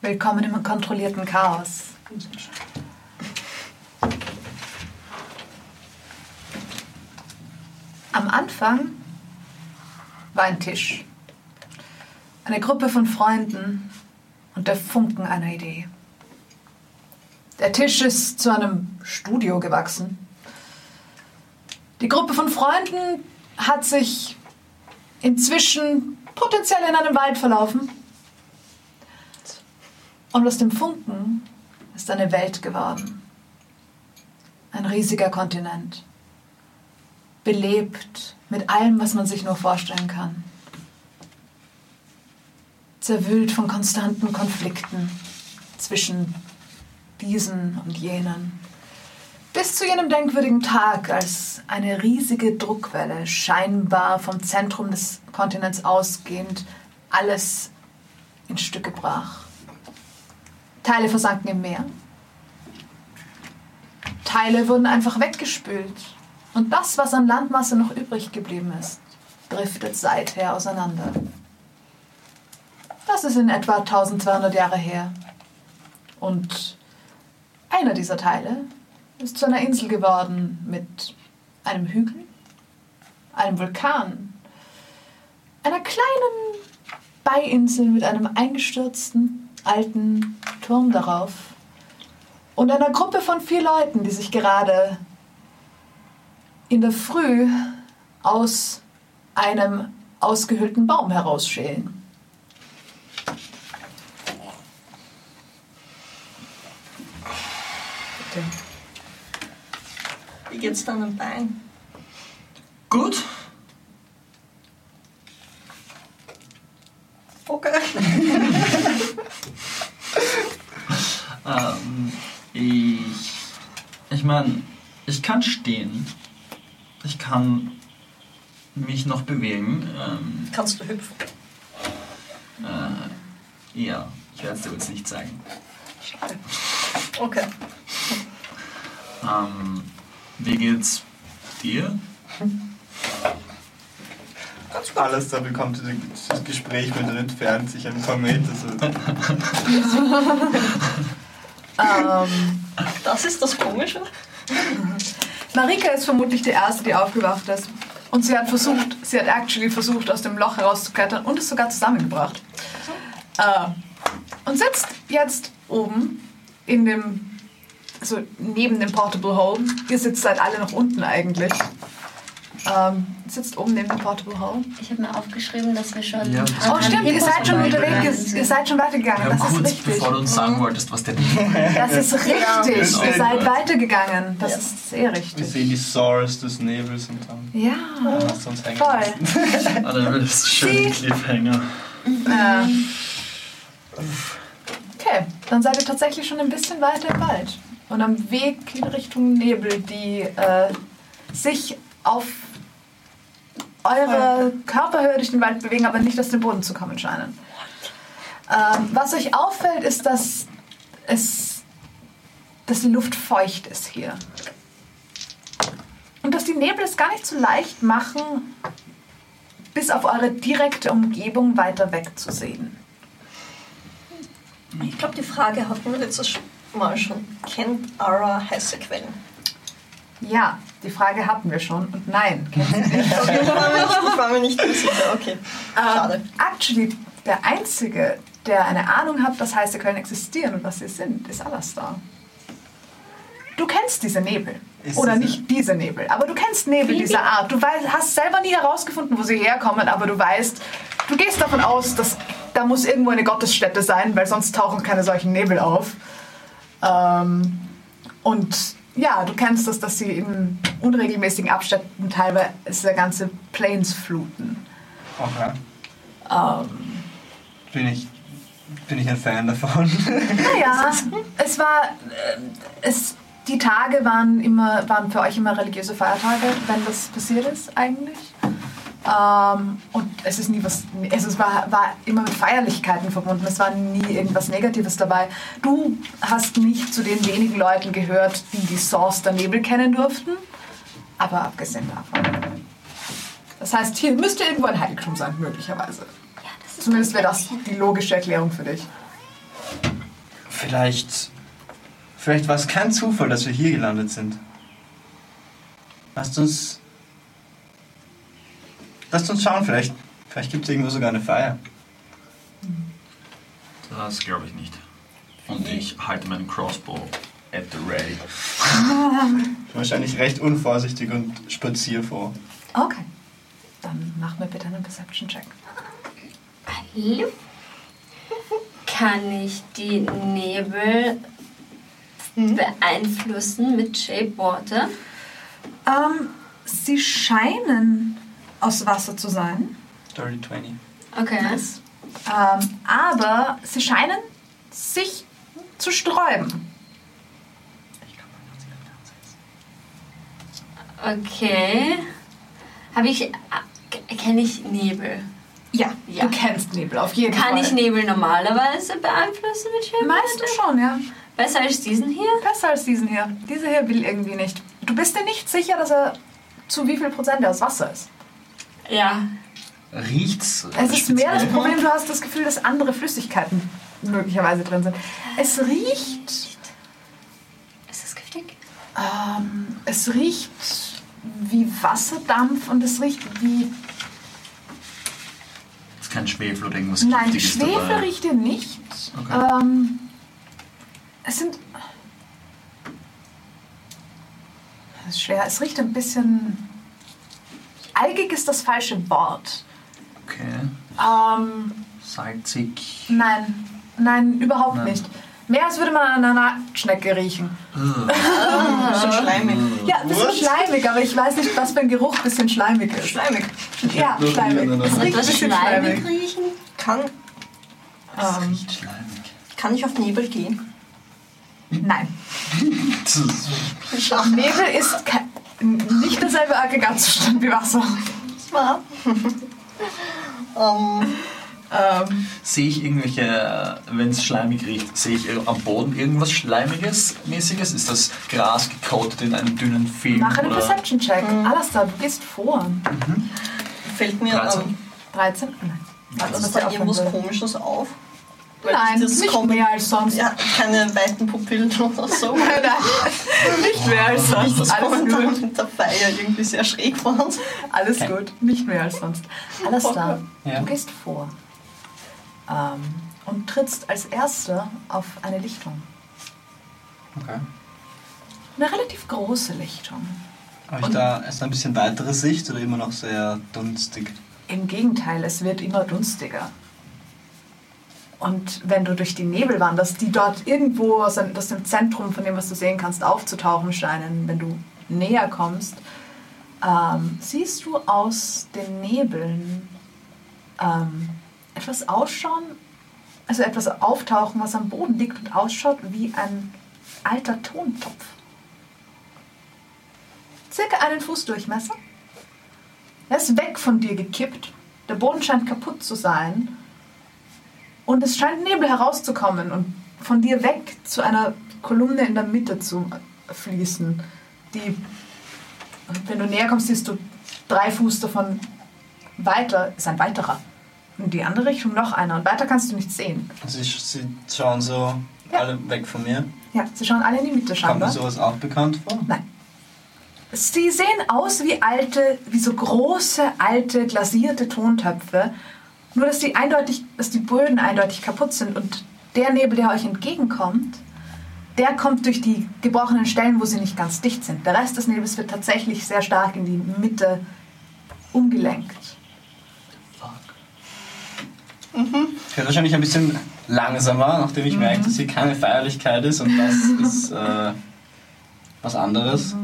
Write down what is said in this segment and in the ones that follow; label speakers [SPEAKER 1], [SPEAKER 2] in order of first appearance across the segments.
[SPEAKER 1] Willkommen im kontrollierten Chaos. Am Anfang war ein Tisch, eine Gruppe von Freunden und der Funken einer Idee. Der Tisch ist zu einem Studio gewachsen. Die Gruppe von Freunden hat sich inzwischen potenziell in einem Wald verlaufen. Und aus dem Funken ist eine Welt geworden. Ein riesiger Kontinent. Belebt mit allem, was man sich nur vorstellen kann. Zerwühlt von konstanten Konflikten zwischen diesen und jenen. Bis zu jenem denkwürdigen Tag, als eine riesige Druckwelle, scheinbar vom Zentrum des Kontinents ausgehend, alles in Stücke brach. Teile versanken im Meer. Teile wurden einfach weggespült. Und das, was an Landmasse noch übrig geblieben ist, driftet seither auseinander. Das ist in etwa 1200 Jahre her. Und einer dieser Teile ist zu einer Insel geworden mit einem Hügel, einem Vulkan, einer kleinen Beiinsel mit einem eingestürzten alten Turm darauf und einer Gruppe von vier Leuten, die sich gerade in der Früh aus einem ausgehöhlten Baum herausschälen. Bitte.
[SPEAKER 2] Wie geht's deinem Bein?
[SPEAKER 3] Gut.
[SPEAKER 2] Okay.
[SPEAKER 3] Ähm, ich. Ich meine, ich kann stehen. Ich kann mich noch bewegen. Ähm,
[SPEAKER 2] Kannst du hüpfen?
[SPEAKER 3] äh, ja, ich werde es dir jetzt nicht zeigen.
[SPEAKER 2] Schade. Okay.
[SPEAKER 3] Ähm, wie geht's dir?
[SPEAKER 4] Alles da bekommt das Gespräch mit und entfernt sich ein also paar Meter. So.
[SPEAKER 1] Ähm,
[SPEAKER 2] Das ist das Komische.
[SPEAKER 1] Marika ist vermutlich die Erste, die aufgewacht ist. Und sie hat versucht, sie hat actually versucht, aus dem Loch herauszuklettern und es sogar zusammengebracht. Äh, und sitzt jetzt oben in dem, also neben dem Portable Home. Ihr sitzt halt alle noch unten eigentlich. Ähm, sitzt oben neben dem Portable Home.
[SPEAKER 5] Ich habe mir aufgeschrieben, dass wir schon.
[SPEAKER 3] Ja.
[SPEAKER 5] an
[SPEAKER 1] Oh
[SPEAKER 5] einem
[SPEAKER 1] stimmt, ihr
[SPEAKER 5] Hippos
[SPEAKER 1] seid schon unterwegs,
[SPEAKER 5] vorbeigegangen
[SPEAKER 1] ihr seid schon
[SPEAKER 3] Ja,
[SPEAKER 1] weitergegangen. Das ist
[SPEAKER 3] kurz
[SPEAKER 1] richtig. Mhm.
[SPEAKER 3] bevor du uns sagen wolltest, was der
[SPEAKER 1] Das ist richtig. Ihr seid
[SPEAKER 4] Genau.
[SPEAKER 1] weitergegangen. Das
[SPEAKER 2] Ja.
[SPEAKER 1] ist sehr
[SPEAKER 4] Wir sehen
[SPEAKER 1] richtig.
[SPEAKER 4] die Source des Nebels und dann
[SPEAKER 1] Ja.
[SPEAKER 4] haben wir uns hängen
[SPEAKER 1] Voll.
[SPEAKER 4] lassen.
[SPEAKER 3] Alter, das ist
[SPEAKER 1] Sie-
[SPEAKER 3] schön Cliffhanger.
[SPEAKER 1] Ähm, okay, dann seid ihr tatsächlich schon ein bisschen weiter im Wald und am Weg in Richtung Nebel, die äh, sich auf eure Körperhöhe durch den Wald bewegen, aber nicht aus dem Boden zu kommen scheinen. Ähm, was euch auffällt, ist, dass, es, dass die Luft feucht ist hier. Und dass die Nebel es gar nicht so leicht machen, bis auf eure direkte Umgebung weiter wegzusehen.
[SPEAKER 2] Ich glaube, die Frage hatten wir letztes Mal schon. Kennt Ara heiße Quellen?
[SPEAKER 1] Ja, die Frage hatten wir schon und nein.
[SPEAKER 2] Okay, ich war mir nicht, ich war mir nicht ganz sicher. Okay. Schade.
[SPEAKER 1] Ähm, actually, der Einzige, der eine Ahnung hat, was heiße Quellen existieren und was sie sind, ist Alastar. Du kennst diese Nebel.
[SPEAKER 4] Ist
[SPEAKER 1] Oder
[SPEAKER 4] diese-
[SPEAKER 1] nicht diese Nebel, aber du kennst Nebel dieser Art. Du weißt, hast selber nie herausgefunden, wo sie herkommen, aber du weißt, du gehst davon aus, dass da muss irgendwo eine Gottesstätte sein, weil sonst tauchen keine solchen Nebel auf. Ähm, und ja, du kennst das, dass sie in unregelmäßigen Abständen teilweise ganze Plains fluten.
[SPEAKER 4] Okay. Bin ich, bin ich ein Fan davon.
[SPEAKER 1] Naja, es war. äh, Es, die Tage waren, immer, waren für euch immer religiöse Feiertage, wenn das passiert ist, eigentlich. Ähm, und es ist nie was. also Es ist, war, war immer mit Feierlichkeiten verbunden. Es war nie irgendwas Negatives dabei. Du hast nicht zu den wenigen Leuten gehört, die die Source der Nebel kennen durften. Aber abgesehen davon. Das heißt, hier müsste irgendwo ein Heiligtum sein, möglicherweise.
[SPEAKER 5] sind. Ja, das ist
[SPEAKER 1] Zumindest wäre das die logische Erklärung für dich.
[SPEAKER 4] Vielleicht. Vielleicht war es kein Zufall, dass wir hier gelandet sind. Lasst uns. Lasst uns schauen, vielleicht. Vielleicht gibt es irgendwo sogar eine Feier.
[SPEAKER 3] Das glaube ich nicht. Und ich halte meinen Crossbow at the ready.
[SPEAKER 4] Ich bin wahrscheinlich recht unvorsichtig und spazier vor.
[SPEAKER 1] Okay. Dann mach mir bitte einen Perception-Check.
[SPEAKER 6] Hallo? Kann ich die Nebel
[SPEAKER 1] Hm?
[SPEAKER 6] beeinflussen mit Shape Water?
[SPEAKER 1] Ähm, sie scheinen aus Wasser zu sein,
[SPEAKER 4] Dirty 20.
[SPEAKER 6] Okay.
[SPEAKER 1] ähm, aber sie scheinen sich zu sträuben.
[SPEAKER 6] Okay. Habe ich. Kenne ich Nebel?
[SPEAKER 1] Ja,
[SPEAKER 6] Ja.
[SPEAKER 1] du kennst Nebel auf jeden
[SPEAKER 6] Kann
[SPEAKER 1] Fall.
[SPEAKER 6] ich Nebel normalerweise beeinflussen mit Shape
[SPEAKER 1] Meistens
[SPEAKER 6] Water?
[SPEAKER 1] schon, ja.
[SPEAKER 6] Besser als diesen hier?
[SPEAKER 1] Besser als diesen hier. Dieser hier will irgendwie nicht. Du bist dir nicht sicher, dass er zu wie viel Prozent er aus Wasser ist.
[SPEAKER 6] Ja.
[SPEAKER 3] Riecht's?
[SPEAKER 1] Es ist mehr das
[SPEAKER 3] speziell?
[SPEAKER 1] Problem, du hast das Gefühl, dass andere Flüssigkeiten möglicherweise drin sind. Es riecht.
[SPEAKER 6] Ist das giftig?
[SPEAKER 1] Ähm, es riecht wie Wasserdampf und es riecht wie.
[SPEAKER 3] Ist kein Schwefel oder irgendwas
[SPEAKER 1] Nein,
[SPEAKER 3] Giftiges
[SPEAKER 1] Schwefel
[SPEAKER 3] dabei.
[SPEAKER 1] riecht dir nicht.
[SPEAKER 3] Okay.
[SPEAKER 1] Ähm, es sind. Es ist schwer. Es riecht ein bisschen. Algig ist das falsche Wort.
[SPEAKER 3] Okay.
[SPEAKER 1] Ähm,
[SPEAKER 3] Salzig.
[SPEAKER 1] Nein, nein, überhaupt
[SPEAKER 3] Nein.
[SPEAKER 1] nicht. Mehr als würde man an einer Nacktschnecke riechen.
[SPEAKER 3] Ugh.
[SPEAKER 2] Ein bisschen schleimig.
[SPEAKER 1] Ja, ein bisschen
[SPEAKER 4] What?
[SPEAKER 1] schleimig, aber ich weiß nicht, was für ein Geruch ein bisschen schleimig ist.
[SPEAKER 2] Schleimig.
[SPEAKER 1] Ja,
[SPEAKER 4] hab noch nie
[SPEAKER 1] schleimig.
[SPEAKER 4] an einer
[SPEAKER 1] Es riecht ein
[SPEAKER 6] Etwas
[SPEAKER 1] bisschen schleimig.
[SPEAKER 6] schleimig riechen?
[SPEAKER 2] Kann,
[SPEAKER 3] Das
[SPEAKER 1] Ähm,
[SPEAKER 3] riecht schleimig.
[SPEAKER 2] kann ich auf Nebel gehen?
[SPEAKER 1] nein. Nebel ist ke- nicht derselbe Aggregatzustand wie Wasser.
[SPEAKER 2] Ja. ähm,
[SPEAKER 1] Ähm,
[SPEAKER 3] Sehe ich irgendwelche, wenn es schleimig riecht, sehe ich am Boden irgendwas Schleimiges, mäßiges? Ist das Gras gecoatet in einem dünnen Film?
[SPEAKER 1] mach einen
[SPEAKER 3] oder?
[SPEAKER 1] Perception-Check.
[SPEAKER 2] Mhm.
[SPEAKER 1] Alastair, du gehst vor.
[SPEAKER 2] fällt mir
[SPEAKER 3] Dreizehn.
[SPEAKER 2] ähm,
[SPEAKER 1] 13? Nein. Warte,
[SPEAKER 2] also
[SPEAKER 1] bis
[SPEAKER 2] bei
[SPEAKER 1] der aufhören
[SPEAKER 2] irgendwas
[SPEAKER 1] will.
[SPEAKER 2] Komisches auf.
[SPEAKER 1] Nein,
[SPEAKER 2] das
[SPEAKER 1] nicht
[SPEAKER 2] kommt-
[SPEAKER 1] mehr als sonst.
[SPEAKER 2] Ja, keine weiten Pupillen oder so.
[SPEAKER 1] Nein, nein. Nicht mehr als sonst.
[SPEAKER 2] Das
[SPEAKER 1] Alles
[SPEAKER 2] kommt
[SPEAKER 1] gut.
[SPEAKER 2] dann mit der Feier irgendwie sehr schräg vor uns.
[SPEAKER 1] Alles gut, nicht mehr als sonst. Alles klar,
[SPEAKER 4] Ja.
[SPEAKER 1] du gehst vor ähm, und trittst als Erster auf eine Lichtung.
[SPEAKER 4] Okay.
[SPEAKER 1] Eine relativ große Lichtung.
[SPEAKER 4] Habe ich da erst ein bisschen weitere Sicht oder immer noch sehr dunstig?
[SPEAKER 1] Im Gegenteil, es wird immer dunstiger. Und wenn du durch die Nebel wanderst, die dort irgendwo aus dem, aus dem Zentrum von dem, was du sehen kannst, aufzutauchen scheinen, wenn du näher kommst, ähm, siehst du aus den Nebeln ähm, etwas ausschauen, also etwas auftauchen, was am Boden liegt und ausschaut wie ein alter Tontopf. Circa einen Fuß Durchmesser. Er ist weg von dir gekippt. Der Boden scheint kaputt zu sein. Und es scheint Nebel herauszukommen und von dir weg zu einer Kolumne in der Mitte zu fließen. Die, wenn du näher kommst, siehst du drei Fuß davon weiter, ist ein weiterer. In die andere Richtung noch einer. Und weiter kannst du nicht sehen.
[SPEAKER 4] Also ich, sie schauen so
[SPEAKER 1] Ja.
[SPEAKER 4] alle weg von mir.
[SPEAKER 1] Ja, sie schauen alle in die Mitte
[SPEAKER 4] Kommt mir
[SPEAKER 1] scheinbar.
[SPEAKER 4] sowas auch bekannt vor?
[SPEAKER 1] Nein. Sie sehen aus wie alte, wie so große, alte, glasierte Tontöpfe. Nur, dass die, eindeutig, dass die Böden eindeutig kaputt sind und der Nebel, der euch entgegenkommt, der kommt durch die gebrochenen Stellen, wo sie nicht ganz dicht sind. Der Rest des Nebels wird tatsächlich sehr stark in die Mitte umgelenkt.
[SPEAKER 4] Ich werde wahrscheinlich ein bisschen langsamer, nachdem ich
[SPEAKER 1] Mhm.
[SPEAKER 4] merke, dass hier keine Feierlichkeit ist und das ist äh, was anderes.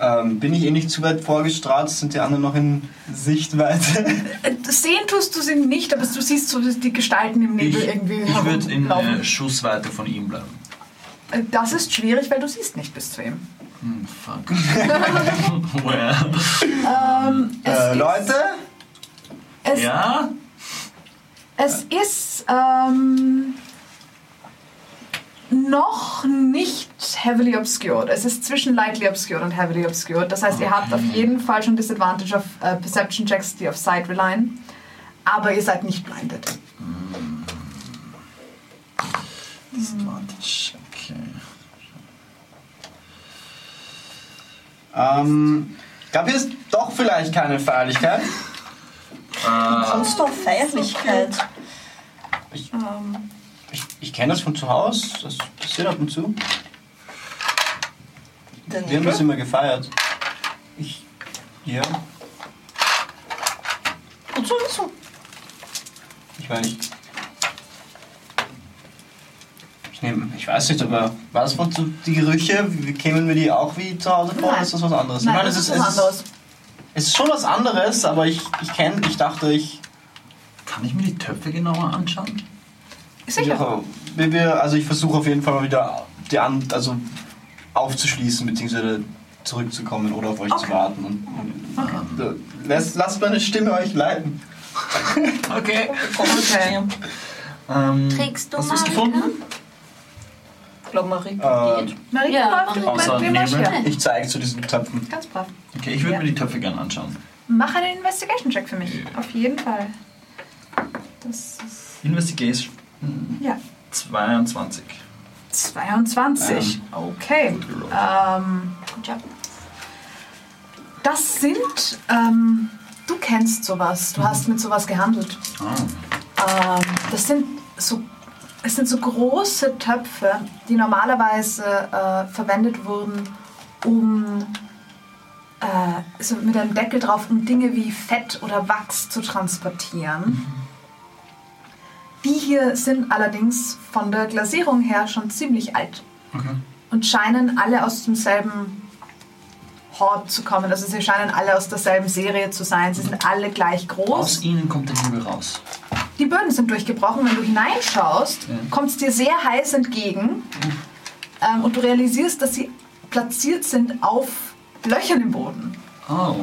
[SPEAKER 4] Ähm, bin ich eh nicht zu weit vorgestrahlt? Sind die anderen noch in Sichtweite?
[SPEAKER 1] Äh, Sehen tust du sie nicht, aber du siehst so die Gestalten im
[SPEAKER 3] Ich,
[SPEAKER 1] Nebel irgendwie
[SPEAKER 3] ich würde in
[SPEAKER 1] herumlaufen.
[SPEAKER 3] äh, Schussweite von ihm bleiben.
[SPEAKER 1] Äh, Das ist schwierig, weil du siehst nicht bis zu ihm.
[SPEAKER 3] Hm, fuck. Well.
[SPEAKER 1] Ähm, es
[SPEAKER 4] äh,
[SPEAKER 1] ist-
[SPEAKER 4] Leute?
[SPEAKER 1] es
[SPEAKER 3] Ja?
[SPEAKER 1] Es ist ähm, noch nicht heavily obscured. Es ist zwischen lightly obscured und heavily obscured. Das heißt, ihr habt auf jeden Fall schon Disadvantage auf äh, Perception Checks, die auf Sight relyen. Aber ihr seid nicht blinded.
[SPEAKER 4] Ähm, gab es doch vielleicht keine Feierlichkeit?
[SPEAKER 2] Kommst du auf Feierlichkeit?
[SPEAKER 1] Ähm,
[SPEAKER 4] Ich, ich kenne das von zu Hause, das passiert ab und zu.
[SPEAKER 2] Den
[SPEAKER 4] Wir haben das immer gefeiert. Ich. Ja.
[SPEAKER 2] Wozu, wozu?
[SPEAKER 4] Ich meine, ich. Ich nehme. Ich weiß nicht, aber war das von zu, die Gerüche? Wie, kämen mir die auch wie zu Hause vor?
[SPEAKER 1] Nein.
[SPEAKER 4] Oder ist Oh, das was anderes?
[SPEAKER 1] nein,
[SPEAKER 4] ich meine,
[SPEAKER 1] das
[SPEAKER 4] es
[SPEAKER 1] ist was anderes.
[SPEAKER 4] Es ist schon was anderes, aber ich, ich kenne, ich dachte, ich.
[SPEAKER 3] Kann ich mir die Töpfe genauer anschauen?
[SPEAKER 1] Sicher.
[SPEAKER 4] Wir, wir, also ich versuche auf jeden Fall mal wieder die an, also aufzuschließen bzw. zurückzukommen oder auf euch zu
[SPEAKER 1] Okay.
[SPEAKER 4] warten. Und, und, äh, lasst, lasst meine Stimme euch leiten.
[SPEAKER 3] Okay.
[SPEAKER 1] Okay.
[SPEAKER 3] Ähm,
[SPEAKER 6] Trägst du
[SPEAKER 3] hast du es
[SPEAKER 6] Marika?
[SPEAKER 3] gefunden?
[SPEAKER 2] Ich glaube, Marie
[SPEAKER 4] Äh,
[SPEAKER 2] geht.
[SPEAKER 1] Marie
[SPEAKER 6] Ja,
[SPEAKER 1] läuft im
[SPEAKER 3] außer
[SPEAKER 1] Moment wie immer
[SPEAKER 3] Nebel.
[SPEAKER 1] hier.
[SPEAKER 4] Ich zeige zu diesen Töpfen.
[SPEAKER 1] Ganz brav.
[SPEAKER 3] Okay, ich würde
[SPEAKER 1] Ja.
[SPEAKER 3] mir die Töpfe gerne anschauen.
[SPEAKER 1] Mach einen Investigation-Check für mich.
[SPEAKER 3] Ja.
[SPEAKER 1] Auf jeden Fall. Das ist.
[SPEAKER 3] Investigation hm,
[SPEAKER 1] Ja.
[SPEAKER 3] 22.
[SPEAKER 1] 22. Okay.
[SPEAKER 3] Gut gerollt.
[SPEAKER 1] Ähm,
[SPEAKER 6] Good job.
[SPEAKER 1] das sind. Ähm, du kennst sowas. Du hast mit sowas gehandelt.
[SPEAKER 3] Ah.
[SPEAKER 1] Ähm, das sind so, es sind so große Töpfe, die normalerweise äh, verwendet wurden, um äh, so mit einem Deckel drauf, um Dinge wie Fett oder Wachs zu
[SPEAKER 3] Mhm.
[SPEAKER 1] transportieren. Die hier sind allerdings von der Glasierung her schon ziemlich alt
[SPEAKER 3] Okay.
[SPEAKER 1] und scheinen alle aus demselben Hort zu kommen. Also sie scheinen alle aus derselben Serie zu sein. Sie sind alle gleich groß.
[SPEAKER 3] Aus ihnen kommt der Nebel raus.
[SPEAKER 1] Die Böden sind durchgebrochen. Wenn du hineinschaust,
[SPEAKER 3] Ja.
[SPEAKER 1] kommt es dir sehr heiß entgegen. Ähm, und du realisierst, dass sie platziert sind auf Löchern im Boden,
[SPEAKER 3] Oh,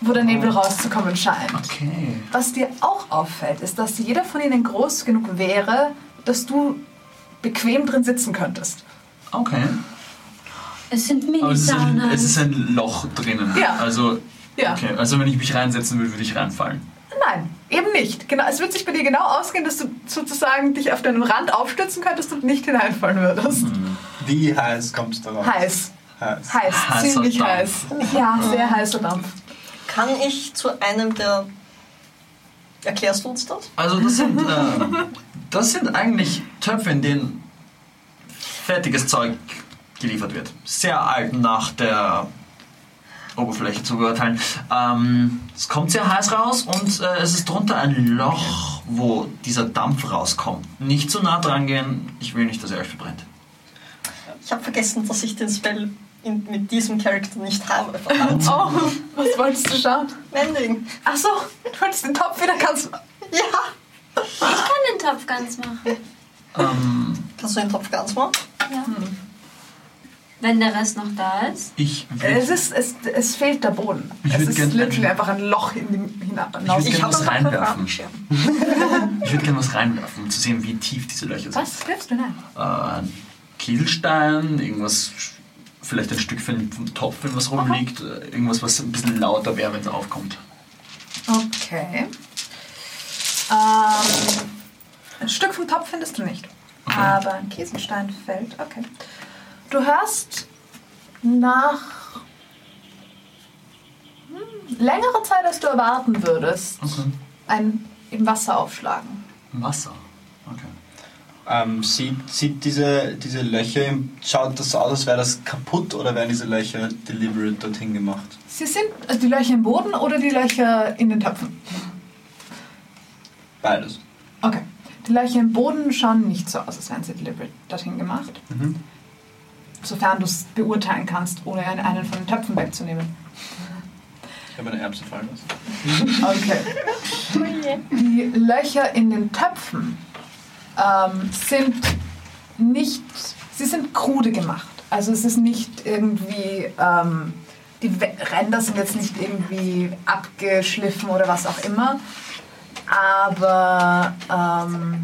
[SPEAKER 1] wo der Nebel rauszukommen scheint.
[SPEAKER 3] okay.
[SPEAKER 1] Was dir auch auffällt, ist, dass jeder von ihnen groß genug wäre, dass du bequem drin sitzen könntest.
[SPEAKER 3] Okay.
[SPEAKER 6] Es sind
[SPEAKER 3] Aber es ist, ein, es
[SPEAKER 6] Mini-Saunas.
[SPEAKER 3] ist ein Loch drinnen.
[SPEAKER 1] Ja.
[SPEAKER 3] Also,
[SPEAKER 1] Ja.
[SPEAKER 3] okay. also wenn ich mich reinsetzen würde, würde ich reinfallen.
[SPEAKER 1] Nein, eben nicht. Genau, es wird sich bei dir genau ausgehen, dass du sozusagen dich auf deinem Rand aufstützen könntest und nicht hineinfallen würdest.
[SPEAKER 3] Hm.
[SPEAKER 4] Wie heiß kommst du raus?
[SPEAKER 1] Heiß,
[SPEAKER 4] Heiß.
[SPEAKER 1] heiß,
[SPEAKER 3] Heißer
[SPEAKER 1] ziemlich
[SPEAKER 3] Dampf.
[SPEAKER 1] heiß. Ja, sehr heißer Dampf.
[SPEAKER 2] Kann ich zu einem der. Erklärst du uns das?
[SPEAKER 3] Also das sind, äh, das sind eigentlich Töpfe, in denen fertiges Zeug geliefert wird. Sehr alt nach der Oberfläche zu beurteilen. Ähm, es kommt sehr heiß raus und äh, es ist drunter ein Loch, wo dieser Dampf rauskommt. Nicht zu nah dran gehen, ich will nicht, dass ihr euch verbrennt.
[SPEAKER 2] Ich habe vergessen, dass ich den Spell in, mit diesem Charakter nicht habe. Verdammt.
[SPEAKER 1] Oh, was wolltest du schauen?
[SPEAKER 2] Mending.
[SPEAKER 1] Ach so, du wolltest den Topf wieder ganz.
[SPEAKER 2] Ja.
[SPEAKER 6] Ich kann den Topf ganz machen.
[SPEAKER 3] Ähm,
[SPEAKER 2] Kannst du den Topf ganz machen?
[SPEAKER 6] Ja. Wenn der Rest noch da ist.
[SPEAKER 3] ich
[SPEAKER 1] Es,
[SPEAKER 3] würde
[SPEAKER 1] ist, es, es fehlt der Boden.
[SPEAKER 3] Ich
[SPEAKER 1] es
[SPEAKER 3] würd
[SPEAKER 1] ist
[SPEAKER 3] gern-
[SPEAKER 1] literally einfach ein Loch in dem hinab.
[SPEAKER 3] würd
[SPEAKER 1] Ich
[SPEAKER 3] gern-
[SPEAKER 1] hab,
[SPEAKER 3] was
[SPEAKER 2] aber keinen
[SPEAKER 3] reinwerfen.
[SPEAKER 2] Rabenschirm.
[SPEAKER 3] ich würd gerne was reinwerfen, um zu sehen, wie tief diese Löcher sind.
[SPEAKER 1] was wirfst du denn?
[SPEAKER 3] äh, ein Kieselstein, irgendwas, vielleicht ein Stück von- vom Topf, wenn was rumliegt, äh, irgendwas, was ein bisschen lauter wäre, wenn es aufkommt.
[SPEAKER 1] Okay. Ähm, ein Stück vom Topf findest du nicht.
[SPEAKER 3] Mhm.
[SPEAKER 1] Aber ein Kiesenstein fällt. Okay. Du hörst nach hm, längerer Zeit, als du erwarten würdest,
[SPEAKER 3] Okay.
[SPEAKER 1] ein im Wasser aufschlagen.
[SPEAKER 3] Wasser. Okay.
[SPEAKER 4] Ähm, sieht, sieht diese, diese Löcher, im- schaut das so aus, als wäre das kaputt oder wären diese Löcher deliberate dorthin gemacht?
[SPEAKER 1] Sie sind also die Löcher im Boden oder die Löcher in den Töpfen?
[SPEAKER 4] Beides.
[SPEAKER 1] Okay. Die Löcher im Boden schauen nicht so aus, als wären sie deliberate dorthin gemacht.
[SPEAKER 4] Mhm.
[SPEAKER 1] Sofern du es beurteilen kannst, ohne einen- einen von den Töpfen wegzunehmen.
[SPEAKER 4] Ich habe meine Erbse fallen lassen.
[SPEAKER 1] Okay. Die Löcher in den Töpfen ähm, sind nicht, sie sind krude gemacht. Also es ist nicht irgendwie, ähm, die We- Ränder sind jetzt nicht irgendwie abgeschliffen oder was auch immer. Aber, ähm,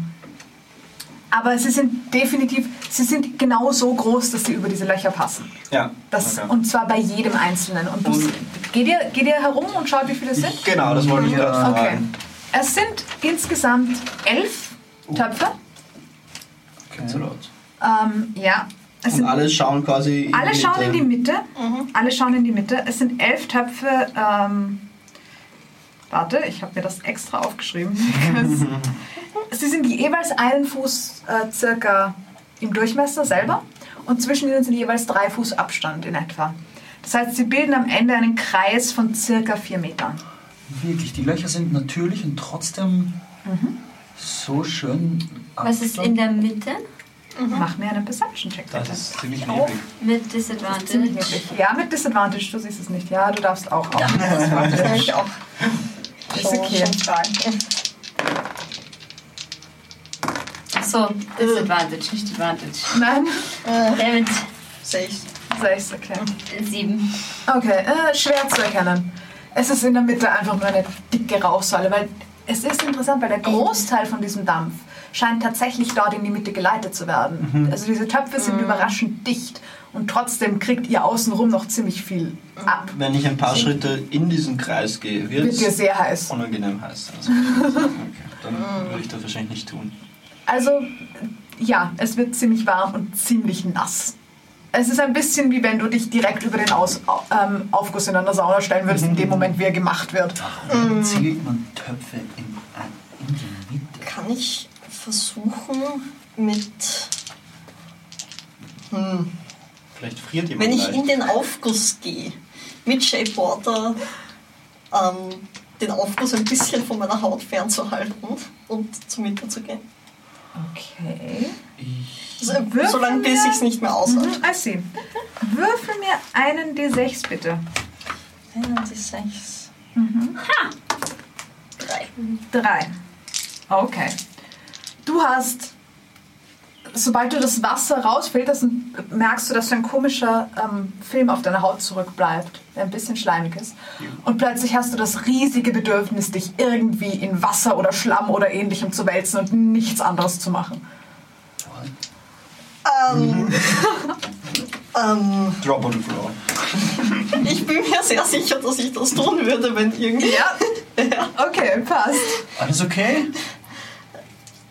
[SPEAKER 1] aber sie sind definitiv, sie sind genau so groß, dass sie über diese Löcher passen.
[SPEAKER 4] Ja.
[SPEAKER 1] Das,
[SPEAKER 4] okay.
[SPEAKER 1] Und zwar bei jedem Einzelnen. Und, du,
[SPEAKER 4] Und-
[SPEAKER 1] geh, dir, geh dir herum und schau, wie viele es sind.
[SPEAKER 4] genau, das wollte ich gerade
[SPEAKER 1] Okay.
[SPEAKER 4] fragen.
[SPEAKER 1] Es sind
[SPEAKER 4] Oh.
[SPEAKER 1] insgesamt elf Töpfe.
[SPEAKER 4] Okay. Zu laut.
[SPEAKER 1] Ähm, ja. Es
[SPEAKER 4] Und
[SPEAKER 1] sind,
[SPEAKER 4] alle schauen quasi. in
[SPEAKER 1] alle
[SPEAKER 4] die
[SPEAKER 1] schauen in
[SPEAKER 4] Mitte.
[SPEAKER 1] die Mitte.
[SPEAKER 2] Mhm.
[SPEAKER 1] Alle schauen in die Mitte. Es sind elf Töpfe. Ähm, warte, ich habe mir das extra aufgeschrieben. Sie sind jeweils einen Fuß äh, circa im Durchmesser selber und zwischen ihnen sind jeweils drei Fuß Abstand in etwa. Das heißt, sie bilden am Ende einen Kreis von circa vier Metern.
[SPEAKER 3] Wirklich, die Löcher sind natürlich und trotzdem so schön.
[SPEAKER 6] Mhm. Was ist in der Mitte?
[SPEAKER 1] Mach mir einen Perception-Check,
[SPEAKER 4] Das
[SPEAKER 1] bitte.
[SPEAKER 4] ist ziemlich
[SPEAKER 6] Oh.
[SPEAKER 4] neblig.
[SPEAKER 6] Mit
[SPEAKER 1] Das ist ziemlich
[SPEAKER 6] Disadvantage.
[SPEAKER 1] möglich. Ja, mit Disadvantage, du siehst es nicht. Ja, du darfst auch. auch mit
[SPEAKER 2] Das nehme
[SPEAKER 1] Disadvantage.
[SPEAKER 2] ich auch.
[SPEAKER 1] Ist
[SPEAKER 2] Schon-
[SPEAKER 1] okay.
[SPEAKER 2] schon stark.
[SPEAKER 6] Achso, Disadvantage, nicht Advantage.
[SPEAKER 1] Nein,
[SPEAKER 2] Äh,
[SPEAKER 6] Damit
[SPEAKER 2] Sechs.
[SPEAKER 1] sechs, okay.
[SPEAKER 6] sieben.
[SPEAKER 1] Okay, äh, schwer zu erkennen. Es ist in der Mitte einfach nur eine dicke Rauchsäule, weil es ist interessant, weil der Großteil von diesem Dampf scheint tatsächlich dort in die Mitte geleitet zu werden. Also diese Töpfe sind überraschend dicht und trotzdem kriegt ihr außenrum noch ziemlich viel ab.
[SPEAKER 4] Wenn ich ein paar Schritte in diesen Kreis gehe, wird
[SPEAKER 1] Wird dir
[SPEAKER 4] es
[SPEAKER 1] sehr heiß.
[SPEAKER 4] unangenehm heiß. Also, okay, dann würde ich das wahrscheinlich nicht tun.
[SPEAKER 1] Also ja, es wird ziemlich warm und ziemlich nass. Es ist ein bisschen wie wenn du dich direkt über den Aus, au- ähm, Aufguss in einer Sauna stellen würdest, in dem Moment, wie er gemacht wird.
[SPEAKER 6] Mm.
[SPEAKER 3] Warum zählt man Töpfe in, äh, in die Mitte?
[SPEAKER 2] Kann ich versuchen mit... Hm.
[SPEAKER 4] Vielleicht friert jemand
[SPEAKER 2] Wenn ich
[SPEAKER 4] leicht.
[SPEAKER 2] in den Aufguss gehe, mit Shape Water ähm, den Aufguss ein bisschen von meiner Haut fernzuhalten und zur Mitte zu gehen.
[SPEAKER 1] Okay.
[SPEAKER 2] Also,
[SPEAKER 1] Würfel
[SPEAKER 2] solange bis ich es nicht mehr aushalte.
[SPEAKER 1] Mhm, I see. Würfel mir einen D6 bitte.
[SPEAKER 2] Ja, die sechs. Ha! Mhm. Drei.
[SPEAKER 1] Drei. Okay. Du hast, sobald du das Wasser rausfilterst, merkst du, dass so ein komischer ähm, Film auf deiner Haut zurückbleibt, der ein bisschen schleimig ist. Und plötzlich hast du das riesige Bedürfnis, dich irgendwie in Wasser oder Schlamm oder ähnlichem zu wälzen und nichts anderes zu machen.
[SPEAKER 2] Ähm, ähm,
[SPEAKER 4] Drop on the floor.
[SPEAKER 2] ich bin mir sehr sicher, dass ich das tun würde, wenn irgendwie.
[SPEAKER 1] Ja. Okay, passt.
[SPEAKER 3] Alles okay?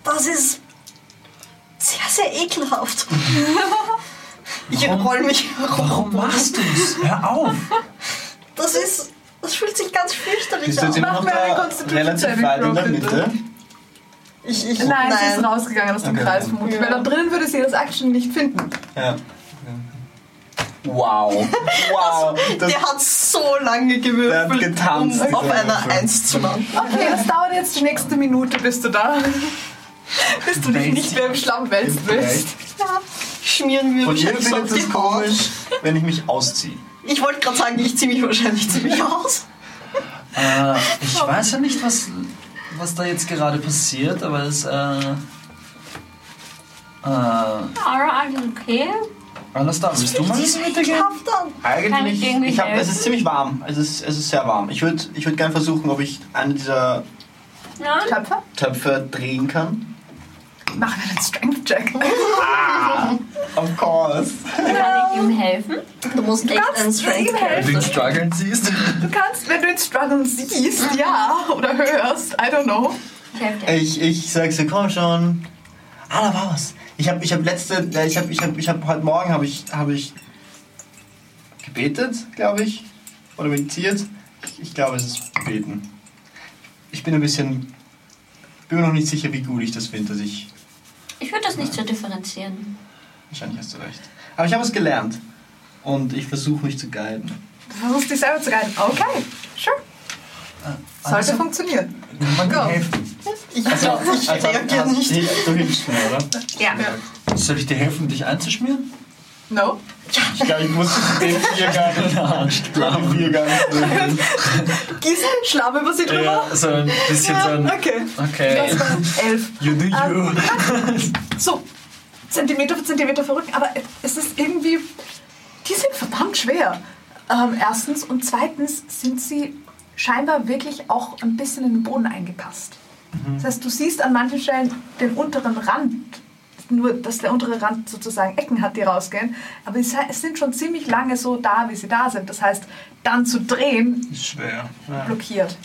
[SPEAKER 2] Das ist sehr, sehr ekelhaft. Ich roll mich
[SPEAKER 3] Warum
[SPEAKER 2] herum.
[SPEAKER 3] machst du's? Hör auf!
[SPEAKER 2] Das ist. Das fühlt sich ganz fürchterlich
[SPEAKER 4] Bist du jetzt
[SPEAKER 2] an.
[SPEAKER 4] immer
[SPEAKER 1] Mach
[SPEAKER 4] noch
[SPEAKER 1] mir eine
[SPEAKER 4] da
[SPEAKER 1] Constitution
[SPEAKER 4] relativ
[SPEAKER 1] Saving
[SPEAKER 4] weit in der
[SPEAKER 1] Throw, bitte.
[SPEAKER 4] Mitte?
[SPEAKER 2] Ich, ich,
[SPEAKER 1] Nein, sie ist rausgegangen aus dem
[SPEAKER 4] Okay.
[SPEAKER 1] Kreis vermutlich,
[SPEAKER 2] Oh
[SPEAKER 1] weil
[SPEAKER 2] Ja.
[SPEAKER 1] da drinnen würde sie das Action nicht finden.
[SPEAKER 4] Ja. Wow. Wow. Das,
[SPEAKER 2] Der hat so lange
[SPEAKER 4] Der hat
[SPEAKER 2] gewürfelt,
[SPEAKER 4] getanzt,
[SPEAKER 2] um auf
[SPEAKER 4] dieser
[SPEAKER 2] einer
[SPEAKER 4] Würfel.
[SPEAKER 2] 1 zu landen.
[SPEAKER 1] Okay, das dauert jetzt die nächste Minute, bis du da. bis du dich nicht mehr im Schlamm wälzen willst.
[SPEAKER 2] Ja, schmieren wir
[SPEAKER 4] und
[SPEAKER 2] mich
[SPEAKER 4] ihr
[SPEAKER 2] jetzt auf
[SPEAKER 4] findet es
[SPEAKER 2] die Haut.
[SPEAKER 4] komisch, wenn ich mich ausziehe.
[SPEAKER 2] Ich wollte gerade sagen, ich ziehe mich wahrscheinlich ziemlich aus.
[SPEAKER 3] Äh, ich weiß ja nicht, was, was da jetzt gerade passiert, aber es. Äh, äh,
[SPEAKER 6] Aura, alles also okay?
[SPEAKER 3] Anastar, willst du mal
[SPEAKER 2] Das
[SPEAKER 3] ins
[SPEAKER 2] ist
[SPEAKER 3] Mitte gehen?
[SPEAKER 2] ekelhaft an.
[SPEAKER 6] Kann ich
[SPEAKER 4] Eigentlich,
[SPEAKER 6] irgendwie
[SPEAKER 4] ich hab, es
[SPEAKER 6] helfen?
[SPEAKER 4] ist ziemlich warm. Es ist, es ist sehr warm. Ich würde ich würd gerne versuchen, ob ich einen dieser
[SPEAKER 6] Nein?
[SPEAKER 1] Töpfer,
[SPEAKER 4] Töpfe drehen kann.
[SPEAKER 1] mach mir einen Strength-Check.
[SPEAKER 4] Of course.
[SPEAKER 6] Kann ich ihm helfen?
[SPEAKER 2] Du musst echt
[SPEAKER 1] kannst
[SPEAKER 2] einen
[SPEAKER 1] ihm
[SPEAKER 2] Strength
[SPEAKER 1] helfen.
[SPEAKER 3] Den struggeln siehst.
[SPEAKER 1] Du kannst, wenn du ihn strugglen
[SPEAKER 2] Mhm.
[SPEAKER 1] siehst, ja, oder hörst, I don't know.
[SPEAKER 6] Ich helfe dir.
[SPEAKER 4] Ich, ich sag so, komm schon. Ah, da war was. Ich habe ich hab letzte, äh, ich habe ich hab, ich hab, heute Morgen habe ich, hab ich gebetet, glaube ich. Oder meditiert. Ich, ich glaube, es ist beten. Ich bin ein bisschen, bin mir noch nicht sicher, wie gut ich das finde, dass ich,
[SPEAKER 6] Ich würde das nicht so differenzieren.
[SPEAKER 4] wahrscheinlich hast du recht. Aber ich habe es gelernt. Und ich versuche mich zu guiden.
[SPEAKER 1] Du versuchst dich selber zu reiten. Okay, sure. Sollte
[SPEAKER 3] also-
[SPEAKER 1] funktionieren.
[SPEAKER 3] Kann man
[SPEAKER 1] Go.
[SPEAKER 3] dir helfen?
[SPEAKER 2] Ich
[SPEAKER 4] Also,
[SPEAKER 2] glaube, ich reagiere
[SPEAKER 4] hast-
[SPEAKER 2] nicht.
[SPEAKER 4] Du hilfst mir, oder?
[SPEAKER 1] Ja.
[SPEAKER 3] Soll ich dir helfen, dich einzuschmieren?
[SPEAKER 1] No?
[SPEAKER 4] Ich glaube, ich muss den vier gar nicht. Den vier gar nicht.
[SPEAKER 1] Gießen, Schlamm über sie drüber.
[SPEAKER 3] so ein bisschen so ein.
[SPEAKER 1] Okay.
[SPEAKER 3] Okay.
[SPEAKER 1] Das waren elf.
[SPEAKER 3] also- You do you.
[SPEAKER 1] Ähm, So, Zentimeter für Zentimeter verrücken, aber es ist irgendwie. Die sind verdammt schwer. Ähm, erstens und zweitens sind sie scheinbar wirklich auch ein bisschen in den Boden eingepasst. Das heißt, du siehst an manchen Stellen den unteren Rand, nur dass der untere Rand sozusagen Ecken hat, die rausgehen, aber es es sind schon ziemlich lange so da, wie sie da sind. Das heißt, dann zu drehen,
[SPEAKER 3] Ist schwer.
[SPEAKER 1] blockiert.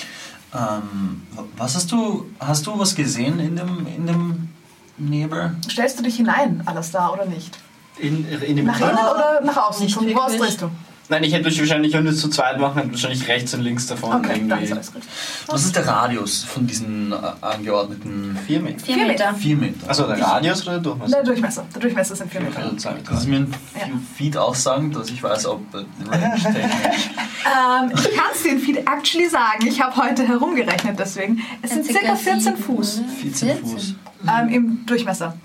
[SPEAKER 3] Ähm, wa- was hast du. Hast du was gesehen in dem, in dem Nebel?
[SPEAKER 1] Stellst du dich hinein, alles da oder nicht?
[SPEAKER 7] In, in dem
[SPEAKER 1] Nach innen
[SPEAKER 7] Tal?
[SPEAKER 1] oder nach außen?
[SPEAKER 2] Nicht
[SPEAKER 1] Von wo aus
[SPEAKER 2] wirklich.
[SPEAKER 1] drehst du?
[SPEAKER 7] Nein, ich hätte mich wahrscheinlich, wenn wir es zu zweit machen, hätte ich wahrscheinlich rechts und links davon
[SPEAKER 1] Okay, dann ist
[SPEAKER 7] irgendwie.
[SPEAKER 1] alles gut.
[SPEAKER 3] Was ist der Radius von diesen äh, angeordneten
[SPEAKER 7] Vier Meter.
[SPEAKER 6] Vier Meter.
[SPEAKER 3] 4 Meter?
[SPEAKER 7] Also der Radius oder der Durchmesser?
[SPEAKER 1] Der Durchmesser. Der Durchmesser sind vier Meter.
[SPEAKER 7] Also zwei Meter.
[SPEAKER 3] Kannst du mir ein
[SPEAKER 1] Ja.
[SPEAKER 3] few Feet auch sagen, dass ich weiß, ob äh, Range technisch.
[SPEAKER 1] Ähm, ich kann es den Feed actually sagen. Ich habe heute herumgerechnet, deswegen. Es sind circa 14
[SPEAKER 6] sieben,
[SPEAKER 1] Fuß
[SPEAKER 6] oder?
[SPEAKER 3] 14 Fuß.
[SPEAKER 1] ähm, im Durchmesser.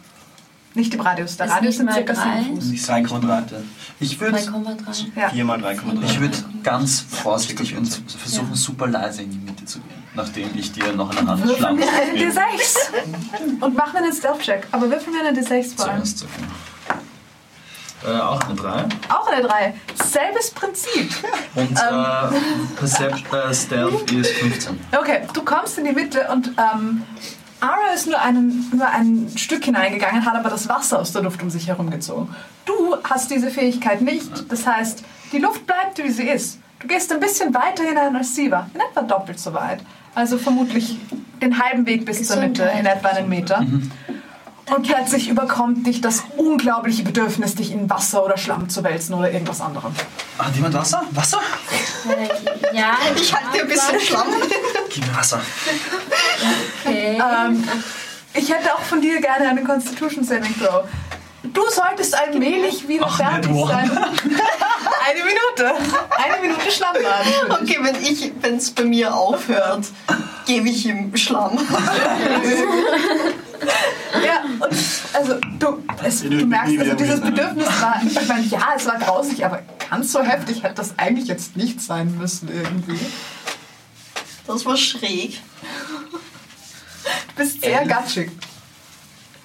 [SPEAKER 1] Nicht im Radius. Der
[SPEAKER 6] Ist
[SPEAKER 1] Radius
[SPEAKER 6] nicht
[SPEAKER 1] sind
[SPEAKER 6] mal
[SPEAKER 1] circa
[SPEAKER 6] drei?
[SPEAKER 1] 7 Fuß.
[SPEAKER 7] Nicht zwei Quadrate.
[SPEAKER 3] Ich würde
[SPEAKER 6] 3,3.
[SPEAKER 1] Ja.
[SPEAKER 7] Vier mal 3,3.
[SPEAKER 3] ich würd ganz vorsichtig und versuchen, super leise in die Mitte zu gehen, nachdem ich dir noch eine Hand
[SPEAKER 1] Würfel
[SPEAKER 3] schlagen um
[SPEAKER 1] mir einen D6 und mach mir einen Stealth-Check. Aber würfel mir einen D6 vor allem.
[SPEAKER 3] Zuerst, okay. Äh, auch eine 3.
[SPEAKER 1] Auch eine 3. Selbes Prinzip. Ähm.
[SPEAKER 3] Und äh, Percept, äh, Stealth ist 15.
[SPEAKER 1] Okay, du kommst in die Mitte und ähm, Ara ist nur, einen, nur ein Stück hineingegangen, hat aber das Wasser aus der Luft um sich herumgezogen. Du hast diese Fähigkeit nicht. Das heißt, die Luft bleibt, wie sie ist. Du gehst ein bisschen weiter hinein als sie war. In etwa doppelt so weit. Also vermutlich den halben Weg bis zur Mitte, in etwa einen Meter. Und plötzlich überkommt dich das unglaubliche Bedürfnis, dich in Wasser oder Schlamm zu wälzen oder irgendwas anderem.
[SPEAKER 3] Hat jemand Ah, Wasser? Wasser?
[SPEAKER 6] Äh, Ja,
[SPEAKER 2] Ich halte dir ein bisschen Schlamm.
[SPEAKER 3] Gib mir Wasser.
[SPEAKER 6] Okay.
[SPEAKER 1] Ähm, ich hätte auch von dir gerne einen Constitution Saving Throw. Du solltest allmählich wieder
[SPEAKER 3] Ach,
[SPEAKER 1] fertig
[SPEAKER 3] nicht wahr.
[SPEAKER 1] sein. Eine Minute. Eine Minute Schlammladen.
[SPEAKER 2] Okay, wenn ich, wenn es bei mir aufhört, gebe ich ihm Schlamm.
[SPEAKER 1] Ja, und also du, es, du merkst, also dieses Bedürfnis war, ich meine, ja, es war grausig, aber ganz so heftig hätte das eigentlich jetzt nicht sein müssen irgendwie.
[SPEAKER 2] Das war schräg.
[SPEAKER 1] Du bist sehr gatschig.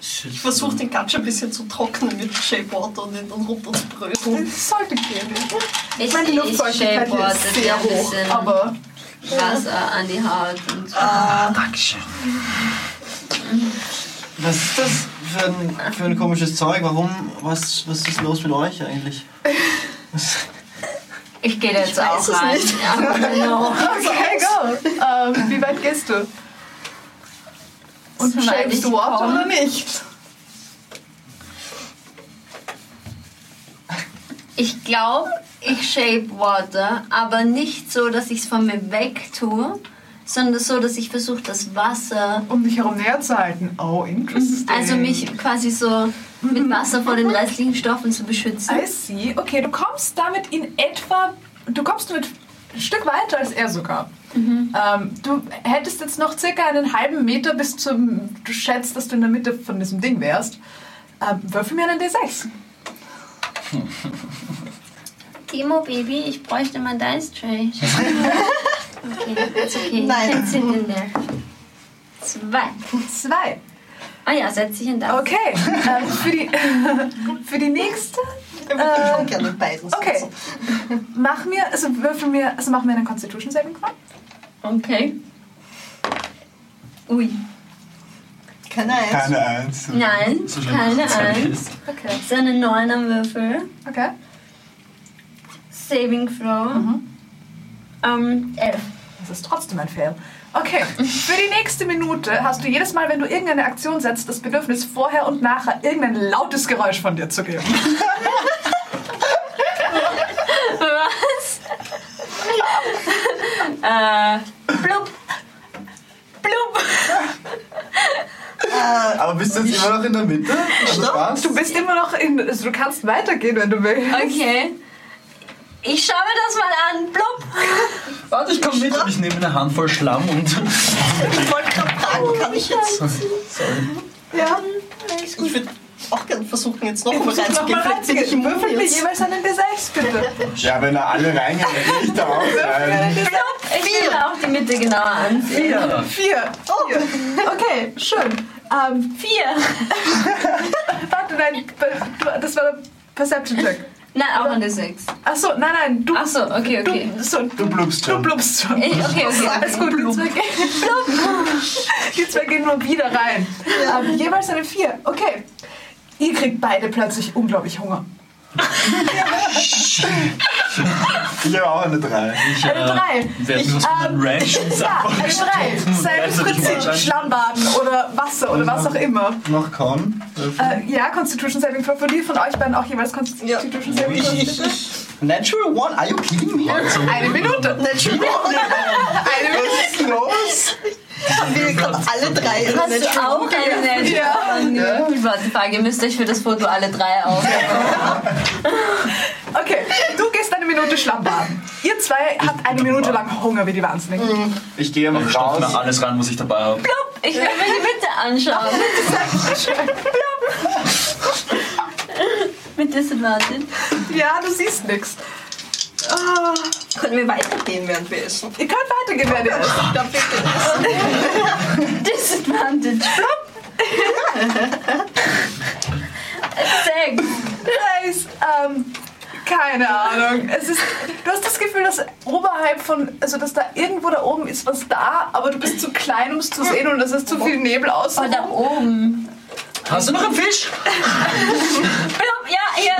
[SPEAKER 2] Ich versuche den Gatsch ein bisschen zu trocknen mit Shape Water und ihn dann runterzubröseln.
[SPEAKER 1] Das sollte gehen.
[SPEAKER 6] ich
[SPEAKER 1] meine, die
[SPEAKER 6] ich
[SPEAKER 1] Luftfeuchtigkeit hier
[SPEAKER 6] shapeboarde
[SPEAKER 1] ist
[SPEAKER 6] dir
[SPEAKER 1] sehr
[SPEAKER 6] ein
[SPEAKER 1] hoch,
[SPEAKER 6] bisschen
[SPEAKER 1] aber
[SPEAKER 6] Wasser an die Haut und so.
[SPEAKER 3] Ah, Dankeschön.
[SPEAKER 7] Was ist das für ein, für ein komisches Zeug? Warum? Was, was ist los mit euch eigentlich?
[SPEAKER 6] Ich gehe da jetzt auch
[SPEAKER 2] weiß es
[SPEAKER 6] rein.
[SPEAKER 2] nicht.
[SPEAKER 6] Ja, genau.
[SPEAKER 1] okay, go. Ähm, wie weit gehst du? Und
[SPEAKER 6] So weit
[SPEAKER 1] shapest
[SPEAKER 6] ich
[SPEAKER 1] du Water
[SPEAKER 6] komm.
[SPEAKER 1] oder nicht?
[SPEAKER 6] Ich glaube, ich shape Water, aber nicht so, dass ich es von mir weg tue, sondern so, dass ich versuche, das Wasser,
[SPEAKER 1] um dich herum näher zu halten. Oh, interesting.
[SPEAKER 6] also mich quasi so mit Wasser vor den restlichen Stoffen zu beschützen.
[SPEAKER 1] I see. Okay, du kommst damit in etwa. Du kommst damit ein Stück weiter als er sogar. Ähm, du hättest jetzt noch circa einen halben Meter bis zum. Du schätzt, dass du in der Mitte von diesem Ding wärst. Ähm, würfel mir einen D6.
[SPEAKER 6] Timo, Baby, ich bräuchte mal Dice Tray. Okay, ist okay.
[SPEAKER 2] Nein.
[SPEAKER 6] Jetzt sind in der. Zwei.
[SPEAKER 1] Zwei.
[SPEAKER 6] Ah ja, setz dich in das.
[SPEAKER 1] Okay. ähm, für, die, für die nächste.
[SPEAKER 2] Ich würde schon gerne in beiden sitzen.
[SPEAKER 1] Okay. Mach mir, also würfel mir, also mach mir einen Constitution Saving Throw.
[SPEAKER 6] Okay. Ui.
[SPEAKER 2] Keine Eins.
[SPEAKER 7] Eins.
[SPEAKER 6] Nein, keine Eins.
[SPEAKER 1] Okay.
[SPEAKER 6] So eine Neun am Würfel.
[SPEAKER 1] Okay.
[SPEAKER 6] Saving Throw. Ähm, elf.
[SPEAKER 1] Das ist trotzdem ein Fail. Okay, für die nächste Minute hast du jedes Mal, wenn du irgendeine Aktion setzt, das Bedürfnis, vorher und nachher irgendein lautes Geräusch von dir zu geben.
[SPEAKER 6] Was? äh, blub. Blub.
[SPEAKER 7] Äh, Aber bist du jetzt immer noch in der Mitte? Also Spaß?
[SPEAKER 1] Du bist immer noch in. Also du kannst weitergehen, wenn du willst.
[SPEAKER 6] Okay. Ich schaue mir das mal an. Blub.
[SPEAKER 3] Warte, ich komme mit und ich nehme eine Handvoll Schlamm und.
[SPEAKER 2] Ich wollte gerade fragen, kann ich jetzt.
[SPEAKER 3] Sorry.
[SPEAKER 1] Ja.
[SPEAKER 2] Ich würde auch gerne versuchen, jetzt noch
[SPEAKER 1] Ich
[SPEAKER 2] mal
[SPEAKER 1] versuch noch
[SPEAKER 2] reinzugehen.
[SPEAKER 1] mal
[SPEAKER 2] Vielleicht bin ich
[SPEAKER 1] reinzugehen.
[SPEAKER 2] im
[SPEAKER 1] Würfel mir
[SPEAKER 2] jetzt.
[SPEAKER 1] jeweils einen D6, bitte.
[SPEAKER 7] Ja, wenn da alle reingehen, dann will ich da auch rein.
[SPEAKER 6] Blub. Ich nehme auch die Mitte genauer an.
[SPEAKER 1] Vier. Vier.
[SPEAKER 2] Oh,
[SPEAKER 1] Vier. Okay, schön. Ähm,
[SPEAKER 6] Um, Vier.
[SPEAKER 1] warte, nein, du- das war der Perception-Check.
[SPEAKER 6] Nein, auch eine Sechs.
[SPEAKER 1] Achso, nein, nein, du.
[SPEAKER 6] Ach so, okay, okay.
[SPEAKER 1] Du, so, du,
[SPEAKER 7] Du blubst
[SPEAKER 1] du
[SPEAKER 7] schon.
[SPEAKER 1] blubst schon.
[SPEAKER 6] Ich, okay, okay.
[SPEAKER 1] Alles gut, Also, die zwei, gehen, die zwei gehen nur wieder rein. Ähm, jeweils eine vier. Okay. Ihr kriegt beide plötzlich unglaublich Hunger.
[SPEAKER 7] Ich habe auch eine 3.
[SPEAKER 3] Ich, äh,
[SPEAKER 1] Eine drei.
[SPEAKER 3] Werde
[SPEAKER 1] Ich,
[SPEAKER 3] mir was von
[SPEAKER 1] ähm,
[SPEAKER 3] den Rations
[SPEAKER 1] Ja,
[SPEAKER 3] sagen.
[SPEAKER 1] eine 3. Selbes
[SPEAKER 3] Also,
[SPEAKER 1] Prinzip.
[SPEAKER 3] wahrscheinlich-
[SPEAKER 1] Schlammbaden oder Wasser oder was auch immer.
[SPEAKER 7] Noch Con.
[SPEAKER 1] Äh, ja, Constitution Saving Throw. Von dir, von euch beiden auch jeweils
[SPEAKER 2] Ja.
[SPEAKER 1] Constitution Saving Throw.
[SPEAKER 2] Ich-
[SPEAKER 1] bitte.
[SPEAKER 2] ich-
[SPEAKER 7] Natural One, are you kidding me?
[SPEAKER 1] Eine Minute.
[SPEAKER 7] Was ist los?
[SPEAKER 2] Haben wir gerade alle drei in
[SPEAKER 6] Hast du
[SPEAKER 2] Natural
[SPEAKER 6] auch eine Natural
[SPEAKER 1] Ja.
[SPEAKER 6] ja. Warte, Frage, ihr müsst euch für das Foto alle drei auf.
[SPEAKER 1] Okay, du gehst eine Minute Schlammbaden. Ihr zwei habt eine Minute lang Hunger wie die Wahnsinnigen.
[SPEAKER 7] Ich gehe mal
[SPEAKER 3] Ich stopfe
[SPEAKER 7] raus.
[SPEAKER 3] mir alles ran, was ich dabei habe.
[SPEAKER 6] Ich will mir die Mitte anschauen. Mit Disadvantage.
[SPEAKER 1] Ja, du siehst nichts.
[SPEAKER 2] Können wir weitergehen, während wir essen?
[SPEAKER 1] Ihr könnt weitergehen, wenn ihr esst.
[SPEAKER 2] Da bitte.
[SPEAKER 6] Disadvantage. Sechs.
[SPEAKER 1] Nice. Ähm, keine Ahnung. Es ist, du hast das Gefühl, dass oberhalb von, also dass da irgendwo da oben ist was da, aber du bist zu klein, um es zu sehen und es ist zu viel Nebel aus.
[SPEAKER 6] Oh, da oben.
[SPEAKER 3] Hast du noch einen Fisch?
[SPEAKER 6] Blub, ja, hier.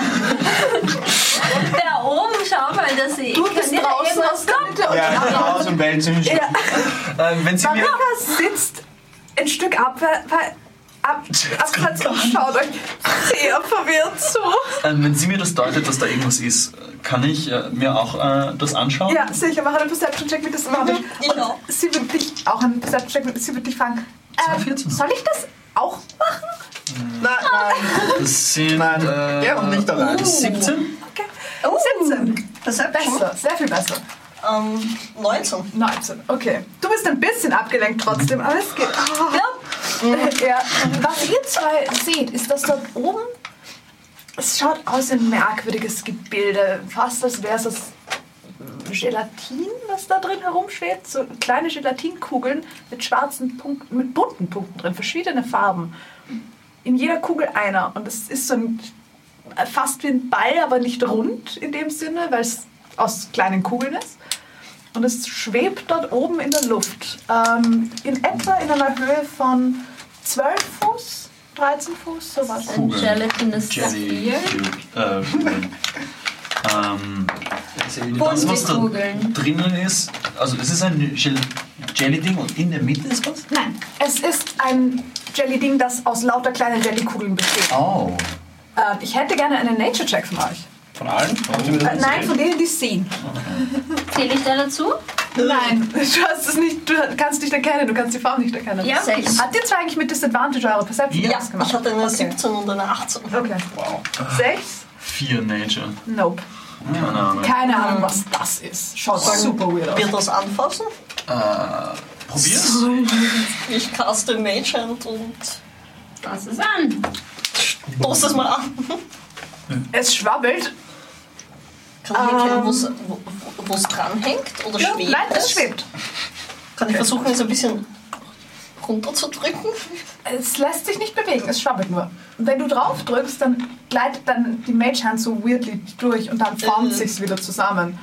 [SPEAKER 6] Da oben, schau mal, dass sie.
[SPEAKER 1] Du bist draußen aus der Mitte und
[SPEAKER 7] Ja, ich gehe raus und bellen ziemlich.
[SPEAKER 1] Ja.
[SPEAKER 3] Äh, wenn sie mir.
[SPEAKER 1] Marika sitzt ein Stück abwärts ab, abseits und schaut euch sehr verwirrt zu.
[SPEAKER 3] Ähm, wenn sie mir das deutet, dass da irgendwas ist, kann ich äh, mir auch äh, das anschauen?
[SPEAKER 1] Ja, sicher, mach einen Perception-Check mit, das mache ich.
[SPEAKER 2] Ich auch.
[SPEAKER 1] Und sie wird dich, auch einen Perception-Check mit, sie wird dich fragen,
[SPEAKER 3] Das war
[SPEAKER 1] ähm,
[SPEAKER 3] 14.
[SPEAKER 1] soll ich das auch machen?
[SPEAKER 3] Das sind.
[SPEAKER 7] Nein,
[SPEAKER 3] äh,
[SPEAKER 7] geh und nicht allein.
[SPEAKER 3] 17?
[SPEAKER 1] Okay.
[SPEAKER 2] Oh.
[SPEAKER 1] 17. Besser, sehr viel besser.
[SPEAKER 2] Ähm, 19.
[SPEAKER 1] 19, okay. Du bist ein bisschen abgelenkt trotzdem, aber es geht. Ja. ja.
[SPEAKER 8] Was ihr zwei seht, ist, dass dort oben,
[SPEAKER 1] Es schaut aus wie ein merkwürdiges Gebilde. Fast als wäre es aus Gelatin, was da drin herumschwebt. So kleine Gelatinkugeln mit schwarzen Punkten, mit bunten Punkten drin, verschiedene Farben. In jeder Kugel einer. Und es ist so ein, fast wie ein Ball, aber nicht rund in dem Sinne, weil es aus kleinen Kugeln ist. Und es schwebt dort oben in der Luft. Ähm, in etwa in einer Höhe von 12 Fuß, 13 Fuß, sowas.
[SPEAKER 3] Kugeln.
[SPEAKER 6] Gelatin ist
[SPEAKER 3] Jelly.
[SPEAKER 6] Saphir.
[SPEAKER 3] Äh, Kugeln. ähm, das, was
[SPEAKER 6] Bunte
[SPEAKER 3] da
[SPEAKER 6] Kugeln.
[SPEAKER 3] drinnen ist, also es ist ein Gel Jelly-Ding und in der Mitte ist was?
[SPEAKER 1] Nein, es ist ein Jelly-Ding, das aus lauter kleinen Jellykugeln besteht.
[SPEAKER 3] Oh.
[SPEAKER 1] Äh, ich hätte gerne einen Nature-Check von euch.
[SPEAKER 7] Von allen?
[SPEAKER 1] Äh, nein, von denen, die es sehen.
[SPEAKER 6] Zähle ich da dazu?
[SPEAKER 1] Nein, du, hast es nicht, du kannst dich erkennen, du kannst die Farbe nicht erkennen.
[SPEAKER 6] Ja.
[SPEAKER 1] Sechs. Habt ihr zwei eigentlich mit Disadvantage eure Perception
[SPEAKER 3] Ja,
[SPEAKER 1] Checks gemacht?
[SPEAKER 2] Ich hatte eine
[SPEAKER 1] okay.
[SPEAKER 2] 17 und eine 18.
[SPEAKER 1] Okay.
[SPEAKER 7] Wow.
[SPEAKER 1] Sechs?
[SPEAKER 3] Vier Nature.
[SPEAKER 1] Nope.
[SPEAKER 3] Keine Ahnung.
[SPEAKER 1] Keine Ahnung, was das ist. Schaut super weird aus.
[SPEAKER 2] Wir das anfassen.
[SPEAKER 3] Äh, probier's.
[SPEAKER 2] Ich caste Mage Hand und
[SPEAKER 6] Fass es Ah, an.
[SPEAKER 2] stoß das mal an.
[SPEAKER 1] Es schwabbelt.
[SPEAKER 2] Kann ich erkennen,
[SPEAKER 1] Ähm.
[SPEAKER 2] wo's- wo- wo es dranhängt? Oder schwebt
[SPEAKER 1] Nein, es schwebt.
[SPEAKER 2] Kann ich versuchen, es ein bisschen runterzudrücken?
[SPEAKER 1] Es lässt sich nicht bewegen, es schwabbelt nur. Wenn du drauf drückst, dann gleitet dann die Mage-Hand so weirdly durch und dann formt
[SPEAKER 2] Mhm.
[SPEAKER 1] sich's wieder zusammen.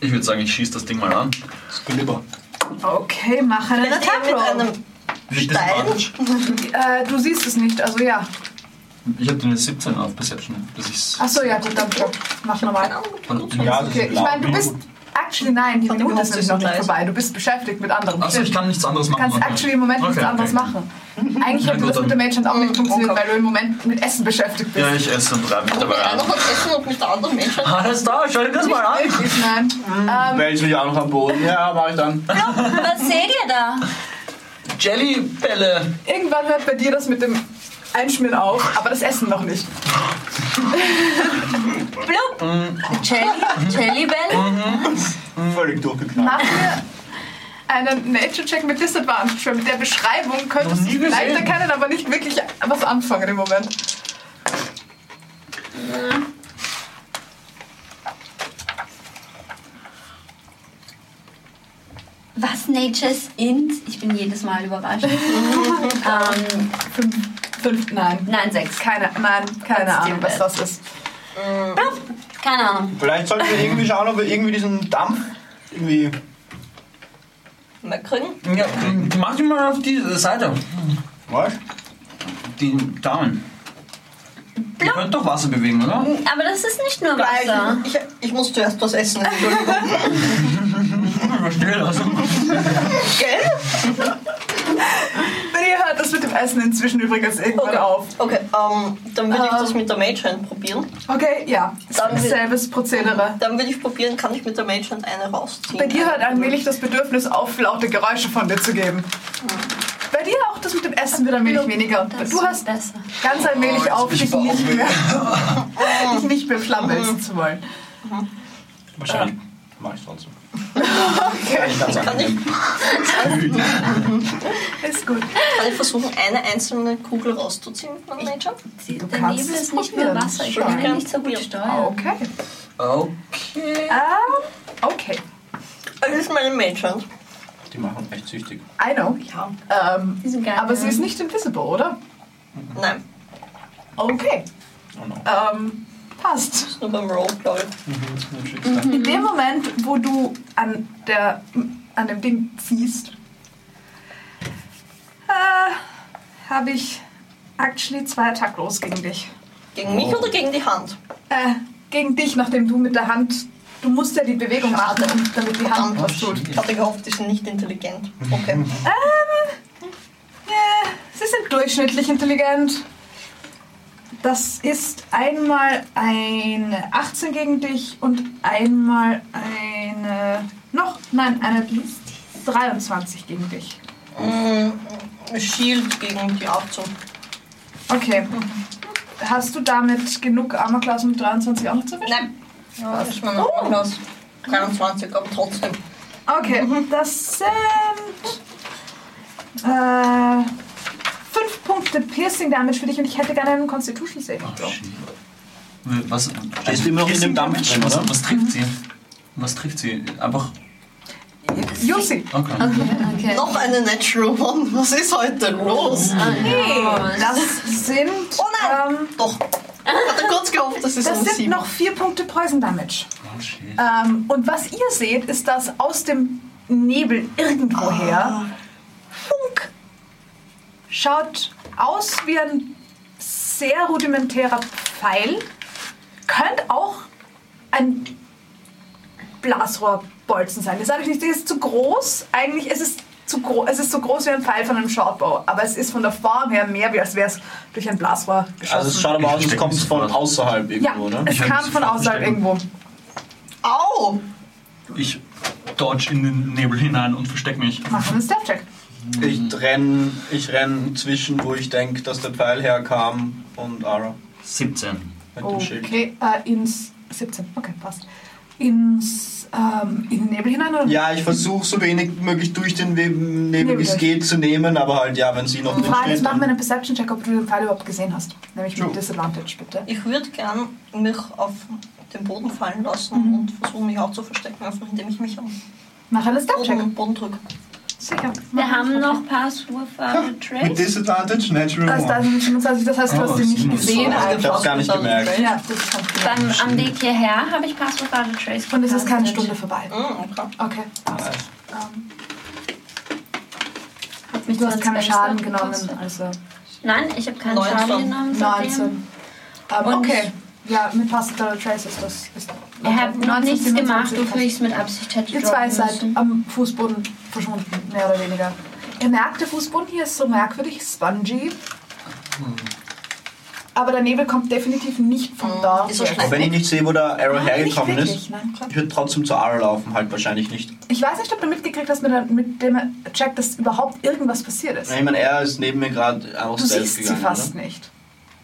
[SPEAKER 3] Ich würde sagen, ich schieße das Ding mal an.
[SPEAKER 7] Glibber.
[SPEAKER 1] Okay, mach einen
[SPEAKER 2] Wenn er
[SPEAKER 1] Attack
[SPEAKER 2] mit
[SPEAKER 1] Roll.
[SPEAKER 2] einem
[SPEAKER 3] Liegt das
[SPEAKER 2] Stein
[SPEAKER 3] falsch?
[SPEAKER 1] Äh, du siehst es nicht, also ja.
[SPEAKER 3] Ich habe eine 17 auf Perception. Das ist.
[SPEAKER 1] Achso, ja, gut, dann ja, mach
[SPEAKER 2] Keine
[SPEAKER 1] nochmal.
[SPEAKER 2] Ahnung.
[SPEAKER 7] Ja, das
[SPEAKER 1] Ah, Okay,
[SPEAKER 7] ist
[SPEAKER 1] ich
[SPEAKER 7] blau.
[SPEAKER 1] meine, du bist. Actually, nein, die
[SPEAKER 2] Von dem
[SPEAKER 1] Minute ist
[SPEAKER 2] Hof
[SPEAKER 1] nämlich
[SPEAKER 2] ist
[SPEAKER 1] noch nicht
[SPEAKER 2] gleich.
[SPEAKER 1] vorbei. Du bist beschäftigt mit anderen.
[SPEAKER 3] Achso, ich
[SPEAKER 1] Stimmt.
[SPEAKER 3] kann nichts anderes
[SPEAKER 1] Du
[SPEAKER 3] machen.
[SPEAKER 1] kannst
[SPEAKER 3] Okay.
[SPEAKER 1] actually im Moment
[SPEAKER 3] Okay,
[SPEAKER 1] nichts
[SPEAKER 3] okay.
[SPEAKER 1] anderes machen. Eigentlich hätte
[SPEAKER 3] gut,
[SPEAKER 1] das mit der
[SPEAKER 3] dann-
[SPEAKER 1] Mage-Hand auch nicht funktioniert,
[SPEAKER 2] Mhm. okay.
[SPEAKER 1] weil du im Moment mit Essen beschäftigt bist.
[SPEAKER 3] Ja, ich esse und treibe mich
[SPEAKER 2] Mit
[SPEAKER 3] dabei
[SPEAKER 2] einer
[SPEAKER 3] an.
[SPEAKER 2] hat Essen und mit der anderen Mage Hand.
[SPEAKER 3] Alles da, schau dir das mal an.
[SPEAKER 1] Wirklich, nein.
[SPEAKER 2] Mhm.
[SPEAKER 1] Ähm,
[SPEAKER 7] Bell ich mich auch noch am Boden. Ja, mach ich dann.
[SPEAKER 6] Was seht ihr da?
[SPEAKER 3] Jellybälle.
[SPEAKER 1] Irgendwann hört bei dir das mit dem Einschmieren auf, aber das Essen noch nicht.
[SPEAKER 6] Blub. Jelly, Jellybell.
[SPEAKER 7] Völlig durchgeknallt.
[SPEAKER 1] Mach mir einen Nature-Check mit Disadvantage. weil Mit der Beschreibung könntest
[SPEAKER 3] Noch nie
[SPEAKER 1] du vielleicht
[SPEAKER 3] gesehen.
[SPEAKER 1] erkennen, aber nicht wirklich was anfangen im Moment.
[SPEAKER 6] Was Nature's Int? Ich bin jedes Mal überrascht. ähm,
[SPEAKER 1] Fünf, nein.
[SPEAKER 6] nein, sechs.
[SPEAKER 1] Keine, nein, keine Ahnung, was das ist.
[SPEAKER 6] Keine Ahnung.
[SPEAKER 7] Vielleicht sollten wir irgendwie schauen, ob wir irgendwie diesen Dampf irgendwie.
[SPEAKER 2] Mal kriegen.
[SPEAKER 3] Ja, mach die mal auf die Seite.
[SPEAKER 7] Was?
[SPEAKER 3] Die Damen. Ihr könnt doch Wasser bewegen, oder?
[SPEAKER 6] Aber das ist nicht nur
[SPEAKER 2] Ja,
[SPEAKER 6] Wasser.
[SPEAKER 2] ich, ich, ich muss zuerst was essen. also, Entschuldigung.
[SPEAKER 3] Ich verstehe das.
[SPEAKER 2] Gell?
[SPEAKER 1] Wenn ihr hört das mit dem Essen inzwischen übrigens irgendwann
[SPEAKER 2] Okay,
[SPEAKER 1] auf.
[SPEAKER 2] okay ähm, dann würde ich
[SPEAKER 1] Ähm.
[SPEAKER 2] das mit der Mage Hand probieren.
[SPEAKER 1] Okay, ja.
[SPEAKER 2] Dann-
[SPEAKER 1] Selbes Prozedere.
[SPEAKER 2] Dann würde ich probieren, kann ich mit der Mage Hand eine rausziehen.
[SPEAKER 1] Bei dir hört allmählich das Bedürfnis auf, laute Geräusche von dir zu geben. Bei dir auch das mit dem Essen wird allmählich weniger.
[SPEAKER 6] Das
[SPEAKER 1] Du hast
[SPEAKER 6] besser.
[SPEAKER 1] ganz allmählich auf,
[SPEAKER 3] bin Oh, ich
[SPEAKER 1] dich
[SPEAKER 3] aber auch
[SPEAKER 1] nicht
[SPEAKER 3] müde.
[SPEAKER 1] mehr, dich nicht mehr
[SPEAKER 3] Mhm.
[SPEAKER 1] flammeln zu wollen.
[SPEAKER 7] Wahrscheinlich mache ich trotzdem.
[SPEAKER 1] Okay,
[SPEAKER 7] Ganz
[SPEAKER 2] Kann ich,
[SPEAKER 7] angenehm.
[SPEAKER 1] ist gut.
[SPEAKER 2] kann ich versuchen, eine einzelne Kugel rauszuziehen mit meiner Mage Hand?
[SPEAKER 6] Du Der
[SPEAKER 1] kannst
[SPEAKER 6] Nebel
[SPEAKER 1] es
[SPEAKER 6] ist nicht nur
[SPEAKER 1] probieren. Ah,
[SPEAKER 6] Wasser. Ich
[SPEAKER 2] Sure.
[SPEAKER 6] kann ihn
[SPEAKER 2] Ja.
[SPEAKER 6] nicht so gut
[SPEAKER 2] Probieren.
[SPEAKER 6] steuern.
[SPEAKER 1] Okay.
[SPEAKER 3] Oh. Okay.
[SPEAKER 1] Ah, okay.
[SPEAKER 2] Äh, Das ist meine Mage Hand.
[SPEAKER 7] Die machen echt süchtig.
[SPEAKER 1] I know.
[SPEAKER 2] Ja.
[SPEAKER 1] Ähm,
[SPEAKER 6] Die sind geil.
[SPEAKER 1] aber sie ist nicht invisible, oder?
[SPEAKER 2] Nein,
[SPEAKER 1] Okay.
[SPEAKER 7] Oh no.
[SPEAKER 1] Ähm, passt.
[SPEAKER 2] ist nur beim Roll, glaube ich.
[SPEAKER 1] In
[SPEAKER 6] Mhm.
[SPEAKER 1] dem Moment, wo du an, der, an dem Ding ziehst, äh, habe ich actually zwei Attack Rolls gegen dich.
[SPEAKER 2] Gegen mich oder gegen die Hand?
[SPEAKER 1] Äh, gegen dich, nachdem du mit der Hand, du musst ja die Bewegung machen, um- damit die Hand was tut.
[SPEAKER 2] Ich hatte gehofft, die sind nicht intelligent. Okay.
[SPEAKER 1] Äh, sie sind durchschnittlich intelligent. Das ist einmal eine 18 gegen dich und einmal eine, noch, nein, eine 23 gegen dich.
[SPEAKER 2] Mm, Shield gegen die 18.
[SPEAKER 1] Okay. Hast du damit genug Armor Class um 23 auch noch zu erwischen?
[SPEAKER 2] Nein. Ja, das ist mein Armklaus. 23, aber trotzdem.
[SPEAKER 1] Okay, das sind äh, 5 Punkte Piercing Damage für dich und ich hätte gerne einen Constitution Saving. Throw.
[SPEAKER 3] Was,
[SPEAKER 7] Stehst du immer noch in dem Dampf drin,
[SPEAKER 3] was,
[SPEAKER 7] oder?
[SPEAKER 3] was trifft sie? Was trifft sie? Einfach.
[SPEAKER 1] Jussi,
[SPEAKER 3] Okay.
[SPEAKER 6] Okay, okay.
[SPEAKER 2] Noch eine Natural One. Was ist heute los?
[SPEAKER 6] Hey,
[SPEAKER 1] das sind
[SPEAKER 2] Oh nein!
[SPEAKER 1] ähm,
[SPEAKER 2] Doch. Ich hatte kurz gehofft, das ist
[SPEAKER 1] das
[SPEAKER 2] ein
[SPEAKER 1] sind
[SPEAKER 2] Sieben.
[SPEAKER 1] noch 4 Punkte Poison Damage.
[SPEAKER 3] Oh, shit.
[SPEAKER 1] Ähm, und was ihr seht, ist, dass aus dem Nebel irgendwoher Funk schaut aus wie ein sehr rudimentärer Pfeil. Könnte auch ein Blasrohrbolzen sein. Das sage ich nicht, der ist zu groß. Eigentlich ist es zu groß. Es ist so groß wie ein Pfeil von einem Shortbow, aber es ist von der Form her mehr, wie als wäre es durch ein Blasrohr geschossen.
[SPEAKER 7] Also es schaut aber aus, als kommt es von außerhalb
[SPEAKER 1] ja,
[SPEAKER 7] irgendwo,
[SPEAKER 4] ne?
[SPEAKER 7] ne? oder?
[SPEAKER 1] es
[SPEAKER 3] Ich hab
[SPEAKER 1] kam
[SPEAKER 3] mich
[SPEAKER 1] von
[SPEAKER 3] sofort
[SPEAKER 1] außerhalb
[SPEAKER 3] verstanden.
[SPEAKER 1] irgendwo.
[SPEAKER 2] Au!
[SPEAKER 3] Ich dodge in den Nebel hinein und versteck mich.
[SPEAKER 1] Mach einen Step-Check.
[SPEAKER 7] Ich renn, ich renn zwischen, wo ich denke, dass der Pfeil herkam und Ara
[SPEAKER 3] 17.
[SPEAKER 7] mit dem Schild.
[SPEAKER 1] Okay, äh, ins 17, okay, passt. Ins, ähm, in den Nebel hinein oder?
[SPEAKER 7] Ja, ich versuche so wenig möglich durch den We- Nebel,
[SPEAKER 1] Nebel
[SPEAKER 7] wie es
[SPEAKER 1] durch.
[SPEAKER 7] geht, zu nehmen, aber halt ja, wenn sie noch
[SPEAKER 1] Die
[SPEAKER 7] drin
[SPEAKER 1] Frage ist,
[SPEAKER 7] steht,
[SPEAKER 1] mach mir
[SPEAKER 7] dann
[SPEAKER 1] einen Perception-Check, ob du den Pfeil überhaupt gesehen hast. Nämlich
[SPEAKER 7] True.
[SPEAKER 1] mit Disadvantage, bitte.
[SPEAKER 2] Ich würde gern mich auf den Boden fallen lassen und versuchen, mich auch zu verstecken, einfach indem ich mich am
[SPEAKER 1] Mach einen Step-Check.
[SPEAKER 2] Boden, Boden drücke.
[SPEAKER 1] Sicher.
[SPEAKER 6] Oh. wir haben noch Passwurfare
[SPEAKER 7] mit
[SPEAKER 6] Tricks.
[SPEAKER 7] Disadvantage
[SPEAKER 1] Das
[SPEAKER 7] Natural
[SPEAKER 1] ist da
[SPEAKER 7] One.
[SPEAKER 1] sind 25, das heißt, du
[SPEAKER 3] Oh,
[SPEAKER 1] hast ihn nicht
[SPEAKER 3] 27.
[SPEAKER 1] gesehen.
[SPEAKER 7] Ich
[SPEAKER 1] Also.
[SPEAKER 7] hab's gar nicht gemerkt.
[SPEAKER 1] Ja, das ist ganz genau.
[SPEAKER 6] Beim am Weg hierher habe ich Passwurfare Tricks.
[SPEAKER 1] Und es ist keine Stunde
[SPEAKER 6] gecastet.
[SPEAKER 1] vorbei.
[SPEAKER 2] Mm, okay.
[SPEAKER 1] Okay, passt.
[SPEAKER 7] Nice.
[SPEAKER 1] Ähm,
[SPEAKER 6] Hat mich
[SPEAKER 1] du hast
[SPEAKER 6] zwar
[SPEAKER 1] keinen
[SPEAKER 6] ins
[SPEAKER 1] Schaden
[SPEAKER 6] Fenster
[SPEAKER 1] genommen,
[SPEAKER 6] gekostet.
[SPEAKER 1] also
[SPEAKER 6] Nein, ich habe keinen
[SPEAKER 2] 19.
[SPEAKER 6] Schaden genommen. seitdem.
[SPEAKER 1] 19. Ähm,
[SPEAKER 6] Und-
[SPEAKER 1] okay, ja, mit Pastor Trace ist das. Ist
[SPEAKER 6] Ihr habt noch
[SPEAKER 1] 19,
[SPEAKER 6] nichts gemacht,
[SPEAKER 1] 27
[SPEAKER 6] wofür ich es mit Absicht hätte
[SPEAKER 1] Ihr zwei
[SPEAKER 6] droppen
[SPEAKER 1] seid
[SPEAKER 6] müssen.
[SPEAKER 1] am Fußboden verschwunden, mehr oder weniger. Ihr merkt, der Fußboden hier ist so merkwürdig spongy.
[SPEAKER 2] Hm.
[SPEAKER 1] Aber der Nebel kommt definitiv nicht von dort.
[SPEAKER 2] Hm, Ist so
[SPEAKER 1] her.
[SPEAKER 2] schlecht.
[SPEAKER 7] Aber wenn ich nicht sehe, wo der Arrow
[SPEAKER 1] Nein,
[SPEAKER 7] hergekommen
[SPEAKER 1] nicht
[SPEAKER 7] ist,
[SPEAKER 1] wirklich, nein, klar.
[SPEAKER 7] ich würde trotzdem zu Ara laufen, halt wahrscheinlich nicht.
[SPEAKER 1] Ich weiß nicht, ob du mitgekriegt hast mit, der, mit dem Check, dass überhaupt irgendwas passiert ist.
[SPEAKER 7] Ich meine, er ist neben mir gerade auch
[SPEAKER 1] Du
[SPEAKER 7] selbst
[SPEAKER 1] siehst
[SPEAKER 7] gegangen. ne?
[SPEAKER 1] sie fast
[SPEAKER 7] oder?
[SPEAKER 1] nicht.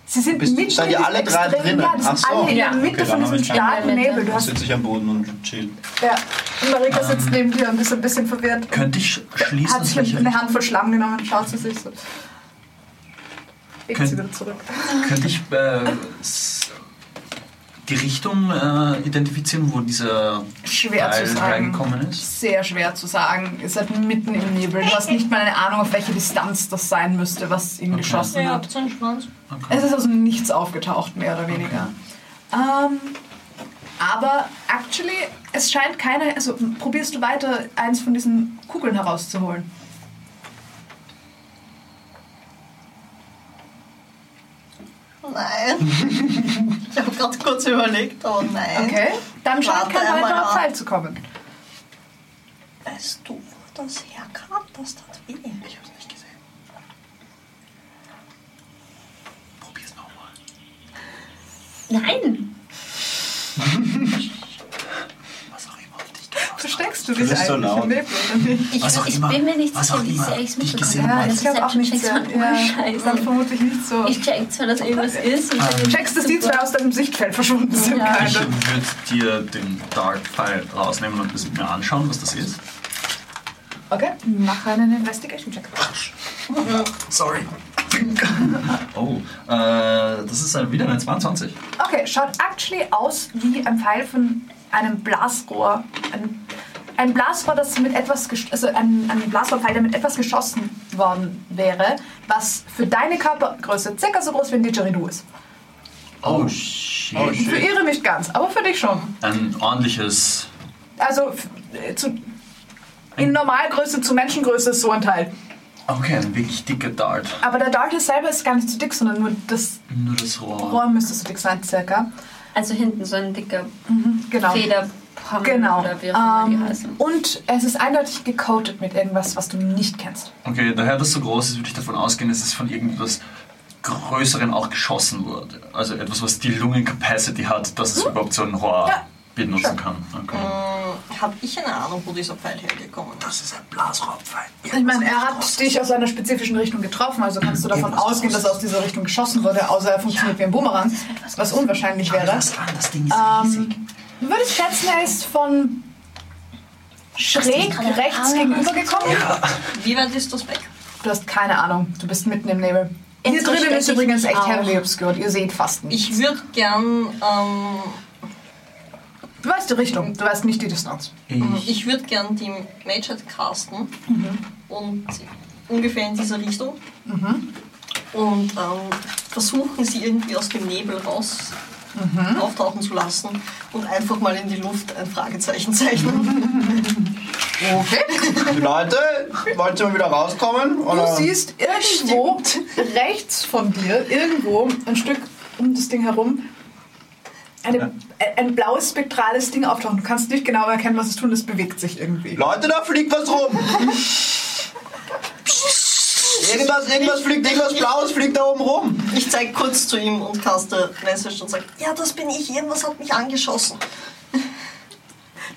[SPEAKER 1] Sie sind
[SPEAKER 7] Bist-
[SPEAKER 1] mit
[SPEAKER 7] seid ihr alle drei drinnen?
[SPEAKER 1] Ja, das
[SPEAKER 7] Ach
[SPEAKER 1] sind
[SPEAKER 7] so.
[SPEAKER 1] alle in der
[SPEAKER 6] Ja.
[SPEAKER 1] Mitte
[SPEAKER 7] Okay,
[SPEAKER 1] von
[SPEAKER 7] dann hab
[SPEAKER 1] diesem
[SPEAKER 7] ich keine
[SPEAKER 1] starken
[SPEAKER 6] Ahnung.
[SPEAKER 1] Nebel. Du
[SPEAKER 7] Dann
[SPEAKER 1] hast,
[SPEAKER 7] sitze ich am Boden und chill.
[SPEAKER 1] ja, und Marika sitzt neben dir und ist ein bisschen verwirrt.
[SPEAKER 3] Könnte ich sch-
[SPEAKER 1] Hat
[SPEAKER 3] schließen,
[SPEAKER 1] sich eine
[SPEAKER 3] welche,
[SPEAKER 1] Handvoll Schlamm genommen, schaut sie sich so. Legt sie
[SPEAKER 3] Können-
[SPEAKER 1] wieder zurück.
[SPEAKER 3] könnte ich äh, s- die Richtung äh, identifizieren, wo dieser
[SPEAKER 1] Schwer zu
[SPEAKER 3] Pfeil
[SPEAKER 1] sagen.
[SPEAKER 3] reingekommen ist?
[SPEAKER 1] Sehr schwer zu sagen. Ihr seid mitten im Nebel. Du hast nicht mal eine Ahnung, auf welche Distanz das sein müsste, was ihn geschossen
[SPEAKER 2] Ja,
[SPEAKER 1] hat.
[SPEAKER 2] habt so einen Schwanz.
[SPEAKER 3] oh
[SPEAKER 1] Es ist also nichts aufgetaucht, mehr oder weniger. Ähm, aber actually, es scheint keiner. Also m, probierst du weiter, eins von diesen Kugeln herauszuholen.
[SPEAKER 2] Nein. ich habe gerade kurz überlegt, aber nein.
[SPEAKER 1] Okay, dann scheint
[SPEAKER 2] Warte
[SPEAKER 1] kein weiterer
[SPEAKER 2] einmal.
[SPEAKER 1] Pfeil zu kommen.
[SPEAKER 2] Weißt du, wo das herkam? Das tat weh.
[SPEAKER 3] Ich hab's nicht gesehen. Probier's nochmal.
[SPEAKER 6] Nein!
[SPEAKER 3] Was auch immer auf dich gefasst hat.
[SPEAKER 1] Versteckst du
[SPEAKER 4] Das
[SPEAKER 1] dich
[SPEAKER 4] ist so
[SPEAKER 1] eigentlich
[SPEAKER 4] laut.
[SPEAKER 1] im Nebel, oder nicht?
[SPEAKER 6] Ich,
[SPEAKER 3] Was auch
[SPEAKER 6] ich
[SPEAKER 3] immer-
[SPEAKER 6] bin mir nicht
[SPEAKER 3] was
[SPEAKER 6] sicher,
[SPEAKER 3] auch
[SPEAKER 6] wie
[SPEAKER 3] immer
[SPEAKER 6] sehr ich es
[SPEAKER 3] dich
[SPEAKER 6] mitbekommen
[SPEAKER 3] gesehen
[SPEAKER 6] habe.
[SPEAKER 1] Ja,
[SPEAKER 3] Meine
[SPEAKER 1] ich glaube auch nicht
[SPEAKER 6] Perception-Checks
[SPEAKER 1] so.
[SPEAKER 6] waren
[SPEAKER 1] Ja, dann
[SPEAKER 6] urscheiße.
[SPEAKER 1] vermutlich nicht so.
[SPEAKER 6] Ich check zwar, dass irgendwas ist. und dann-
[SPEAKER 1] Checkst, dass die zwei aus deinem Sichtfeld verschwunden sind.
[SPEAKER 6] Ja.
[SPEAKER 3] Ich
[SPEAKER 1] Keine.
[SPEAKER 3] würde dir den Dark Pfeil rausnehmen und das mit mir anschauen, was das ist.
[SPEAKER 1] Okay, mach einen Investigation-Check.
[SPEAKER 3] Sorry. Oh, äh, das ist äh, wieder eine 22.
[SPEAKER 1] Okay, schaut actually aus wie ein Pfeil von einem Blasrohr. Ein, ein Blasrohr, das mit etwas, gesch- also ein, ein Blasrohrpfeil, der mit etwas geschossen worden wäre, was für deine Körpergröße circa so groß wie ein Didgeridoo ist.
[SPEAKER 3] Oh, shit.
[SPEAKER 4] Oh,
[SPEAKER 1] Für
[SPEAKER 4] shit.
[SPEAKER 1] ihre nicht ganz, aber für dich schon.
[SPEAKER 3] Ein ordentliches.
[SPEAKER 1] Also f- äh, zu, in Normalgröße zu Menschengröße ist so ein Teil.
[SPEAKER 3] Okay, ein wirklich dicker Dart.
[SPEAKER 1] Aber der Dart ist selber ist gar nicht zu dick, sondern nur das
[SPEAKER 3] Nur das Rohr.
[SPEAKER 1] Rohr müsste so dick sein, circa.
[SPEAKER 6] Also hinten so ein dicker
[SPEAKER 1] Genau.
[SPEAKER 6] Federpammer
[SPEAKER 1] Genau.
[SPEAKER 6] oder wie auch immer die
[SPEAKER 1] Ähm,
[SPEAKER 6] heißen.
[SPEAKER 1] und es ist eindeutig gecoated mit irgendwas, was du nicht kennst.
[SPEAKER 3] Okay, daher das so groß ist, würde ich davon ausgehen, dass es von irgendwas Größerem auch geschossen wurde. Also etwas, was die Lungencapacity hat, dass es überhaupt so ein Rohr
[SPEAKER 1] Ja.
[SPEAKER 3] benutzen kann. Ah, Okay.
[SPEAKER 2] Habe ich eine Ahnung, wo dieser Pfeil hergekommen ist?
[SPEAKER 3] Das ist ein Blasrohrpfeil.
[SPEAKER 1] Ich meine, er hat dich aus einer spezifischen Richtung getroffen, also kannst du davon
[SPEAKER 3] Irgendwas
[SPEAKER 1] ausgehen, dass er aus dieser Richtung geschossen wurde, außer er funktioniert wie ein Bumerang, was unwahrscheinlich wäre.
[SPEAKER 3] an, das Ding ist riesig.
[SPEAKER 1] Ähm, du würdest schätzen, er ist von schräg rechts gegenübergekommen.
[SPEAKER 2] Wie weit ist das weg?
[SPEAKER 1] Du hast keine Ahnung, du bist mitten im Nebel. Hier
[SPEAKER 6] Jetzt
[SPEAKER 1] drinnen
[SPEAKER 6] versteck
[SPEAKER 1] ist
[SPEAKER 6] ich
[SPEAKER 1] übrigens
[SPEAKER 6] mich
[SPEAKER 1] echt
[SPEAKER 6] auch.
[SPEAKER 1] heavily obscured, ihr seht fast nicht.
[SPEAKER 2] Ich würde gern, ähm,
[SPEAKER 1] Du weißt die Richtung, du weißt nicht die Distanz.
[SPEAKER 2] ich würde gern die Mage casten
[SPEAKER 3] Mhm.
[SPEAKER 2] und ungefähr in diese Richtung
[SPEAKER 3] Mhm.
[SPEAKER 2] und ähm, versuchen sie irgendwie aus dem Nebel raus
[SPEAKER 3] Mhm.
[SPEAKER 2] auftauchen zu lassen und einfach mal in die Luft ein Fragezeichen zeichnen.
[SPEAKER 1] Okay.
[SPEAKER 4] Leute, wollt ihr mal wieder rauskommen?
[SPEAKER 1] Du
[SPEAKER 4] Oder?
[SPEAKER 1] siehst irgendwo rechts von dir, irgendwo ein Stück um das Ding herum, eine, ä- ein blaues spektrales Ding auftauchen. Du kannst nicht genau erkennen, was es tut, es bewegt sich irgendwie.
[SPEAKER 4] Leute, da fliegt was rum! irgendwas, irgendwas fliegt, irgendwas Blaues fliegt da oben rum!
[SPEAKER 2] Ich zeige kurz zu ihm und caste Message und sage, ja, das bin ich, irgendwas hat mich angeschossen.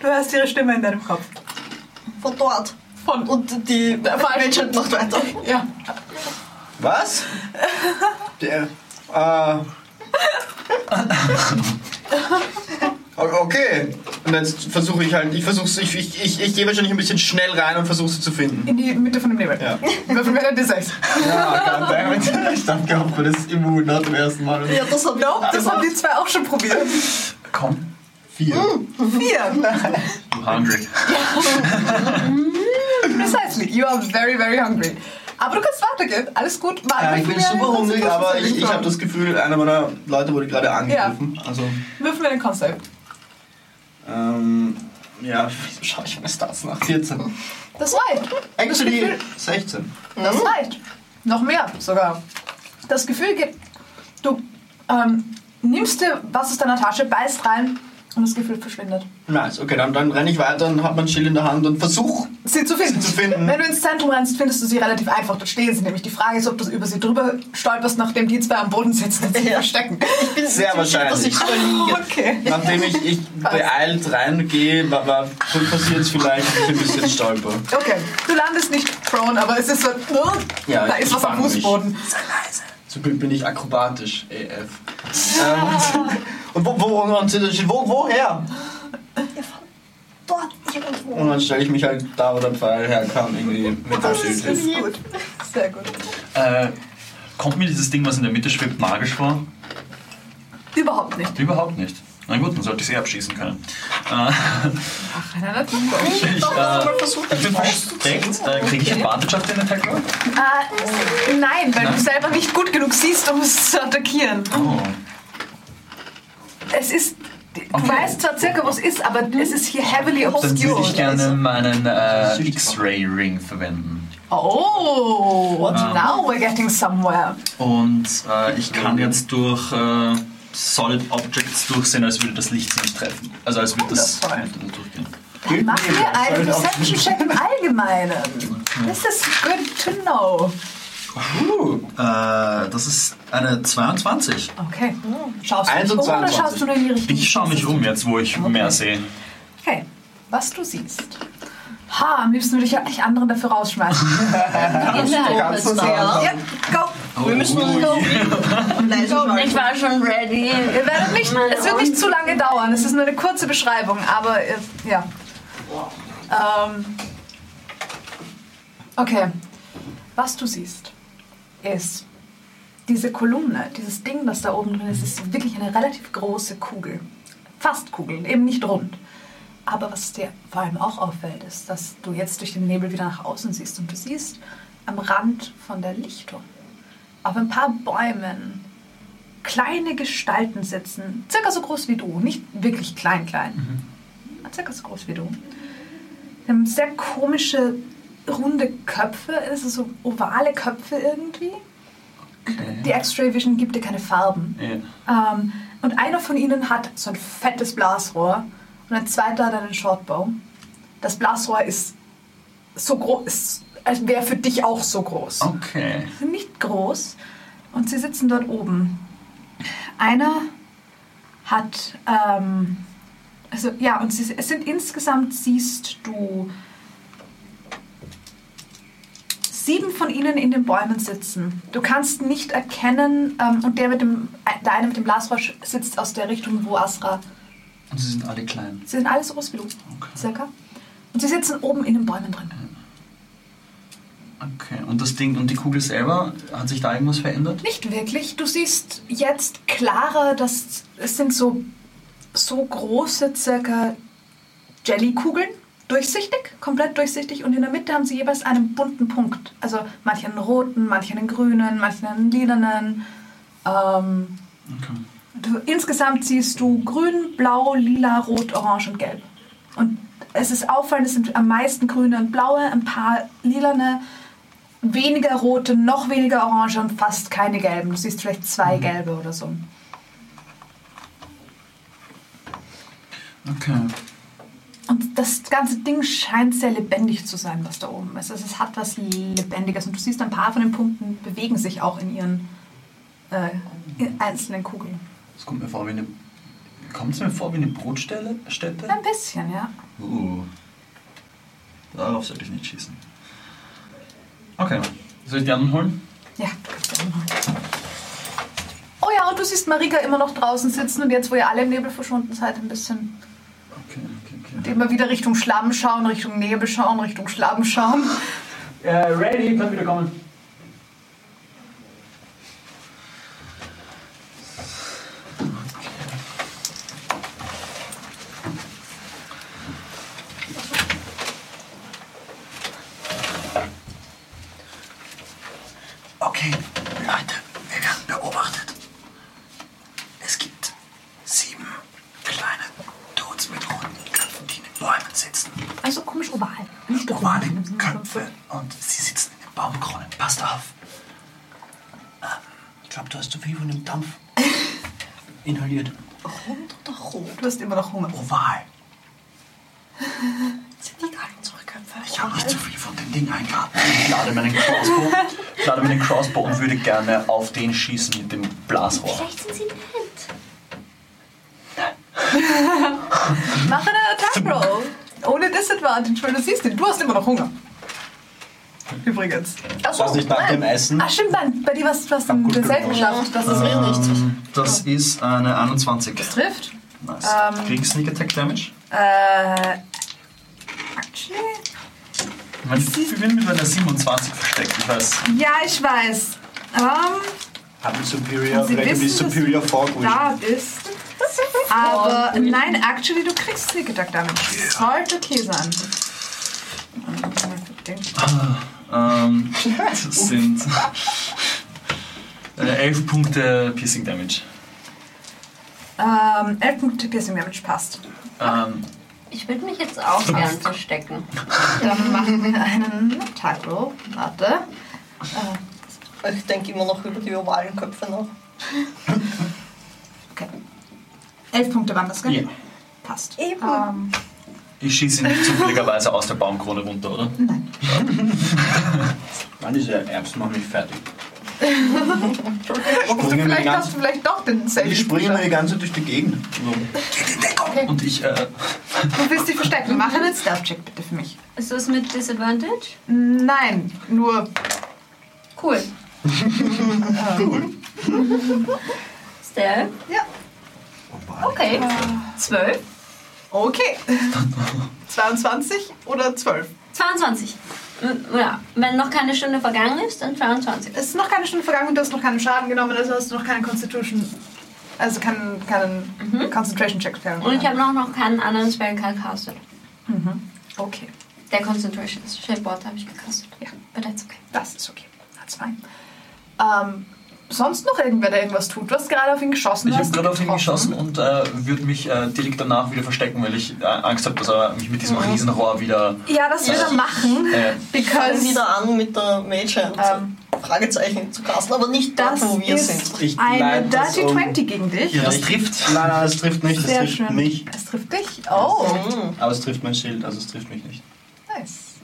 [SPEAKER 1] Du hörst ihre Stimme in deinem Kopf.
[SPEAKER 2] Von dort.
[SPEAKER 1] Von-
[SPEAKER 2] und die Mage macht weiter.
[SPEAKER 1] Ja.
[SPEAKER 4] Was? Der, äh, O- okay. Und jetzt versuche ich halt, ich versuche ich, ich, ich, ich gehe wahrscheinlich ein bisschen schnell rein und versuche sie zu finden.
[SPEAKER 1] In die Mitte von dem Nebel.
[SPEAKER 4] Ja.
[SPEAKER 1] Würfel wir dann die 6.
[SPEAKER 4] Ja, verdammt. Ich dachte, gehabt, weil das immun nach dem ne, ersten Mal.
[SPEAKER 2] Ja, das habe ich auch
[SPEAKER 1] Das haben die zwei auch schon probiert.
[SPEAKER 3] Komm.
[SPEAKER 4] Vier.
[SPEAKER 1] Vier.
[SPEAKER 3] I'm hungry.
[SPEAKER 1] Precisely. You are very, very hungry. Aber du kannst weitergehen. Alles gut. Mal
[SPEAKER 4] Ja, ich bin
[SPEAKER 1] würfeln wir-
[SPEAKER 4] super hungrig, aber ich, ich habe
[SPEAKER 1] Würfeln
[SPEAKER 4] das Gefühl, einer meiner Leute wurde gerade angegriffen. Also,
[SPEAKER 1] wir den Concept.
[SPEAKER 4] ähm, ja, wieso schaue ich meine Stats nach? 14.
[SPEAKER 1] Das reicht.
[SPEAKER 4] Actually, 16.
[SPEAKER 1] Das
[SPEAKER 4] Hm?
[SPEAKER 1] reicht. Noch mehr sogar. Das Gefühl gibt, du ähm, nimmst dir was aus deiner Tasche, beißt rein und das Gefühl verschwindet.
[SPEAKER 4] Nice, okay, dann, dann renne ich weiter und habe mein Schild in der Hand und versuch.
[SPEAKER 1] Sie zu finden.
[SPEAKER 4] Sie zu finden.
[SPEAKER 1] Wenn du ins Zentrum rennst, findest du sie relativ einfach. Dort stehen sie nämlich. Die Frage ist, ob du über sie drüber stolperst, nachdem die zwei am Boden sitzen und sie
[SPEAKER 2] Ja.
[SPEAKER 1] verstecken.
[SPEAKER 4] Sehr
[SPEAKER 2] dass
[SPEAKER 4] wahrscheinlich.
[SPEAKER 2] ich überliege.
[SPEAKER 1] Okay.
[SPEAKER 4] Nachdem ich, ich beeilt reingehe, wa- wa- passiert es vielleicht, dass ich ein bisschen stolper.
[SPEAKER 1] Okay. Du landest nicht prone, aber es ist so, uh,
[SPEAKER 4] Ja,
[SPEAKER 1] da
[SPEAKER 4] ich
[SPEAKER 1] ist was am
[SPEAKER 4] fang mich.
[SPEAKER 1] Fußboden.
[SPEAKER 4] Zum Glück bin ich akrobatisch, AF. ähm, und wo, wo, wo, woher?
[SPEAKER 2] Dort irgendwo.
[SPEAKER 4] Und dann stelle ich mich halt da, wo der Pfeil herkam, irgendwie mit dem Schild
[SPEAKER 1] Das
[SPEAKER 4] hin.
[SPEAKER 1] ist gut. Sehr gut.
[SPEAKER 3] Äh, kommt mir dieses Ding, was in der Mitte schwebt, magisch vor?
[SPEAKER 1] Überhaupt nicht.
[SPEAKER 3] Überhaupt nicht. Na gut, dann sollte ich sie abschießen können. Äh, ich, äh, ich bin versteckt. Äh, Kriege ich Advantage auf den Attack? Roll?
[SPEAKER 1] Äh, nein, weil du selber nicht gut genug siehst, um es zu attackieren.
[SPEAKER 3] Oh.
[SPEAKER 1] Es ist. Du
[SPEAKER 3] Okay.
[SPEAKER 1] weißt zwar circa, wo es ist, aber es ist hier heavily
[SPEAKER 3] Dann würde ich
[SPEAKER 1] obscured.
[SPEAKER 3] gerne meinen äh,
[SPEAKER 4] Süd-
[SPEAKER 3] X-Ray-Ring verwenden.
[SPEAKER 1] Oh,
[SPEAKER 3] Ah.
[SPEAKER 1] now we're getting somewhere.
[SPEAKER 3] Und äh, ich kann jetzt durch äh, Solid Objects durchsehen, als würde das Licht sie nicht treffen. Also als würde das
[SPEAKER 1] Wundervoll.
[SPEAKER 3] durchgehen.
[SPEAKER 1] Mach mir einen Perception Check im Allgemeinen. This is good to know.
[SPEAKER 3] Uh, äh, das ist eine 22.
[SPEAKER 1] Okay. Schaust du
[SPEAKER 7] Eins
[SPEAKER 1] dich
[SPEAKER 7] und
[SPEAKER 1] um oder
[SPEAKER 7] 22.
[SPEAKER 1] schaust du nur in die Richtung?
[SPEAKER 3] Ich schaue mich um jetzt, wo ich mehr sehe.
[SPEAKER 1] Okay, was du siehst. Ha, am liebsten würde ich ja gleich anderen dafür rausschmeißen.
[SPEAKER 6] In der
[SPEAKER 7] ganz
[SPEAKER 6] Atmosphäre.
[SPEAKER 7] nah
[SPEAKER 1] ja, go!
[SPEAKER 2] Wir müssen
[SPEAKER 3] Oh,
[SPEAKER 2] noch leise
[SPEAKER 6] Oh, Ich
[SPEAKER 2] schalten.
[SPEAKER 6] war schon ready.
[SPEAKER 1] Ihr werdet nicht, es wird nicht zu lange dauern. Es ist nur eine kurze Beschreibung, aber äh, ja. Ähm, okay, was du siehst, ist diese Kolumne, dieses Ding, das da oben drin ist, ist wirklich eine relativ große Kugel. Fast Kugel, eben nicht rund. Aber was dir vor allem auch auffällt, ist, dass du jetzt durch den Nebel wieder nach außen siehst und du siehst am Rand von der Lichtung, auf ein paar Bäumen, kleine Gestalten sitzen, circa so groß wie du, nicht wirklich klein, klein, circa so groß wie du. Sie haben sehr komische, runde Köpfe, also so ovale Köpfe irgendwie. Die X-Ray Vision gibt dir keine Farben.
[SPEAKER 3] Ja.
[SPEAKER 1] Ähm, und einer von ihnen hat so ein fettes Blasrohr und ein zweiter hat einen Shortbow. Das Blasrohr ist so groß, ist, als wäre für dich auch so groß
[SPEAKER 3] Okay.
[SPEAKER 1] sind nicht groß und sie sitzen dort oben. Einer hat, ähm, also ja, und sie, es sind insgesamt, siehst du, sieben von ihnen in den Bäumen sitzen. Du kannst nicht erkennen, ähm, und der, mit dem, der eine mit dem Blasrohr sitzt aus der Richtung, wo Asra
[SPEAKER 3] Und sie sind alle klein.
[SPEAKER 1] Sie sind alles so groß wie du, circa. Und sie sitzen oben in den Bäumen drin.
[SPEAKER 3] Okay. Und das Ding und die Kugel selber, hat sich da irgendwas verändert?
[SPEAKER 1] Nicht wirklich. Du siehst jetzt klarer, dass es sind so, so große, circa Jellykugeln. Durchsichtig, komplett durchsichtig. Und in der Mitte haben sie jeweils einen bunten Punkt. Also manche einen roten, manche einen grünen, manche einen lilanen. Ähm,
[SPEAKER 3] Okay.
[SPEAKER 1] du, insgesamt siehst du grün, blau, lila, rot, orange und gelb. Und es ist auffallend, es sind am meisten grüne und blaue, ein paar lilane, weniger rote, noch weniger orange und fast keine gelben. Du siehst vielleicht
[SPEAKER 3] Mhm.
[SPEAKER 1] zwei gelbe oder so.
[SPEAKER 3] Okay.
[SPEAKER 1] Und das ganze Ding scheint sehr lebendig zu sein, was da oben ist. Also es hat was Lebendiges und du siehst, ein paar von den Punkten bewegen sich auch in ihren äh, in einzelnen Kugeln.
[SPEAKER 3] Das kommt mir vor wie eine. Kommt es mir vor wie eine Brotstelle? Stätte?
[SPEAKER 1] Ein bisschen, ja.
[SPEAKER 3] Uh. Darauf sollte ich nicht schießen. Okay. Soll ich die anderen holen?
[SPEAKER 1] Ja, Oh ja, und du siehst Marika immer noch draußen sitzen und jetzt, wo ihr alle im Nebel verschwunden seid, ein bisschen
[SPEAKER 3] Okay, okay, okay.
[SPEAKER 1] immer wieder Richtung Schlamm schauen, Richtung Nebel schauen, Richtung Schlamm schauen.
[SPEAKER 7] ready, kannst wieder kommen.
[SPEAKER 3] Okay, Leute, wir werden beobachtet. Es gibt sieben kleine Toads mit roten Köpfen, die in den Bäumen sitzen.
[SPEAKER 1] Also komisch oval. Nicht
[SPEAKER 3] Normale Köpfe und sie sitzen in den Baumkronen. Passt auf. Ähm, ich glaube, du hast zu viel von dem Dampf inhaliert.
[SPEAKER 2] Rund oder rot?
[SPEAKER 1] Du hast immer noch Hunger.
[SPEAKER 3] Oval.
[SPEAKER 2] Sind die gar nicht unsere Köpfe?
[SPEAKER 3] Ich habe nicht zu viel von dem Ding eingeatmet. Ich lade meinen Crossbow, ich lade meinen Crossbow und würde gerne auf den schießen mit dem Blasrohr.
[SPEAKER 6] Vielleicht sind sie nett.
[SPEAKER 1] Mach eine Attack Roll. Ohne Disadvantage, weil du siehst ihn. Du hast immer noch Hunger. Übrigens.
[SPEAKER 7] Das war's nicht nach dem Essen.
[SPEAKER 1] Ach stimmt, nein. Bei dir warst du hast
[SPEAKER 7] Hab
[SPEAKER 1] in
[SPEAKER 7] gut
[SPEAKER 1] derselben
[SPEAKER 7] gerochen.
[SPEAKER 1] geschafft. Das ist richtig.
[SPEAKER 3] Ähm, Das ist eine 21. Nice.
[SPEAKER 1] Trifft. Ähm.
[SPEAKER 3] Kriegst Sneak Attack Damage?
[SPEAKER 1] Äh. Actually.
[SPEAKER 3] Mein- Ich bin mit meiner 27 versteckt, ich weiß.
[SPEAKER 1] Ja, ich weiß. Ähm.
[SPEAKER 7] Haben Superior,
[SPEAKER 1] Sie
[SPEAKER 7] vielleicht haben die
[SPEAKER 1] wissen, dass
[SPEAKER 7] Superior Fork
[SPEAKER 1] da bist. Aber nein, actually, du kriegst Sneak Attack damit. Sollte okay sein.
[SPEAKER 3] Ähm, das sind äh, 11 Punkte Piercing Damage.
[SPEAKER 1] Ähm, 11 Punkte Piercing Damage passt.
[SPEAKER 3] Ähm,
[SPEAKER 6] Ich würde mich jetzt auch gern verstecken.
[SPEAKER 1] Dann machen wir einen Attack Roll. Warte.
[SPEAKER 2] Ich denke immer noch über die ovalen Köpfe nach.
[SPEAKER 1] Okay.
[SPEAKER 9] Elf Punkte waren das, gell?
[SPEAKER 3] Ja.
[SPEAKER 9] Passt.
[SPEAKER 2] Eben.
[SPEAKER 9] Ähm,
[SPEAKER 3] Ich schieße ihn nicht zufälligerweise aus der Baumkrone runter, oder?
[SPEAKER 4] Mann, diese Erbsen machen mich fertig.
[SPEAKER 9] du
[SPEAKER 4] Springen wir die
[SPEAKER 9] vielleicht
[SPEAKER 4] ganze-
[SPEAKER 9] hast du vielleicht doch den
[SPEAKER 4] Ich
[SPEAKER 9] Safe.
[SPEAKER 4] springe immer die ganze Zeit durch die Gegend.
[SPEAKER 3] Und ich, äh,
[SPEAKER 9] Du willst dich verstecken. Mach einen Stealth-Check bitte für mich.
[SPEAKER 6] Ist das mit Disadvantage?
[SPEAKER 9] Nein, nur
[SPEAKER 6] Cool. Stealth?
[SPEAKER 9] Ja.
[SPEAKER 6] Okay.
[SPEAKER 1] Ah.
[SPEAKER 6] Zwölf?
[SPEAKER 9] okay. 22 oder 12?
[SPEAKER 6] 22. M- Ja, wenn noch keine Stunde vergangen ist, dann 22.
[SPEAKER 9] Es ist noch keine Stunde vergangen und du hast noch keinen Schaden genommen, also hast du noch keinen Constitution. Also keinen, keinen
[SPEAKER 2] Mhm.
[SPEAKER 9] Concentration-Check.
[SPEAKER 6] Und ich habe noch, noch keinen anderen Spell gecastet.
[SPEAKER 9] Okay,
[SPEAKER 6] Der Concentration ist. Shapeboard habe ich gecastet.
[SPEAKER 9] Ja.
[SPEAKER 6] But that's okay.
[SPEAKER 9] das ist okay. That's fine. Ähm, sonst noch irgendwer, der irgendwas tut? Du hast gerade auf ihn geschossen.
[SPEAKER 3] ich
[SPEAKER 9] du
[SPEAKER 3] habe
[SPEAKER 9] hast
[SPEAKER 3] gerade auf ihn
[SPEAKER 9] getroffen.
[SPEAKER 3] geschossen und äh, würde mich äh, direkt danach wieder verstecken, weil ich äh, Angst habe, dass er mich mit diesem Riesenrohr wieder.
[SPEAKER 9] Ja, das wird
[SPEAKER 3] Ja.
[SPEAKER 9] er machen.
[SPEAKER 3] Äh,
[SPEAKER 2] Fangen
[SPEAKER 9] Because Ähm.
[SPEAKER 2] wieder an mit der Mage Hand. Fragezeichen zu casten, aber nicht dort,
[SPEAKER 9] das
[SPEAKER 2] wo wir
[SPEAKER 9] ist
[SPEAKER 2] sind.
[SPEAKER 4] Ich
[SPEAKER 9] eine
[SPEAKER 4] leite das
[SPEAKER 9] Dirty
[SPEAKER 4] um.
[SPEAKER 9] 20 gegen dich.
[SPEAKER 3] ja, das trifft.
[SPEAKER 4] Nein, nein, es trifft nicht, es
[SPEAKER 9] Sehr
[SPEAKER 4] trifft
[SPEAKER 9] schön.
[SPEAKER 4] mich.
[SPEAKER 9] Es trifft dich. Oh,
[SPEAKER 2] Mhm.
[SPEAKER 4] Aber es trifft mein Schild, also es trifft mich nicht.
[SPEAKER 9] nice.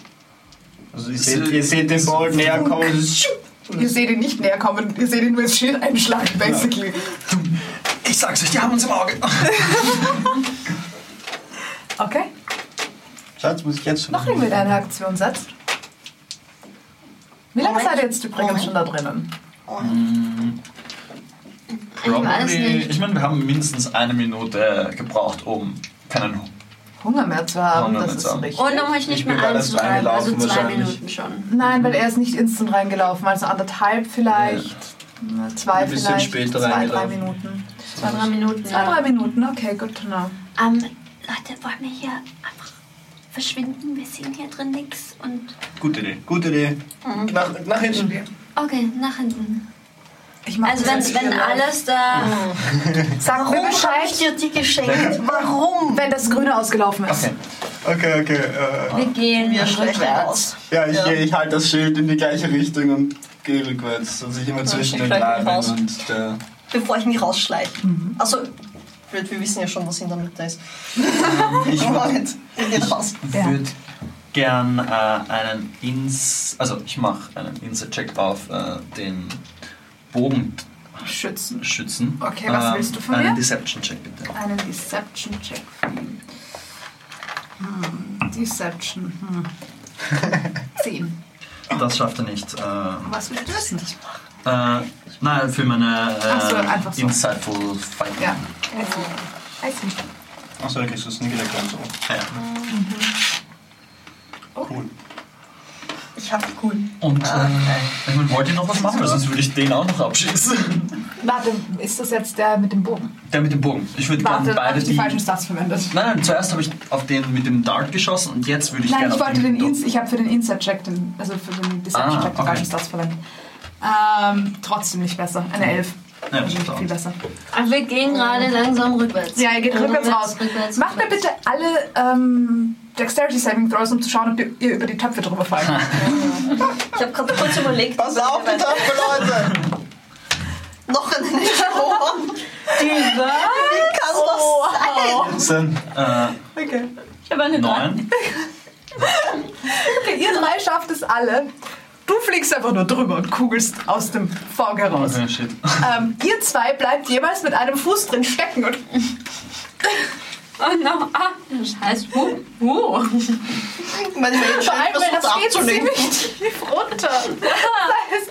[SPEAKER 4] Also ihr seht, ihr seht den Ball näher kommen. es ist-
[SPEAKER 9] Ihr seht ihn nicht näher kommen, ihr seht ihn nur als Schild einschlagen, basically.
[SPEAKER 3] Ich sag's euch, die haben uns im Auge.
[SPEAKER 9] Okay,
[SPEAKER 4] Schatz, muss ich jetzt schon.
[SPEAKER 1] Noch irgendwie deine Aktion setzt. Wie lange
[SPEAKER 2] Moment.
[SPEAKER 1] seid ihr jetzt übrigens
[SPEAKER 2] Moment.
[SPEAKER 1] schon da drinnen?
[SPEAKER 6] Ich weiß nicht.
[SPEAKER 3] ich meine, wir haben mindestens eine Minute äh, gebraucht, um keinen
[SPEAKER 1] Hunger mehr zu haben,
[SPEAKER 3] Hunger
[SPEAKER 1] das
[SPEAKER 3] mehr
[SPEAKER 1] ist
[SPEAKER 3] zu haben.
[SPEAKER 1] richtig.
[SPEAKER 6] Und um euch nicht
[SPEAKER 4] Ich bin
[SPEAKER 6] mehr
[SPEAKER 4] bei das
[SPEAKER 6] anzutreiben, also
[SPEAKER 4] Reinlaufen
[SPEAKER 6] zwei
[SPEAKER 4] wahrscheinlich.
[SPEAKER 6] Minuten schon.
[SPEAKER 1] Nein, weil er ist nicht instant reingelaufen, also anderthalb vielleicht. na, Zwei
[SPEAKER 4] Ein bisschen
[SPEAKER 1] vielleicht.
[SPEAKER 4] später
[SPEAKER 1] zwei, drei
[SPEAKER 4] reingelaufen.
[SPEAKER 1] Minuten.
[SPEAKER 6] Zwei, drei Minuten.
[SPEAKER 1] Zwei, drei Minuten, okay, gut genau. to know.
[SPEAKER 6] Ähm, Leute, wollen wir hier einfach verschwinden? Wir sehen hier drin nichts und.
[SPEAKER 4] Gute Idee, gute Idee. Nach, nach hinten.
[SPEAKER 6] Okay, nach hinten.
[SPEAKER 9] ich mach
[SPEAKER 6] Also,
[SPEAKER 9] das
[SPEAKER 6] wenn,
[SPEAKER 9] jetzt
[SPEAKER 6] wenn
[SPEAKER 9] hier live.
[SPEAKER 6] alles da.
[SPEAKER 9] Sag mir
[SPEAKER 2] Warum habe
[SPEAKER 9] Bescheid,
[SPEAKER 2] ich dir die geschenkt? Warum?
[SPEAKER 9] wenn das Grüne ausgelaufen ist.
[SPEAKER 3] Okay.
[SPEAKER 4] Okay, okay. Äh,
[SPEAKER 6] Wir gehen
[SPEAKER 2] Wir schlecht
[SPEAKER 6] rückwärts.
[SPEAKER 2] aus.
[SPEAKER 4] ja, ich,
[SPEAKER 2] Ja.
[SPEAKER 4] gehe- ich halte das Schild in die gleiche Richtung und gehe rückwärts. Also ich immer zwischen den
[SPEAKER 2] steig
[SPEAKER 4] Bäumen
[SPEAKER 2] raus.
[SPEAKER 4] und der.
[SPEAKER 2] Bevor ich mich rausschleiche.
[SPEAKER 1] Mhm.
[SPEAKER 2] Also, blöd, wir wissen ja schon, was in der Mitte ist.
[SPEAKER 3] Ich
[SPEAKER 2] Moment, wir gehen raus.
[SPEAKER 3] würde gern äh, einen Ins... Also ich mache einen Insight-Check auf äh, den Bogenschützen.
[SPEAKER 1] Schützen. Okay, was
[SPEAKER 3] Ähm,
[SPEAKER 1] willst du von
[SPEAKER 3] Einen
[SPEAKER 1] mir?
[SPEAKER 3] Deception-Check bitte.
[SPEAKER 1] Einen Deception-Check. Hm, Deception. Hm. Zehn.
[SPEAKER 3] Das schafft er nicht. Äh,
[SPEAKER 1] Was willst du wissen?
[SPEAKER 3] äh, nein, für meine äh,
[SPEAKER 1] Ach so, einfach so.
[SPEAKER 3] Insightful Fight.
[SPEAKER 1] Ja.
[SPEAKER 9] Weiß nicht.
[SPEAKER 4] Achso, da kriegst du Sneak Attack und so.
[SPEAKER 3] Ja.
[SPEAKER 4] Cool.
[SPEAKER 2] Ich hab cool.
[SPEAKER 3] Und äh, ich mein, wollt ihr noch was machen? Weil Sonst würde ich den auch noch abschießen.
[SPEAKER 1] Warte, ist das jetzt der mit dem Bogen?
[SPEAKER 3] Der mit dem Bogen. Ich würde gern
[SPEAKER 1] Warte, habe
[SPEAKER 3] beide
[SPEAKER 1] ich die
[SPEAKER 3] die...
[SPEAKER 1] falschen
[SPEAKER 3] Nein,
[SPEAKER 1] Stats verwendet?
[SPEAKER 3] nein, zuerst habe ich auf den mit dem Dart geschossen und jetzt würde ich
[SPEAKER 1] Nein,
[SPEAKER 3] gerne
[SPEAKER 1] ich
[SPEAKER 3] auf
[SPEAKER 1] wollte den
[SPEAKER 3] mit dem-
[SPEAKER 1] Ins ich habe für den Inside-Check, den, also für den
[SPEAKER 3] Ah,
[SPEAKER 1] Deception-Check
[SPEAKER 3] okay.
[SPEAKER 1] den falschen Stats verwendet. Ähm, trotzdem nicht besser. Eine 11.
[SPEAKER 3] Ja, das
[SPEAKER 1] Wahrscheinlich
[SPEAKER 3] ist auch.
[SPEAKER 1] viel besser.
[SPEAKER 6] Aber Ah, wir gehen gerade langsam rückwärts.
[SPEAKER 1] Ja, ihr geht
[SPEAKER 6] Also
[SPEAKER 1] rückwärts raus.
[SPEAKER 6] rückwärts,
[SPEAKER 1] Macht mir
[SPEAKER 6] rückwärts.
[SPEAKER 1] bitte alle ähm, Dexterity-Saving-Throws, um zu schauen, ob ihr ihr über die Töpfe drüber fallt.
[SPEAKER 2] Ich hab gerade kurz überlegt.
[SPEAKER 4] Pass auf, die Töpfe, Leute!
[SPEAKER 2] Noch einen Strom. Wie kann das sein?
[SPEAKER 4] Sind
[SPEAKER 3] Äh,
[SPEAKER 1] Oh. Okay.
[SPEAKER 6] Ich habe eine drei.
[SPEAKER 3] neun.
[SPEAKER 1] okay. Ihr drei schafft es alle. Du fliegst einfach nur drüber und kugelst aus dem Fog heraus.
[SPEAKER 3] Okay, Oh, shit.
[SPEAKER 1] Ähm, ihr zwei bleibt jeweils mit einem Fuß drin stecken und
[SPEAKER 6] Oh no, ah, scheiß Buh. Buh.
[SPEAKER 2] Mein Mensch
[SPEAKER 1] vor allem, weil
[SPEAKER 2] versucht
[SPEAKER 1] das geht
[SPEAKER 2] abzulenken.
[SPEAKER 1] ziemlich tief runter. Das heißt,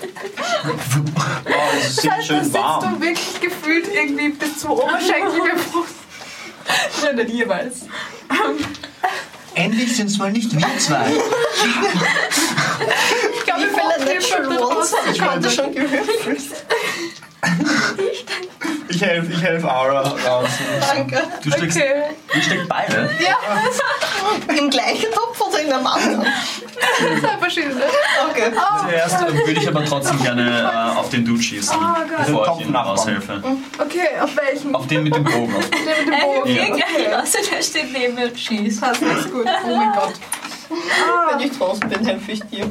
[SPEAKER 4] wow, es ist
[SPEAKER 1] Das
[SPEAKER 4] sehr
[SPEAKER 1] heißt, da
[SPEAKER 4] schön
[SPEAKER 1] Also sitzt
[SPEAKER 4] warm.
[SPEAKER 1] du wirklich gefühlt irgendwie bis zum Oberschenkel gefroren. Ja, nicht jeweils.
[SPEAKER 4] Endlich sind es mal nicht wir zwei.
[SPEAKER 1] Ich glaube,
[SPEAKER 2] Wie
[SPEAKER 1] wir fällt
[SPEAKER 2] viele
[SPEAKER 1] dem schon
[SPEAKER 2] Natural Ones?
[SPEAKER 1] raus.
[SPEAKER 2] Ich hatte schon gewürfelt.
[SPEAKER 4] Ich helfe ich helf Aura raus.
[SPEAKER 2] Danke.
[SPEAKER 3] Du steckst,
[SPEAKER 1] Okay.
[SPEAKER 3] ihr steckt beide.
[SPEAKER 2] Im gleichen Topf oder im irgendeinem anderen.
[SPEAKER 1] halt
[SPEAKER 8] Zwei verschiedene.
[SPEAKER 1] ne?
[SPEAKER 2] Okay.
[SPEAKER 1] Ah.
[SPEAKER 3] Zuerst ähm, würde ich aber trotzdem gerne äh, auf den Dude schießen, bevor ich
[SPEAKER 7] Topf
[SPEAKER 3] ihm
[SPEAKER 7] nachbauen.
[SPEAKER 3] aushelfe.
[SPEAKER 1] Okay, auf welchen?
[SPEAKER 3] Auf den mit dem Bogen.
[SPEAKER 1] Der mit dem
[SPEAKER 6] Er
[SPEAKER 1] Bogen.
[SPEAKER 6] hilft mir gleich, also der steht neben mir und schießt.
[SPEAKER 2] Das
[SPEAKER 1] Äh,
[SPEAKER 2] ist gut. Oh mein Gott. Wenn ich draußen bin, helfe ich dir.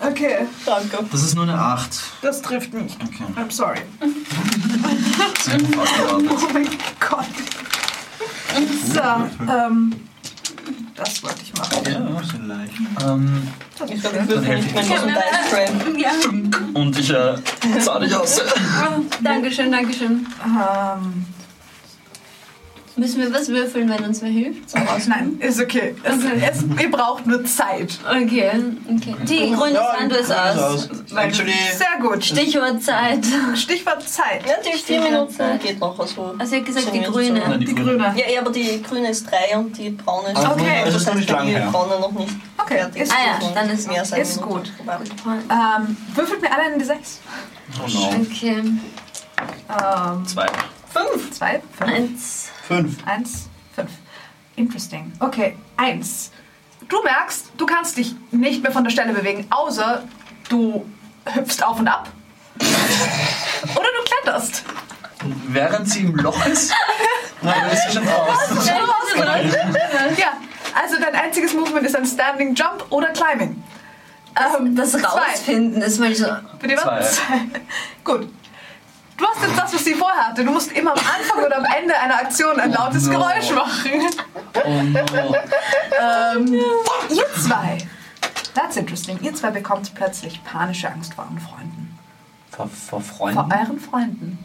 [SPEAKER 1] Ah, Okay,
[SPEAKER 2] Danke.
[SPEAKER 3] Das ist nur eine 8.
[SPEAKER 1] das trifft nicht.
[SPEAKER 3] Okay.
[SPEAKER 1] I'm sorry.
[SPEAKER 3] Das hätte ich fast erwartet.
[SPEAKER 1] Oh mein Gott. So, ähm, das wollte ich machen.
[SPEAKER 3] Ja, vielleicht. Ähm,
[SPEAKER 2] Ich glaube, ich würde
[SPEAKER 3] Dann
[SPEAKER 2] nicht
[SPEAKER 3] helfe
[SPEAKER 2] mehr
[SPEAKER 3] ich
[SPEAKER 2] so
[SPEAKER 1] Genau.
[SPEAKER 2] ein Dice Train.
[SPEAKER 6] Ja.
[SPEAKER 3] und ich äh, zahle dich aus.
[SPEAKER 6] Dankeschön, Dankeschön.
[SPEAKER 1] Ähm,
[SPEAKER 6] Müssen wir was würfeln, wenn uns wer hilft?
[SPEAKER 1] nein, ist okay. Es, es, ihr braucht nur Zeit.
[SPEAKER 6] Okay, okay. Die grüne
[SPEAKER 7] Ja,
[SPEAKER 6] Sanduhr ist
[SPEAKER 7] grün
[SPEAKER 6] aus.
[SPEAKER 7] ist aus.
[SPEAKER 6] Weil-
[SPEAKER 7] Actually,
[SPEAKER 1] Sehr gut.
[SPEAKER 6] Stichwort Zeit.
[SPEAKER 1] Stichwort Zeit.
[SPEAKER 2] Ja, die vier Minuten geht noch. Also,
[SPEAKER 6] Also ihr habt gesagt,
[SPEAKER 2] sind
[SPEAKER 6] die
[SPEAKER 2] wir
[SPEAKER 6] grüne.
[SPEAKER 3] Nein,
[SPEAKER 1] Die grüne.
[SPEAKER 2] Ja, ja, aber die grüne ist 3 und die braune ist
[SPEAKER 7] Also,
[SPEAKER 1] Okay.
[SPEAKER 7] es
[SPEAKER 2] Das
[SPEAKER 7] ist noch
[SPEAKER 2] heißt,
[SPEAKER 7] nicht lang
[SPEAKER 2] die
[SPEAKER 7] her.
[SPEAKER 2] braune noch nicht.
[SPEAKER 1] Okay,
[SPEAKER 2] fertig
[SPEAKER 1] ist,
[SPEAKER 6] Ah ja,
[SPEAKER 2] Und
[SPEAKER 6] dann ist-
[SPEAKER 2] mehr sein
[SPEAKER 1] ist
[SPEAKER 2] Minuten.
[SPEAKER 1] gut. ähm, würfelt mir alle eine D6.
[SPEAKER 7] Oh no.
[SPEAKER 6] Okay,
[SPEAKER 1] Ähm,
[SPEAKER 3] Zwei.
[SPEAKER 2] Fünf.
[SPEAKER 1] zwei, fünf.
[SPEAKER 6] eins.
[SPEAKER 7] Fünf.
[SPEAKER 1] Eins, fünf. Interesting. Okay, eins. Du merkst, du kannst dich nicht mehr von der Stelle bewegen, außer du hüpfst auf und ab. Oder du kletterst.
[SPEAKER 3] Und während sie im Loch ist, dann ist sie schon raus.
[SPEAKER 6] Genau.
[SPEAKER 1] Ja, also dein einziges Movement ist ein Standing Jump oder Climbing. Ähm,
[SPEAKER 6] Das rausfinden ist manchmal so.
[SPEAKER 1] Zwei. Bitte was? Gut. Du hast jetzt das, was sie vorher hatte. Du musst immer am Anfang oder am Ende einer Aktion ein lautes
[SPEAKER 3] no.
[SPEAKER 1] Geräusch machen.
[SPEAKER 3] Oh no.
[SPEAKER 1] Ähm, ihr zwei. That's interesting. Ihr zwei bekommt plötzlich panische Angst vor euren Freunden.
[SPEAKER 7] Vor, vor
[SPEAKER 1] Vor
[SPEAKER 7] Freunden.
[SPEAKER 1] euren Freunden.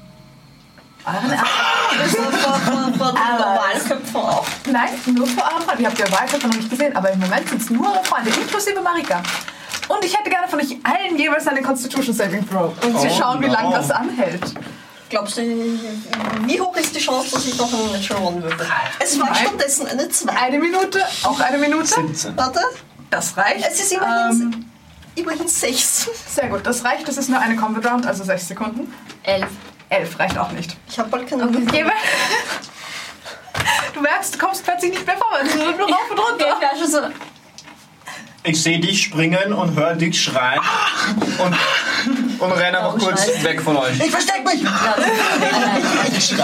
[SPEAKER 1] Euren Ernst?
[SPEAKER 7] Ah!
[SPEAKER 2] Wahlköpfe auch.
[SPEAKER 1] Nein, nur vor euren Freunden. Ihr habt ja Wahlkämpfe noch nicht gesehen, aber im Moment sind es nur eure Freunde, inklusive Marika. Und ich hätte gerne von euch allen jeweils eine Constitution Saving Throw. Und sie
[SPEAKER 7] Oh,
[SPEAKER 1] schauen, wie
[SPEAKER 7] no.
[SPEAKER 1] lange das anhält.
[SPEAKER 2] Glaubst du, wie hoch ist die Chance, dass ich noch einen Natural One würfel? Es war
[SPEAKER 1] Nein.
[SPEAKER 2] stattdessen eine 2.
[SPEAKER 1] Eine Minute, auch eine Minute.
[SPEAKER 7] 17.
[SPEAKER 2] Warte,
[SPEAKER 1] Das reicht.
[SPEAKER 2] es ist immerhin,
[SPEAKER 1] Ähm,
[SPEAKER 2] immerhin 6.
[SPEAKER 1] sehr gut, das reicht. Das ist nur eine Combat Round, also sechs Sekunden.
[SPEAKER 6] Elf.
[SPEAKER 1] Elf reicht auch nicht.
[SPEAKER 2] Ich habe bald keine Würfel.
[SPEAKER 1] Gebe. Du merkst, du kommst plötzlich nicht mehr vorwärts, sondern nur rauf und
[SPEAKER 6] Ja,
[SPEAKER 1] runter.
[SPEAKER 6] ich war schon so.
[SPEAKER 7] Ich sehe dich springen und höre dich schreien und, und renne einfach
[SPEAKER 6] Oh,
[SPEAKER 7] kurz
[SPEAKER 6] Scheiße.
[SPEAKER 7] weg von euch.
[SPEAKER 2] Ich versteck mich!
[SPEAKER 6] Ich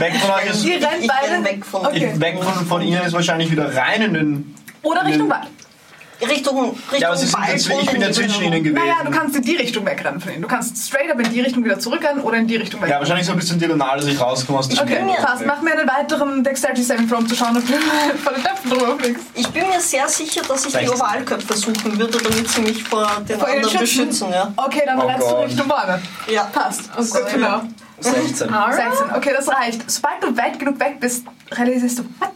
[SPEAKER 7] Weg von euch ist.
[SPEAKER 1] Ihr rennt
[SPEAKER 2] Ich
[SPEAKER 1] beide
[SPEAKER 2] bin weg von
[SPEAKER 1] Okay.
[SPEAKER 7] Ich, weg von, von ihnen ist wahrscheinlich wieder rein in den.
[SPEAKER 1] Oder Richtung
[SPEAKER 7] Nee.
[SPEAKER 1] Wald.
[SPEAKER 2] Richtung, Richtung genau.
[SPEAKER 7] Ja, aber sie sind
[SPEAKER 2] Wald
[SPEAKER 7] dazwischen,
[SPEAKER 2] und
[SPEAKER 7] ich bin ja
[SPEAKER 2] in die
[SPEAKER 7] zwischen
[SPEAKER 2] Höhle.
[SPEAKER 7] ihnen gewesen.
[SPEAKER 1] Naja, du kannst in die Richtung wegrennen von ihnen. Du kannst straight up in die Richtung wieder zurückrennen oder in die Richtung
[SPEAKER 7] Ja,
[SPEAKER 1] wegrennen.
[SPEAKER 7] wahrscheinlich so ein bisschen diagonal, dass ich rauskomme aus dem
[SPEAKER 1] Okay,
[SPEAKER 7] Spiel.
[SPEAKER 1] passt. Mach mir einen weiteren Dexterity Saving Throw, um zu schauen, ob du von den Töpfen drüber fliegst.
[SPEAKER 2] Ich bin mir sehr sicher, dass ich die
[SPEAKER 7] Sechzehn.
[SPEAKER 2] Ovalköpfe suchen würde, damit sie mich vor den
[SPEAKER 1] Vor ihren
[SPEAKER 2] anderen
[SPEAKER 1] Schützen?
[SPEAKER 2] beschützen. Ja.
[SPEAKER 1] Okay, dann
[SPEAKER 7] Oh
[SPEAKER 1] rennst du
[SPEAKER 7] Gott.
[SPEAKER 1] Richtung Bäume.
[SPEAKER 2] ja.
[SPEAKER 1] Passt. Gut, genau.
[SPEAKER 7] 16.
[SPEAKER 1] 16. Okay, das reicht. Sobald du weit genug weg bist, realisierst du. What?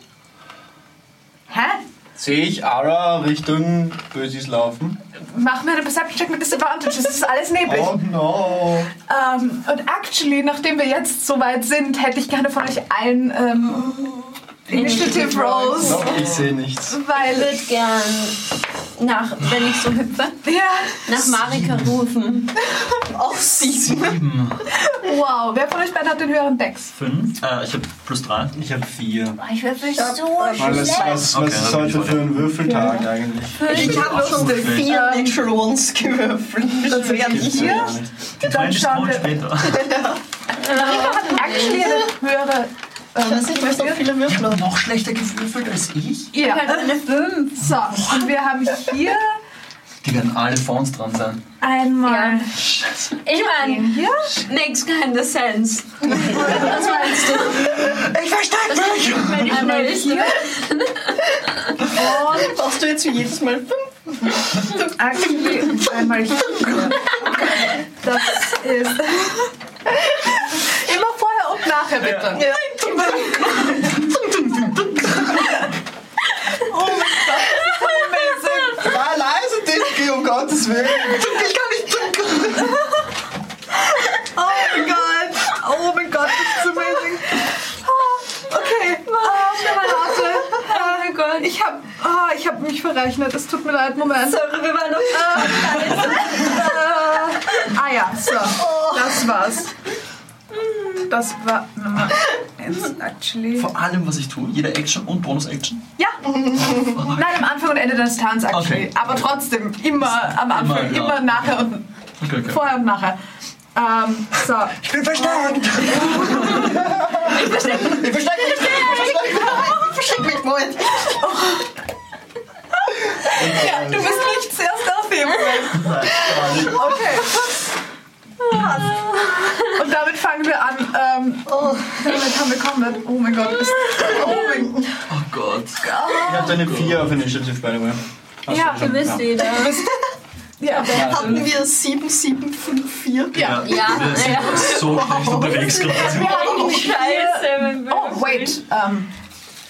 [SPEAKER 1] Hä?
[SPEAKER 7] Sehe ich Ara Richtung Bösis laufen?
[SPEAKER 1] Mach mir einen Perception Check mit Disadvantage. Es ist alles neblig.
[SPEAKER 7] Oh no!
[SPEAKER 1] Ähm, und actually, nachdem wir jetzt so weit sind, hätte ich gerne von euch allen ähm, Initiative Rolls.
[SPEAKER 7] Doch, ich sehe nichts.
[SPEAKER 1] Weil.
[SPEAKER 6] würde gern nach, wenn ich so hüpfe,
[SPEAKER 1] Ja.
[SPEAKER 6] nach Marika rufen.
[SPEAKER 2] Auf sieben.
[SPEAKER 1] Wow. Wer von euch beiden hat den höheren Dex?
[SPEAKER 3] Fünf. Äh, ich habe plus drei.
[SPEAKER 7] Ich habe vier.
[SPEAKER 6] Boah, Oh, ich würfel
[SPEAKER 2] hab-
[SPEAKER 6] so
[SPEAKER 2] ich hab-
[SPEAKER 7] Was,
[SPEAKER 6] schlecht.
[SPEAKER 7] was, was
[SPEAKER 3] Okay,
[SPEAKER 7] ist
[SPEAKER 3] dann bin ich
[SPEAKER 7] heute
[SPEAKER 3] heute.
[SPEAKER 7] für ein Würfeltag eigentlich?
[SPEAKER 2] Ich habe schon
[SPEAKER 3] Absolut nicht.
[SPEAKER 2] vier
[SPEAKER 1] Ähm,
[SPEAKER 2] Natural Ones gewürfelt. Das wären
[SPEAKER 7] Gibt's
[SPEAKER 2] ich.
[SPEAKER 7] ja gar nicht.
[SPEAKER 3] Die
[SPEAKER 1] Dann
[SPEAKER 3] Freunde
[SPEAKER 1] schauen wir-
[SPEAKER 3] später.
[SPEAKER 1] Marika hat actually eine höhere.
[SPEAKER 2] Ich weiß nicht, was so viele Würfel haben.
[SPEAKER 3] Noch schlechter gewürfelt als ich?
[SPEAKER 6] Ich
[SPEAKER 1] Ja.
[SPEAKER 6] hab eine 5.
[SPEAKER 1] So, und wir haben hier
[SPEAKER 3] Die werden alle vor uns dran sein.
[SPEAKER 1] einmal.
[SPEAKER 6] Ich meine,
[SPEAKER 1] Hier?
[SPEAKER 6] makes kind sense. Was meinst du?
[SPEAKER 2] Ich versteig mich!
[SPEAKER 6] Einmal hier.
[SPEAKER 2] Brauchst du jetzt für jedes Mal fünf?
[SPEAKER 1] Actually, einmal hier. Das ist. Immer vorher und nachher, bitte.
[SPEAKER 2] Ja.
[SPEAKER 1] Oh
[SPEAKER 7] War leise, Dinky, um Gottes Willen!
[SPEAKER 2] Ich kann nicht trinken.
[SPEAKER 1] Oh mein Gott! Oh mein Gott, das ist amazing! Ah, Okay, oh, warte. Oh mein Gott. Ich hab, ah, ich hab mich verrechnet. Es tut mir leid, Moment. Ah. Sorry, wir waren noch ah, äh, Ah ja, so. Das war's. Das war. It's actually.
[SPEAKER 3] Vor allem, was ich tue, jede Action und Bonus-Action.
[SPEAKER 1] Ja! Nein, am Anfang und Ende des Turns actually.
[SPEAKER 3] Okay.
[SPEAKER 1] Aber trotzdem, immer am Anfang,
[SPEAKER 3] Immer, ja.
[SPEAKER 1] immer nachher und
[SPEAKER 3] Okay, okay.
[SPEAKER 1] vorher und nachher. Ähm, so.
[SPEAKER 3] ich bin versteckt! ich bin versteckt! Ich bin
[SPEAKER 2] Verschick mich, Moment.
[SPEAKER 1] Du bist nicht sehr stealthy im Moment.
[SPEAKER 3] versteckt!
[SPEAKER 1] Okay. Und damit fangen wir an. Ähm, damit haben wir Combat. Oh mein Gott. Ist, oh mein Gott.
[SPEAKER 3] Oh Gott.
[SPEAKER 7] Ihr habt eine 4 auf Initiative, by the way. Hast
[SPEAKER 1] Ja,
[SPEAKER 7] schon?
[SPEAKER 6] Wisst ihr das?
[SPEAKER 1] Ja.
[SPEAKER 2] Hatten wir 7754?
[SPEAKER 1] Ja.
[SPEAKER 6] Ja.
[SPEAKER 3] Wir sind
[SPEAKER 6] Ja.
[SPEAKER 3] so schlecht unterwegs gerade.
[SPEAKER 1] Wir haben
[SPEAKER 6] Scheiße.
[SPEAKER 1] Oh, wait. Ähm,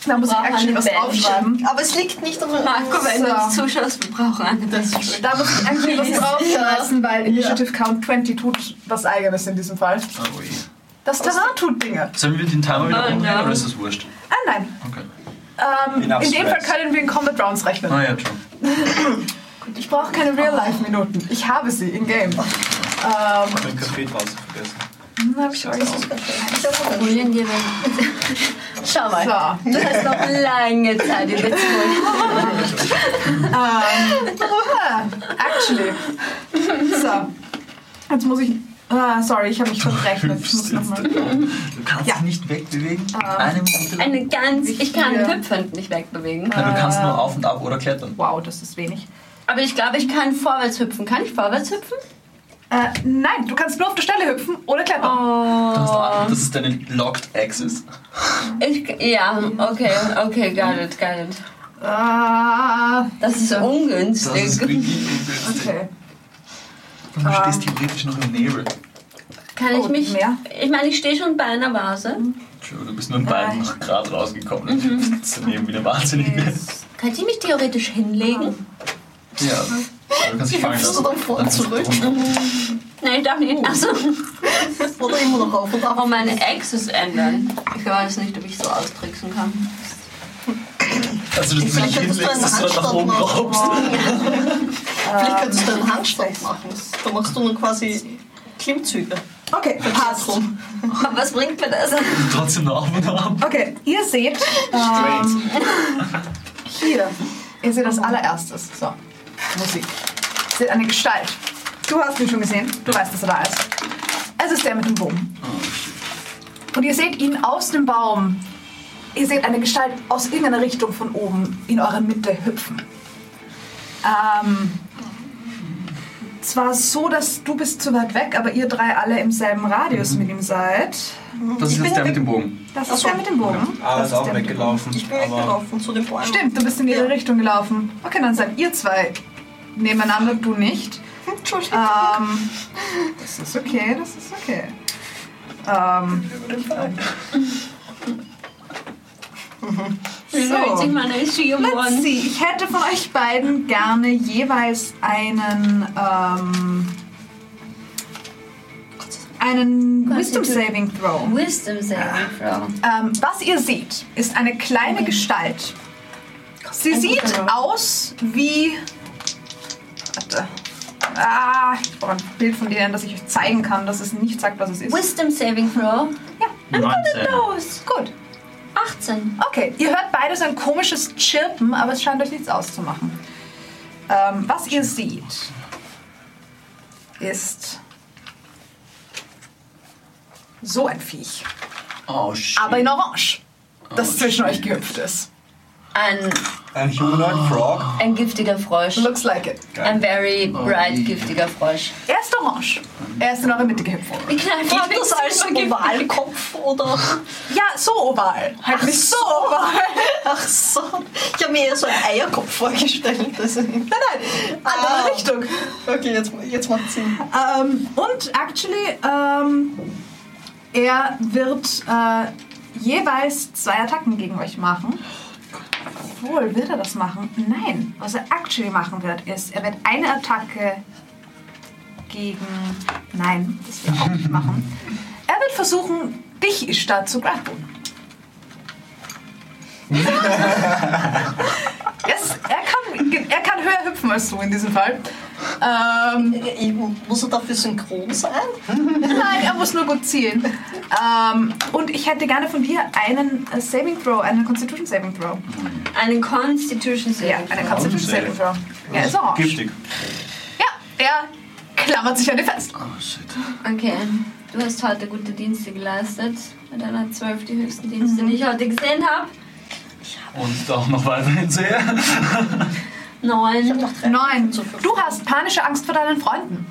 [SPEAKER 1] da muss ich
[SPEAKER 6] Braucht
[SPEAKER 1] actually
[SPEAKER 6] eine
[SPEAKER 1] was
[SPEAKER 6] Bandwand.
[SPEAKER 1] aufschreiben.
[SPEAKER 2] Aber es liegt nicht an
[SPEAKER 6] Marco, wenn du
[SPEAKER 1] So.
[SPEAKER 6] uns zuschaust, wir brauchen eine Besserung.
[SPEAKER 1] Da muss ich eigentlich was draufschmeißen, weil Initiative Count 20 tut was Eigenes in diesem Fall.
[SPEAKER 3] Oh, weh.
[SPEAKER 1] Das Terrain tut Dinge.
[SPEAKER 3] Sollen wir den Timer wieder
[SPEAKER 6] Nein,
[SPEAKER 3] umdrehen
[SPEAKER 6] ja.
[SPEAKER 3] oder ist das wurscht?
[SPEAKER 1] Ah, nein.
[SPEAKER 3] Okay.
[SPEAKER 1] Ähm, in
[SPEAKER 7] Enough
[SPEAKER 1] dem Fall
[SPEAKER 7] stress.
[SPEAKER 1] können wir in Combat Rounds rechnen.
[SPEAKER 3] Ah ja, schon.
[SPEAKER 1] Ich brauche keine Real-Life-Minuten. Ich habe sie in-game. Ähm,
[SPEAKER 7] Ich hab den Kaffee draußen vergessen.
[SPEAKER 1] dann hab ich euch so.
[SPEAKER 6] Folien dir weg. Schau mal.
[SPEAKER 1] So.
[SPEAKER 6] Du hast noch lange Zeit, die letzte Folge.
[SPEAKER 1] Ähm, actually. So. Jetzt muss ich. Ah, sorry, ich habe mich verrechnet. Ich muss
[SPEAKER 3] Hüpfst
[SPEAKER 1] noch mal.
[SPEAKER 3] jetzt. Du kannst
[SPEAKER 1] Ja.
[SPEAKER 3] dich nicht wegbewegen. Eine Minute lang.
[SPEAKER 6] Eine ganz. Ich kann
[SPEAKER 1] Vier.
[SPEAKER 6] hüpfen nicht wegbewegen.
[SPEAKER 3] Nein, du kannst nur auf und ab oder klettern.
[SPEAKER 1] Wow, das ist wenig.
[SPEAKER 6] Aber ich glaube, ich kann vorwärts hüpfen. Kann ich vorwärts hüpfen?
[SPEAKER 1] Äh, nein, du kannst nur auf der Stelle hüpfen oder klettern.
[SPEAKER 3] Du hast
[SPEAKER 6] Oh.
[SPEAKER 3] Ahnung, Das ist deine Locked Access.
[SPEAKER 6] Ich, ja, okay, okay, got it, got it.
[SPEAKER 1] Oh. Ah,
[SPEAKER 6] Das ist
[SPEAKER 3] Das ist
[SPEAKER 6] ungünstig.
[SPEAKER 3] wirklich ungünstig.
[SPEAKER 1] okay.
[SPEAKER 3] Und du stehst theoretisch noch im Nebel.
[SPEAKER 6] Kann ich
[SPEAKER 1] Oh,
[SPEAKER 6] mich.
[SPEAKER 1] mehr?
[SPEAKER 6] Ich meine, ich stehe schon bei einer Vase.
[SPEAKER 3] Tja, Du bist nur in beiden noch gerade rausgekommen. Mhm. Das ist daneben wieder wahnsinnig wird.
[SPEAKER 6] Könnte ich mich theoretisch hinlegen?
[SPEAKER 3] Ja. Aber Du kannst dich fallen
[SPEAKER 2] Hüpfst du
[SPEAKER 3] lassen.
[SPEAKER 2] dann vor und zurück?
[SPEAKER 6] Nein, ich darf nicht. Achso,
[SPEAKER 2] Oder immer noch auf und ab?
[SPEAKER 6] oh, meine Axis ändern. Ich weiß nicht, ob ich so austricksen kann.
[SPEAKER 3] Also, dass du dich
[SPEAKER 2] Vielleicht könntest du
[SPEAKER 3] hinlegst,
[SPEAKER 2] einen
[SPEAKER 3] dass du nach
[SPEAKER 2] Handstand
[SPEAKER 3] oben raubst.
[SPEAKER 2] machen. Vielleicht könntest du einen Handstand machen. Da machst du dann quasi Klimmzüge.
[SPEAKER 1] Okay, passt.
[SPEAKER 2] Drum.
[SPEAKER 6] Aber was bringt mir das?
[SPEAKER 3] Und trotzdem nach oben und ab.
[SPEAKER 1] Okay, ihr seht ähm, hier, ihr seht als allererstes, so, Musik. Ihr seht eine Gestalt. Du hast ihn schon gesehen, du weißt, dass er da ist. Es ist der mit dem Bogen. Und ihr seht ihn aus dem Baum. Ihr seht eine Gestalt aus irgendeiner Richtung von oben in eure Mitte hüpfen. Ähm, zwar so, dass du bist zu weit weg, aber ihr drei alle im selben Radius mit ihm seid.
[SPEAKER 3] Das ist
[SPEAKER 2] bin
[SPEAKER 3] jetzt der
[SPEAKER 2] weg-
[SPEAKER 3] mit dem Bogen.
[SPEAKER 1] Das
[SPEAKER 2] Ach
[SPEAKER 1] ist
[SPEAKER 2] so.
[SPEAKER 1] der mit dem Bogen.
[SPEAKER 7] Ah,
[SPEAKER 1] das
[SPEAKER 7] ist auch
[SPEAKER 1] der mit dem
[SPEAKER 7] weggelaufen.
[SPEAKER 2] Ich bin
[SPEAKER 7] aber-
[SPEAKER 2] weggelaufen zu den Bäumen.
[SPEAKER 1] Bogen. Stimmt, du bist in ihre
[SPEAKER 2] Ja.
[SPEAKER 1] Richtung gelaufen. Okay, dann seid ihr zwei nebeneinander, du nicht.
[SPEAKER 2] Entschuldigung.
[SPEAKER 1] Ähm, das ist okay, das ist okay. Ähm,
[SPEAKER 6] Wieso
[SPEAKER 1] So.
[SPEAKER 6] hält sich meine Ski
[SPEAKER 1] let's
[SPEAKER 6] umgeworfen?
[SPEAKER 1] see, ich hätte von euch beiden gerne jeweils einen, ähm, einen Wisdom Saving Throw.
[SPEAKER 6] Wisdom Saving Throw.
[SPEAKER 1] Ähm, was ihr seht, ist eine kleine Gestalt. Sie sieht aus wie. Warte. Ah, ich brauche ein Bild von denen, das ich euch zeigen kann, dass es nicht sagt, was es ist.
[SPEAKER 6] Wisdom Saving Throw.
[SPEAKER 1] Ja, I'm gonna
[SPEAKER 3] 19.
[SPEAKER 1] know. Ist Gut.
[SPEAKER 6] 18.
[SPEAKER 1] Okay, ihr hört beide so ein komisches Chirpen, aber es scheint euch nichts auszumachen. Ähm, was ihr seht, ist so ein Viech,
[SPEAKER 3] Oh, shit.
[SPEAKER 1] aber in Orange, das zwischen euch gehüpft ist.
[SPEAKER 6] Ein,
[SPEAKER 7] Ein Humanoid Frog.
[SPEAKER 6] ein giftiger Frosch.
[SPEAKER 1] Looks like it.
[SPEAKER 6] Ein very
[SPEAKER 1] Oh,
[SPEAKER 6] bright, giftiger Frosch.
[SPEAKER 1] Er ist orange. Er ist in eure Mitte gehüpft.
[SPEAKER 6] Wie knallt
[SPEAKER 2] Gibt das als Ovalkopf oder?
[SPEAKER 1] Ja, so oval. Halt nicht so oval.
[SPEAKER 2] Ach so. Ich habe mir eher so einen Eierkopf vorgestellt. Deswegen. Nein, nein.
[SPEAKER 1] Andere Richtung.
[SPEAKER 2] Okay, jetzt, jetzt macht Sinn.
[SPEAKER 1] Ähm, und actually, ähm, er wird äh, jeweils zwei Attacken gegen euch machen. Obwohl, wird er das machen? Nein. Was er actually machen wird, ist, er wird eine Attacke gegen. Nein, das wird er auch nicht machen. Er wird versuchen, dich statt zu grappeln. yes, er, kann, er kann höher hüpfen als du in diesem Fall. Ähm,
[SPEAKER 2] Eben, muss er dafür synchron sein?
[SPEAKER 1] Nein, er muss nur gut zielen. Ähm, und ich hätte gerne von dir einen äh, Saving Throw, einen Constitution Saving Throw.
[SPEAKER 6] Einen
[SPEAKER 1] Ja,
[SPEAKER 6] Constitution Saving
[SPEAKER 1] einen
[SPEAKER 6] Throw.
[SPEAKER 1] Constitution Saving Throw. Ja, ist orange.
[SPEAKER 7] Giftig.
[SPEAKER 1] Ja, er klammert sich an die fest.
[SPEAKER 3] Oh shit.
[SPEAKER 6] Okay, du hast heute gute Dienste geleistet. Mit deiner 12 die höchsten
[SPEAKER 1] Mhm.
[SPEAKER 6] Dienste, die ich heute gesehen habe.
[SPEAKER 7] Und auch noch weiterhin sehr.
[SPEAKER 6] Neun.
[SPEAKER 1] Neun. Du hast panische Angst vor deinen Freunden.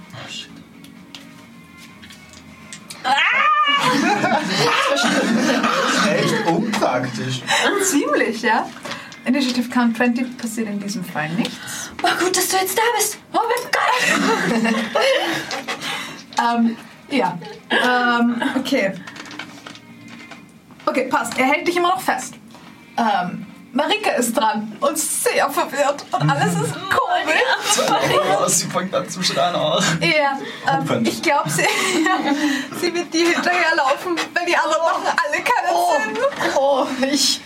[SPEAKER 6] Ah!
[SPEAKER 4] Echt unpraktisch.
[SPEAKER 1] Ziemlich, ja. Initiative Count 20 passiert in diesem Fall nichts.
[SPEAKER 6] War gut, Oh dass du jetzt da bist.
[SPEAKER 1] Oh mein Gott! ähm, ja. Ähm, okay. Okay, passt. Er hält dich immer noch fest. Ähm, Marika ist dran und sehr verwirrt und alles ist komisch.
[SPEAKER 7] Oh, sie fängt an zu schreien aus.
[SPEAKER 1] Ja, ähm,
[SPEAKER 7] Hupen.
[SPEAKER 1] ich glaube, sie, sie wird dir hinterherlaufen, weil die anderen machen alle Ähm, keinen Sinn.
[SPEAKER 2] Oh, ich,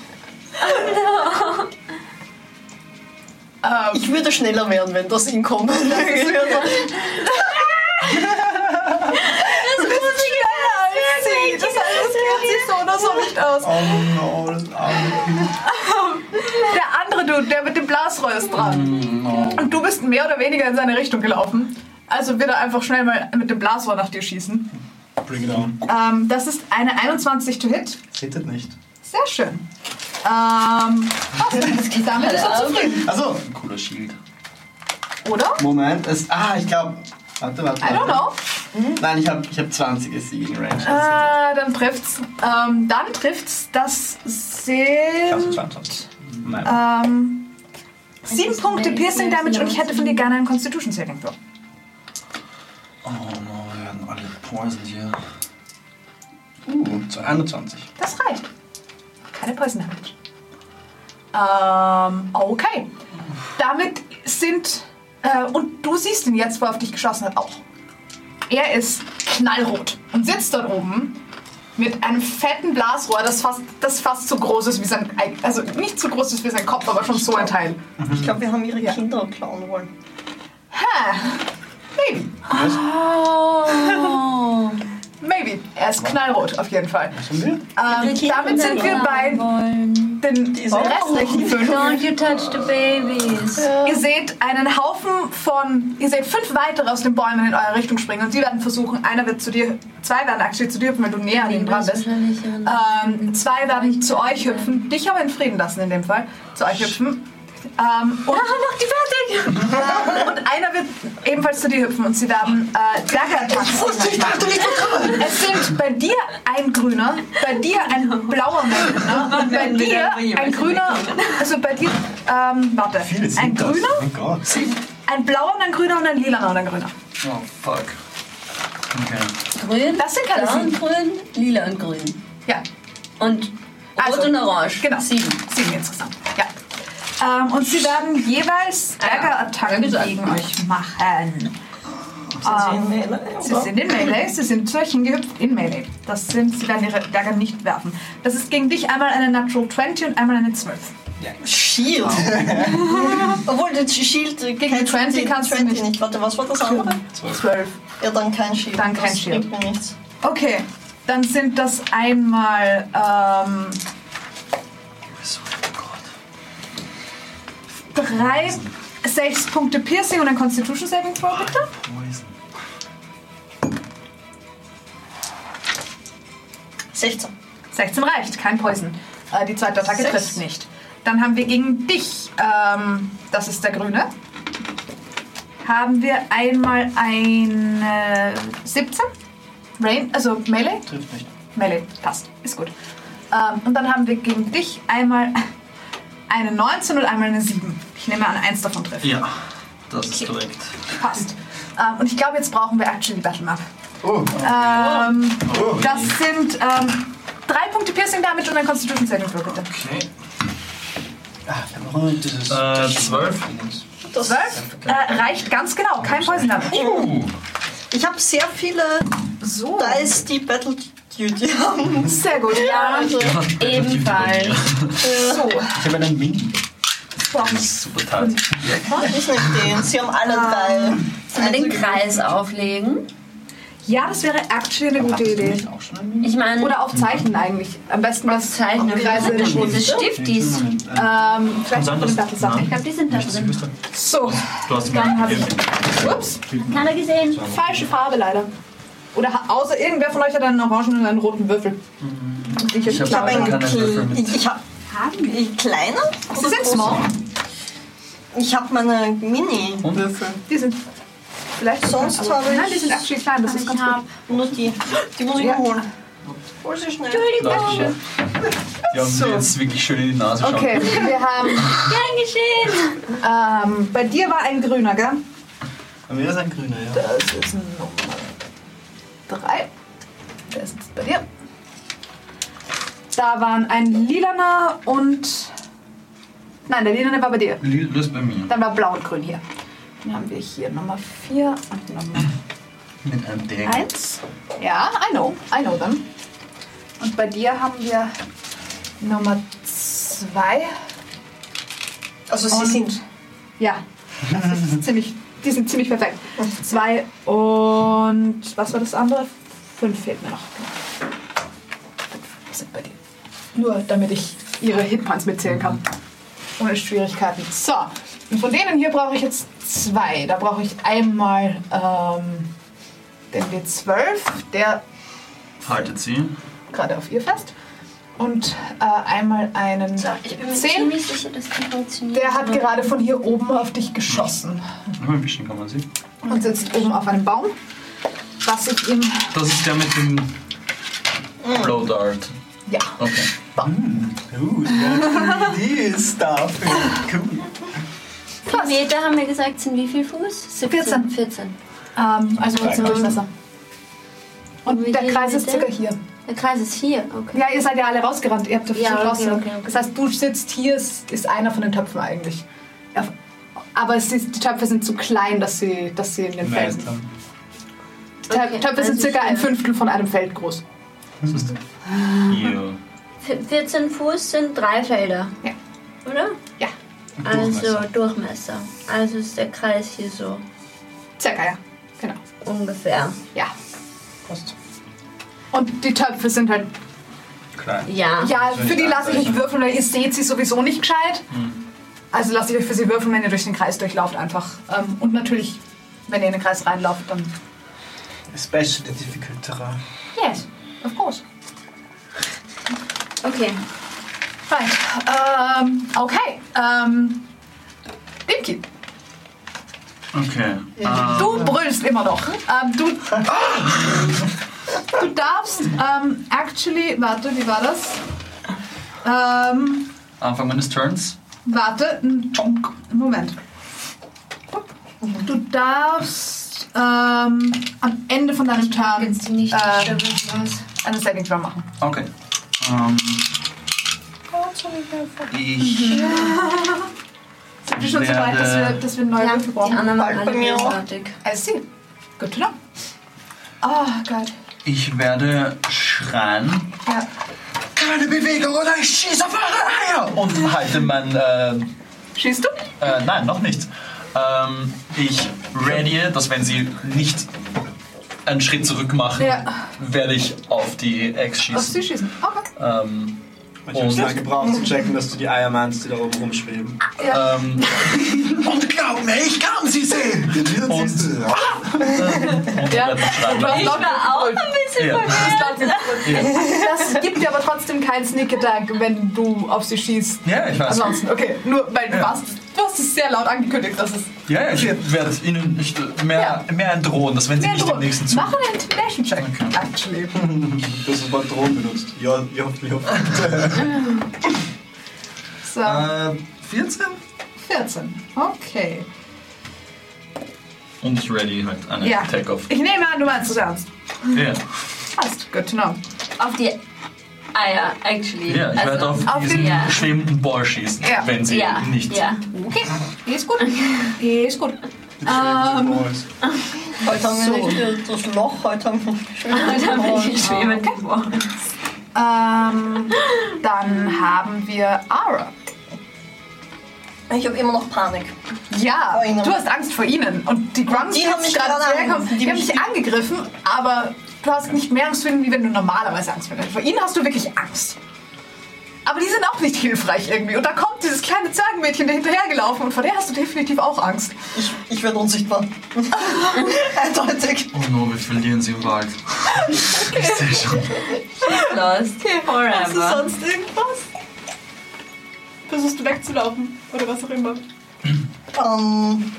[SPEAKER 1] Ähm,
[SPEAKER 2] ich würde schneller werden, wenn das ihn kommt.
[SPEAKER 1] das ist schneller als sie. Das heißt, es geht sich so oder so nicht aus.
[SPEAKER 4] Oh no, das arme Kind.
[SPEAKER 1] Der andere Dude, der mit dem Blasrohr ist dran. Und du bist mehr oder weniger in seine Richtung gelaufen. Also wird er einfach schnell mal mit dem Blasrohr nach dir schießen.
[SPEAKER 4] Bring it on.
[SPEAKER 1] Ähm, das ist eine 21 to hit.
[SPEAKER 4] Hittet nicht.
[SPEAKER 1] Sehr schön. Ähm, passt. Damit ist er zufrieden,
[SPEAKER 4] Also,
[SPEAKER 7] Cooler Shield.
[SPEAKER 1] oder?
[SPEAKER 4] Moment, es. Ah, ich glaube. Warte, warte.
[SPEAKER 1] I don't
[SPEAKER 4] warte.
[SPEAKER 1] know.
[SPEAKER 4] Nein, ich habe ich hab 20 ist die gegen Range.
[SPEAKER 1] Äh, dann trifft's. Ähm, dann trifft's das
[SPEAKER 7] Klasse
[SPEAKER 1] sind
[SPEAKER 7] 22. also Nein.
[SPEAKER 1] ähm, sieben
[SPEAKER 6] ist
[SPEAKER 1] Punkte
[SPEAKER 6] nicht-
[SPEAKER 1] Piercing
[SPEAKER 6] nicht-
[SPEAKER 1] Damage und ich hätte von dir gerne einen Constitution Saving Throw.
[SPEAKER 3] Oh no, wir werden alle poisoned hier.
[SPEAKER 7] Uh, zu 21.
[SPEAKER 4] Oh
[SPEAKER 1] Das reicht. Keine Poison Damage. Ähm, okay. Damit sind. Äh, und du siehst ihn jetzt, wo er auf dich geschossen hat, auch. Er ist knallrot und sitzt dort oben mit einem fetten Blasrohr, das fast, das fast so groß ist wie sein. eig- Also nicht so groß ist wie sein Kopf, aber schon so ein Teil.
[SPEAKER 2] Ich glaube, wir haben ihre
[SPEAKER 1] Ja.
[SPEAKER 2] Kinder klauen wollen.
[SPEAKER 1] Ha! Maybe.
[SPEAKER 6] Oh.
[SPEAKER 1] Maybe. Er ist knallrot, auf jeden Fall.
[SPEAKER 7] Was haben wir?
[SPEAKER 1] Ähm, damit sind wir bei
[SPEAKER 6] Wollen.
[SPEAKER 1] den restlichen fünf.
[SPEAKER 6] Don't you touch the babies.
[SPEAKER 1] Ihr seht einen Haufen von, ihr seht fünf weitere aus den Bäumen in eure Richtung springen und sie werden versuchen, einer wird zu dir, zwei werden aktuell zu dir hüpfen, weil du näher an ihnen dran bist. Ähm, zwei werden zu euch hüpfen, dich aber in Frieden lassen in dem Fall, zu euch hüpfen. Ähm, und, noch die fertig! Ähm, und einer wird ebenfalls zu dir hüpfen und sie werden äh, Dagger-Attacks
[SPEAKER 4] Ich dachte nicht,
[SPEAKER 1] es sind bei dir ein grüner, bei dir ein blauer Melone und bei dir ein grüner, also bei dir, ähm, warte,
[SPEAKER 7] Viele sind
[SPEAKER 1] ein
[SPEAKER 7] das.
[SPEAKER 1] grüner,
[SPEAKER 7] Oh mein Gott.
[SPEAKER 1] ein blauer und ein grüner und ein lilaner und ein grüner.
[SPEAKER 3] Oh fuck. Okay.
[SPEAKER 6] Grün,
[SPEAKER 1] Das sind keine
[SPEAKER 6] blau und
[SPEAKER 1] Sieben.
[SPEAKER 6] grün, lila und grün.
[SPEAKER 1] Ja,
[SPEAKER 6] Und rot
[SPEAKER 1] Also,
[SPEAKER 6] und orange.
[SPEAKER 1] genau.
[SPEAKER 6] Sieben.
[SPEAKER 1] sieben insgesamt. Ja. Ähm, und sie werden jeweils
[SPEAKER 6] Ah ja,
[SPEAKER 1] Ärgerattacken
[SPEAKER 6] ja, gesagt.
[SPEAKER 1] gegen euch machen. Ähm, Sie
[SPEAKER 2] Ah.
[SPEAKER 1] sind in Melee, sie sind zu euch hingehüpft in Melee. Das sind, sie werden ihre Dagger nicht werfen. Das ist gegen dich einmal eine Natural 20 und einmal eine 12.
[SPEAKER 2] Shield. Obwohl, das Shield gegen
[SPEAKER 1] die 20 kannst du nicht.
[SPEAKER 2] nicht. Warte, was war das andere?
[SPEAKER 1] 12.
[SPEAKER 2] Ja, dann kein Shield.
[SPEAKER 1] Dann kein
[SPEAKER 2] das
[SPEAKER 1] Shield.
[SPEAKER 2] bringt mir nichts.
[SPEAKER 1] Okay, dann sind das einmal. Ähm,
[SPEAKER 3] So, oh Gott.
[SPEAKER 1] drei, sechs Punkte Piercing und ein Constitution Saving Throw, bitte.
[SPEAKER 3] Poison.
[SPEAKER 2] 16.
[SPEAKER 1] 16 reicht, kein Poison. Äh, die zweite Attacke
[SPEAKER 2] Sechs.
[SPEAKER 1] trifft nicht. Dann haben wir gegen dich, ähm, das ist der Grüne, haben wir einmal eine 17. Rain, also Melee.
[SPEAKER 7] Trifft nicht.
[SPEAKER 1] Melee, passt, ist gut. Ähm, und dann haben wir gegen dich einmal eine 19 und einmal eine 7. Ich nehme an, eins davon trifft.
[SPEAKER 3] Ja, das ist korrekt.
[SPEAKER 1] Passt. Ähm, und ich glaube, jetzt brauchen wir actually Battle Map.
[SPEAKER 4] Oh,
[SPEAKER 1] Ähm,
[SPEAKER 4] oh.
[SPEAKER 1] Das sind ähm, drei Punkte Piercing Damage und ein Constitution Saving Throw, bitte.
[SPEAKER 3] Okay.
[SPEAKER 7] Ah, ich hab noch immer dieses.
[SPEAKER 3] Äh, 12.
[SPEAKER 2] Das
[SPEAKER 1] Zwölf äh, reicht ganz genau, kein Poison Damage.
[SPEAKER 3] Uh,
[SPEAKER 2] Ich habe sehr viele
[SPEAKER 1] So.
[SPEAKER 2] Dice, die Battle Duty haben.
[SPEAKER 1] Sehr gut. Ja.
[SPEAKER 2] Also,
[SPEAKER 6] Ebenfalls.
[SPEAKER 1] So,
[SPEAKER 7] Ich habe einen Mini.
[SPEAKER 1] brauchen wir-
[SPEAKER 3] super tat.
[SPEAKER 2] ich nehme den. Sie haben alle drei.
[SPEAKER 6] Mal den Kreis auflegen.
[SPEAKER 1] Ja, das wäre actually eine
[SPEAKER 7] Aber
[SPEAKER 1] gute
[SPEAKER 7] hattest du
[SPEAKER 1] Idee.
[SPEAKER 7] nicht auch schon einen
[SPEAKER 6] Ich meine,
[SPEAKER 1] Oder auf Zeichen eigentlich. Am besten was
[SPEAKER 6] Zeichen
[SPEAKER 1] auf
[SPEAKER 6] und
[SPEAKER 1] Kreise in
[SPEAKER 6] Kreise
[SPEAKER 1] der Schule.
[SPEAKER 6] des Stiftis.
[SPEAKER 3] äh,
[SPEAKER 1] Ähm,
[SPEAKER 3] Kann
[SPEAKER 1] vielleicht auf
[SPEAKER 3] sein,
[SPEAKER 1] eine
[SPEAKER 3] dass-
[SPEAKER 6] Ich
[SPEAKER 1] Battle-Sache.
[SPEAKER 6] glaube, die sind da drin.
[SPEAKER 1] So,
[SPEAKER 3] Du hast ihn
[SPEAKER 1] Dann
[SPEAKER 3] gar
[SPEAKER 1] hab ich-
[SPEAKER 3] nicht.
[SPEAKER 1] ups,
[SPEAKER 6] Keiner gesehen.
[SPEAKER 1] falsche Farbe leider. Oder ha- außer irgendwer von euch hat einen orangen und einen roten Würfel. Sicher,
[SPEAKER 3] Ich hab
[SPEAKER 2] Ich habe
[SPEAKER 3] einen
[SPEAKER 2] einen
[SPEAKER 3] kleinen Würfel
[SPEAKER 2] Kle
[SPEAKER 3] mit.
[SPEAKER 2] ich, ich hab
[SPEAKER 6] Haben wir.
[SPEAKER 2] einen kleinen.
[SPEAKER 1] Sie sind small.
[SPEAKER 2] Ich habe meine Mini.
[SPEAKER 1] Die sind vielleicht
[SPEAKER 2] Sonst
[SPEAKER 1] aber-
[SPEAKER 2] habe ich-
[SPEAKER 1] Nein, die sind actually klein. Das ist
[SPEAKER 6] Ich
[SPEAKER 1] ganz
[SPEAKER 6] habe.
[SPEAKER 1] gut.
[SPEAKER 2] Nur die. Die muss ich
[SPEAKER 1] Ja.
[SPEAKER 2] mir holen. Hol sie schnell.
[SPEAKER 6] Entschuldigung.
[SPEAKER 7] Die haben
[SPEAKER 1] So.
[SPEAKER 7] mir jetzt wirklich schön in die Nase geschaut.
[SPEAKER 1] Okay, wir haben.
[SPEAKER 6] Gern geschehen.
[SPEAKER 1] Ähm, bei dir war ein grüner, gell?
[SPEAKER 4] Bei mir ist ein grüner, ja.
[SPEAKER 1] Das ist ein Nummer 3. Der ist jetzt bei dir. Da waren ein lilaner und. Nein, der lilane war bei dir.
[SPEAKER 3] Lü- Löst bei mir.
[SPEAKER 1] Dann war blau und grün hier. Dann haben wir hier Nummer 4 und Nummer
[SPEAKER 3] Mit einem Deck.
[SPEAKER 1] 1. Ja, I know. I know them. Und bei dir haben wir Nummer 2.
[SPEAKER 2] Also sie
[SPEAKER 1] Und-
[SPEAKER 2] sind.
[SPEAKER 1] Ja, das ist ziemlich, die sind ziemlich perfekt. Zwei und was war das andere? Fünf fehlt mir noch. Fünf sind bei dir. Nur damit ich ihre Hitpoints mitzählen kann. Ohne Schwierigkeiten. So, und von denen hier brauche ich jetzt zwei. Da brauche ich einmal ähm, den W12, der
[SPEAKER 3] Haltet sie.
[SPEAKER 1] gerade auf ihr fest. Und äh, einmal einen
[SPEAKER 6] So, ich bin mir
[SPEAKER 1] Zehn.
[SPEAKER 6] ziemlich sicher, dass die funktioniert.
[SPEAKER 1] Der hat
[SPEAKER 6] Aber-
[SPEAKER 1] gerade von hier oben auf dich geschossen.
[SPEAKER 3] Ein bisschen kann man sie.
[SPEAKER 1] und sitzt oben auf einem Baum. Was ich ihm.
[SPEAKER 3] Das ist der mit dem Blow Dart.
[SPEAKER 1] Ja.
[SPEAKER 3] Okay.
[SPEAKER 4] Gut, ja. Die Stuff. Cool.
[SPEAKER 6] Die Meter haben wir gesagt, sind wie viel Fuß?
[SPEAKER 1] 14.
[SPEAKER 6] 14.
[SPEAKER 1] Ähm, also mit dem Durchmesser. Und
[SPEAKER 6] Wie
[SPEAKER 1] der
[SPEAKER 6] viel
[SPEAKER 1] Kreis ist
[SPEAKER 6] bitte?
[SPEAKER 1] circa hier.
[SPEAKER 6] Der Kreis ist hier. Okay.
[SPEAKER 1] Ja, ihr seid ja alle rausgerannt. Ihr habt das
[SPEAKER 6] Ja, okay,
[SPEAKER 1] verschlossen.
[SPEAKER 6] okay, okay.
[SPEAKER 1] Das heißt, du sitzt hier, ist, ist einer von den Töpfen eigentlich. Ja, Aber es ist, die Töpfe sind zu klein, dass sie, dass sie in dem Feld.
[SPEAKER 7] Meister.
[SPEAKER 1] Die Tö-
[SPEAKER 6] Okay,
[SPEAKER 1] Töpfe sind
[SPEAKER 6] also
[SPEAKER 1] circa
[SPEAKER 6] hier.
[SPEAKER 1] ein Fünftel von einem Feld groß.
[SPEAKER 3] Das ist hier.
[SPEAKER 6] F- 14 Fuß sind drei Felder.
[SPEAKER 1] Ja.
[SPEAKER 6] Oder?
[SPEAKER 1] Ja.
[SPEAKER 6] Also Durchmesser. Also ist der Kreis hier so
[SPEAKER 1] Circa, ja. Genau.
[SPEAKER 6] ungefähr.
[SPEAKER 1] Ja. Und die Töpfe sind halt.
[SPEAKER 7] Klein.
[SPEAKER 6] Ja.
[SPEAKER 1] Ja,
[SPEAKER 7] Soll ich
[SPEAKER 1] für die lasse ich nicht
[SPEAKER 7] nachrechnen?
[SPEAKER 1] würfeln, weil ihr seht sie sowieso nicht gescheit. Also lasst ich euch für sie würfeln, wenn ihr durch den Kreis durchlauft einfach. Ähm, und natürlich, wenn ihr in den Kreis reinlauft, dann.
[SPEAKER 4] Especially difficult terrain.
[SPEAKER 1] Yes, of course.
[SPEAKER 6] Okay.
[SPEAKER 1] Right. Ähm, okay. Ähm, Dimki,
[SPEAKER 3] Okay. Ah,
[SPEAKER 1] du brüllst immer noch. Ähm, du, du darfst, ähm, actually, warte, wie war das? Ähm,
[SPEAKER 3] Anfang meines Turns.
[SPEAKER 1] warte, ein Chonk. Moment. Du darfst ähm, am Ende von deinem Turn
[SPEAKER 6] Jetzt nicht
[SPEAKER 1] äh,
[SPEAKER 6] was.
[SPEAKER 1] eine Saving Throw machen.
[SPEAKER 3] Okay. Ähm, ich
[SPEAKER 1] Sind wir schon so weit, dass wir, dass wir neue
[SPEAKER 6] Ja,
[SPEAKER 1] Würfel
[SPEAKER 6] die
[SPEAKER 1] brauchen?
[SPEAKER 6] anderen waren
[SPEAKER 2] Bei
[SPEAKER 6] alle
[SPEAKER 2] mir auch.
[SPEAKER 6] großartig.
[SPEAKER 1] I see. Good to know. Oh Gott.
[SPEAKER 3] Ich werde schreien.
[SPEAKER 1] Ja.
[SPEAKER 3] Keine Bewegung oder ich schieße auf eure Eier!
[SPEAKER 7] Und halte mein. Äh,
[SPEAKER 1] Schießt du?
[SPEAKER 7] äh, nein, noch nicht.
[SPEAKER 3] Ähm, ich radie, dass wenn sie nicht einen Schritt zurück machen,
[SPEAKER 1] Ja.
[SPEAKER 3] werde ich auf die Ex
[SPEAKER 1] Darfst
[SPEAKER 3] schießen.
[SPEAKER 1] du schießen? Oh Okay.
[SPEAKER 3] Ähm,
[SPEAKER 4] Ich habe lange gebraucht zu checken, dass du die Eier meinst, die da oben rumschweben.
[SPEAKER 3] ähm, und glaub mir, ich kann sie sehen!
[SPEAKER 4] Und
[SPEAKER 3] Und
[SPEAKER 1] Ja.
[SPEAKER 3] werde schreien.
[SPEAKER 1] Du hast
[SPEAKER 6] Ich
[SPEAKER 1] laut
[SPEAKER 6] war auch ein
[SPEAKER 1] gebrüllt.
[SPEAKER 6] bisschen
[SPEAKER 3] Ja.
[SPEAKER 1] Du hast
[SPEAKER 6] verwirrt.
[SPEAKER 1] laut gebrüllt. Das gibt dir aber trotzdem keinen Sneak Attack, wenn du auf sie schießt.
[SPEAKER 3] Ja, ich
[SPEAKER 6] Also
[SPEAKER 3] weiß.
[SPEAKER 1] Ansonsten, okay. Nur weil du warst. Du hast es sehr laut angekündigt, dass es.
[SPEAKER 3] Ja, ich werde ihnen nicht mehr, mehr entdrohen, dass wenn sie nicht den nächsten Zug
[SPEAKER 1] Mach einen Intimidation Check.
[SPEAKER 3] Okay.
[SPEAKER 1] Actually.
[SPEAKER 4] du hast das Wort Drohnen benutzt. Ja, ja, ja.
[SPEAKER 1] So.
[SPEAKER 3] Äh, 14?
[SPEAKER 1] 14. Okay.
[SPEAKER 3] Und ich ready halt eine
[SPEAKER 1] Ja.
[SPEAKER 3] Take-Off.
[SPEAKER 1] Ich nehme an, du meinst es ernst.
[SPEAKER 3] Ja,
[SPEAKER 1] Passt. Good to know.
[SPEAKER 6] Auf die Eier, actually.
[SPEAKER 3] ja ich werde auf,
[SPEAKER 1] auf
[SPEAKER 3] diesen
[SPEAKER 6] den- Ja.
[SPEAKER 3] schwebenden Ball schießen,
[SPEAKER 1] Ja.
[SPEAKER 3] wenn sie
[SPEAKER 6] Also äh, ja,
[SPEAKER 3] nicht
[SPEAKER 6] ja.
[SPEAKER 1] Okay. Ist gut. Ist gut.
[SPEAKER 2] Heute haben wir nicht das Loch, heute haben wir
[SPEAKER 6] Heute haben wir
[SPEAKER 2] nicht
[SPEAKER 6] geschwebend
[SPEAKER 1] Ähm, dann haben wir Ara.
[SPEAKER 2] Ich habe immer noch Panik.
[SPEAKER 1] Ja,
[SPEAKER 2] Vor ihnen.
[SPEAKER 1] du hast Angst vor ihnen. Und die Grunts
[SPEAKER 2] Oh, Die haben mich
[SPEAKER 1] jetzt
[SPEAKER 2] gerade
[SPEAKER 1] daherkommen,
[SPEAKER 2] angegriffen.
[SPEAKER 1] Die haben dich angegriffen, aber du hast nicht mehr Angst vor ihnen, wie wenn du normalerweise Angst vor ihnen hast. Vor ihnen hast du wirklich Angst. Aber die sind auch nicht hilfreich irgendwie. Und da kommt dieses kleine Zwergenmädchen der hinterhergelaufen und vor der hast du definitiv auch Angst.
[SPEAKER 2] Ich, ich werde unsichtbar. Eindeutig.
[SPEAKER 3] Oh no, wir verlieren sie im Wald. Ich sehe schon.
[SPEAKER 6] Lost forever.
[SPEAKER 1] sonst irgendwas? Versuchst du wegzulaufen oder was auch immer.
[SPEAKER 2] Ähm,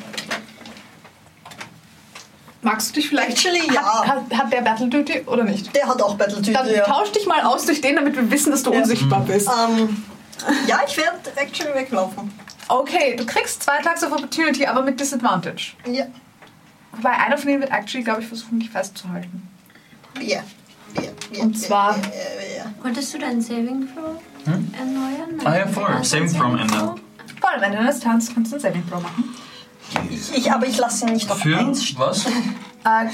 [SPEAKER 1] Magst du dich vielleicht...
[SPEAKER 2] Actually, ja.
[SPEAKER 1] Hat, hat, hat der Battle Duty oder nicht?
[SPEAKER 2] der hat auch
[SPEAKER 1] Dann
[SPEAKER 2] Battle-Tüte. Ja.
[SPEAKER 1] tausch dich mal aus durch den, damit wir wissen, dass du unsichtbar bist.
[SPEAKER 2] Ähm, ja, ich werde actually weglaufen.
[SPEAKER 1] Okay, du kriegst zwei Tags of Opportunity, aber mit Disadvantage.
[SPEAKER 2] Ja.
[SPEAKER 1] Wobei einer von denen wird actually, glaube ich, versuchen, dich festzuhalten.
[SPEAKER 2] Ja. Ja. Ja.
[SPEAKER 1] Und zwar-
[SPEAKER 2] Ja. Ja. ja.
[SPEAKER 6] Wolltest du dein Saving Throw erneuern?
[SPEAKER 3] Ah ja, voll. Saving Throw am Ende.
[SPEAKER 1] Vor allem Ende des Tanz kannst du einen Saving Throw machen.
[SPEAKER 2] Ich, ich, aber ich lasse ihn nicht auf
[SPEAKER 3] Für
[SPEAKER 2] eins.
[SPEAKER 3] was?
[SPEAKER 1] Äh,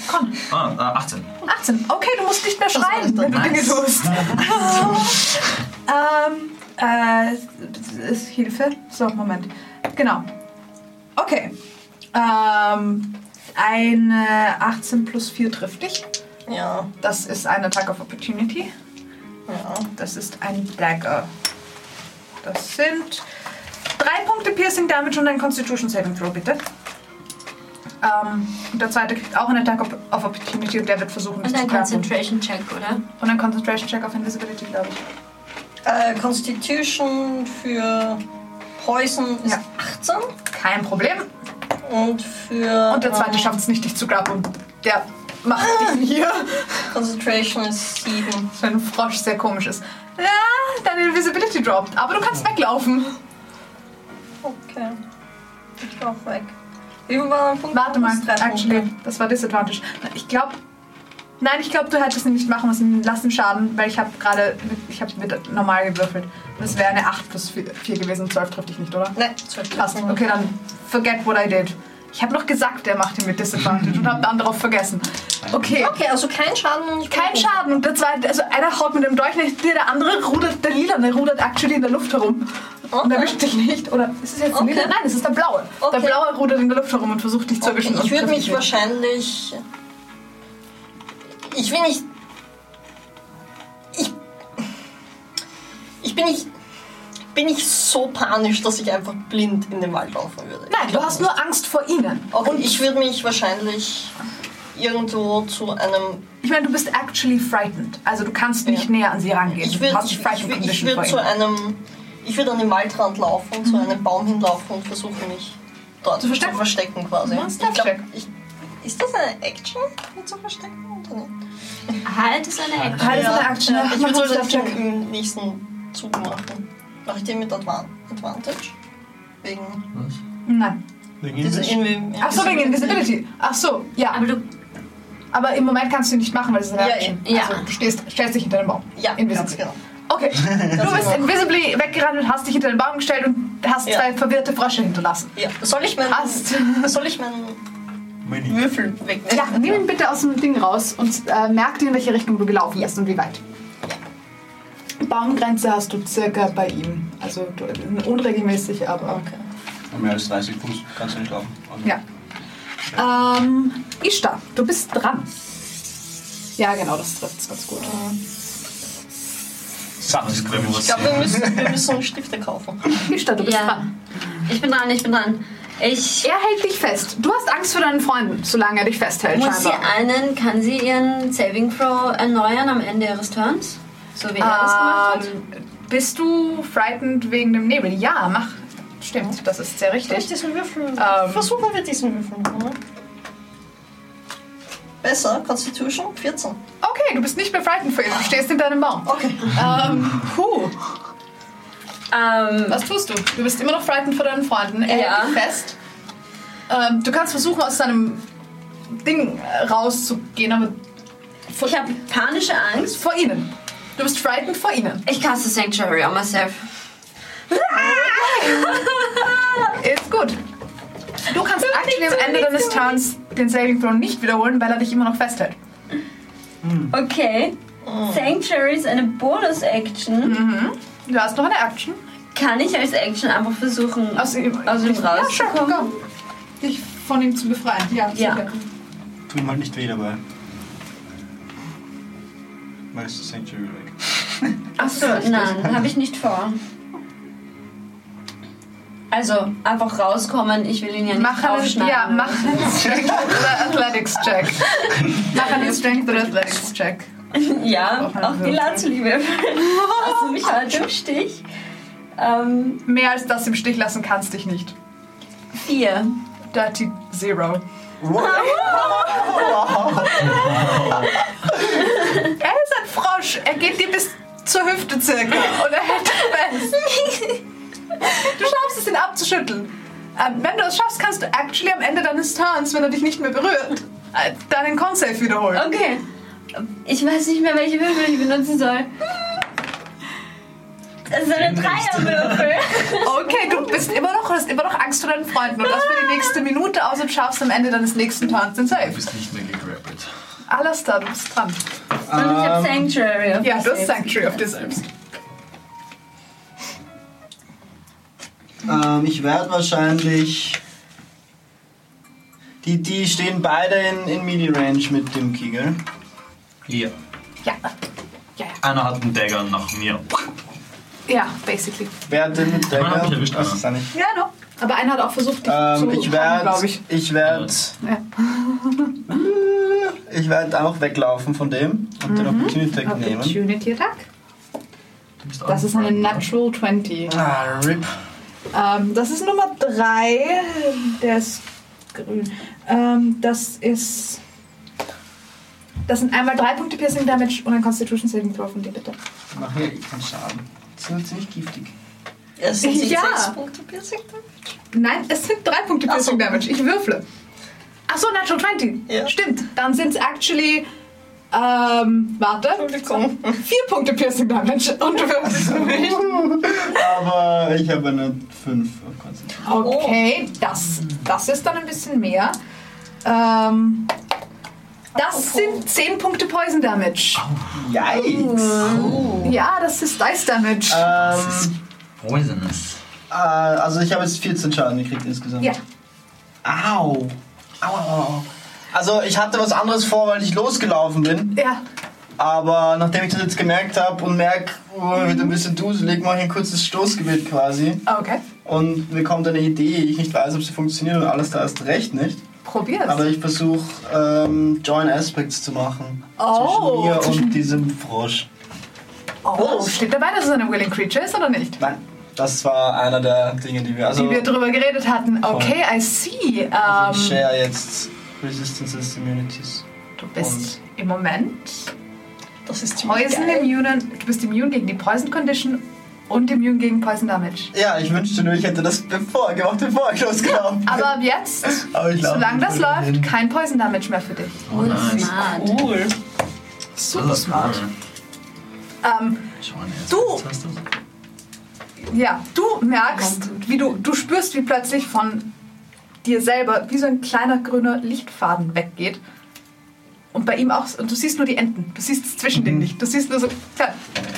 [SPEAKER 1] komm,
[SPEAKER 3] Ah, äh, 18.
[SPEAKER 1] 18. Okay, du musst nicht mehr schreien,
[SPEAKER 2] war
[SPEAKER 1] wenn du Dinge
[SPEAKER 2] nice.
[SPEAKER 1] tust. ähm, äh, das ist Hilfe. So, Moment. Genau. Okay. Ähm, eine 18 plus 4 trifft dich.
[SPEAKER 2] Ja.
[SPEAKER 1] Das ist ein Attack of Opportunity.
[SPEAKER 2] Ja.
[SPEAKER 1] Das ist ein Dagger. Das sind drei Punkte Piercing Damage und ein Constitution Saving Throw, bitte. Ähm, und der zweite kriegt auch einen Attack of of Opportunity und der wird versuchen, dich
[SPEAKER 6] Und
[SPEAKER 1] zu
[SPEAKER 6] ein
[SPEAKER 1] treffen.
[SPEAKER 6] Concentration Check, oder?
[SPEAKER 1] Und ein Concentration Check auf Invisibility, glaube ich.
[SPEAKER 2] Äh, Constitution für Poison ist
[SPEAKER 1] Ja.
[SPEAKER 2] 18
[SPEAKER 1] Kein Problem.
[SPEAKER 2] und für
[SPEAKER 1] Und der zweite
[SPEAKER 2] ähm,
[SPEAKER 1] schafft es nicht, dich zu graben. Der macht diesen hier.
[SPEAKER 2] Concentration ist 7.
[SPEAKER 1] So ein Frosch, sehr komisch ist. Ja, deine Invisibility droppt, aber du kannst weglaufen.
[SPEAKER 2] Okay. Ich lauf weg. Wie viel war dein Punkt?
[SPEAKER 1] Warte mal,
[SPEAKER 2] Das ist drei
[SPEAKER 1] actually,
[SPEAKER 2] Punkte.
[SPEAKER 1] das war disadvantage. Ich glaube, nein, ich glaube, du hättest nämlich machen müssen, lassen Schaden, weil ich habe gerade, mit- ich habe mit normal gewürfelt. Das wäre eine 8 plus 4, gewesen, 12 trifft dich nicht, oder?
[SPEAKER 2] Nein, zwölf
[SPEAKER 1] Passt,
[SPEAKER 2] Punkte.
[SPEAKER 1] okay, dann forget what I did. Ich habe noch gesagt, er macht ihn mit disadvantage und habe dann darauf vergessen. Okay.
[SPEAKER 2] Okay, also kein Schaden und ich bin
[SPEAKER 1] Kein
[SPEAKER 2] gut.
[SPEAKER 1] Schaden. Und der zweite, also einer haut mit dem Dolch nach dir, der andere rudert, der Lilane rudert actually in der Luft herum. Und
[SPEAKER 2] Okay.
[SPEAKER 1] erwischt dich nicht. Oder ist es jetzt der
[SPEAKER 2] Okay.
[SPEAKER 1] Lila? Nein, es ist der Blaue.
[SPEAKER 2] Okay.
[SPEAKER 1] Der Blaue rudert in der Luft herum und versucht dich zu erwischen.
[SPEAKER 2] Okay, ich
[SPEAKER 1] und
[SPEAKER 2] würde
[SPEAKER 1] trifft
[SPEAKER 2] mich
[SPEAKER 1] dich nicht.
[SPEAKER 2] wahrscheinlich. Ich will nicht. Ich. Ich bin nicht. Bin ich so panisch, dass ich einfach blind in den Wald laufen würde? Ich
[SPEAKER 1] Nein, du
[SPEAKER 2] glaub
[SPEAKER 1] hast
[SPEAKER 2] nicht.
[SPEAKER 1] nur Angst vor ihnen.
[SPEAKER 2] Okay,
[SPEAKER 1] Und
[SPEAKER 2] ich würde mich wahrscheinlich irgendwo zu einem.
[SPEAKER 1] ich meine, du bist actually frightened. Also du kannst nicht
[SPEAKER 2] Ja.
[SPEAKER 1] näher an sie rangehen.
[SPEAKER 2] Ich
[SPEAKER 1] du
[SPEAKER 2] würde
[SPEAKER 1] hast
[SPEAKER 2] ich,
[SPEAKER 1] frightened
[SPEAKER 2] ich, würd- ich
[SPEAKER 1] condition Mhm.
[SPEAKER 2] würd
[SPEAKER 1] vor
[SPEAKER 2] zu
[SPEAKER 1] ihnen.
[SPEAKER 2] einem. Ich würde an den Waldrand laufen, zu einem Baum hinlaufen und versuchen mich dort zu
[SPEAKER 1] verstecken?
[SPEAKER 2] verstecken, quasi.
[SPEAKER 1] Mach einen
[SPEAKER 2] Ich glaub,
[SPEAKER 1] Stealth-Check.
[SPEAKER 2] ich, ist das eine Action, mich zu verstecken oder nicht?
[SPEAKER 6] Halt ist eine Action.
[SPEAKER 1] Halt, das ist eine Action.
[SPEAKER 2] Ja,
[SPEAKER 1] Ja,
[SPEAKER 2] ich
[SPEAKER 1] mach einen
[SPEAKER 2] würde es
[SPEAKER 1] Stealth-Check.
[SPEAKER 2] im nächsten Zug machen. Mache ich den mit Advan Advantage? Wegen.
[SPEAKER 3] Was?
[SPEAKER 1] Nein.
[SPEAKER 2] Diese Invi-
[SPEAKER 1] Ach so, wegen Invisibility. Ach so, ja.
[SPEAKER 6] Aber du,
[SPEAKER 1] Aber im Moment kannst du ihn nicht machen, weil es ist eine
[SPEAKER 2] Ja,
[SPEAKER 1] Action.
[SPEAKER 6] ja.
[SPEAKER 1] Also, du stehst, stellst dich hinter den Baum.
[SPEAKER 2] Ja, ganz
[SPEAKER 1] Invisible.
[SPEAKER 2] genau.
[SPEAKER 1] Okay, du bist
[SPEAKER 2] genau.
[SPEAKER 1] invisibly weggerannt und hast dich hinter den Baum gestellt und hast
[SPEAKER 2] Ja.
[SPEAKER 1] zwei verwirrte Frösche hinterlassen.
[SPEAKER 2] Ja. Soll ich meinen.
[SPEAKER 1] Passt.
[SPEAKER 2] Soll ich meinen
[SPEAKER 3] Mini.
[SPEAKER 2] Würfel wegnehmen?
[SPEAKER 1] Ja, nimm ihn bitte aus dem Ding raus und äh, merk dir, in welche Richtung du gelaufen bist und wie weit. Baumgrenze hast du circa bei ihm. Also du- unregelmäßig, aber.
[SPEAKER 2] Okay.
[SPEAKER 7] Mehr als 30 Fuß kannst du nicht laufen. Also
[SPEAKER 1] Ja. Ähm, Ishtar, du bist dran. Ja, genau, das trifft ganz gut.
[SPEAKER 3] Ich glaube,
[SPEAKER 2] Ich
[SPEAKER 3] was
[SPEAKER 2] glaube, wir müssen, wir müssen Stifte kaufen.
[SPEAKER 1] Ishtar, du bist
[SPEAKER 6] Ja.
[SPEAKER 1] dran.
[SPEAKER 6] ich bin dran, ich bin dran. Ich
[SPEAKER 1] Er hält dich fest. Du hast Angst vor deinen Freunden, solange er dich festhält.
[SPEAKER 6] muss sie
[SPEAKER 1] scheinbar.
[SPEAKER 6] einen, kann sie ihren Saving Throw erneuern am Ende ihres Turns? So wie er das gemacht hat?
[SPEAKER 1] Ähm, Bist du frightened wegen dem Nebel? Ja, mach. Stimmt, das ist sehr
[SPEAKER 2] Soll ich
[SPEAKER 1] richtig.
[SPEAKER 2] diesen Würfel.
[SPEAKER 1] Ähm.
[SPEAKER 2] Versuchen wir diesen Würfel. oder? Besser, Constitution 14.
[SPEAKER 1] Okay, du bist nicht mehr frightened für ihn. Du stehst in deinem Baum.
[SPEAKER 2] Okay.
[SPEAKER 1] Ähm, puh,
[SPEAKER 6] Ähm,
[SPEAKER 1] was tust du? Du bist immer noch frightened vor deinen Freunden. Er
[SPEAKER 6] Ja.
[SPEAKER 1] hält dich fest. Ähm, du kannst versuchen, aus seinem Ding äh, rauszugehen, aber vor,
[SPEAKER 6] ich habe panische Angst.
[SPEAKER 1] vor ihnen. Du bist frightened vor ihnen.
[SPEAKER 6] Ich caste Sanctuary on myself.
[SPEAKER 1] Ist gut. Du kannst actually am Ende deines Turns den Saving Throw nicht wiederholen, weil er dich immer noch festhält.
[SPEAKER 6] Oh. Okay. Sanctuary ist eine Bonus-Action. Mhm.
[SPEAKER 1] Du hast noch eine Action.
[SPEAKER 6] Kann ich als Action einfach versuchen,
[SPEAKER 10] Aus ihm,
[SPEAKER 6] aus
[SPEAKER 10] ja,
[SPEAKER 6] ihm
[SPEAKER 10] schon,
[SPEAKER 6] rauszukommen?
[SPEAKER 10] komm. Dich von ihm zu befreien. Ja,
[SPEAKER 6] Ja.
[SPEAKER 10] sicher.
[SPEAKER 11] Tut ihm halt nicht weh dabei. Weil es ist Sanctuary weg.
[SPEAKER 6] Ach so, nein, habe ich nicht vor. Also, einfach rauskommen, ich will ihn ja nicht
[SPEAKER 10] Mach einen,
[SPEAKER 6] aufschneiden.
[SPEAKER 10] ja, mach einen Strength oder Athletics Check. Mach einen Strength oder Athletics Check.
[SPEAKER 6] ja,
[SPEAKER 10] Auch einen
[SPEAKER 6] auch die
[SPEAKER 10] Würfel.
[SPEAKER 6] Lazuli-Würfel. Hast du mich heute im Stich? Ähm,
[SPEAKER 10] Mehr als das im Stich lassen kannst dich nicht.
[SPEAKER 6] vier.
[SPEAKER 10] Dirty Zero. er ist ein Frosch. Er geht dir bis zur Hüfte circa und er hält dich fest. Du schaffst es, ihn abzuschütteln. Ähm, wenn du es schaffst, kannst du actually am Ende deines Turns, wenn er dich nicht mehr berührt, äh, deinen Con-Safe wiederholen.
[SPEAKER 6] Okay. Ich weiß nicht mehr, welche Würfel ich benutzen soll. Das ist eine Dreierwürfel.
[SPEAKER 10] Okay, du bist immer noch, hast immer noch Angst vor deinen Freunden und das für die nächste Minute, außer du schaffst am Ende deines nächsten Turns den
[SPEAKER 3] Du
[SPEAKER 10] Safe.
[SPEAKER 3] bist nicht mehr gegrappelt.
[SPEAKER 10] Alles da, du bist dran.
[SPEAKER 6] Und ich habe
[SPEAKER 3] Ähm,
[SPEAKER 6] Sanctuary. auf
[SPEAKER 10] Ja,
[SPEAKER 6] mich
[SPEAKER 10] du hast
[SPEAKER 6] selbst.
[SPEAKER 10] Sanctuary auf dir selbst.
[SPEAKER 4] Ähm, ich werde wahrscheinlich. Die, die stehen beide in, in Mini-Range mit dem Kegel.
[SPEAKER 3] Ja.
[SPEAKER 10] Ja,
[SPEAKER 3] Einer hat einen Dagger nach mir.
[SPEAKER 10] ja, basically.
[SPEAKER 4] Wer hat denn mit
[SPEAKER 3] Ah, hab
[SPEAKER 4] Dagger?
[SPEAKER 3] ich erwischt,
[SPEAKER 4] Ach, das ist er nicht.
[SPEAKER 10] Ja, no. Aber einer hat auch versucht, dich
[SPEAKER 4] Ähm,
[SPEAKER 10] zu
[SPEAKER 4] ich
[SPEAKER 10] hauen,
[SPEAKER 4] werde
[SPEAKER 10] glaube ich.
[SPEAKER 4] ich werd,
[SPEAKER 10] Ja.
[SPEAKER 4] ich werd auch weglaufen von dem und Mhm. den Opportunity Tag nehmen.
[SPEAKER 1] Opportunity Attack.
[SPEAKER 3] Du bist
[SPEAKER 1] Das ist eine Natural 20.
[SPEAKER 4] Ah, RIP.
[SPEAKER 1] Ähm, das ist Nummer 3. Der ist grün. Ähm, das ist. Das sind einmal drei Punkte Piercing Damage und ein Constitution Saving Throw von dir, bitte.
[SPEAKER 4] Mach hier keinen Schaden. Das ist nur ziemlich giftig.
[SPEAKER 2] Es sind nicht
[SPEAKER 1] Ja.
[SPEAKER 2] sechs Punkte Piercing.
[SPEAKER 1] Nein, es sind drei Punkte
[SPEAKER 2] Ach so.
[SPEAKER 1] Piercing Damage. Ich würfle. Achso, Natural 20.
[SPEAKER 2] Ja.
[SPEAKER 1] Stimmt. Dann sind es actually. Ähm, warte.
[SPEAKER 2] Entschuldigung.
[SPEAKER 1] Vier Punkte Piercing Damage und du würfelst für mich.
[SPEAKER 4] Aber ich habe eine 5 auf Konzentration.
[SPEAKER 1] Okay,
[SPEAKER 4] Oh.
[SPEAKER 1] das, das ist dann ein bisschen mehr. Ähm,
[SPEAKER 4] Oh.
[SPEAKER 1] das sind 10 Punkte Poison Damage.
[SPEAKER 4] Yikes!
[SPEAKER 1] Ja, das ist Dice Damage.
[SPEAKER 4] Ähm,
[SPEAKER 3] Poisonous.
[SPEAKER 4] äh, also ich habe jetzt 14 Schaden gekriegt insgesamt.
[SPEAKER 1] Ja.
[SPEAKER 4] Au. Au, au, au. au. Also ich hatte was anderes vor, weil ich losgelaufen bin.
[SPEAKER 1] Ja,
[SPEAKER 4] Aber nachdem ich das jetzt gemerkt habe und merke, oh, wird ein bisschen duselig, mache ich ein kurzes Stoßgebet quasi.
[SPEAKER 1] okay.
[SPEAKER 4] Und mir kommt eine Idee, ich nicht weiß, ob sie funktioniert und alles da ist recht nicht.
[SPEAKER 1] Probier's.
[SPEAKER 4] Aber ich versuche, ähm, Join Aspects zu machen.
[SPEAKER 1] Oh.
[SPEAKER 4] Zwischen mir und diesem Frosch.
[SPEAKER 1] oh, steht dabei, dass es eine Willing Creature ist oder nicht?
[SPEAKER 4] Nein, das war einer der Dinge, die wir. Also,
[SPEAKER 1] Wie wir drüber geredet hatten. Okay, I see.
[SPEAKER 4] ich
[SPEAKER 1] Ähm,
[SPEAKER 4] share jetzt Resistances, Immunities.
[SPEAKER 1] du bist im Moment
[SPEAKER 2] Das ist ziemlich
[SPEAKER 1] Poison
[SPEAKER 2] geil.
[SPEAKER 1] immune. Du bist immune gegen die Poison Condition und immune gegen Poison Damage.
[SPEAKER 4] Ja, ich wünschte nur, ich hätte das bevor gemacht, bevor ich losgelaufen bin.
[SPEAKER 1] Aber ab jetzt,
[SPEAKER 4] Aber ich lauf
[SPEAKER 1] solange
[SPEAKER 4] nicht
[SPEAKER 1] das
[SPEAKER 4] vor dir
[SPEAKER 1] läuft,
[SPEAKER 4] hin.
[SPEAKER 1] kein Poison Damage mehr für dich.
[SPEAKER 3] Oh, nice.
[SPEAKER 6] Smart.
[SPEAKER 2] Cool.
[SPEAKER 3] Super smart.
[SPEAKER 1] Ähm, Du- Ja, du merkst, wie du, du spürst, wie plötzlich von dir selber wie so ein kleiner grüner Lichtfaden weggeht. Und bei ihm auch, und du siehst nur die Enden. Du siehst das Zwischending
[SPEAKER 11] Mhm.
[SPEAKER 1] nicht. Du siehst nur so ja,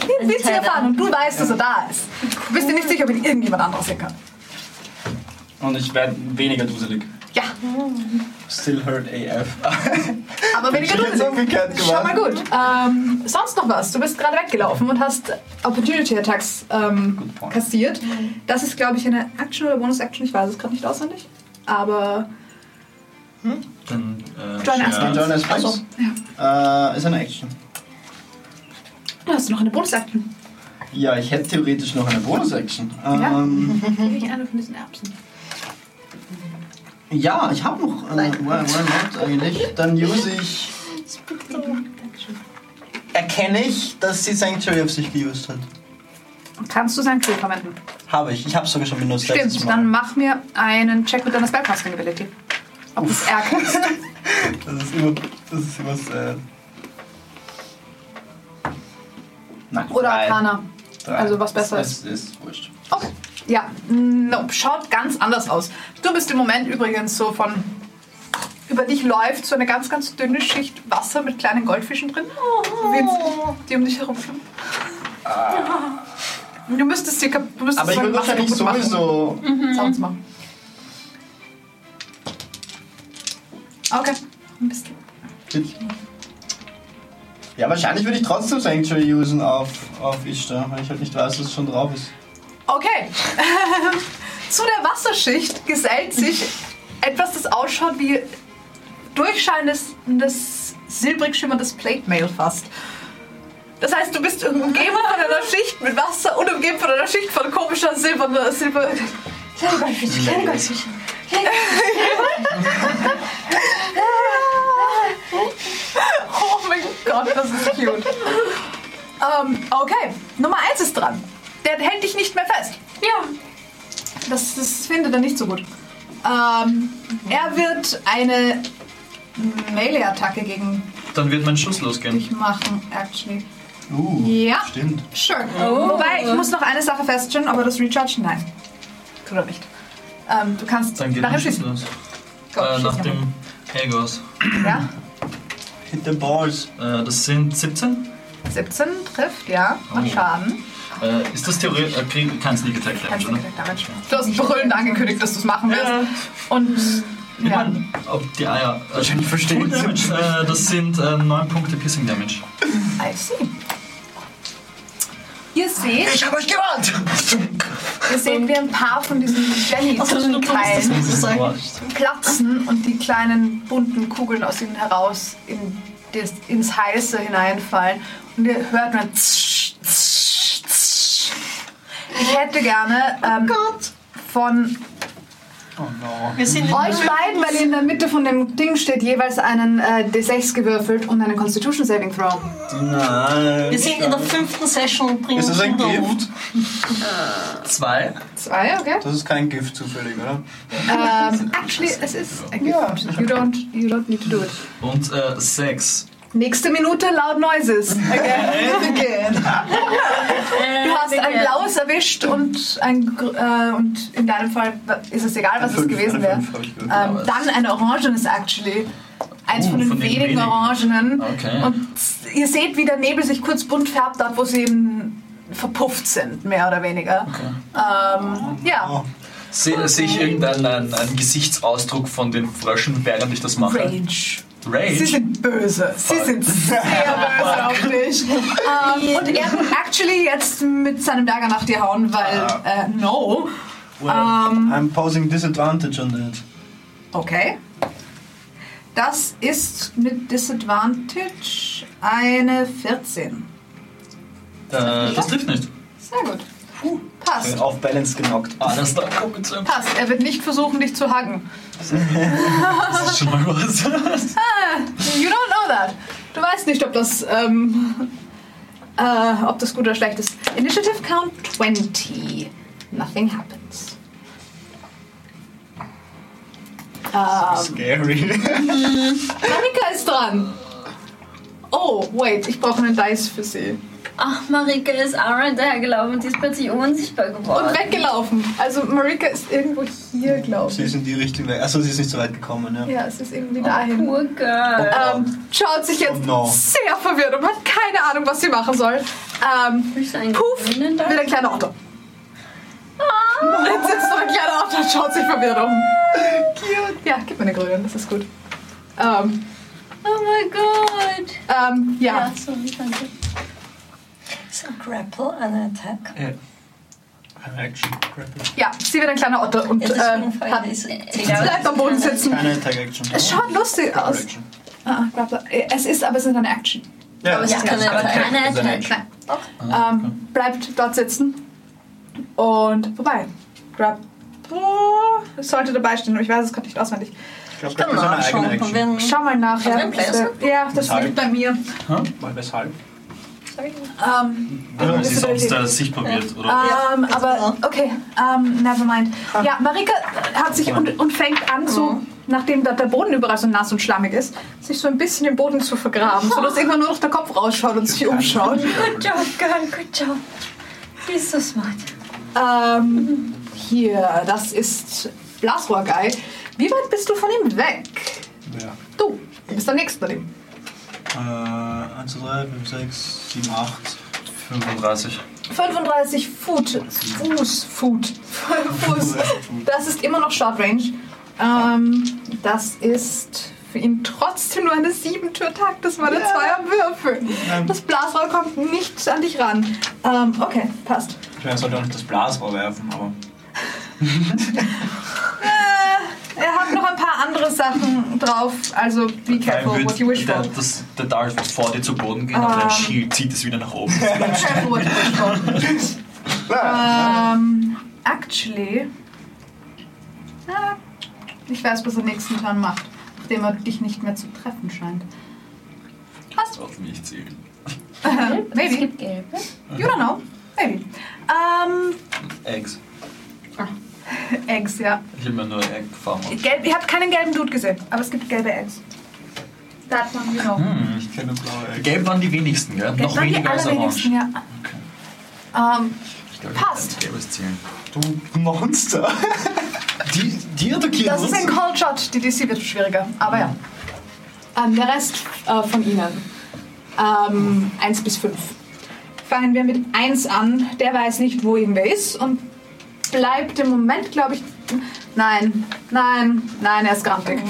[SPEAKER 1] wie ein witziger
[SPEAKER 6] Antenna.
[SPEAKER 1] Faden und du weißt, dass er da ist. Du bist dir nicht sicher, ob ihn irgendjemand anderes sehen kann.
[SPEAKER 11] Und ich werde weniger duselig.
[SPEAKER 1] Ja,
[SPEAKER 4] Still hurt AF.
[SPEAKER 1] aber weniger
[SPEAKER 4] Ich hätte
[SPEAKER 1] du.
[SPEAKER 4] umgekehrt
[SPEAKER 1] Schau mal
[SPEAKER 4] gemacht.
[SPEAKER 1] gut. Ähm, sonst noch was? Du bist gerade weggelaufen und hast Opportunity Attacks ähm,
[SPEAKER 11] Good point.
[SPEAKER 1] kassiert. Das ist, glaube ich, eine Action oder Bonus-Action. Ich weiß es gerade nicht auswendig. Aber
[SPEAKER 3] Dann,
[SPEAKER 1] Join
[SPEAKER 3] äh, share-
[SPEAKER 1] Aspect.
[SPEAKER 4] Join Aspects.
[SPEAKER 2] Also,
[SPEAKER 4] Äh, ist eine Action.
[SPEAKER 1] du hast noch eine Mhm. Bonus-Action.
[SPEAKER 4] Ja, ich hätte theoretisch noch eine Bonus-Action.
[SPEAKER 1] Ja.
[SPEAKER 4] Ähm,
[SPEAKER 1] Krieg ich eine von diesen Erbsen?
[SPEAKER 4] ja. ich habe noch eine. Why, why not eigentlich? Dann use ich. Erkenne ich, dass sie Sanctuary auf sich geused hat.
[SPEAKER 1] Kannst du sein Tool verwenden?
[SPEAKER 4] Habe ich. Ich habe sogar schon benutzt. letztes
[SPEAKER 1] Stimmt,
[SPEAKER 4] Mal.
[SPEAKER 1] dann mach mir einen Check mit deiner Spellcasting Ability. Ob du es erkennst.
[SPEAKER 4] Das ist immer. Das ist immer äh, sad. Nein.
[SPEAKER 1] Oder
[SPEAKER 4] drei.
[SPEAKER 1] Arcana.
[SPEAKER 4] Drei.
[SPEAKER 1] also was besser
[SPEAKER 4] Das ist wurscht.
[SPEAKER 1] Okay. Ja, nope. schaut ganz anders aus. Du bist im Moment übrigens so von. Über dich läuft so eine ganz, ganz dünne Schicht Wasser mit Oh. kleinen Goldfischen drin. So wie jetzt die um dich herum schwimmen. Du müsstest sie kap- du müsstest
[SPEAKER 4] Ah. Aber ich
[SPEAKER 1] sagen,
[SPEAKER 4] würde
[SPEAKER 1] Wasser
[SPEAKER 4] wahrscheinlich
[SPEAKER 1] kaputt machen.
[SPEAKER 4] sowieso.
[SPEAKER 1] Sounds machen. Okay, ein bisschen.
[SPEAKER 4] Ja, wahrscheinlich würde ich trotzdem Sanctuary usen auf, auf Ishtar, weil ich halt nicht weiß, was schon drauf ist.
[SPEAKER 1] Okay. Zu der Wasserschicht gesellt sich etwas, das ausschaut wie durchscheinendes, das silbrig schimmerndes Plate Mail fast. Das heißt, du bist um- umgeben von einer Schicht mit Wasser und umgeben von einer Schicht von komischer silberner Silber.
[SPEAKER 2] Kleine
[SPEAKER 10] Oh,
[SPEAKER 2] Goldfische, kleine Goldfische. Kleine
[SPEAKER 1] Oh mein Gott, das ist cute. ähm, okay, Nummer 1 ist dran. Der hält dich nicht mehr fest.
[SPEAKER 12] Ja.
[SPEAKER 1] Das, das findet er nicht so gut. Ähm, er wird eine Melee-Attacke gegen
[SPEAKER 3] Dann wird mein Schuss losgehen.
[SPEAKER 1] dich machen, actually.
[SPEAKER 4] Uh,
[SPEAKER 1] Ja.
[SPEAKER 4] stimmt.
[SPEAKER 1] Sure. Wobei, ich muss noch eine Sache feststellen, aber das Recharge, nein. Tut er nicht. Ähm, du kannst
[SPEAKER 3] Dann geht
[SPEAKER 1] nachher
[SPEAKER 3] mein Schuss
[SPEAKER 1] schießen.
[SPEAKER 3] los.
[SPEAKER 1] Komm,
[SPEAKER 3] Äh,
[SPEAKER 1] schieß
[SPEAKER 3] nach
[SPEAKER 1] nochmal.
[SPEAKER 3] dem Egos.
[SPEAKER 1] Ja,
[SPEAKER 4] Hit the balls.
[SPEAKER 3] Äh, das sind 17.
[SPEAKER 1] 17 trifft, ja. Mach
[SPEAKER 3] Oh.
[SPEAKER 1] Schaden.
[SPEAKER 3] Äh, ist das theoretisch... Äh, krieg- kein Sneak Attack
[SPEAKER 1] Kannst
[SPEAKER 3] Damage,
[SPEAKER 1] du
[SPEAKER 3] oder?
[SPEAKER 1] direkt damit spielen. Du hast brüllend angekündigt, dass du es machen wirst.
[SPEAKER 3] Ja.
[SPEAKER 1] Und
[SPEAKER 3] Ich
[SPEAKER 1] ja.
[SPEAKER 3] meine, ob die Eier... Äh,
[SPEAKER 4] Wahrscheinlich verstehen
[SPEAKER 3] Full Damage, äh, das sind äh, 9 Punkte Piercing Damage.
[SPEAKER 1] I see. Ihr seht,
[SPEAKER 4] Ich habe euch gewarnt!
[SPEAKER 1] ihr seht, wie ein paar von diesen
[SPEAKER 2] das
[SPEAKER 1] Jelly-Keilen
[SPEAKER 2] musst du sagen.
[SPEAKER 3] Wow.
[SPEAKER 1] platzen und die kleinen bunten Kugeln aus ihnen heraus in, des, ins Heiße hineinfallen. Und ihr hört nur ein Zsch, Zsch, Zsch. Ich hätte gerne ähm, von
[SPEAKER 2] Wir sind in
[SPEAKER 1] euch beiden, weil ihr in der Mitte von dem Ding steht, jeweils einen äh, D6 gewürfelt und einen Constitution Saving Throw.
[SPEAKER 4] Nein.
[SPEAKER 2] Wir sind in der fünften Session und bringen
[SPEAKER 4] Ist das ein
[SPEAKER 2] uns um.
[SPEAKER 4] Gift?
[SPEAKER 3] Zwei.
[SPEAKER 1] Zwei, okay.
[SPEAKER 4] Das ist kein Gift zufällig, oder?
[SPEAKER 1] Ähm, actually, es ist. Ja. You don't, you don't need to do it.
[SPEAKER 3] Und äh, sechs.
[SPEAKER 1] Nächste Minute laut Noises. Du hast ein blaues erwischt und, ein, gr- äh, und in deinem Fall ist es egal, was es
[SPEAKER 4] Fünf,
[SPEAKER 1] gewesen
[SPEAKER 4] eine
[SPEAKER 1] wäre.
[SPEAKER 4] Fünf habe ich gehört.
[SPEAKER 1] Ähm, dann ein orangenes, actually. Eins
[SPEAKER 3] Oh,
[SPEAKER 1] von den
[SPEAKER 3] von den
[SPEAKER 1] wenigen,
[SPEAKER 3] wenigen.
[SPEAKER 1] orangenen.
[SPEAKER 3] Okay.
[SPEAKER 1] Und ihr seht, wie der Nebel sich kurz bunt färbt, dort, wo sie eben verpufft sind, mehr oder weniger. Ähm, ja,
[SPEAKER 4] Oh.
[SPEAKER 13] Sehe seh ich irgendeinen einen, einen Gesichtsausdruck von den Fröschen, während ich das mache?
[SPEAKER 1] Rage. Sie
[SPEAKER 13] Rage?
[SPEAKER 1] sind böse. Sie sind sehr böse auf dich. Ähm, und er wird actually jetzt mit seinem Dagger nach dir hauen, weil, äh, no. Ähm,
[SPEAKER 4] I'm posing disadvantage on that.
[SPEAKER 1] Okay. Das ist mit Disadvantage eine 14.
[SPEAKER 3] Äh, das trifft nicht.
[SPEAKER 1] Sehr gut. Passt,
[SPEAKER 4] Auf Balance genockt.
[SPEAKER 3] Ah, das da kommt äh,
[SPEAKER 1] passt. Er wird nicht versuchen, dich zu hacken.
[SPEAKER 3] das ist schon mal was.
[SPEAKER 1] You don't know that. Du weißt nicht, ob das, ähm, äh, ob das gut oder schlecht ist. Initiative Count 20. Nothing happens. Ähm,
[SPEAKER 4] Scary.
[SPEAKER 1] Monika ist dran. Oh, wait, ich brauche einen Dice für sie.
[SPEAKER 6] Ach, Marike ist Ara dahergelaufen und die ist plötzlich unsichtbar geworden.
[SPEAKER 1] Und weggelaufen. Also Marika ist irgendwo hier, glaube
[SPEAKER 4] Sie
[SPEAKER 1] ich.
[SPEAKER 4] ist in die Richtung weg. Achso, sie ist nicht so weit gekommen, ja.
[SPEAKER 1] Ja, es ist irgendwie dahin.
[SPEAKER 6] Poor girl.
[SPEAKER 1] Ähm, schaut sich jetzt
[SPEAKER 4] Oh no.
[SPEAKER 1] sehr verwirrt und hat keine Ahnung, was sie machen soll. Ähm,
[SPEAKER 6] Willst du einen
[SPEAKER 1] puff,
[SPEAKER 6] grünen
[SPEAKER 1] wird
[SPEAKER 6] Dice?
[SPEAKER 1] ein kleiner Otto. Jetzt sitzt noch ein kleiner Otto und schaut sich verwirrt um. Cute. Ja, gib mir eine grüne, das ist gut. Ähm,
[SPEAKER 6] Oh mein Gott.
[SPEAKER 1] ähm, ja.
[SPEAKER 6] so wie danke.
[SPEAKER 2] Ist ein Grapple, eine Attack.
[SPEAKER 4] Eine Action. Grapple.
[SPEAKER 1] ja, sie wird ein kleiner Otto und
[SPEAKER 2] Jetzt ist
[SPEAKER 1] ähm,
[SPEAKER 2] Unfall,
[SPEAKER 1] hat,
[SPEAKER 2] ist-
[SPEAKER 1] bleibt am Boden sitzen.
[SPEAKER 4] Keine Attack Action.
[SPEAKER 1] Es schaut lustig
[SPEAKER 4] Grapple
[SPEAKER 1] aus.
[SPEAKER 4] Action.
[SPEAKER 1] Ah, bla, bla. Es ist, aber es ist eine Action.
[SPEAKER 4] Ja,
[SPEAKER 2] Aber es ist keine Attack.
[SPEAKER 6] Keine
[SPEAKER 4] Ist eine
[SPEAKER 6] Attack.
[SPEAKER 4] Action.
[SPEAKER 1] Ähm, bleibt dort sitzen und vorbei. Grab. Oh, es sollte dabei stehen, aber ich weiß es gerade nicht auswendig.
[SPEAKER 4] Ich glaube,
[SPEAKER 2] Kann
[SPEAKER 4] Grapple ist eine eigene
[SPEAKER 2] nachschauen,
[SPEAKER 4] Action.
[SPEAKER 1] Schau mal nach.
[SPEAKER 2] Auf
[SPEAKER 1] Ja,
[SPEAKER 2] deinem Playset?
[SPEAKER 1] ja das
[SPEAKER 4] Sorry.
[SPEAKER 1] liegt bei mir.
[SPEAKER 4] Mal weshalb?
[SPEAKER 1] Ähm,
[SPEAKER 3] Wenn sie sonst
[SPEAKER 1] Visibility.
[SPEAKER 3] äh, sichtbar wird, oder?
[SPEAKER 1] ähm, aber
[SPEAKER 2] genau.
[SPEAKER 1] okay, ähm, never mind.
[SPEAKER 6] Ah.
[SPEAKER 1] Ja, Marika hat sich und, und fängt an, so,
[SPEAKER 6] Mhm.
[SPEAKER 1] nachdem dort der Boden überall so nass und schlammig ist, sich so ein bisschen im Boden zu vergraben, sodass irgendwann nur noch der Kopf rausschaut und sich umschaut.
[SPEAKER 6] Good job, girl. Good job. Die ist so smart.
[SPEAKER 1] Ähm, hier, das ist Blasrohrgeil. Wie weit bist du von ihm weg?
[SPEAKER 4] Ja.
[SPEAKER 1] Du, du bist am nächsten bei ihm.
[SPEAKER 4] Äh, 1, 2, 3, 5, 6, 7, 8.
[SPEAKER 3] 35.
[SPEAKER 1] 35 Foot, Fuß, Foot, Fuß. Das ist immer noch Short Range. Ähm, das ist für ihn trotzdem nur eine 7 Tür-Takt. Das war eine yeah. Zweier-Würfel. Das Blasrohr kommt nicht an dich ran. Ähm, okay, passt.
[SPEAKER 7] Ich meine, er sollte auch nicht das Blasrohr werfen, aber.
[SPEAKER 1] Äh, er hat noch ein paar andere Sachen drauf. Also be careful
[SPEAKER 14] Nein,
[SPEAKER 1] what you wish
[SPEAKER 14] wird,
[SPEAKER 1] for.
[SPEAKER 14] der, das, der Dark wird vor dir zu Boden gehen,
[SPEAKER 1] Ah.
[SPEAKER 14] aber dein Shield zieht es wieder nach oben.
[SPEAKER 1] Be careful what you wish for. Ähm, actually. Na, ich weiß, was er nächsten Turn macht, nachdem er dich nicht mehr zu treffen scheint.
[SPEAKER 14] Auf mich zählen.
[SPEAKER 1] Maybe.
[SPEAKER 15] Es gibt gelbe.
[SPEAKER 1] You don't know. Maybe. Ähm,
[SPEAKER 14] Eggs.
[SPEAKER 1] Eggs, ja.
[SPEAKER 14] Ich will mir nur Egg farmen.
[SPEAKER 1] Gelb, ihr habt keinen gelben Dude gesehen, aber es gibt gelbe Eggs. That one you know.
[SPEAKER 7] Ich kenne blaue Ecke.
[SPEAKER 14] Gelb waren die wenigsten, gell?
[SPEAKER 1] Gelb
[SPEAKER 14] Hm, Noch
[SPEAKER 1] waren die
[SPEAKER 14] weniger als
[SPEAKER 1] allerwenigsten,
[SPEAKER 14] orange.
[SPEAKER 1] ja. Ähm,
[SPEAKER 14] Ich glaub,
[SPEAKER 1] Passt.
[SPEAKER 14] Gelbes zählen.
[SPEAKER 4] Du Monster.
[SPEAKER 14] Die, die attackieren
[SPEAKER 1] das ist
[SPEAKER 14] uns.
[SPEAKER 1] ein Cold Shot. Die DC wird schwieriger, aber ja.
[SPEAKER 8] Ähm, der Rest äh, von Ihnen. Ähm, 1 bis 5.
[SPEAKER 1] Fangen wir mit 1 an. Der weiß nicht, wo irgendwer ist und bleibt im Moment, glaube ich. Nein, nein, nein, er ist grantig.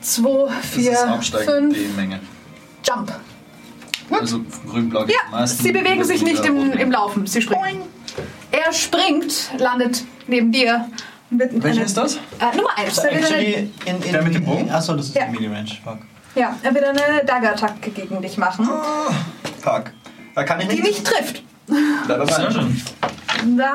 [SPEAKER 1] 2,
[SPEAKER 14] Das ist
[SPEAKER 1] 4,
[SPEAKER 14] absteigend,
[SPEAKER 1] 5,
[SPEAKER 14] die Menge.
[SPEAKER 1] Jump.
[SPEAKER 14] Also grün-blau geht am
[SPEAKER 1] Ja,
[SPEAKER 14] meisten,
[SPEAKER 1] sie bewegen sich
[SPEAKER 14] rot-grün,
[SPEAKER 1] nicht im,
[SPEAKER 14] rot-grün.
[SPEAKER 1] im Laufen, sie springen. Er springt, landet neben dir. und wird in
[SPEAKER 14] Welcher
[SPEAKER 1] eine-
[SPEAKER 14] ist das?
[SPEAKER 1] Äh, Nummer 1. Er wird eine,
[SPEAKER 4] Actually, in, in,
[SPEAKER 14] Der mit dem Bogen?
[SPEAKER 4] Achso, das ist
[SPEAKER 1] Ja.
[SPEAKER 4] ja. Medium Range. Fuck.
[SPEAKER 1] ja, er wird eine Dagger-Attacke gegen dich machen,
[SPEAKER 4] Fuck. Da kann ich
[SPEAKER 1] die
[SPEAKER 4] nicht.
[SPEAKER 1] nicht trifft.
[SPEAKER 14] Sehr schön.
[SPEAKER 1] Na,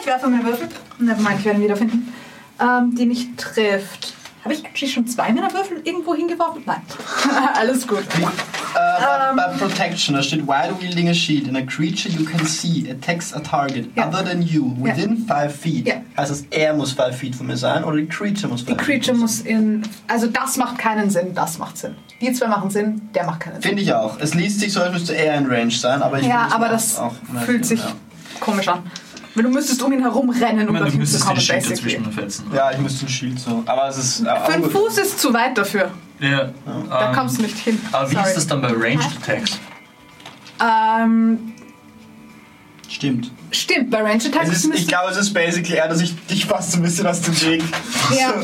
[SPEAKER 1] ich werfe meine Würfel. Nevermind, ich werde ihn wiederfinden. Ähm, die nicht trifft. Habe ich eigentlich schon zwei meiner Würfel irgendwo hingeworfen? Nein. Alles gut.
[SPEAKER 4] Äh,
[SPEAKER 1] Ähm.
[SPEAKER 4] bei, bei Protection, da steht while wielding a shield and a creature you can see attacks a target
[SPEAKER 1] Ja.
[SPEAKER 4] other than you
[SPEAKER 1] Ja.
[SPEAKER 4] within 5 feet.
[SPEAKER 1] Ja.
[SPEAKER 4] Heißt das, er muss 5 feet von mir sein oder die Creature muss 5
[SPEAKER 1] Die Creature muss in. Also, das macht keinen Sinn, das macht Sinn. Die zwei machen Sinn, der macht keinen Sinn.
[SPEAKER 4] Finde ich auch. Es liest sich so, als müsste er in Range sein, aber ich
[SPEAKER 1] Ja,
[SPEAKER 4] finde,
[SPEAKER 1] aber
[SPEAKER 4] macht
[SPEAKER 1] das
[SPEAKER 4] auch
[SPEAKER 1] fühlt sich
[SPEAKER 4] Ja.
[SPEAKER 1] komisch an. Weil du müsstest um ihn herumrennen,
[SPEAKER 14] Ich meine,
[SPEAKER 1] um
[SPEAKER 14] du
[SPEAKER 1] dorthin zu
[SPEAKER 14] müsstest
[SPEAKER 1] kommen,
[SPEAKER 14] den Schild
[SPEAKER 1] basically.
[SPEAKER 14] dazwischen fetzen.
[SPEAKER 4] ja, ich müsste ein Shield so.
[SPEAKER 7] Aber es ist. äh,
[SPEAKER 1] Fünf
[SPEAKER 7] gut.
[SPEAKER 1] Fuß ist zu weit dafür.
[SPEAKER 14] Ja.
[SPEAKER 1] Da
[SPEAKER 14] ähm,
[SPEAKER 1] kommst du nicht hin.
[SPEAKER 14] Aber wie
[SPEAKER 1] Sorry.
[SPEAKER 14] ist das dann bei Ranged Attacks?
[SPEAKER 1] Ähm,
[SPEAKER 4] Stimmt.
[SPEAKER 1] stimmt, bei Range Attacks
[SPEAKER 7] Es ist, ich
[SPEAKER 1] müsste
[SPEAKER 7] glaube, es ist basically eher, dass ich dich fast so ein bisschen aus dem Weg
[SPEAKER 1] Ja.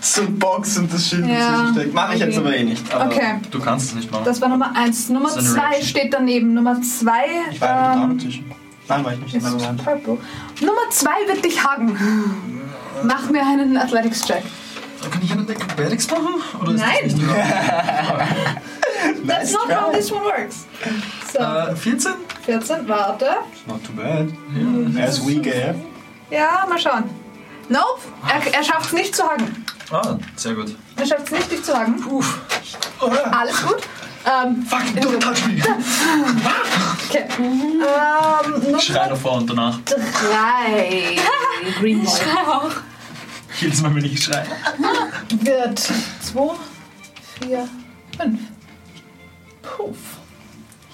[SPEAKER 7] so, so box und das Schild
[SPEAKER 1] Ja.
[SPEAKER 7] dazwischen steckt. Mache ich jetzt aber eh nicht. Aber
[SPEAKER 1] Okay,
[SPEAKER 14] Du kannst es nicht machen.
[SPEAKER 1] das war Nummer 1. Nummer
[SPEAKER 14] Das ist eine
[SPEAKER 1] 2
[SPEAKER 14] Reaction.
[SPEAKER 1] steht daneben. Nummer 2.
[SPEAKER 4] Ich war ja mit dem Dazwischen. Nein, war ich nicht. Nein, nein,
[SPEAKER 1] Ähm. ist
[SPEAKER 4] nein.
[SPEAKER 1] purple. Nummer 2 wird dich hagen. Mach mir einen Athletics-Check.
[SPEAKER 14] Äh, Kann ich einen Acrobatics machen? Oder ist
[SPEAKER 1] Nein.
[SPEAKER 14] Das nicht erlaubt?
[SPEAKER 1] That's not how this one works. So,
[SPEAKER 14] äh, 14?
[SPEAKER 1] 14, warte.
[SPEAKER 4] Not too bad. Er ist weak AF.
[SPEAKER 1] Ja, mal schauen. Nope, er, er schafft es nicht zu hagen.
[SPEAKER 14] Ah, sehr gut.
[SPEAKER 1] Er schafft es nicht, dich zu hagen. Alles gut. Ähm,
[SPEAKER 14] Fuck, don't touch me!
[SPEAKER 1] okay.
[SPEAKER 14] Mhm.
[SPEAKER 1] Ähm,
[SPEAKER 14] Schrei
[SPEAKER 1] Nummer
[SPEAKER 14] davor und danach.
[SPEAKER 1] 3
[SPEAKER 14] Jedes Mal, wenn ich schreie.
[SPEAKER 1] wird 2, 4, 5. Puff.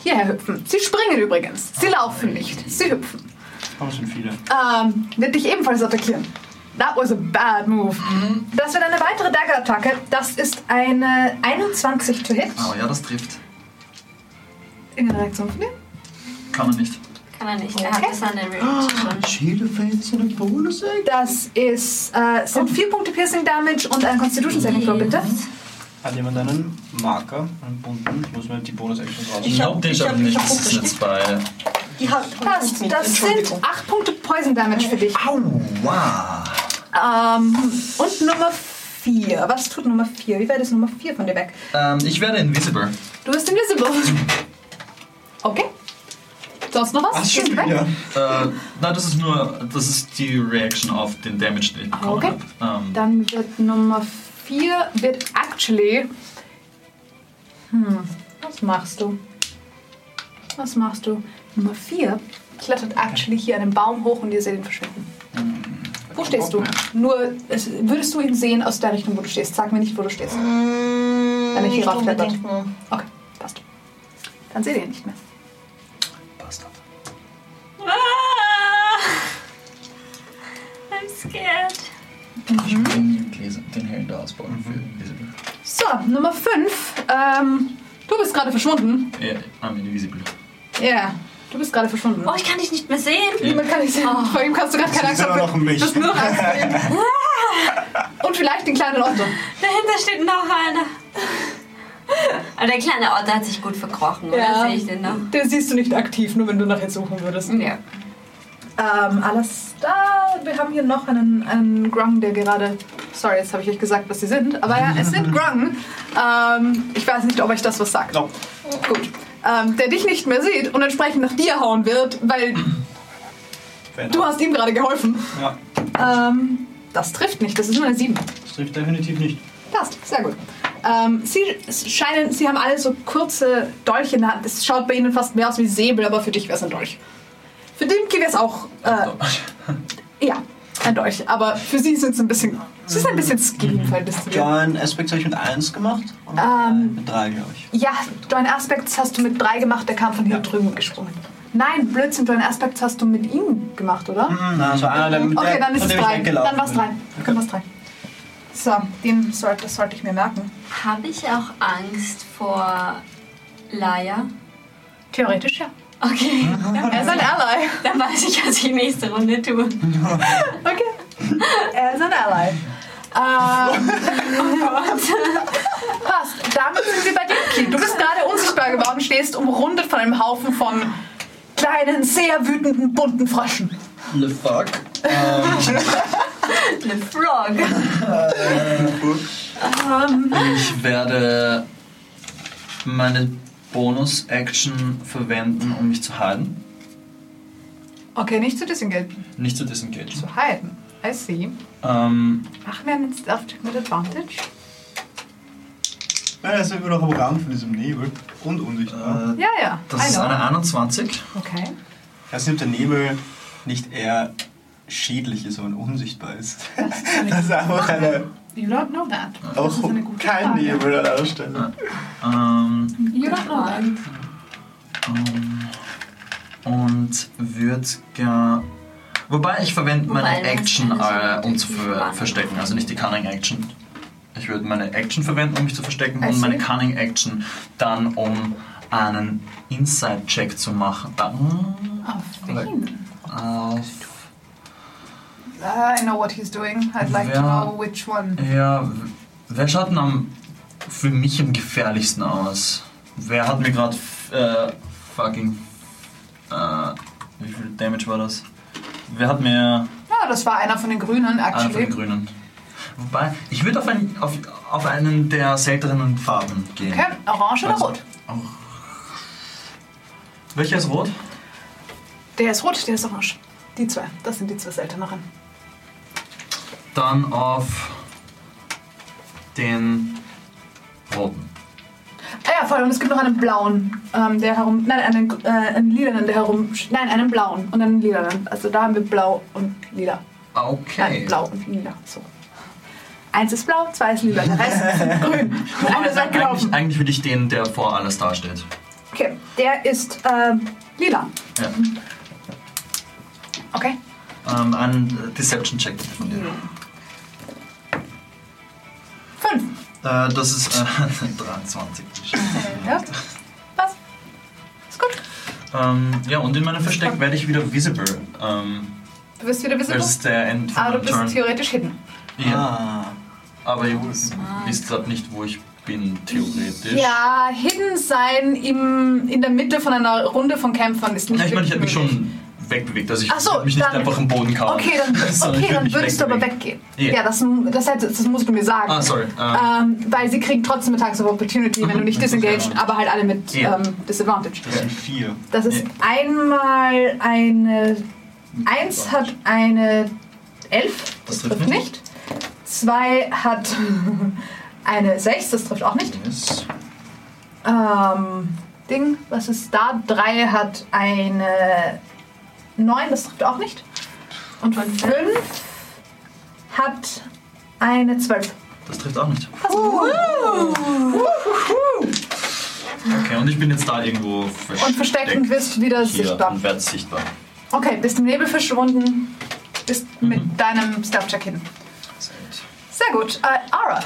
[SPEAKER 1] Hierher hüpfen. Sie springen übrigens. Sie laufen nicht. Sie hüpfen.
[SPEAKER 4] Haben schon viele.
[SPEAKER 1] ähm, wird dich ebenfalls attackieren. That was a bad move. Das wird eine weitere Dagger-Attacke. Das ist eine 21 to hit.
[SPEAKER 14] Oh ja, das trifft.
[SPEAKER 1] Irgendeine Reaktion von dir?
[SPEAKER 14] Kann er nicht.
[SPEAKER 6] Kann er nicht. Er hat
[SPEAKER 1] Okay.
[SPEAKER 6] das an der Range schon.
[SPEAKER 4] Shield of Faith ist eine bonus -Egg?
[SPEAKER 1] Das ist, äh, sind 4 Punkte Piercing Damage und ein Constitution Saving Throw, Oh, bitte.
[SPEAKER 16] Mhm.
[SPEAKER 4] Hat jemand einen Marker, einen bunten? Ich muss mir die Bonus-Actions rausnehmen.
[SPEAKER 14] Ich glaube, den
[SPEAKER 2] ich hab-
[SPEAKER 14] schaffen wir
[SPEAKER 2] ich
[SPEAKER 14] nicht.
[SPEAKER 2] hab
[SPEAKER 14] Das ist jetzt bei.
[SPEAKER 2] Die hat
[SPEAKER 1] Das, das sind 8 Punkte Poison Damage für dich.
[SPEAKER 14] Aua!
[SPEAKER 1] Ähm, und Nummer 4. Was tut Nummer 4? Wie weit ist Nummer 4 von dir weg?
[SPEAKER 14] Ähm, ich werde invisible.
[SPEAKER 1] Du bist invisible. Okay. Sonst noch was?
[SPEAKER 4] Ach, schon
[SPEAKER 1] Ist weg?
[SPEAKER 4] wieder.
[SPEAKER 14] Äh, na, das ist nur. Das ist die Reaction auf den Damage, den ich bekommen
[SPEAKER 1] Okay.
[SPEAKER 14] habe. Ähm,
[SPEAKER 1] Dann wird Nummer 4 wird actually. Hm, was machst du? Was machst du? Nummer 4 klettert actually hier einen Baum hoch und ihr seht ihn verschwinden. Wo stehst du? Nur, es, würdest du ihn sehen aus der Richtung, wo du stehst? Sag mir nicht, wo du stehst.
[SPEAKER 2] Wenn
[SPEAKER 6] Hm,
[SPEAKER 1] ich hier raufkletter.
[SPEAKER 2] Nur
[SPEAKER 1] Okay, passt. Dann seht ihr ihn nicht mehr.
[SPEAKER 14] Bastard.
[SPEAKER 6] Ah! I'm scared.
[SPEAKER 14] Ich will den Gläser, den hellen da ausbauen für invisible.
[SPEAKER 1] So, Nummer 5. Ähm, du bist gerade verschwunden.
[SPEAKER 14] Ja, I'm invisible.
[SPEAKER 1] Ja. Du bist gerade verschwunden.
[SPEAKER 6] Oh, ich kann dich nicht mehr sehen.
[SPEAKER 1] Niemand kann dich sehen. Vor ihm kannst du gerade keine Angst
[SPEAKER 4] Das ist immer
[SPEAKER 1] haben.
[SPEAKER 4] noch um mich.
[SPEAKER 1] Das ist nur noch Angst. vor ihm. Und vielleicht den kleinen Otto.
[SPEAKER 6] Dahinter steht noch einer. Aber der kleine Otto hat sich gut verkrochen, oder?
[SPEAKER 1] Ja.
[SPEAKER 6] Sehe ich den noch?
[SPEAKER 1] Den siehst du nicht aktiv, nur wenn du nachher suchen würdest.
[SPEAKER 6] Ja.
[SPEAKER 1] Ähm, alles da. Wir haben hier noch einen, einen Grung, der gerade. Sorry, jetzt habe ich euch gesagt, was sie sind. Aber ja, es sind Grung. Ähm, ich weiß nicht, ob euch das was sagt.
[SPEAKER 4] No.
[SPEAKER 1] Gut. Ähm, der dich nicht mehr sieht und entsprechend nach dir hauen wird, weil du hast ihm gerade geholfen.
[SPEAKER 4] Ja,
[SPEAKER 1] Ähm, das trifft nicht, das ist nur eine 7.
[SPEAKER 4] das trifft definitiv nicht.
[SPEAKER 1] Passt, sehr gut. Ähm, sie es scheinen, sie haben alle so kurze Dolche in der Hand. Es schaut bei ihnen fast mehr aus wie Säbel, aber für dich wäre es ein Dolch. Für Dimki wäre es auch. Äh, ja, ein Dolch. Aber für sie sind es ein bisschen. Sie ist ein bisschen skinny im Verhältnis zu dir.
[SPEAKER 4] Join Aspects habe ich mit 1 gemacht. Und
[SPEAKER 14] Ah.
[SPEAKER 1] Ähm.
[SPEAKER 4] Mit 3, glaube ich.
[SPEAKER 1] Ja, Join Aspects hast du mit drei gemacht, der kam von hier drüben gesprungen. Nein, Blödsinn, Join Aspects hast du mit ihm gemacht, oder?
[SPEAKER 4] Hm, na, das war einer, der mit
[SPEAKER 1] Mhm. Okay,
[SPEAKER 4] der,
[SPEAKER 1] dann ist
[SPEAKER 4] von
[SPEAKER 1] es
[SPEAKER 4] dem
[SPEAKER 1] drei.
[SPEAKER 4] ich weggelaufen
[SPEAKER 1] Dann war es
[SPEAKER 4] bin.
[SPEAKER 1] drei. Dann war's drei. So, den sollte, das sollte ich mir merken.
[SPEAKER 6] Habe ich auch Angst vor Laia?
[SPEAKER 1] Theoretisch ja.
[SPEAKER 6] Okay,
[SPEAKER 1] Er ist ein Ally.
[SPEAKER 6] dann weiß ich, was ich nächste Runde tue.
[SPEAKER 1] Okay. Er ist ein Ally. Ähm, passt. Damit sind wir bei Dimki. Du bist gerade unsichtbar geworden, stehst umrundet von einem Haufen von kleinen, sehr wütenden, bunten Fröschen.
[SPEAKER 17] The fuck?
[SPEAKER 4] Ähm,
[SPEAKER 6] The Frog.
[SPEAKER 3] Ich werde meine Bonus-Action verwenden, um mich zu halten.
[SPEAKER 1] Okay, nicht zu disengage.
[SPEAKER 3] Nicht zu disengagen.
[SPEAKER 1] Zu halten. I see.
[SPEAKER 3] Ähm,
[SPEAKER 1] Machen wir einen Stealth-Check mit Advantage?
[SPEAKER 4] Ja, er ist immer noch am Rand von diesem Nebel. Und unsichtbar.
[SPEAKER 3] äh,
[SPEAKER 1] Ja, ja.
[SPEAKER 3] das ist
[SPEAKER 1] I know.
[SPEAKER 3] eine 21.
[SPEAKER 1] Okay.
[SPEAKER 4] Ich weiß nicht, ob der Nebel nicht eher schädlich ist, sondern unsichtbar ist. Das ist einfach eine,
[SPEAKER 18] You don't know that.
[SPEAKER 4] auch
[SPEAKER 18] ist eine gute
[SPEAKER 4] kein
[SPEAKER 18] Frage.
[SPEAKER 4] Nebel an der
[SPEAKER 14] Ah.
[SPEAKER 4] Stelle.
[SPEAKER 3] Ähm,
[SPEAKER 18] You don't know that.
[SPEAKER 3] ähm, und wird gar. Wobei ich verwende
[SPEAKER 6] Wobei,
[SPEAKER 3] meine
[SPEAKER 6] das
[SPEAKER 3] Action,
[SPEAKER 6] kann ich
[SPEAKER 3] äh,
[SPEAKER 6] nicht
[SPEAKER 3] um zu
[SPEAKER 6] definitiv
[SPEAKER 3] ver
[SPEAKER 6] machen.
[SPEAKER 3] verstecken, also nicht die Cunning Action. Ich würde meine Action verwenden, um mich zu verstecken,
[SPEAKER 1] I
[SPEAKER 3] und meine
[SPEAKER 1] see.
[SPEAKER 3] Cunning Action dann, um einen Inside-Check zu machen. Da,
[SPEAKER 18] Auf wen?
[SPEAKER 3] auf
[SPEAKER 18] Ah, I know what he's doing. I'd like to
[SPEAKER 3] Wer-
[SPEAKER 18] know which one.
[SPEAKER 3] Ja, w- wer schaut denn am, für mich am gefährlichsten aus? Wer hat mir gerade äh, fucking. Äh, wie viel Damage war das? Wer hat mir.
[SPEAKER 18] Ja, das war einer von den Grünen,
[SPEAKER 3] Einer von den
[SPEAKER 18] actually.
[SPEAKER 3] Grünen. Wobei, ich würde auf, einen- auf, auf einen der seltenen Farben gehen.
[SPEAKER 18] Okay, orange oder
[SPEAKER 3] Also-
[SPEAKER 18] rot?
[SPEAKER 3] Welcher ist rot?
[SPEAKER 18] Der ist rot, der ist orange. Die zwei, das sind die zwei selteneren.
[SPEAKER 3] Dann auf den roten.
[SPEAKER 18] Ah ja, voll. Und es gibt noch einen blauen, ähm, der herum. Nein, einen, äh, einen lilanen, der herum. Nein, einen blauen und einen lilanen. Also da haben wir blau und lila. Nein,
[SPEAKER 3] Okay.
[SPEAKER 18] blau und lila. So. Eins ist blau, zwei ist lila, der Rest ist grün. Und einer ist weggelaufen.
[SPEAKER 3] Eigentlich, eigentlich will ich den, der vor alles dasteht.
[SPEAKER 18] Okay, der ist ähm, lila.
[SPEAKER 3] Ja.
[SPEAKER 18] Okay.
[SPEAKER 3] Ähm, einen Deception-Check bitte von dir.
[SPEAKER 18] Fünf.
[SPEAKER 3] Äh, das ist äh, 23.
[SPEAKER 18] Ja. Was? Ist gut.
[SPEAKER 3] ähm, ja, und in meinem Versteck werde ich wieder visible. Ähm,
[SPEAKER 18] Du bist wieder
[SPEAKER 3] das
[SPEAKER 18] visible.
[SPEAKER 3] ist der End von
[SPEAKER 18] Ah, du
[SPEAKER 3] meinem
[SPEAKER 18] bist
[SPEAKER 3] Turn.
[SPEAKER 18] theoretisch hidden.
[SPEAKER 3] Ja,
[SPEAKER 4] Ah.
[SPEAKER 3] aber ich ist gerade nicht, wo ich bin, theoretisch.
[SPEAKER 18] Ja, hidden sein im, in der Mitte von einer Runde von Kämpfern ist nicht
[SPEAKER 3] Ja, ich meine, ich hätte mich
[SPEAKER 18] wirklich
[SPEAKER 3] schon wegbewegt. Also ich
[SPEAKER 18] Ach so,
[SPEAKER 3] würde mich nicht
[SPEAKER 18] dann-
[SPEAKER 3] einfach im Boden kauen.
[SPEAKER 18] Okay, dann,
[SPEAKER 3] sondern Also, ich
[SPEAKER 18] okay,
[SPEAKER 3] würde
[SPEAKER 18] dann
[SPEAKER 3] mich
[SPEAKER 18] würdest du aber
[SPEAKER 3] wegbewegen.
[SPEAKER 18] weggehen.
[SPEAKER 3] Ja.
[SPEAKER 18] Ja, das, das, hätte- das musst du mir sagen.
[SPEAKER 3] Ah, sorry. Ähm,
[SPEAKER 18] Ähm, weil sie kriegen trotzdem Attacks of Opportunity, wenn du nicht
[SPEAKER 3] Mhm, das ist
[SPEAKER 18] disengaged,
[SPEAKER 3] ja.
[SPEAKER 18] aber halt alle mit
[SPEAKER 3] Ja.
[SPEAKER 18] ähm, Disadvantage.
[SPEAKER 4] Das sind vier.
[SPEAKER 18] Das ist
[SPEAKER 3] Ja.
[SPEAKER 18] einmal eine. Eins hat eine elf, das
[SPEAKER 3] Das trifft
[SPEAKER 18] trifft nicht. Zwei hat eine sechs, das trifft auch nicht.
[SPEAKER 3] yes.
[SPEAKER 18] Ähm, Ding, was ist da? Drei hat eine neun, das trifft auch nicht. Und von fünf hat eine zwölf.
[SPEAKER 3] Das trifft auch nicht.
[SPEAKER 18] Uhuhu.
[SPEAKER 3] Okay, und ich bin jetzt da irgendwo versteckt.
[SPEAKER 18] Und verstecken wirst du wieder
[SPEAKER 3] hier
[SPEAKER 18] sichtbar.
[SPEAKER 3] und werde sichtbar. Mhm.
[SPEAKER 18] Okay, bist im Nebel verschwunden, bist mit deinem Stabcheck hin.
[SPEAKER 3] Sehr gut.
[SPEAKER 18] Sehr
[SPEAKER 1] Sehr gut. Äh, Ara.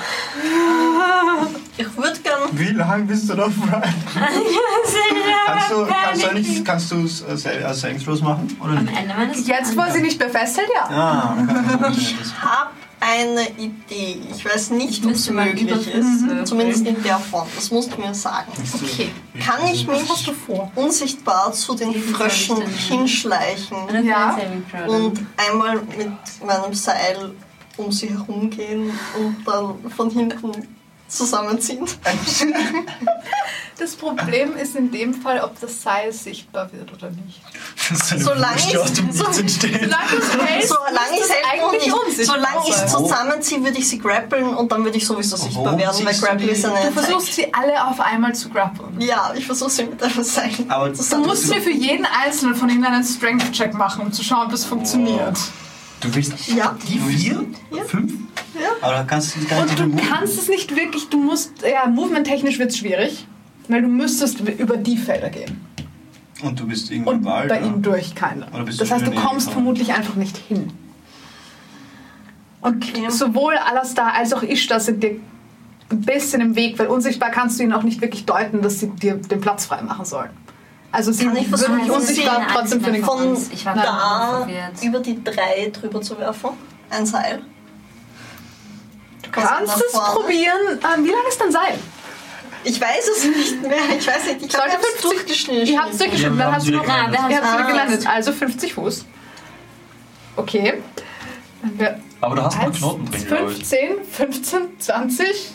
[SPEAKER 2] Ich würde gern.
[SPEAKER 4] Wie lang bist du noch frei? Kannst du, kannst du nicht, kannst du es äh, Sa- äh, Savings Throws machen? Oder
[SPEAKER 6] Am
[SPEAKER 4] nicht?
[SPEAKER 6] Ende meines
[SPEAKER 1] Jetzt, wo er sie nicht mehr festhält, ja.
[SPEAKER 4] Ah, okay.
[SPEAKER 2] Hab eine Idee. Ich weiß nicht, ob es
[SPEAKER 6] müsste man
[SPEAKER 2] möglich
[SPEAKER 6] überprüfen. Mhm.
[SPEAKER 2] ist. Zumindest in der Form. Das musst du mir sagen.
[SPEAKER 6] Okay.
[SPEAKER 2] Kann ich mich unsichtbar zu den
[SPEAKER 6] Wie soll ich
[SPEAKER 2] Fröschen
[SPEAKER 6] denn-
[SPEAKER 2] hinschleichen?
[SPEAKER 1] Ja.
[SPEAKER 2] und einmal mit meinem Seil um sie herumgehen und dann von hinten zusammenziehen.
[SPEAKER 19] Das Problem ist in dem Fall, ob das Seil sichtbar wird oder nicht.
[SPEAKER 2] Solange ich, so,
[SPEAKER 19] Solange du es hältst,
[SPEAKER 2] solange
[SPEAKER 19] ist
[SPEAKER 2] ich
[SPEAKER 19] das
[SPEAKER 2] selber
[SPEAKER 19] eigentlich
[SPEAKER 2] nicht.
[SPEAKER 19] unsichtbar
[SPEAKER 2] Solange ich
[SPEAKER 19] sein.
[SPEAKER 2] zusammenziehe, würde ich sie grappeln und dann würde ich sowieso sichtbar
[SPEAKER 4] Warum
[SPEAKER 2] werden, weil
[SPEAKER 4] ziehst du
[SPEAKER 2] Grapple
[SPEAKER 4] die-
[SPEAKER 2] ist eine
[SPEAKER 19] Du
[SPEAKER 2] Attack.
[SPEAKER 19] versuchst sie alle auf einmal zu grappeln.
[SPEAKER 2] Ja, ich versuche sie mit einem Seil
[SPEAKER 4] Aber
[SPEAKER 19] Du
[SPEAKER 2] zusammen.
[SPEAKER 19] musst mir für jeden einzelnen von ihnen einen Strength-Check machen, um zu schauen, ob das funktioniert.
[SPEAKER 20] Du willst
[SPEAKER 2] Ja,
[SPEAKER 20] die vier?
[SPEAKER 2] Ja.
[SPEAKER 20] Fünf?
[SPEAKER 4] Aber da kannst du gar nicht
[SPEAKER 1] Und du
[SPEAKER 4] removen.
[SPEAKER 1] kannst es nicht wirklich, du musst, ja, movementtechnisch wird es schwierig, weil du müsstest über die Felder gehen.
[SPEAKER 4] Und du bist irgendwo
[SPEAKER 1] Und
[SPEAKER 4] im Wald.
[SPEAKER 1] bei
[SPEAKER 4] ja?
[SPEAKER 1] ihm durch keiner.
[SPEAKER 4] Oder bist du
[SPEAKER 1] Das heißt,
[SPEAKER 4] schon
[SPEAKER 1] du
[SPEAKER 4] in der
[SPEAKER 1] kommst
[SPEAKER 4] Nähe?
[SPEAKER 1] vermutlich einfach nicht hin. Und
[SPEAKER 2] Okay.
[SPEAKER 1] sowohl Alastar als auch Ishtar sind dir ein bisschen im Weg, weil unsichtbar kannst du ihnen auch nicht wirklich deuten, dass sie dir den Platz frei machen sollen. Also sie
[SPEAKER 2] Kann ich versuchen,
[SPEAKER 1] würden dich
[SPEAKER 2] sie
[SPEAKER 1] unsichtbar
[SPEAKER 6] sehen,
[SPEAKER 1] trotzdem für den
[SPEAKER 6] einzeln
[SPEAKER 2] von
[SPEAKER 6] Ich war gerade
[SPEAKER 2] da
[SPEAKER 6] verwirrt.
[SPEAKER 2] über die drei drüber zu werfen. Ein Seil. Du
[SPEAKER 1] Kannst es probieren? Ähm, wie lange ist dein Seil?
[SPEAKER 2] Ich weiß es nicht mehr. Ich weiß nicht. Ich glaube, ich
[SPEAKER 1] Sollte
[SPEAKER 2] habe es
[SPEAKER 1] 50
[SPEAKER 2] durchgeschnitten.
[SPEAKER 1] Ihr habt es durchgeschnitten, dann hast du noch
[SPEAKER 6] Nein, Ah, wir haben
[SPEAKER 1] Ihr habt
[SPEAKER 6] es
[SPEAKER 1] wieder
[SPEAKER 2] Ah.
[SPEAKER 1] gelandet. Also 50 Fuß. Okay. Dann wär
[SPEAKER 3] Aber du hast noch einen
[SPEAKER 1] 1,
[SPEAKER 3] Knoten drin, glaube ich.
[SPEAKER 1] 15, 15, 20,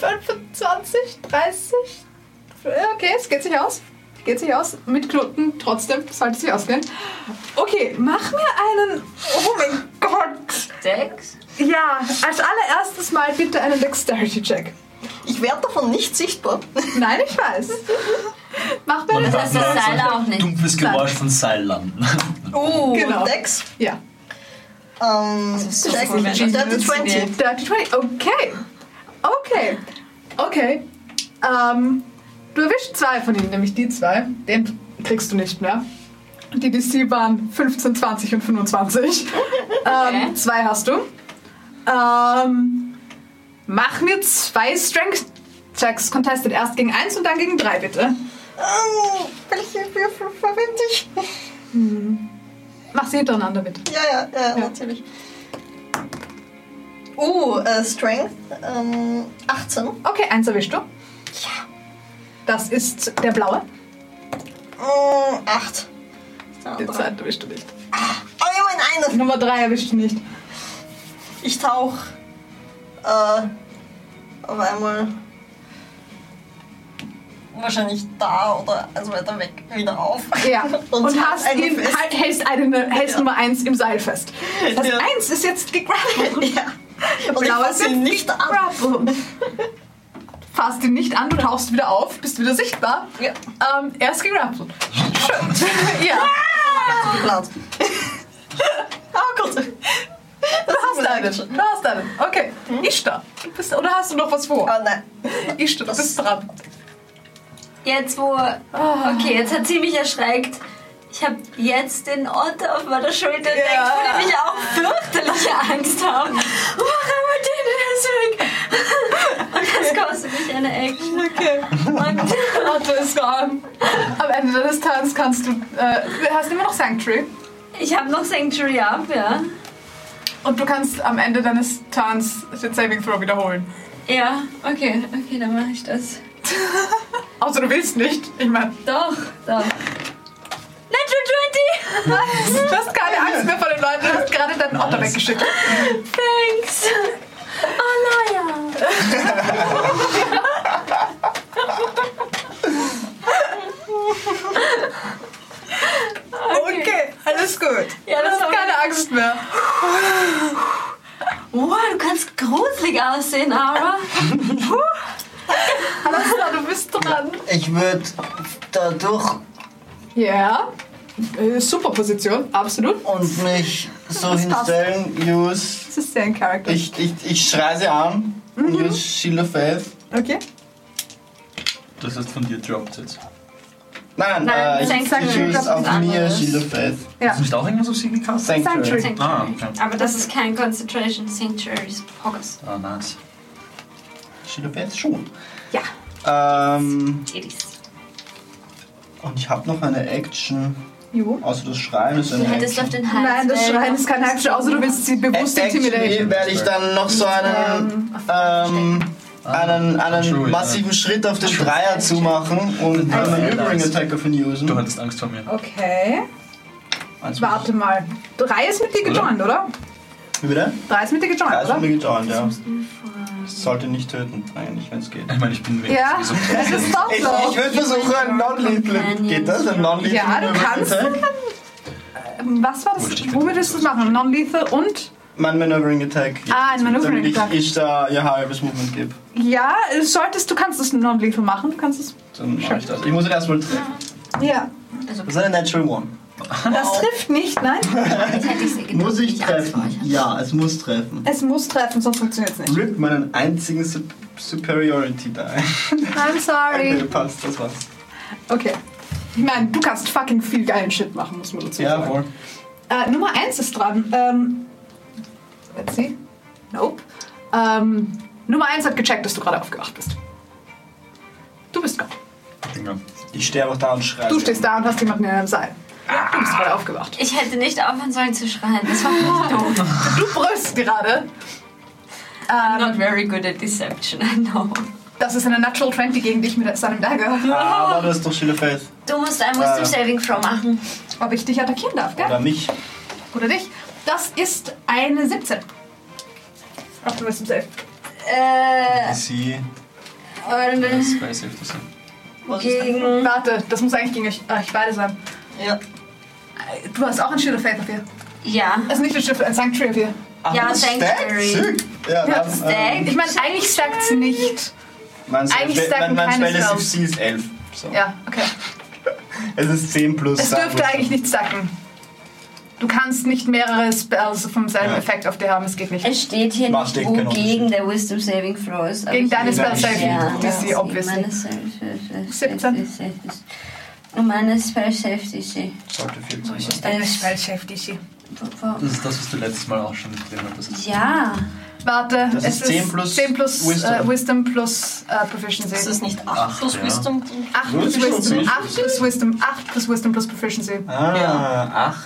[SPEAKER 1] 25, 30. Okay, es geht sich aus. Geht sich aus. Mit Knoten trotzdem sollte sich ausgehen. Okay, mach mir einen. Oh mein Gott!
[SPEAKER 6] Sechs?
[SPEAKER 1] Ja, als allererstes mal bitte einen Dexterity-Check.
[SPEAKER 2] Ich werde davon nicht sichtbar.
[SPEAKER 1] Nein, ich weiß. Mach mir
[SPEAKER 3] Man
[SPEAKER 1] einen
[SPEAKER 3] hört
[SPEAKER 6] Das ist das
[SPEAKER 3] nur
[SPEAKER 6] Seil
[SPEAKER 3] so
[SPEAKER 6] auch nicht.
[SPEAKER 3] Dumpfes Geräusch von Seil landen.
[SPEAKER 2] Oh,
[SPEAKER 1] Genau.
[SPEAKER 2] Dex.
[SPEAKER 1] Ja.
[SPEAKER 2] Ähm,
[SPEAKER 6] ist so
[SPEAKER 2] check
[SPEAKER 6] cool,
[SPEAKER 2] nicht.
[SPEAKER 6] wenn das
[SPEAKER 2] Dirty 20.
[SPEAKER 1] Dirty 20. Okay. Okay. Okay. Ähm, du erwischst zwei von ihnen, nämlich die zwei. Den kriegst du nicht mehr. Die DC waren 15, 20 und 25. Ähm, zwei hast du. Ähm, mach mir zwei Strength-Checks contested. Erst gegen eins und dann gegen drei, bitte.
[SPEAKER 2] Ähm, welche Würfel verwende ich?
[SPEAKER 1] Mach sie hintereinander, bitte.
[SPEAKER 2] Ja, ja, ja, natürlich. Oh, äh, Strength. Ähm, 18.
[SPEAKER 1] Okay, eins erwischst du. Das ist der blaue.
[SPEAKER 2] Ähm, 8.
[SPEAKER 1] Den zweiten erwischst du nicht.
[SPEAKER 2] Oh, ich meine eine.
[SPEAKER 1] Nummer drei erwischst du nicht.
[SPEAKER 2] Ich tauch äh, auf einmal wahrscheinlich da oder also weiter weg wieder auf.
[SPEAKER 1] Ja, und,
[SPEAKER 2] hab
[SPEAKER 1] hast
[SPEAKER 2] eine
[SPEAKER 1] ihn,
[SPEAKER 2] fest.
[SPEAKER 1] halt, hältst, eine, hältst
[SPEAKER 2] Ja.
[SPEAKER 1] Nummer 1 im Seil fest. Das
[SPEAKER 2] Ja.
[SPEAKER 1] 1 ist jetzt Genau, gegrappelt.
[SPEAKER 2] Ja. Und ich
[SPEAKER 1] Blaue
[SPEAKER 2] fasse ihn
[SPEAKER 1] sind
[SPEAKER 2] nicht an.
[SPEAKER 1] gegrappelt. Fasst ihn nicht an, du tauchst wieder auf, bist wieder sichtbar.
[SPEAKER 2] Ja.
[SPEAKER 1] Ähm, er ist gegrappelt. Schön. ja,
[SPEAKER 2] Geplant. oh Gott. Das
[SPEAKER 1] du hast einen. Du hast einen. Okay,
[SPEAKER 2] Hm?
[SPEAKER 1] Ishtar. Du bist, oder hast du noch was vor?
[SPEAKER 2] Oh nein.
[SPEAKER 1] Ishtar, du bist dran.
[SPEAKER 6] Jetzt wo. Okay, jetzt hat sie mich erschreckt. Ich habe jetzt den Ort auf meiner Schulter entdeckt,
[SPEAKER 1] Ja.
[SPEAKER 6] vor dem ich auch fürchterliche Angst habe. Warum hat den weg? Und das kostet mich eine Action. Und
[SPEAKER 1] Otto ist dran. Am Ende deines Turns kannst du. Äh, du hast immer noch Sanctuary.
[SPEAKER 6] ich habe noch Sanctuary ab, ja.
[SPEAKER 1] Und du kannst am Ende deines Turns den Saving Throw wiederholen.
[SPEAKER 6] Ja, okay, okay, dann mache ich das.
[SPEAKER 1] Außer du willst nicht. Ich meine,
[SPEAKER 6] Doch, doch. Natural 20!
[SPEAKER 1] Du hast keine Angst mehr vor den Leuten, du hast gerade deinen Otter weggeschickt.
[SPEAKER 6] Thanks! Oh, Laia!
[SPEAKER 1] Okay, alles gut.
[SPEAKER 6] Ja,
[SPEAKER 1] du
[SPEAKER 6] das
[SPEAKER 1] hast
[SPEAKER 6] war-
[SPEAKER 1] keine Angst mehr.
[SPEAKER 6] Wow, du kannst gruselig aussehen, Ara.
[SPEAKER 1] Alles klar, du bist dran.
[SPEAKER 4] Ich würde dadurch
[SPEAKER 1] Ja. Äh, super Position, absolut.
[SPEAKER 4] und mich so
[SPEAKER 1] Das passt.
[SPEAKER 4] hinstellen, use.
[SPEAKER 1] Das ist dein Charakter.
[SPEAKER 4] Ich, ich, ich schreie sie an, use Shield of Faith.
[SPEAKER 1] Okay.
[SPEAKER 3] Das ist von dir droppt jetzt.
[SPEAKER 4] Nein,
[SPEAKER 6] Nein,
[SPEAKER 4] nein, äh, ich,
[SPEAKER 6] Sanctuary
[SPEAKER 4] ich use
[SPEAKER 6] ist was
[SPEAKER 4] auf mir
[SPEAKER 6] anderes.
[SPEAKER 4] Shield of Faith.
[SPEAKER 21] Hast du nicht auch irgendwas auf sie gekastet?
[SPEAKER 4] Sanctuary.
[SPEAKER 6] Sanctuary.
[SPEAKER 21] Ah, okay.
[SPEAKER 6] Aber das ist kein Concentration Sanctuary, ist Poggers.
[SPEAKER 21] Ah, nice.
[SPEAKER 4] Shield of Faith schon.
[SPEAKER 6] Ja.
[SPEAKER 4] Ähm,
[SPEAKER 6] Edis.
[SPEAKER 4] und ich habe noch eine Action.
[SPEAKER 1] Jo.
[SPEAKER 4] Außer das Schreien ist
[SPEAKER 6] Du
[SPEAKER 4] eine
[SPEAKER 6] hättest auf
[SPEAKER 4] Action. Äh,
[SPEAKER 6] den Hals.
[SPEAKER 1] Nein, das
[SPEAKER 6] wählen.
[SPEAKER 1] Schreien ist keine Action, außer du willst sie bewusst
[SPEAKER 4] Action
[SPEAKER 1] intimidieren. Ähm,
[SPEAKER 4] werde ich dann noch so einen, ähm, einen,
[SPEAKER 3] True,
[SPEAKER 4] einen
[SPEAKER 3] Ah, ja.
[SPEAKER 4] massiven Schritt auf den Dreier zumachen und einen Maneuvering Attack auf ihn usen.
[SPEAKER 3] Du hattest Angst vor mir.
[SPEAKER 1] Okay.
[SPEAKER 4] Eins muss-
[SPEAKER 1] Warte mal. Drei ist mit dir gejoint, oder?
[SPEAKER 4] Wie bitte?
[SPEAKER 1] Drei ist mit dir
[SPEAKER 4] Ja,
[SPEAKER 1] gejoint,
[SPEAKER 4] ist von
[SPEAKER 1] oder?
[SPEAKER 4] mir gejoint, ja. Das sollte nicht töten, eigentlich, wenn es geht.
[SPEAKER 3] Ich meine, ich bin weg.
[SPEAKER 1] Ja,
[SPEAKER 3] Wieso?
[SPEAKER 1] das ist doch
[SPEAKER 4] Ich,
[SPEAKER 1] so.
[SPEAKER 4] ich würde versuchen, ein Non-Lethal. Geht das, ein Non-Lethal?
[SPEAKER 1] Ja, du
[SPEAKER 4] Maneuvering
[SPEAKER 1] kannst.
[SPEAKER 4] Attack?
[SPEAKER 1] Was war das? Womit willst du das machen? Non-lethal und?
[SPEAKER 4] Mein Maneuvering Attack.
[SPEAKER 1] Ah, ein Maneuvering
[SPEAKER 4] Damit ich,
[SPEAKER 1] Attack.
[SPEAKER 4] ich da ihr halbes Movement gebe.
[SPEAKER 1] Ja, es solltest du kannst es non-lethal machen. Du kannst es.
[SPEAKER 4] Dann mache ich das. Ich muss ihn erstmal treffen.
[SPEAKER 1] Ja.
[SPEAKER 4] Das ist eine Natural One.
[SPEAKER 1] Das trifft nicht, nein.
[SPEAKER 6] Jetzt hätte ich sie getroffen,
[SPEAKER 4] Muss ich
[SPEAKER 6] nicht Angst vor euch
[SPEAKER 4] treffen?
[SPEAKER 6] hatte.
[SPEAKER 4] Ja, es muss treffen.
[SPEAKER 1] Es muss treffen, sonst funktioniert es nicht.
[SPEAKER 4] Rip meinen einzigen Sup Superiority da ein.
[SPEAKER 1] I'm
[SPEAKER 4] Okay,
[SPEAKER 1] sorry.
[SPEAKER 4] passt, das war's.
[SPEAKER 1] Okay. Ich meine, du kannst fucking viel geilen Shit machen, muss man dazu sagen.
[SPEAKER 4] Jawohl.
[SPEAKER 1] Äh, Nummer 1 ist dran. Ähm, let's see. Nope. Ähm, Nummer 1 hat gecheckt, dass du gerade aufgewacht bist. Du bist Gott.
[SPEAKER 4] Ich sterbe auch da und schreie.
[SPEAKER 1] Du stehst da und hast jemanden in einem Seil. Du bist gerade aufgewacht.
[SPEAKER 6] Ich hätte nicht aufhören sollen zu schreien. Das war wirklich doof.
[SPEAKER 1] Du brüllst gerade.
[SPEAKER 6] I'm not very good at deception, I know.
[SPEAKER 1] Das ist eine Natural 20 gegen dich mit seinem Dagger.
[SPEAKER 4] Ah, Aber du hast doch Shield of Faith.
[SPEAKER 6] Du musst ein Wisdom Saving Throw machen.
[SPEAKER 1] Ob ich dich attackieren darf, gell?
[SPEAKER 4] Oder mich.
[SPEAKER 1] Oder dich. Das ist eine 17. Auf dem Wisdom Save.
[SPEAKER 6] Äh,
[SPEAKER 4] Sie.
[SPEAKER 6] und
[SPEAKER 3] Das weiß ich, das ist-
[SPEAKER 2] Was ist denn?
[SPEAKER 6] gegen.
[SPEAKER 1] Hm. Warte, das muss eigentlich gegen euch, euch beide sein.
[SPEAKER 2] Ja.
[SPEAKER 1] Äh, Du hast auch ein Shield of Faith auf ihr.
[SPEAKER 6] Ja.
[SPEAKER 1] Also nicht ein Shield, ein Sanctuary auf ihr.
[SPEAKER 6] Ja,
[SPEAKER 4] Ah, das
[SPEAKER 6] Sanctuary.
[SPEAKER 4] stackt? Sick. Ja, dann,
[SPEAKER 6] Stack.
[SPEAKER 4] ähm,
[SPEAKER 1] Ich meine, eigentlich sagt sie nicht.
[SPEAKER 4] Mein
[SPEAKER 1] Eigentlich
[SPEAKER 4] Spell-
[SPEAKER 1] stacken
[SPEAKER 4] mein- mein
[SPEAKER 1] keine
[SPEAKER 4] Spell ist
[SPEAKER 1] Spells.
[SPEAKER 4] FC ist 11. So.
[SPEAKER 1] Ja, okay.
[SPEAKER 4] Es ist 10 plus.
[SPEAKER 1] Es
[SPEAKER 4] sagen
[SPEAKER 1] dürfte
[SPEAKER 4] wir.
[SPEAKER 1] eigentlich nicht stacken. Du kannst nicht mehrere Spells vom selben
[SPEAKER 4] Ja.
[SPEAKER 1] Effekt auf dir haben, es geht nicht.
[SPEAKER 6] Es steht hier
[SPEAKER 4] Macht
[SPEAKER 6] nicht,
[SPEAKER 4] den
[SPEAKER 6] wo
[SPEAKER 4] keinen
[SPEAKER 6] gegen der Wisdom Saving Throw ist. aber
[SPEAKER 1] Gegen
[SPEAKER 6] ich-
[SPEAKER 1] deine
[SPEAKER 4] Spell
[SPEAKER 6] Ja,
[SPEAKER 4] Saving
[SPEAKER 6] ja,
[SPEAKER 1] DC,
[SPEAKER 6] ja,
[SPEAKER 1] obviously.
[SPEAKER 6] meine Saving- Saving-
[SPEAKER 1] 17.
[SPEAKER 6] Saving- Und meine Spell Safety.
[SPEAKER 4] Sollte 14 sein.
[SPEAKER 6] Spell
[SPEAKER 1] Safety.
[SPEAKER 3] Das ist das, was du letztes Mal auch schon mit drin hattest.
[SPEAKER 6] Ja.
[SPEAKER 1] Warte,
[SPEAKER 4] Das
[SPEAKER 1] es
[SPEAKER 4] ist 10 plus
[SPEAKER 1] 10 plus Wisdom,
[SPEAKER 4] Wisdom.
[SPEAKER 1] äh, Wisdom plus äh,
[SPEAKER 2] Ist
[SPEAKER 1] Proficiency.
[SPEAKER 2] das nicht 8 plus
[SPEAKER 3] ja.
[SPEAKER 2] Wisdom?
[SPEAKER 1] 8 plus
[SPEAKER 4] Wisdom
[SPEAKER 1] Wisdom,
[SPEAKER 4] plus
[SPEAKER 1] 8 plus Wisdom, 8 plus Wisdom plus Proficiency.
[SPEAKER 4] Ah,
[SPEAKER 22] 8.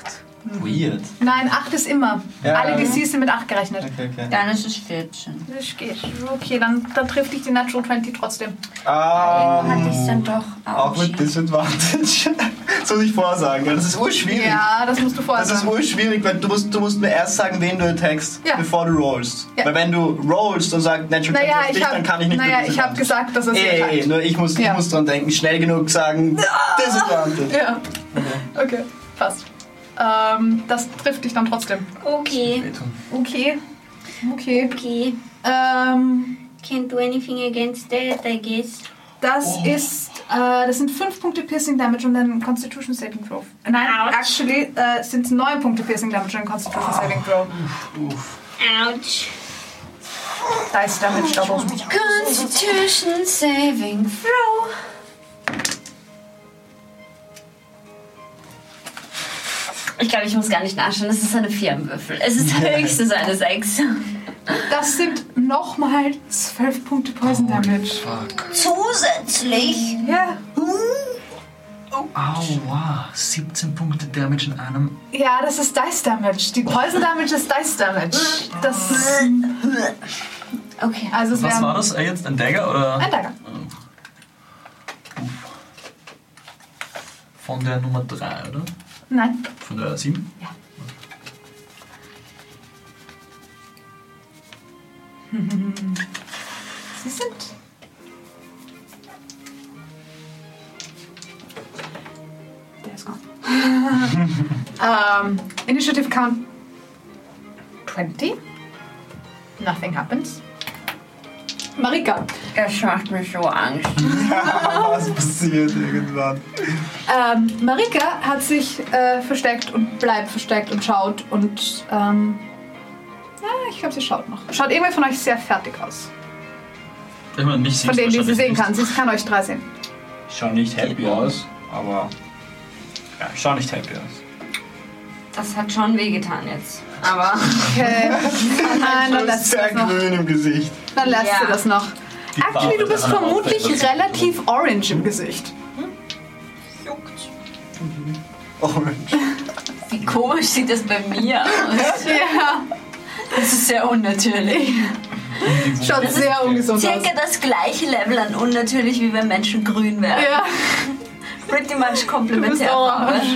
[SPEAKER 22] Weird.
[SPEAKER 1] Nein, 8 ist immer.
[SPEAKER 4] Ja.
[SPEAKER 1] Alle DCs sind mit 8 gerechnet.
[SPEAKER 4] okay, okay.
[SPEAKER 6] Dann ist es 14.
[SPEAKER 1] Das geht. Okay, dann, dann trifft dich die Natural 20 trotzdem.
[SPEAKER 4] Ah,
[SPEAKER 6] Irgendwo hatte ich es dann doch.
[SPEAKER 4] auch mit Disadvantage. das muss ich vorsagen, weil das ist urschwierig.
[SPEAKER 1] Ja, das musst du vorher
[SPEAKER 4] Das ist
[SPEAKER 1] sagen.
[SPEAKER 4] urschwierig, weil du musst, du musst mir erst sagen, wen du attackst,
[SPEAKER 1] Ja.
[SPEAKER 4] bevor du rollst.
[SPEAKER 1] Ja.
[SPEAKER 4] Weil wenn du rollst und sagst, Natural
[SPEAKER 1] Naja,
[SPEAKER 4] Attack auf
[SPEAKER 1] ich
[SPEAKER 4] dich, dann kann ich
[SPEAKER 1] habe
[SPEAKER 4] nicht
[SPEAKER 1] naja,
[SPEAKER 4] mit
[SPEAKER 1] ich hab
[SPEAKER 4] Disadvantage.
[SPEAKER 1] gesagt, dass er sie
[SPEAKER 4] Ey, ey,
[SPEAKER 1] attackt.
[SPEAKER 4] nur ich muss,
[SPEAKER 1] Ja. Ah!
[SPEAKER 4] ich muss dran denken, schnell genug sagen, Disadvantage.
[SPEAKER 1] Ja. Okay, passt. Ähm, das trifft dich dann trotzdem.
[SPEAKER 6] Okay.
[SPEAKER 1] Okay. Okay.
[SPEAKER 6] Okay.
[SPEAKER 1] Ähm,
[SPEAKER 6] Can't do anything against that, I guess.
[SPEAKER 1] das ist, äh, das sind 5 Punkte Piercing Damage und ein Constitution Saving Throw. Nein, actually äh, sind es 9 Punkte Piercing Damage und ein
[SPEAKER 3] Ah.
[SPEAKER 1] Constitution Saving Throw.
[SPEAKER 6] Ouch.
[SPEAKER 1] Dice
[SPEAKER 3] Ah,
[SPEAKER 1] Damage Double.
[SPEAKER 6] Constitution Saving Throw. Ich glaube, ich muss gar nicht nachschauen. Das ist eine Firmenwürfel. Es ist höchstens eine 6.
[SPEAKER 1] Das sind nochmal 12 Punkte Poison Damage.
[SPEAKER 6] Zusätzlich.
[SPEAKER 1] Ja.
[SPEAKER 3] Aua, 17 Punkte Damage in einem.
[SPEAKER 1] ja, das ist Dice Damage. Die Poison Damage ist Dice Damage. Das
[SPEAKER 6] Okay.
[SPEAKER 1] also es
[SPEAKER 3] Was
[SPEAKER 1] wären-
[SPEAKER 3] war das äh, jetzt? Ein Dagger oder
[SPEAKER 1] Ein Dagger.
[SPEAKER 3] von der Nummer 3, oder?
[SPEAKER 1] Nein.
[SPEAKER 3] Von der 7? Ja.
[SPEAKER 1] Sie sind. Der ist gone. um, initiative count 20. Nothing happens. Marika.
[SPEAKER 6] Das macht mir so Angst.
[SPEAKER 4] Was passiert irgendwann?
[SPEAKER 1] Ähm, Marika hat sich äh, versteckt und bleibt versteckt und schaut und. Ähm, ja, ich glaube, sie schaut noch. Schaut irgendwer von euch sehr fertig aus.
[SPEAKER 3] Ich meine, mich sieht
[SPEAKER 1] Von denen, die sie sehen
[SPEAKER 3] nicht.
[SPEAKER 1] kann. Sie kann euch drei sehen.
[SPEAKER 22] Ich schau nicht happy aus.
[SPEAKER 23] Aber ja, ich schaue nicht happy aus.
[SPEAKER 6] Das hat schon wehgetan jetzt. Aber
[SPEAKER 1] Okay. Nein, dann lässt du das noch.
[SPEAKER 4] grün im Gesicht.
[SPEAKER 1] Dann lässt
[SPEAKER 6] Ja.
[SPEAKER 1] du das noch.
[SPEAKER 23] Die
[SPEAKER 1] Actually,
[SPEAKER 23] Farbe
[SPEAKER 1] du bist
[SPEAKER 23] der anderen
[SPEAKER 1] vermutlich
[SPEAKER 23] Outfits.
[SPEAKER 1] relativ orange im Gesicht.
[SPEAKER 2] Juckt.
[SPEAKER 4] Orange.
[SPEAKER 6] wie komisch sieht das bei mir aus?
[SPEAKER 1] Ja,
[SPEAKER 6] Das ist sehr unnatürlich.
[SPEAKER 1] schaut
[SPEAKER 6] Das ist
[SPEAKER 1] sehr ungesund aus.
[SPEAKER 6] Circa das gleiche Level an unnatürlich, wie wenn Menschen grün werden.
[SPEAKER 1] Ja.
[SPEAKER 6] Pretty much
[SPEAKER 1] Du
[SPEAKER 6] komplementär.
[SPEAKER 1] bist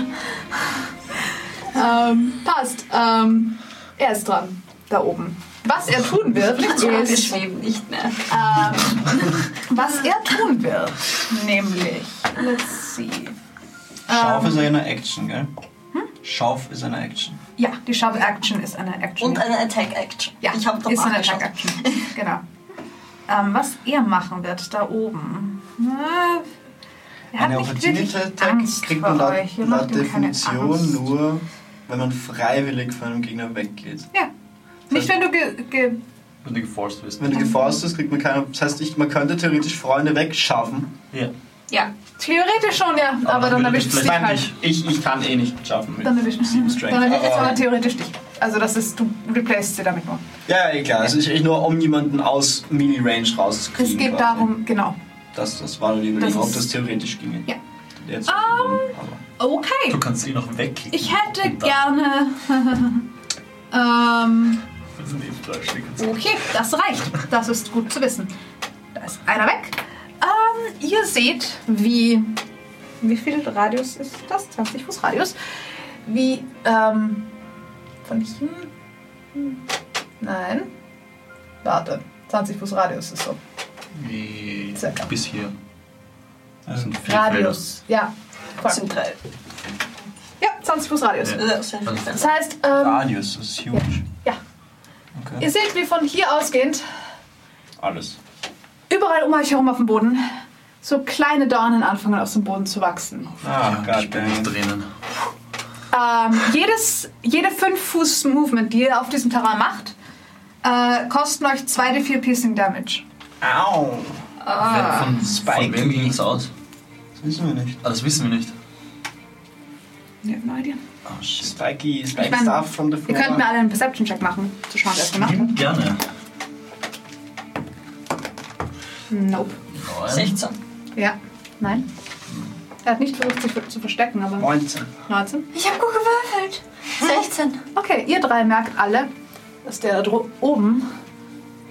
[SPEAKER 1] Ähm, passt. Ähm, er ist dran, da oben. Was er tun wird,
[SPEAKER 6] Ja, wir
[SPEAKER 1] ist,
[SPEAKER 6] schweben nicht mehr.
[SPEAKER 1] ähm, was er tun wird, nämlich, let's see.
[SPEAKER 4] Schauf
[SPEAKER 1] Ähm.
[SPEAKER 4] ist eine Action, gell?
[SPEAKER 1] Hm?
[SPEAKER 4] Schauf ist eine Action.
[SPEAKER 1] Ja, die Sharp Action ist eine Action.
[SPEAKER 2] Und eine Attack Action.
[SPEAKER 1] ja,
[SPEAKER 2] ich habe drauf
[SPEAKER 1] ist eine
[SPEAKER 2] nachgeschaut.
[SPEAKER 1] Attack Action. Genau. Ähm, was er machen wird, da oben. Na, er hat
[SPEAKER 4] Eine
[SPEAKER 1] nicht wirklich
[SPEAKER 4] Opportunity Attack
[SPEAKER 1] Angst
[SPEAKER 4] kriegt
[SPEAKER 1] vor
[SPEAKER 4] man laut,
[SPEAKER 1] euch. Ihr macht
[SPEAKER 4] laut
[SPEAKER 1] ihm keine
[SPEAKER 4] Definition
[SPEAKER 1] Angst.
[SPEAKER 4] nur, wenn man freiwillig von einem Gegner weggeht.
[SPEAKER 1] Nicht, wenn du ge, ge,
[SPEAKER 3] Wenn du geforst bist.
[SPEAKER 4] Wenn du geforst bist, kriegt man keine. Das heißt, ich, man könnte theoretisch Freunde wegschaffen.
[SPEAKER 6] Ja,
[SPEAKER 1] Theoretisch schon, ja, aber, dann
[SPEAKER 3] würde
[SPEAKER 1] erwischt
[SPEAKER 3] das
[SPEAKER 1] es dich
[SPEAKER 23] Nein,
[SPEAKER 1] halt. Ah,
[SPEAKER 23] ich, ich, ich kann eh nicht schaffen mit
[SPEAKER 1] Dann erwischt
[SPEAKER 23] Sieben
[SPEAKER 1] es
[SPEAKER 23] Strength.
[SPEAKER 1] Dann erwischt es
[SPEAKER 23] Aber-
[SPEAKER 1] aber theoretisch dich. Also das ist, du replacest sie damit nur.
[SPEAKER 23] Ja,
[SPEAKER 4] eh
[SPEAKER 23] ja, klar. Es ist echt nur, um jemanden aus Mini-Range rauszukriegen.
[SPEAKER 1] Es geht
[SPEAKER 23] quasi.
[SPEAKER 1] darum, genau.
[SPEAKER 23] Das, das war nur die Überlegung,
[SPEAKER 1] Das
[SPEAKER 23] ob
[SPEAKER 1] ist-
[SPEAKER 23] das theoretisch ginge.
[SPEAKER 1] Ja. Ah.
[SPEAKER 23] Jetzt um, aber
[SPEAKER 1] Okay,
[SPEAKER 3] Du kannst ihn noch wegkicken.
[SPEAKER 1] ich hätte gerne... ähm,
[SPEAKER 3] Das ist ein Fleisch, die kannst du-
[SPEAKER 1] Okay, das reicht. Das ist gut zu wissen. Da ist einer weg. Ähm, ihr seht, wie. Wie viel Radius ist das? 20 Fuß Radius. Wie. Ähm, von hier. Nein. Warte. 20 Fuß Radius ist so.
[SPEAKER 3] Wie
[SPEAKER 1] Circa.
[SPEAKER 3] bis hier. Das sind vier
[SPEAKER 1] Radius. Ja.
[SPEAKER 2] Das
[SPEAKER 1] Voll.
[SPEAKER 2] sind drei.
[SPEAKER 1] Ja, 20 Fuß Radius.
[SPEAKER 3] Ja.
[SPEAKER 2] Äh, das sind
[SPEAKER 3] Also-
[SPEAKER 2] drei.
[SPEAKER 1] Das heißt, ähm,
[SPEAKER 23] Radius ist huge.
[SPEAKER 1] ihr seht, wie von hier ausgehend
[SPEAKER 23] Alles.
[SPEAKER 1] überall um euch herum auf dem Boden so kleine Dornen anfangen aus dem Boden zu wachsen.
[SPEAKER 23] Ah,
[SPEAKER 3] Ja, ich bin nicht
[SPEAKER 23] Gott,
[SPEAKER 3] drinnen.
[SPEAKER 1] Ähm, jedes, jede 5 Fuß Movement, die ihr auf diesem Terrain macht, äh, kosten euch 2d4 Piercing Damage.
[SPEAKER 4] Au!
[SPEAKER 1] Ah,
[SPEAKER 3] Wer- von,
[SPEAKER 23] Spike.
[SPEAKER 3] von wem ging es aus?
[SPEAKER 4] Das wissen wir nicht.
[SPEAKER 3] Ah, das wissen wir nicht.
[SPEAKER 1] Ich hab no idea.
[SPEAKER 4] Spiky,
[SPEAKER 1] Ich
[SPEAKER 4] spiky
[SPEAKER 1] mein,
[SPEAKER 4] stuff from the
[SPEAKER 1] Ihr
[SPEAKER 4] floor.
[SPEAKER 1] könnt mir alle einen Perception-Check machen, zu schauen, wer es gemacht hat.
[SPEAKER 3] Stimmt, gerne.
[SPEAKER 1] Nope.
[SPEAKER 3] Neun.
[SPEAKER 2] 16.
[SPEAKER 1] Ja, nein. Er hat nicht versucht, sich zu verstecken, aber
[SPEAKER 4] 19.
[SPEAKER 1] 19.
[SPEAKER 6] ich habe gut gewürfelt. 16.
[SPEAKER 1] Okay, ihr drei merkt alle, dass der da dro- oben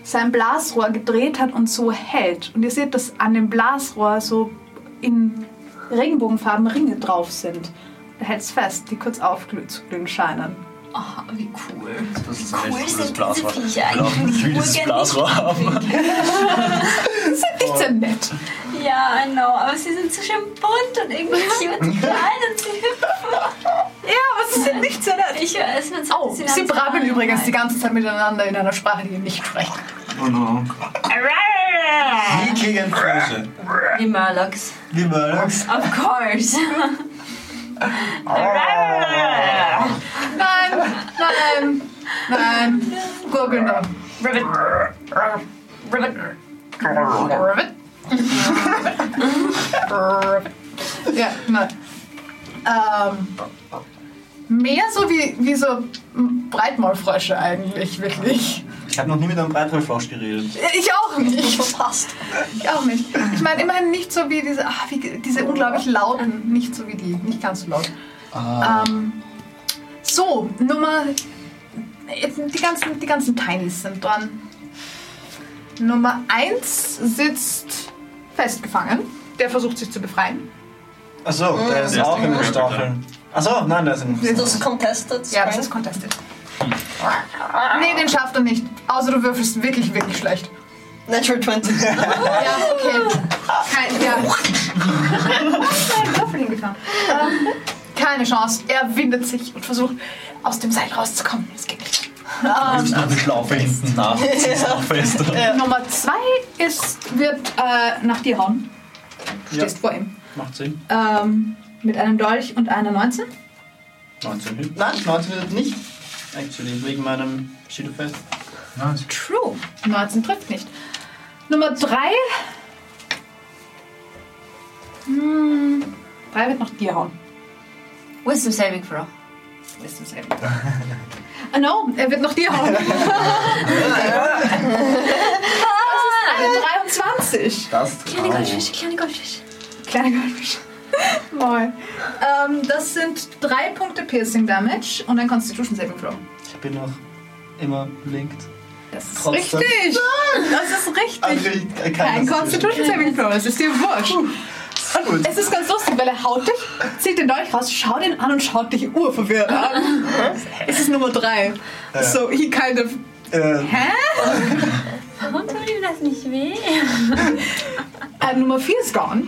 [SPEAKER 1] sein Blasrohr gedreht hat und so hält. Und ihr seht, dass an dem Blasrohr so in Regenbogenfarben Ringe drauf sind. Er hält es fest, die kurz aufglühen scheinen.
[SPEAKER 6] Oh, wie cool.
[SPEAKER 3] Das ist ein
[SPEAKER 6] Cool
[SPEAKER 3] echt
[SPEAKER 6] sind
[SPEAKER 3] cooles
[SPEAKER 6] diese
[SPEAKER 3] Blasrohr.
[SPEAKER 6] Viecher
[SPEAKER 3] Ich will auch
[SPEAKER 6] eigentlich.
[SPEAKER 3] ein wildes
[SPEAKER 6] Urgern-
[SPEAKER 3] Blasrohr haben.
[SPEAKER 1] Nicht sehr nett.
[SPEAKER 6] Ja, I know, aber sie sind so schön bunt und irgendwie cute und klein und sie hüpfen.
[SPEAKER 1] Ja, aber sie sind nicht sehr nett.
[SPEAKER 6] Ich weiß, man sagt,
[SPEAKER 1] Oh, sie brabbeln übrigens die ganze Zeit miteinander in einer Sprache, die ihr nicht sprecht.
[SPEAKER 4] Oh no. Wie klingen Frösche?
[SPEAKER 6] Die Murlocs.
[SPEAKER 4] Wie Murlocs?
[SPEAKER 6] Of course.
[SPEAKER 1] Nein, nein, nein. Gurgeln da.
[SPEAKER 6] Ribbit. Ribbit.
[SPEAKER 1] Ribbit. Ribbit. Ja, nein. Ähm, mehr so wie, wie so Breitmaulfrösche eigentlich, wirklich.
[SPEAKER 4] Ich habe noch nie mit einem Breitwollfrosch geredet.
[SPEAKER 1] Ich auch nicht.
[SPEAKER 2] Verpasst.
[SPEAKER 1] Ich auch nicht. Ich meine, immerhin nicht so wie diese, ah, wie diese unglaublich lauten, nicht so wie die, nicht ganz so laut. Ähm, so, Nummer. Jetzt sind die ganzen, die ganzen Tinys sind dran. Nummer 1 sitzt festgefangen. Der versucht sich zu befreien.
[SPEAKER 4] Achso, der ist
[SPEAKER 3] Der ist
[SPEAKER 4] auch in den
[SPEAKER 3] der
[SPEAKER 4] Stacheln. Achso, nein, der ist in den
[SPEAKER 2] Das ist contested.
[SPEAKER 1] Ja, das
[SPEAKER 2] Strength.
[SPEAKER 1] ist contested. Nee, den schafft er nicht. Außer du würfelst wirklich, wirklich schlecht.
[SPEAKER 2] Natural 20.
[SPEAKER 1] Ja, okay. Kein, ja. Nein, Würfel hingetan. Ähm, keine Chance. Er windet sich und versucht, aus dem Seil rauszukommen. Es geht nicht. Ähm,
[SPEAKER 3] Ich laufe hinten nach. Das ist auch fest.
[SPEAKER 1] Nummer zwei ist, wird äh, nach dir hauen. Du
[SPEAKER 4] Ja.
[SPEAKER 1] stehst vor ihm.
[SPEAKER 4] Macht Sinn.
[SPEAKER 1] Ähm, mit einem Dolch und einer 19.
[SPEAKER 4] 19 hilft. Nein, 19 hilft nicht. Actually, wegen meinem Shadowfest.
[SPEAKER 1] True. 19 trifft nicht. Nummer 3. Hm, Drei wird nach dir hauen.
[SPEAKER 16] Wisdom Saving Throw.
[SPEAKER 1] Wisdom Saving Throw. Ah, no, er wird nach dir hauen. das ist eine 23.
[SPEAKER 4] Das
[SPEAKER 16] Kleine Goldfische, kleine Goldfische.
[SPEAKER 1] Kleine Goldfisch.
[SPEAKER 24] Moin.
[SPEAKER 1] Ähm, das sind drei Punkte Piercing Damage und ein Constitution Saving Throw.
[SPEAKER 4] Ich bin noch immer blinkt.
[SPEAKER 1] Das ist
[SPEAKER 4] Trotzdem.
[SPEAKER 1] richtig. Das ist richtig.
[SPEAKER 4] André Also, kann
[SPEAKER 1] Kein
[SPEAKER 4] das nicht.
[SPEAKER 1] Constitution Saving Throw, das ist dir wurscht.
[SPEAKER 4] Gut.
[SPEAKER 1] Es ist ganz lustig, weil er haut dich, zieht den Dolch raus, schaut ihn an und schaut dich urverwirrt an. es ist Nummer drei. So, he kind of.
[SPEAKER 4] Äh,
[SPEAKER 1] Hä?
[SPEAKER 16] Warum tut ihm das nicht weh?
[SPEAKER 1] Äh, Nummer vier ist gone.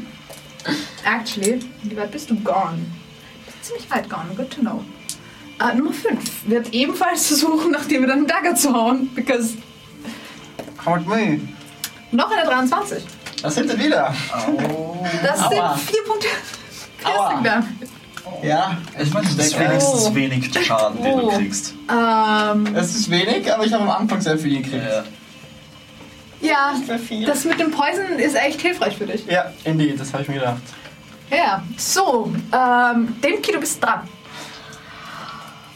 [SPEAKER 1] Actually, wie weit bist du gone? Bist Ziemlich weit gone, good to know. Äh, Nummer fünf wird ebenfalls versuchen, nach dir mit einem Dagger zu hauen, because
[SPEAKER 4] haut me.
[SPEAKER 1] noch eine 23.
[SPEAKER 4] Das sind sie wieder.
[SPEAKER 1] Das
[SPEAKER 4] Aua.
[SPEAKER 1] sind vier Punkte. Piercing Damage.
[SPEAKER 4] Ja,
[SPEAKER 3] Ich meine, das ist
[SPEAKER 2] Oh.
[SPEAKER 3] wenigstens wenig Schaden, den du kriegst.
[SPEAKER 1] Ähm,
[SPEAKER 4] es ist wenig, aber ich habe am Anfang sehr viel gekriegt.
[SPEAKER 3] Ja.
[SPEAKER 1] ja,
[SPEAKER 4] Sehr viel.
[SPEAKER 1] das mit dem Poison ist echt hilfreich für dich.
[SPEAKER 4] ja, indeed, das habe ich mir gedacht.
[SPEAKER 1] Ja, so, ähm, Demki, du bist dran.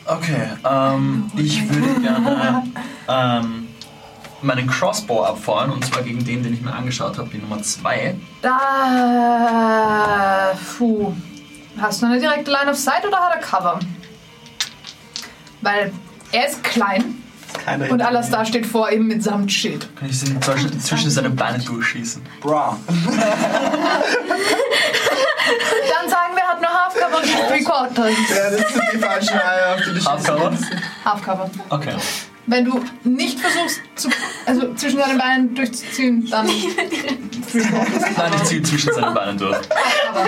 [SPEAKER 3] Okay, ähm, ich würde gerne ähm, meinen Crossbow abfeuern und zwar gegen den, den ich mir angeschaut habe, die Nummer 2.
[SPEAKER 1] Da, puh. Hast du eine direkte Line of Sight oder hat er Cover? Weil er ist klein
[SPEAKER 4] Keiner
[SPEAKER 1] und Alastar steht vor ihm mit Samtschild.
[SPEAKER 3] Kann ich sie zwischen, zwischen seine Beine durchschießen?
[SPEAKER 4] Bra.
[SPEAKER 1] Dann sagen wir, er hat nur Half Cover und nicht Three Quarters.
[SPEAKER 4] Ja, das sind die falschen Eier, auf die du schießt.
[SPEAKER 3] Hardcover?
[SPEAKER 1] Half Cover.
[SPEAKER 3] Okay.
[SPEAKER 1] Wenn du nicht versuchst, zu, also zwischen deinen Beinen durchzuziehen, dann Three Quarters.
[SPEAKER 3] Nein, ich ziehe zwischen seine Beine durch.
[SPEAKER 1] Aber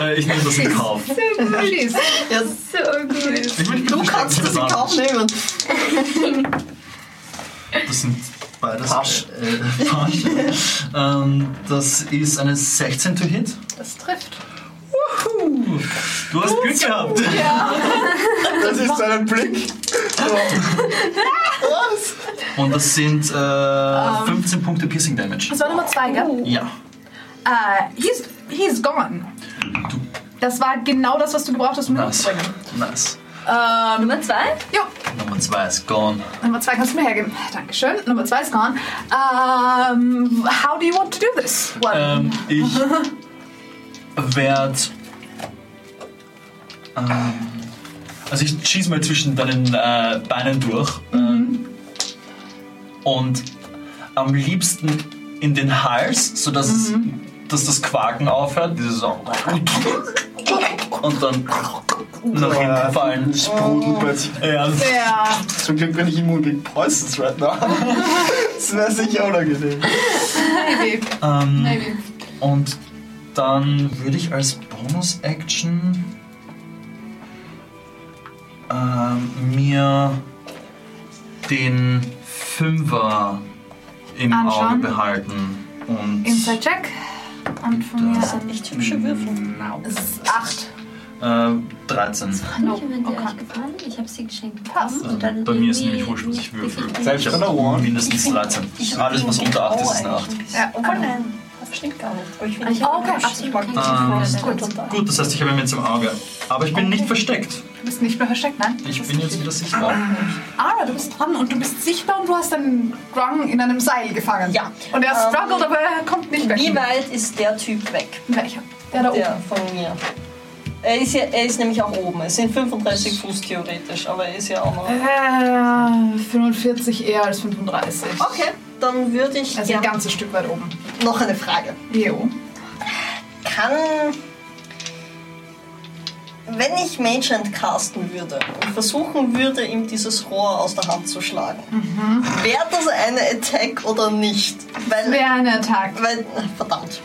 [SPEAKER 3] Äh, ich nehme das in Kauf.
[SPEAKER 1] schieß.
[SPEAKER 2] Ja, so gut.
[SPEAKER 3] Ich mein,
[SPEAKER 2] Du kannst das in Kauf nehmen.
[SPEAKER 3] Das sind beides.
[SPEAKER 4] Pasch.
[SPEAKER 3] Äh, Pasch. ähm, das ist eine 16 to hit.
[SPEAKER 1] Das trifft.
[SPEAKER 3] Du hast Glück gehabt.
[SPEAKER 4] Das ist so ein Blick.
[SPEAKER 3] Und das sind äh, 15 Punkte Piercing Damage.
[SPEAKER 1] Das war Nummer zwei, gell?
[SPEAKER 3] Ja.
[SPEAKER 1] Oh. Äh, he's, he's gone. Das war genau das, was du gebraucht hast, um ihn Ähm,
[SPEAKER 3] Nice.
[SPEAKER 1] umzubringen.
[SPEAKER 3] Nice.
[SPEAKER 16] Nummer zwei?
[SPEAKER 1] Jo,
[SPEAKER 3] Nummer 2 ist gone.
[SPEAKER 1] Nummer zwei kannst du mir hergeben. Dankeschön. Nummer zwei ist gone. Ähm, how do you want to do this? What?
[SPEAKER 3] Ähm, ich werde. Ähm, also, ich schieße mal zwischen deinen äh, Beinen durch. Ähm, und am liebsten in den Hals, sodass es, dass das Quaken aufhört. Dieses so. Und dann nach hinten fallen.
[SPEAKER 4] Sprudel plötzlich.
[SPEAKER 3] Ja,
[SPEAKER 1] Ja.
[SPEAKER 4] Zum Glück bin ich immun gegen Poisons right now. ne? Das wäre sicher unangenehm.
[SPEAKER 3] ähm, und dann würde ich als Bonus-Action ähm, mir den Fünfer im
[SPEAKER 1] Anschauen.
[SPEAKER 3] Auge behalten. Und
[SPEAKER 1] Inside check. Und von mir
[SPEAKER 3] Das
[SPEAKER 1] sind
[SPEAKER 2] Echt hübsche Würfel.
[SPEAKER 1] es acht.
[SPEAKER 3] äh, 13.
[SPEAKER 16] No. Ich habe okay. gefahren. Ich habe sie geschenkt.
[SPEAKER 1] Oh, Passt.
[SPEAKER 16] bekommen und
[SPEAKER 3] Also,
[SPEAKER 16] dann
[SPEAKER 3] Ähm, Bei mir ist
[SPEAKER 16] irgendwie
[SPEAKER 3] nämlich wurscht, was ich würfel.
[SPEAKER 16] nicht
[SPEAKER 4] Selbst
[SPEAKER 16] wirklich-
[SPEAKER 4] wenn er
[SPEAKER 3] Und
[SPEAKER 4] One.
[SPEAKER 3] mindestens 13.
[SPEAKER 2] Ich-
[SPEAKER 3] Alles, was unter 8 ist, ist eine 8.
[SPEAKER 1] Ja, Oh,
[SPEAKER 2] Oh nein, das stimmt gar nicht. Aber ich finde,
[SPEAKER 16] Ah,
[SPEAKER 2] ich
[SPEAKER 16] ich hab
[SPEAKER 2] habe
[SPEAKER 16] absolut
[SPEAKER 2] absolut
[SPEAKER 16] keine
[SPEAKER 3] Ah,
[SPEAKER 2] Freude.
[SPEAKER 16] Freude.
[SPEAKER 3] Gut, das heißt, ich habe ihn jetzt im Auge. Aber ich bin nicht versteckt.
[SPEAKER 1] Du bist nicht mehr versteckt, nein?
[SPEAKER 3] Ich bin jetzt wieder sichtbar.
[SPEAKER 1] Ara, du bist dran und du bist sichtbar und du hast einen Grung in einem Seil gefangen.
[SPEAKER 2] Ja.
[SPEAKER 1] Und er
[SPEAKER 2] Ähm,
[SPEAKER 1] struggelt, aber er kommt nicht weg.
[SPEAKER 2] Wie weit ist der Typ weg?
[SPEAKER 1] Welcher? Der da oben.
[SPEAKER 2] Der von mir. Er ist, ja, er ist nämlich auch oben. Es sind 35 Fuß theoretisch, aber er ist ja auch noch.
[SPEAKER 1] Äh, 45 eher als 35.
[SPEAKER 2] Okay, dann würde ich
[SPEAKER 1] Also ein
[SPEAKER 2] gerne
[SPEAKER 1] ganzes Stück weit oben.
[SPEAKER 2] noch eine Frage.
[SPEAKER 1] Jo.
[SPEAKER 2] Kann. Wenn ich Mage Hand casten würde und versuchen würde, ihm dieses Rohr aus der Hand zu schlagen, wäre das eine Attack oder nicht? Weil.
[SPEAKER 1] Wäre eine Attack.
[SPEAKER 2] weil verdammt.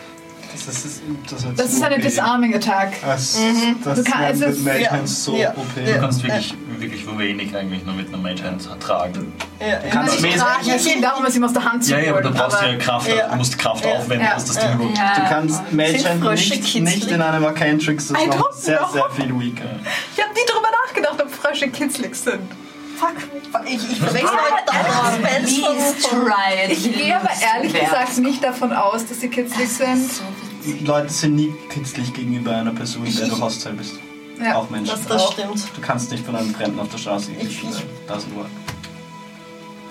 [SPEAKER 4] Das ist, das ist,
[SPEAKER 1] Das ist eine Disarming Attack.
[SPEAKER 4] Das,
[SPEAKER 1] Du
[SPEAKER 4] das
[SPEAKER 1] kann-
[SPEAKER 4] kann,
[SPEAKER 1] es
[SPEAKER 4] mit
[SPEAKER 1] ist-
[SPEAKER 4] Mage
[SPEAKER 2] ja.
[SPEAKER 4] Hands so
[SPEAKER 2] Ja.
[SPEAKER 4] OP.
[SPEAKER 3] Du
[SPEAKER 2] Ja.
[SPEAKER 3] kannst wirklich, wirklich wenig eigentlich nur mit einer Mage Hand tragen.
[SPEAKER 2] Ja, ja.
[SPEAKER 3] kannst
[SPEAKER 1] Also ich
[SPEAKER 3] lesen.
[SPEAKER 1] trage es ging darum, es ihm aus der Hand zu
[SPEAKER 3] Ja,
[SPEAKER 1] holen.
[SPEAKER 3] ja, aber du brauchst ja
[SPEAKER 1] aber
[SPEAKER 3] Kraft,
[SPEAKER 2] Ja.
[SPEAKER 3] du musst Kraft
[SPEAKER 2] Ja.
[SPEAKER 3] aufwenden,
[SPEAKER 1] Ja.
[SPEAKER 3] dass das Ding ruht.
[SPEAKER 16] Ja.
[SPEAKER 3] Ja.
[SPEAKER 4] Du
[SPEAKER 1] Äh,
[SPEAKER 4] kannst Mage Hand
[SPEAKER 2] Frösche
[SPEAKER 4] nicht,
[SPEAKER 2] kitzeln.
[SPEAKER 4] nicht in einem Arcane Tricks, das
[SPEAKER 1] I
[SPEAKER 4] macht
[SPEAKER 1] don't
[SPEAKER 4] sehr,
[SPEAKER 1] know.
[SPEAKER 4] sehr viel weaker.
[SPEAKER 1] Ich habe nie darüber nachgedacht, ob Frösche kitzlig sind.
[SPEAKER 2] Ich, ich verwechsel halt dauernd Spells von,
[SPEAKER 16] Please
[SPEAKER 2] von
[SPEAKER 16] try it.
[SPEAKER 1] Ich gehe aber ehrlich
[SPEAKER 16] Wert.
[SPEAKER 1] gesagt nicht davon aus, dass sie kitzlig sind.
[SPEAKER 4] Leute sind nie künstlich gegenüber einer Person, der du hostile bist.
[SPEAKER 1] Ja,
[SPEAKER 4] auch Menschen.
[SPEAKER 2] Das, das stimmt.
[SPEAKER 4] Du kannst nicht von einem Fremden auf der Straße geküsst werden. Das nur.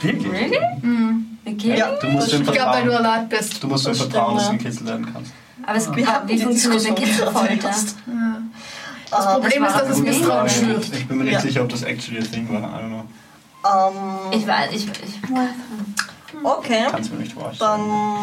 [SPEAKER 3] Wirklich?
[SPEAKER 2] Hm?
[SPEAKER 6] Really? Mhm. Okay.
[SPEAKER 4] Ja, du musst dem
[SPEAKER 1] Ich glaube, weil du
[SPEAKER 4] vertrauen.
[SPEAKER 1] allein bist.
[SPEAKER 4] Du musst dem
[SPEAKER 2] Das
[SPEAKER 4] vertrauen, dass du
[SPEAKER 2] stimmt,
[SPEAKER 4] gekitzelt werden kannst.
[SPEAKER 6] Aber es,
[SPEAKER 2] Wir hatten
[SPEAKER 6] wie
[SPEAKER 2] die
[SPEAKER 6] funktioniert
[SPEAKER 2] Diskussion
[SPEAKER 6] der
[SPEAKER 2] gerade
[SPEAKER 6] Kitzelfolter?
[SPEAKER 2] erst.
[SPEAKER 1] Das
[SPEAKER 2] Ähm,
[SPEAKER 1] Problem ist, dass es
[SPEAKER 6] Gute
[SPEAKER 1] Misstrauen
[SPEAKER 6] Frage.
[SPEAKER 1] schürt.
[SPEAKER 4] Ich bin mir nicht
[SPEAKER 2] Ja.
[SPEAKER 4] sicher, ob das actually a thing war. I don't know.
[SPEAKER 2] Ähm,
[SPEAKER 6] Ich weiß, ich, ich
[SPEAKER 2] okay,
[SPEAKER 4] Kannst mir nicht vorstellen.
[SPEAKER 2] dann.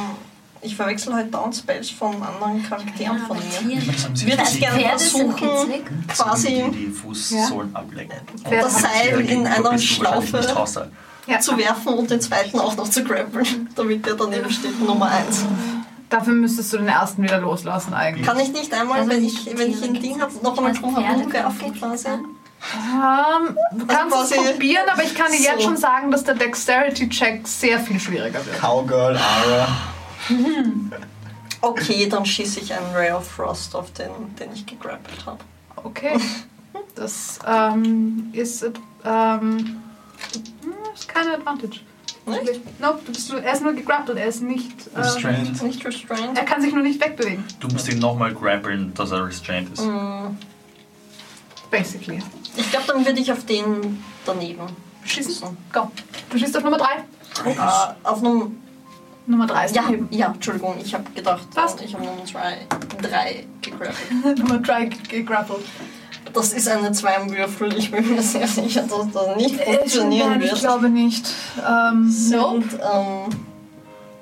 [SPEAKER 2] Ich verwechsel halt Downspells von anderen Charakteren von mir. Ich
[SPEAKER 3] Wird
[SPEAKER 2] würde es gerne
[SPEAKER 6] Pferde sind
[SPEAKER 2] versuchen,
[SPEAKER 6] kitzlig.
[SPEAKER 2] quasi
[SPEAKER 3] Die Fußsohlen ablecken.
[SPEAKER 1] Pferde
[SPEAKER 2] das Seil in einer Schlaufe
[SPEAKER 3] Schlaufe.
[SPEAKER 1] Ja.
[SPEAKER 2] zu werfen und den zweiten auch noch zu grappeln, damit der daneben steht, Nummer 1.
[SPEAKER 1] Dafür müsstest du den ersten wieder loslassen eigentlich.
[SPEAKER 2] Kann ich nicht einmal,
[SPEAKER 6] Also
[SPEAKER 2] wenn
[SPEAKER 6] nicht
[SPEAKER 2] ich, wenn ich ein
[SPEAKER 6] Tiere
[SPEAKER 2] Ding
[SPEAKER 6] kitzeln.
[SPEAKER 2] habe, noch einmal
[SPEAKER 6] Also
[SPEAKER 2] drum
[SPEAKER 6] Pferde
[SPEAKER 2] herum
[SPEAKER 6] kitzeln.
[SPEAKER 2] werfen quasi?
[SPEAKER 1] Ähm, du kannst es
[SPEAKER 2] Also quasi
[SPEAKER 1] probieren, aber ich kann dir jetzt
[SPEAKER 2] so.
[SPEAKER 1] schon sagen, dass der Dexterity-Check sehr viel schwieriger wird.
[SPEAKER 4] Cowgirl, Ara.
[SPEAKER 2] Okay, dann schieße ich einen Ray of Frost auf den, den ich gegrappelt habe.
[SPEAKER 1] Okay. Das ähm, ist. Ähm, hm, ist keine Advantage.
[SPEAKER 2] Nicht?
[SPEAKER 1] Nope, du bist, nur- er ist nur gegrappelt, er ist nicht. Äh,
[SPEAKER 4] Restrained.
[SPEAKER 2] Nicht restrained.
[SPEAKER 1] er kann sich nur nicht wegbewegen.
[SPEAKER 3] Du musst ihn nochmal grappeln, dass er restrained ist.
[SPEAKER 2] Mm,
[SPEAKER 1] Basically.
[SPEAKER 2] Ich glaube, dann würde ich auf den daneben schießen.
[SPEAKER 1] Go. Du schießt auf Nummer 3.
[SPEAKER 2] Äh, auf einem.
[SPEAKER 1] Nummer 3 ist
[SPEAKER 2] Ja,
[SPEAKER 1] daneben.
[SPEAKER 2] ja, Entschuldigung, ich habe gedacht,
[SPEAKER 1] Passt.
[SPEAKER 2] ich habe Nummer 3 gegrappelt.
[SPEAKER 1] Nummer 3 gegrappelt.
[SPEAKER 2] Das ist eine 2 im Würfel. Ich bin mir sehr sicher, dass das nicht funktionieren
[SPEAKER 1] Nein, ich
[SPEAKER 2] wird.
[SPEAKER 1] glaube Äh, nicht. Ähm, nope.
[SPEAKER 2] Und,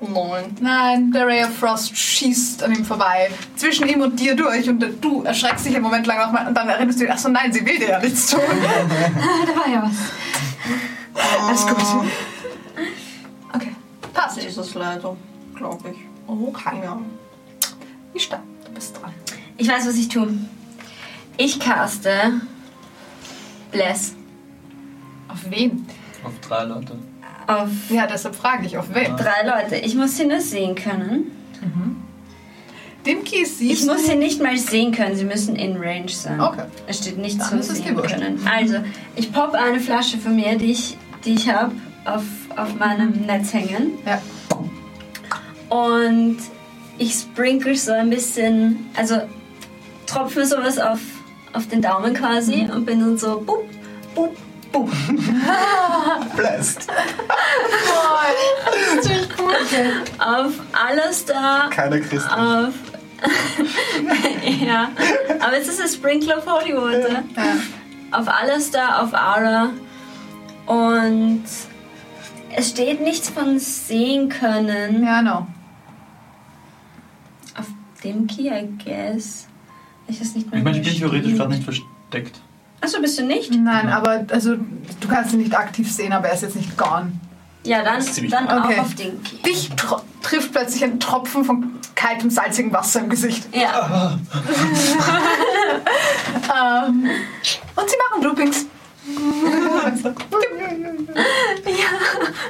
[SPEAKER 2] ähm, 9.
[SPEAKER 1] Nein, der Ray of Frost schießt an ihm vorbei. Zwischen ihm und dir durch. Und du erschreckst dich einen Moment lang nochmal. Und dann erinnerst du dich, ach so, nein, sie will dir ja nichts tun.
[SPEAKER 6] Da war ja Oh.
[SPEAKER 1] Alles
[SPEAKER 6] was.
[SPEAKER 1] gut. Okay. Passt.
[SPEAKER 2] Das ist es leider, glaube ich.
[SPEAKER 1] Okay.
[SPEAKER 2] Ja.
[SPEAKER 1] Ishtar, du bist dran.
[SPEAKER 6] Ich weiß, was ich tue. Ich caste Bless
[SPEAKER 1] Auf wen?
[SPEAKER 25] Auf drei Leute.
[SPEAKER 6] auf
[SPEAKER 1] Ja, deshalb frage ich, auf wen?
[SPEAKER 6] drei Leute. Ich muss sie nur sehen können.
[SPEAKER 1] Dimki siehst
[SPEAKER 6] Ich muss
[SPEAKER 1] du.
[SPEAKER 6] sie nicht mal sehen können. Sie müssen in Range sein.
[SPEAKER 1] Okay.
[SPEAKER 6] Es steht nicht
[SPEAKER 1] Dann
[SPEAKER 6] so
[SPEAKER 1] ist es dir
[SPEAKER 6] sehen
[SPEAKER 1] wurscht.
[SPEAKER 6] können. Also, ich poppe eine Flasche von mir, die ich, die ich habe, auf, auf meinem Netz hängen.
[SPEAKER 1] Ja.
[SPEAKER 6] Und ich sprinkle so ein bisschen, also tropfe sowas auf, auf den Daumen quasi
[SPEAKER 1] Mhm.
[SPEAKER 6] und bin dann so bup, bup, bup.
[SPEAKER 4] Blessed.
[SPEAKER 6] Auf Alastar,
[SPEAKER 4] Keiner Christ.
[SPEAKER 6] auf. ja, aber es ist ein Sprinkler of Holy Water. Auf Alastar, auf Ara. Und es steht nichts von sehen können.
[SPEAKER 1] Ja, no.
[SPEAKER 6] Auf dem Key, I guess. Ich weiß nicht mehr.
[SPEAKER 3] Ich meine,
[SPEAKER 6] wo
[SPEAKER 3] ich bin
[SPEAKER 6] er
[SPEAKER 3] theoretisch
[SPEAKER 6] steht.
[SPEAKER 3] gerade nicht versteckt.
[SPEAKER 6] Achso, bist du nicht?
[SPEAKER 1] Nein, aber also, du kannst ihn nicht aktiv sehen, aber er ist jetzt nicht gone.
[SPEAKER 6] Ja, dann,
[SPEAKER 4] ziemlich
[SPEAKER 6] dann
[SPEAKER 1] Okay.
[SPEAKER 6] auch auf den Key.
[SPEAKER 1] Dich tro- trifft plötzlich ein Tropfen von kaltem, salzigem Wasser im Gesicht.
[SPEAKER 6] Ja,
[SPEAKER 1] Ähm, und sie machen Loopings.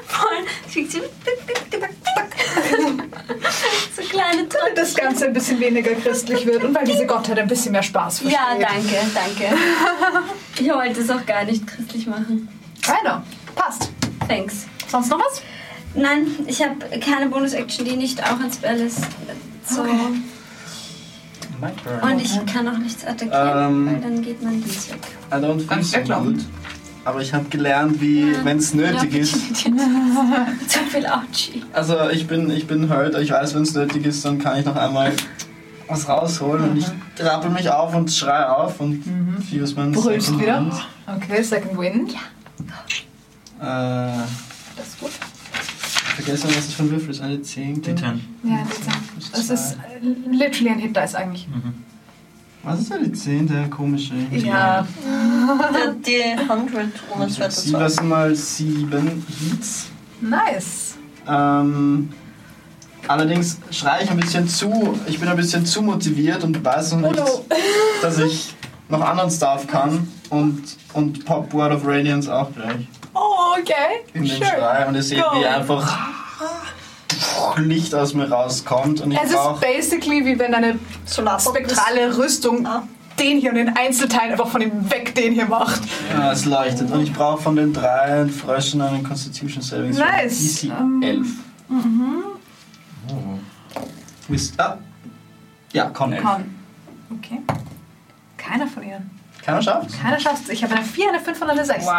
[SPEAKER 6] voll. Schickt sie- so kleine
[SPEAKER 1] Damit
[SPEAKER 6] Tropfen.
[SPEAKER 1] das Ganze ein bisschen weniger christlich wird und weil diese Gottheit ein bisschen mehr Spaß versteht.
[SPEAKER 6] Ja, danke, danke. Ich wollte es auch gar nicht christlich machen.
[SPEAKER 1] Genau. Passt.
[SPEAKER 6] Thanks.
[SPEAKER 1] Sonst noch was?
[SPEAKER 6] Nein, ich habe keine Bonus-Action, die nicht auch ins Spell ist. So.
[SPEAKER 4] My turn.
[SPEAKER 6] Und ich kann auch nichts attackieren,
[SPEAKER 4] Ähm.
[SPEAKER 6] weil dann geht mein Dienst weg.
[SPEAKER 4] I don't think
[SPEAKER 1] Kannst
[SPEAKER 4] so
[SPEAKER 1] weglaufen.
[SPEAKER 4] gut. Aber ich habe gelernt, wie,
[SPEAKER 6] Ja.
[SPEAKER 4] wenn es nötig ist.
[SPEAKER 6] Zu viel Ouchie.
[SPEAKER 4] Also ich bin, ich bin hurt. Ich weiß, wenn es nötig ist, dann kann ich noch einmal was rausholen. Und ich rappel mich auf und schrei auf und fuse meinen
[SPEAKER 1] Brüllst
[SPEAKER 4] Second
[SPEAKER 1] wieder?
[SPEAKER 4] Wind.
[SPEAKER 1] Okay, Second Wind.
[SPEAKER 4] Äh,
[SPEAKER 1] Das ist gut.
[SPEAKER 4] vergessen, was das für ein Würfel ist. Eine 10.
[SPEAKER 3] Die 10.
[SPEAKER 1] Ja, das ist, das ist äh, literally ein Hit-Dice eigentlich.
[SPEAKER 4] Mhm. Was ist denn die 10? Der komische.
[SPEAKER 1] Ja,
[SPEAKER 2] Der D100 ohne zweite
[SPEAKER 4] Sie
[SPEAKER 2] Zahl.
[SPEAKER 4] lassen mal 7 Heats.
[SPEAKER 1] nice.
[SPEAKER 4] Ähm, allerdings schreie ich ein bisschen zu. Ich bin ein bisschen zu motiviert und weiß noch nicht, dass ich noch anderen Stuff kann. Und, und Pop Word of Radiance auch gleich.
[SPEAKER 1] Oh, okay.
[SPEAKER 4] in den
[SPEAKER 1] Sure.
[SPEAKER 4] Schrei und ihr seht,
[SPEAKER 1] Go.
[SPEAKER 4] wie einfach Licht aus mir rauskommt und ich
[SPEAKER 1] Es ist
[SPEAKER 4] brauche
[SPEAKER 1] basically wie wenn eine
[SPEAKER 2] Solarspektral.
[SPEAKER 1] spektrale Rüstung
[SPEAKER 2] Ah.
[SPEAKER 1] den hier und den Einzelteilen einfach von ihm weg den hier macht.
[SPEAKER 4] ja, es leuchtet und ich brauche von den drei Fröschen einen Constitution Savings
[SPEAKER 1] Nice.
[SPEAKER 4] DC
[SPEAKER 1] Ähm.
[SPEAKER 3] Oh.
[SPEAKER 4] 11. With, ah, Ja, Con 11.
[SPEAKER 1] Con. Okay. Keiner von ihnen.
[SPEAKER 4] Keiner schafft.
[SPEAKER 1] Keiner schafft es. Ich habe eine 4, eine 5 und eine 6.
[SPEAKER 4] Wow.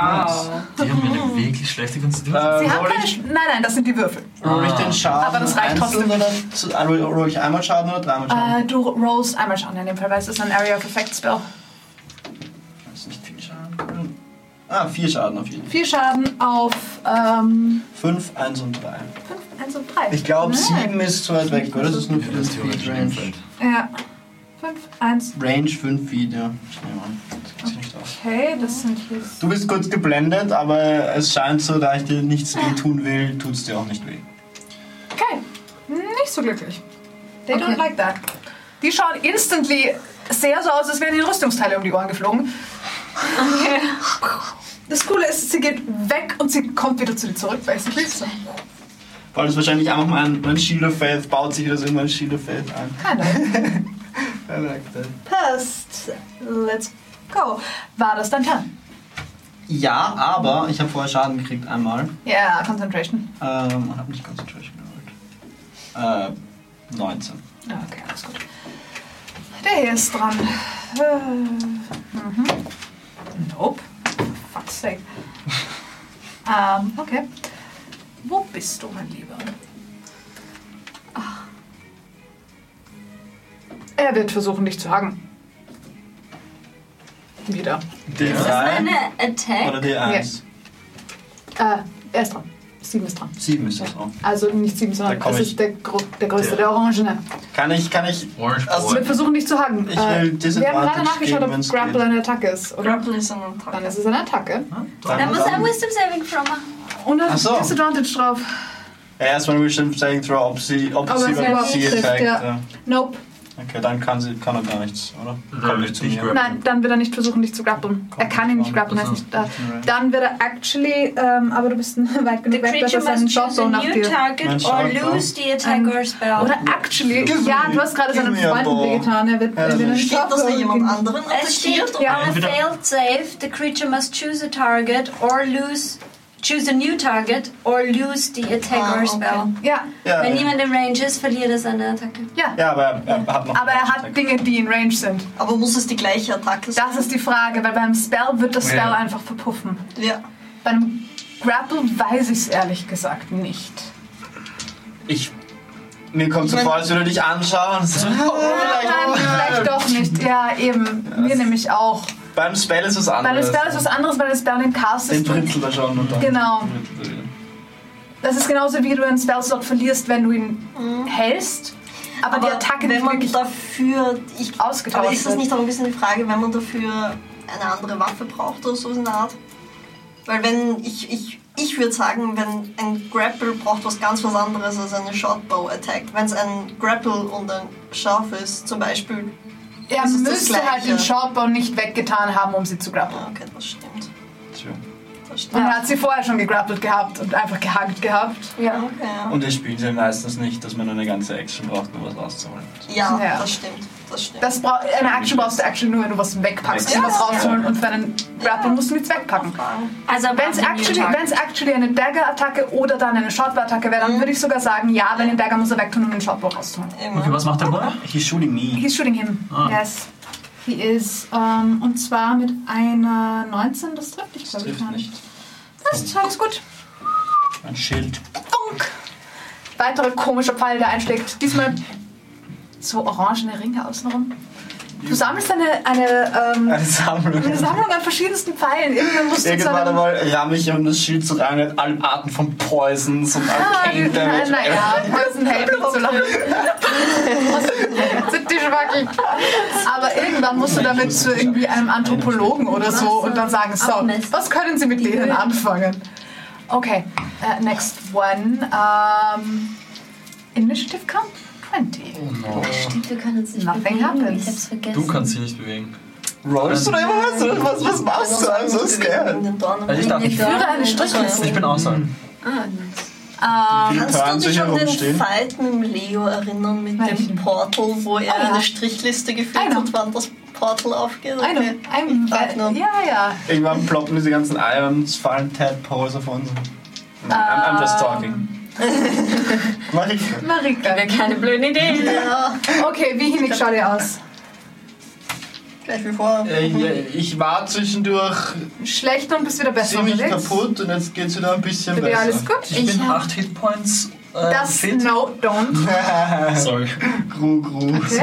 [SPEAKER 3] Die haben
[SPEAKER 2] Mhm.
[SPEAKER 3] eine wirklich schlechte Konstitution.
[SPEAKER 1] Sie
[SPEAKER 4] Ähm,
[SPEAKER 1] haben
[SPEAKER 4] roll
[SPEAKER 1] keine.
[SPEAKER 4] ich,
[SPEAKER 1] Sch- Nein, nein, das sind die Würfel.
[SPEAKER 4] roll ich den Schaden
[SPEAKER 1] Aber das reicht trotzdem
[SPEAKER 4] einzeln Oder zu, ah, roll, roll ich einmal Schaden oder dreimal Schaden?
[SPEAKER 1] Äh, du rollst einmal Schaden in dem Fall, weil es ist ein Area of Effect Spell. Ah.
[SPEAKER 4] Das ist nicht viel Schaden. Ah, vier Schaden auf jeden Fall.
[SPEAKER 1] 4 Schaden auf ähm,
[SPEAKER 4] Fünf, eins und drei.
[SPEAKER 1] 5, 1 und 3.
[SPEAKER 4] Ich glaube, sieben ist zu weit weg, oder? Das ist nur für das Speed Range.
[SPEAKER 1] Ja. 5, 1.
[SPEAKER 4] Range 5 Feet, ja. Ich nehme an. Das geht sich nicht aus.
[SPEAKER 1] Okay, das sind hier.
[SPEAKER 4] Du bist kurz geblendet, aber es scheint so, da ich dir nichts weh tun will, tut es dir auch nicht weh.
[SPEAKER 1] Okay. Nicht so glücklich. They don't like that. Die schauen instantly sehr so aus, als wären ihnen Rüstungsteile um die Ohren geflogen. Das Coole ist, sie geht weg und sie kommt wieder zu dir zurück, basically. So.
[SPEAKER 4] Weil das wahrscheinlich einfach mein, mein Shield of Faith baut sich wieder so in mein Shield of Faith ein. I like that.
[SPEAKER 1] Passt. Let's go. War das dein Turn?
[SPEAKER 4] Ja, aber ich habe vorher Schaden gekriegt einmal.
[SPEAKER 1] Ja, Concentration.
[SPEAKER 4] Ähm, und habe nicht Concentration geholt. Äh, 19.
[SPEAKER 1] Ah, Okay, alles gut. Der hier ist dran. Äh, mhm. Nope. Fuck's sake. Ähm, okay. Wo bist du, mein Lieber? Ah. Er wird versuchen, dich zu hacken. Wieder.
[SPEAKER 6] Das ist
[SPEAKER 4] D3
[SPEAKER 6] eine Attack.
[SPEAKER 4] oder D1?
[SPEAKER 1] Äh, er ist dran. Sieben ist dran.
[SPEAKER 4] 7 ist das auch.
[SPEAKER 1] Also nicht sieben, sondern
[SPEAKER 4] Da komm
[SPEAKER 1] es
[SPEAKER 4] ich.
[SPEAKER 1] ist der, Gro der größte, der Orangene.
[SPEAKER 4] Kann ich, kann ich.
[SPEAKER 3] Orange
[SPEAKER 4] Also
[SPEAKER 3] Boy.
[SPEAKER 1] Wir versuchen dich zu hacken. Äh,
[SPEAKER 4] Ich will
[SPEAKER 1] wir haben
[SPEAKER 4] Disadvantage
[SPEAKER 1] gerade nachgeschaut,
[SPEAKER 4] geben,
[SPEAKER 1] ob
[SPEAKER 4] wenn's
[SPEAKER 1] Grapple
[SPEAKER 4] geht.
[SPEAKER 1] eine Attacke ist, oder?
[SPEAKER 2] Grapple ist ein Attack.
[SPEAKER 1] Dann ist es eine Attacke.
[SPEAKER 6] Da
[SPEAKER 4] Dann
[SPEAKER 6] muss er
[SPEAKER 4] dann-
[SPEAKER 6] Wisdom Saving Throw machen.
[SPEAKER 1] Und hat
[SPEAKER 4] Ach so.
[SPEAKER 1] Disadvantage drauf.
[SPEAKER 4] Ja, erstmal Wisdom Saving Throw, ob sie, ob
[SPEAKER 1] Ob
[SPEAKER 4] sie,
[SPEAKER 1] es
[SPEAKER 4] ob
[SPEAKER 1] überhaupt
[SPEAKER 4] sie
[SPEAKER 1] trifft,
[SPEAKER 4] attacked,
[SPEAKER 1] ja.
[SPEAKER 4] ja.
[SPEAKER 1] Nope.
[SPEAKER 4] Okay, dann kann sie, kann er gar nichts, oder?
[SPEAKER 3] Dann wird dich grappen.
[SPEAKER 1] Nein, dann wird er nicht versuchen, dich zu grappeln. Er kann ihn nicht grappeln, er ist nicht da. Dann wird er actually, ähm, aber du bist weit
[SPEAKER 6] The
[SPEAKER 1] genug weg, dass
[SPEAKER 6] creature
[SPEAKER 1] er seinen
[SPEAKER 6] must choose a
[SPEAKER 1] Shotdown nach
[SPEAKER 6] new
[SPEAKER 1] dir.
[SPEAKER 4] Mein
[SPEAKER 6] target or
[SPEAKER 4] Shotdown.
[SPEAKER 6] lose the attack
[SPEAKER 1] Ähm,
[SPEAKER 6] or spell.
[SPEAKER 1] Oder actually,
[SPEAKER 4] Give me-
[SPEAKER 1] ja, du hast gerade
[SPEAKER 4] give
[SPEAKER 1] seinen
[SPEAKER 4] me a
[SPEAKER 1] Freunden
[SPEAKER 4] ball.
[SPEAKER 1] wehgetan. Er wird
[SPEAKER 4] Ja,
[SPEAKER 1] er wird einen
[SPEAKER 4] das
[SPEAKER 2] Steht, dass er
[SPEAKER 1] Shotdown
[SPEAKER 2] jemand
[SPEAKER 1] geben.
[SPEAKER 2] anderen
[SPEAKER 6] Es steht
[SPEAKER 2] attackiert?
[SPEAKER 6] on a
[SPEAKER 3] Entweder-
[SPEAKER 6] failed save, the creature must choose a target or lose choose a new target or lose the attack
[SPEAKER 2] Ah,
[SPEAKER 6] or
[SPEAKER 2] okay.
[SPEAKER 6] spell.
[SPEAKER 1] Ja,
[SPEAKER 4] Ja,
[SPEAKER 6] Wenn
[SPEAKER 4] ja.
[SPEAKER 6] jemand im Range ist, verliert er seine Attacke.
[SPEAKER 4] ja, aber er, er hat noch.
[SPEAKER 1] aber er hat Dinge, die in Range sind.
[SPEAKER 2] Aber muss es die gleiche Attacke sein?
[SPEAKER 1] Das ist die Frage, weil beim Spell wird das Spell
[SPEAKER 3] Ja.
[SPEAKER 1] einfach verpuffen.
[SPEAKER 2] Ja.
[SPEAKER 1] Bei einem Grapple weiß ich es ehrlich gesagt nicht.
[SPEAKER 4] Ich. Mir kommt so vor, als würde er dich anschauen. und So, oh,
[SPEAKER 1] Nein, vielleicht doch nicht. Ja, eben. Mir nämlich auch.
[SPEAKER 4] Beim Spell ist es
[SPEAKER 1] Bei einem
[SPEAKER 4] anders.
[SPEAKER 1] Spell ist was anderes, weil das Spell den Cast
[SPEAKER 4] Den
[SPEAKER 1] ist.
[SPEAKER 4] drittelt er schon und dann.
[SPEAKER 1] Genau.
[SPEAKER 4] drittelt er wieder.
[SPEAKER 1] Das ist genauso wie du einen Spellslot verlierst, wenn du ihn hältst. Aber, die Attacke
[SPEAKER 2] Mhm. wenn
[SPEAKER 1] wird
[SPEAKER 2] man
[SPEAKER 1] wirklich
[SPEAKER 2] dafür. Ich,
[SPEAKER 1] ausgetauscht.
[SPEAKER 2] aber ist das
[SPEAKER 1] wird.
[SPEAKER 2] nicht auch ein bisschen die Frage, wenn man dafür eine andere Waffe braucht oder so in der Art? Weil wenn ich, ich, ich würde sagen, wenn ein Grapple braucht was ganz was anderes als eine Shortbow-Attack. Wenn es ein Grapple und ein Scharf ist, zum Beispiel.
[SPEAKER 1] Er
[SPEAKER 2] das ist das
[SPEAKER 1] müsste halt
[SPEAKER 2] Gleiche.
[SPEAKER 1] den Shortbow nicht weggetan haben, um sie zu grappeln.
[SPEAKER 2] Ah, Okay, das stimmt.
[SPEAKER 4] Tja.
[SPEAKER 2] Das
[SPEAKER 1] Und
[SPEAKER 2] stimmt.
[SPEAKER 1] er hat sie vorher schon gegrappelt gehabt und einfach gehackt gehabt.
[SPEAKER 6] Ja.
[SPEAKER 2] Okay, ja.
[SPEAKER 4] Und ihr spielt ja meistens nicht, dass man eine ganze Action braucht, um was rauszuholen.
[SPEAKER 2] Ja,
[SPEAKER 1] Ja.
[SPEAKER 2] das stimmt. Das stimmt.
[SPEAKER 1] Das bra eine Action brauchst du actually nur, wenn du was wegpackst, um was
[SPEAKER 4] Ja.
[SPEAKER 1] rauszuholen. Und für einen Grapple musst du nichts wegpacken.
[SPEAKER 6] Also
[SPEAKER 1] Wenn es actually, wenn's actually eine Dagger-Attacke oder dann eine Shortbow-Attacke wäre,
[SPEAKER 4] Mhm.
[SPEAKER 1] dann würde ich sogar sagen, ja, weil den Dagger muss er wegtun, um den Shortbow rauszuholen.
[SPEAKER 3] Okay, was macht der Boy?
[SPEAKER 4] He's shooting me.
[SPEAKER 1] He's shooting him.
[SPEAKER 3] Ah.
[SPEAKER 1] Yes. He is. ähm, und zwar mit einer 19, das trifft dich,
[SPEAKER 4] Das
[SPEAKER 1] glaube ich.
[SPEAKER 4] trifft
[SPEAKER 1] gar
[SPEAKER 4] nicht.
[SPEAKER 1] Das ist alles gut.
[SPEAKER 4] Ein Schild.
[SPEAKER 1] Funk. Weiterer komischer Pfeil, der einschlägt. Diesmal so orangene Ringe außenrum. Du sammelst eine, eine, ähm,
[SPEAKER 4] Eine Sammlung.
[SPEAKER 1] eine Sammlung an verschiedensten Pfeilen. Irgendwann musst du zu
[SPEAKER 4] Irgendwann
[SPEAKER 1] einem...
[SPEAKER 4] einmal ramm ich um das Schild zu rein mit allen Arten von Poisons und
[SPEAKER 1] Ah, die-
[SPEAKER 4] Arcane
[SPEAKER 1] na-
[SPEAKER 4] Damage.
[SPEAKER 1] Naja, Poison hält nicht so lange. Sind die schwackig. Aber irgendwann musst du damit zu irgendwie einem Anthropologen oder so und dann sagen, so, was können sie mit denen anfangen? Okay, äh, next one. Ähm, Initiative count 20.
[SPEAKER 6] Stimmt, wir können uns nicht
[SPEAKER 1] Nothing
[SPEAKER 6] bewegen.
[SPEAKER 1] happens.
[SPEAKER 6] Mhm, Ich hab's vergessen.
[SPEAKER 3] Du kannst sie nicht bewegen.
[SPEAKER 4] Rollst du da immer was? Was, was machst du? I'm so scared.
[SPEAKER 3] Also ich dachte, ich,
[SPEAKER 1] Führe eine Strichliste.
[SPEAKER 3] ich bin außerhalb.
[SPEAKER 6] Ah, nice.
[SPEAKER 1] Ähm,
[SPEAKER 4] Viele
[SPEAKER 2] Kannst du
[SPEAKER 4] Turns
[SPEAKER 2] dich
[SPEAKER 4] hier
[SPEAKER 2] an den
[SPEAKER 4] rumstehen.
[SPEAKER 2] Fight mit dem Leo erinnern, mit
[SPEAKER 1] Welchen?
[SPEAKER 2] dem Portal, wo er
[SPEAKER 1] Ah, ja.
[SPEAKER 2] eine Strichliste geführt
[SPEAKER 1] Einer.
[SPEAKER 2] hat, wann das Portal aufgeht?
[SPEAKER 1] eine, ein,
[SPEAKER 2] frag nur.
[SPEAKER 1] ja, ja.
[SPEAKER 4] Irgendwann ploppen diese ganzen Irons, fallen Tadpoles auf uns. I'm, I'm just talking.
[SPEAKER 1] Ähm.
[SPEAKER 26] Marika.
[SPEAKER 6] Da
[SPEAKER 1] Marika.
[SPEAKER 6] wäre keine blöde Idee.
[SPEAKER 2] Ja,
[SPEAKER 1] Okay, wie hinig schau dir aus?
[SPEAKER 2] gleich wie vor.
[SPEAKER 26] Äh, ja, ich war zwischendurch
[SPEAKER 1] Schlecht und bist wieder besser
[SPEAKER 26] ziemlich
[SPEAKER 1] unterwegs?
[SPEAKER 26] kaputt und jetzt geht's wieder ein bisschen
[SPEAKER 1] Für dich
[SPEAKER 26] besser.
[SPEAKER 1] alles gut?
[SPEAKER 3] Ich, bin
[SPEAKER 6] hab-
[SPEAKER 3] 8 Hitpoints äh,
[SPEAKER 1] Das,
[SPEAKER 3] fit.
[SPEAKER 1] no, don't.
[SPEAKER 3] Sorry.
[SPEAKER 26] Gru, gru.
[SPEAKER 1] Okay.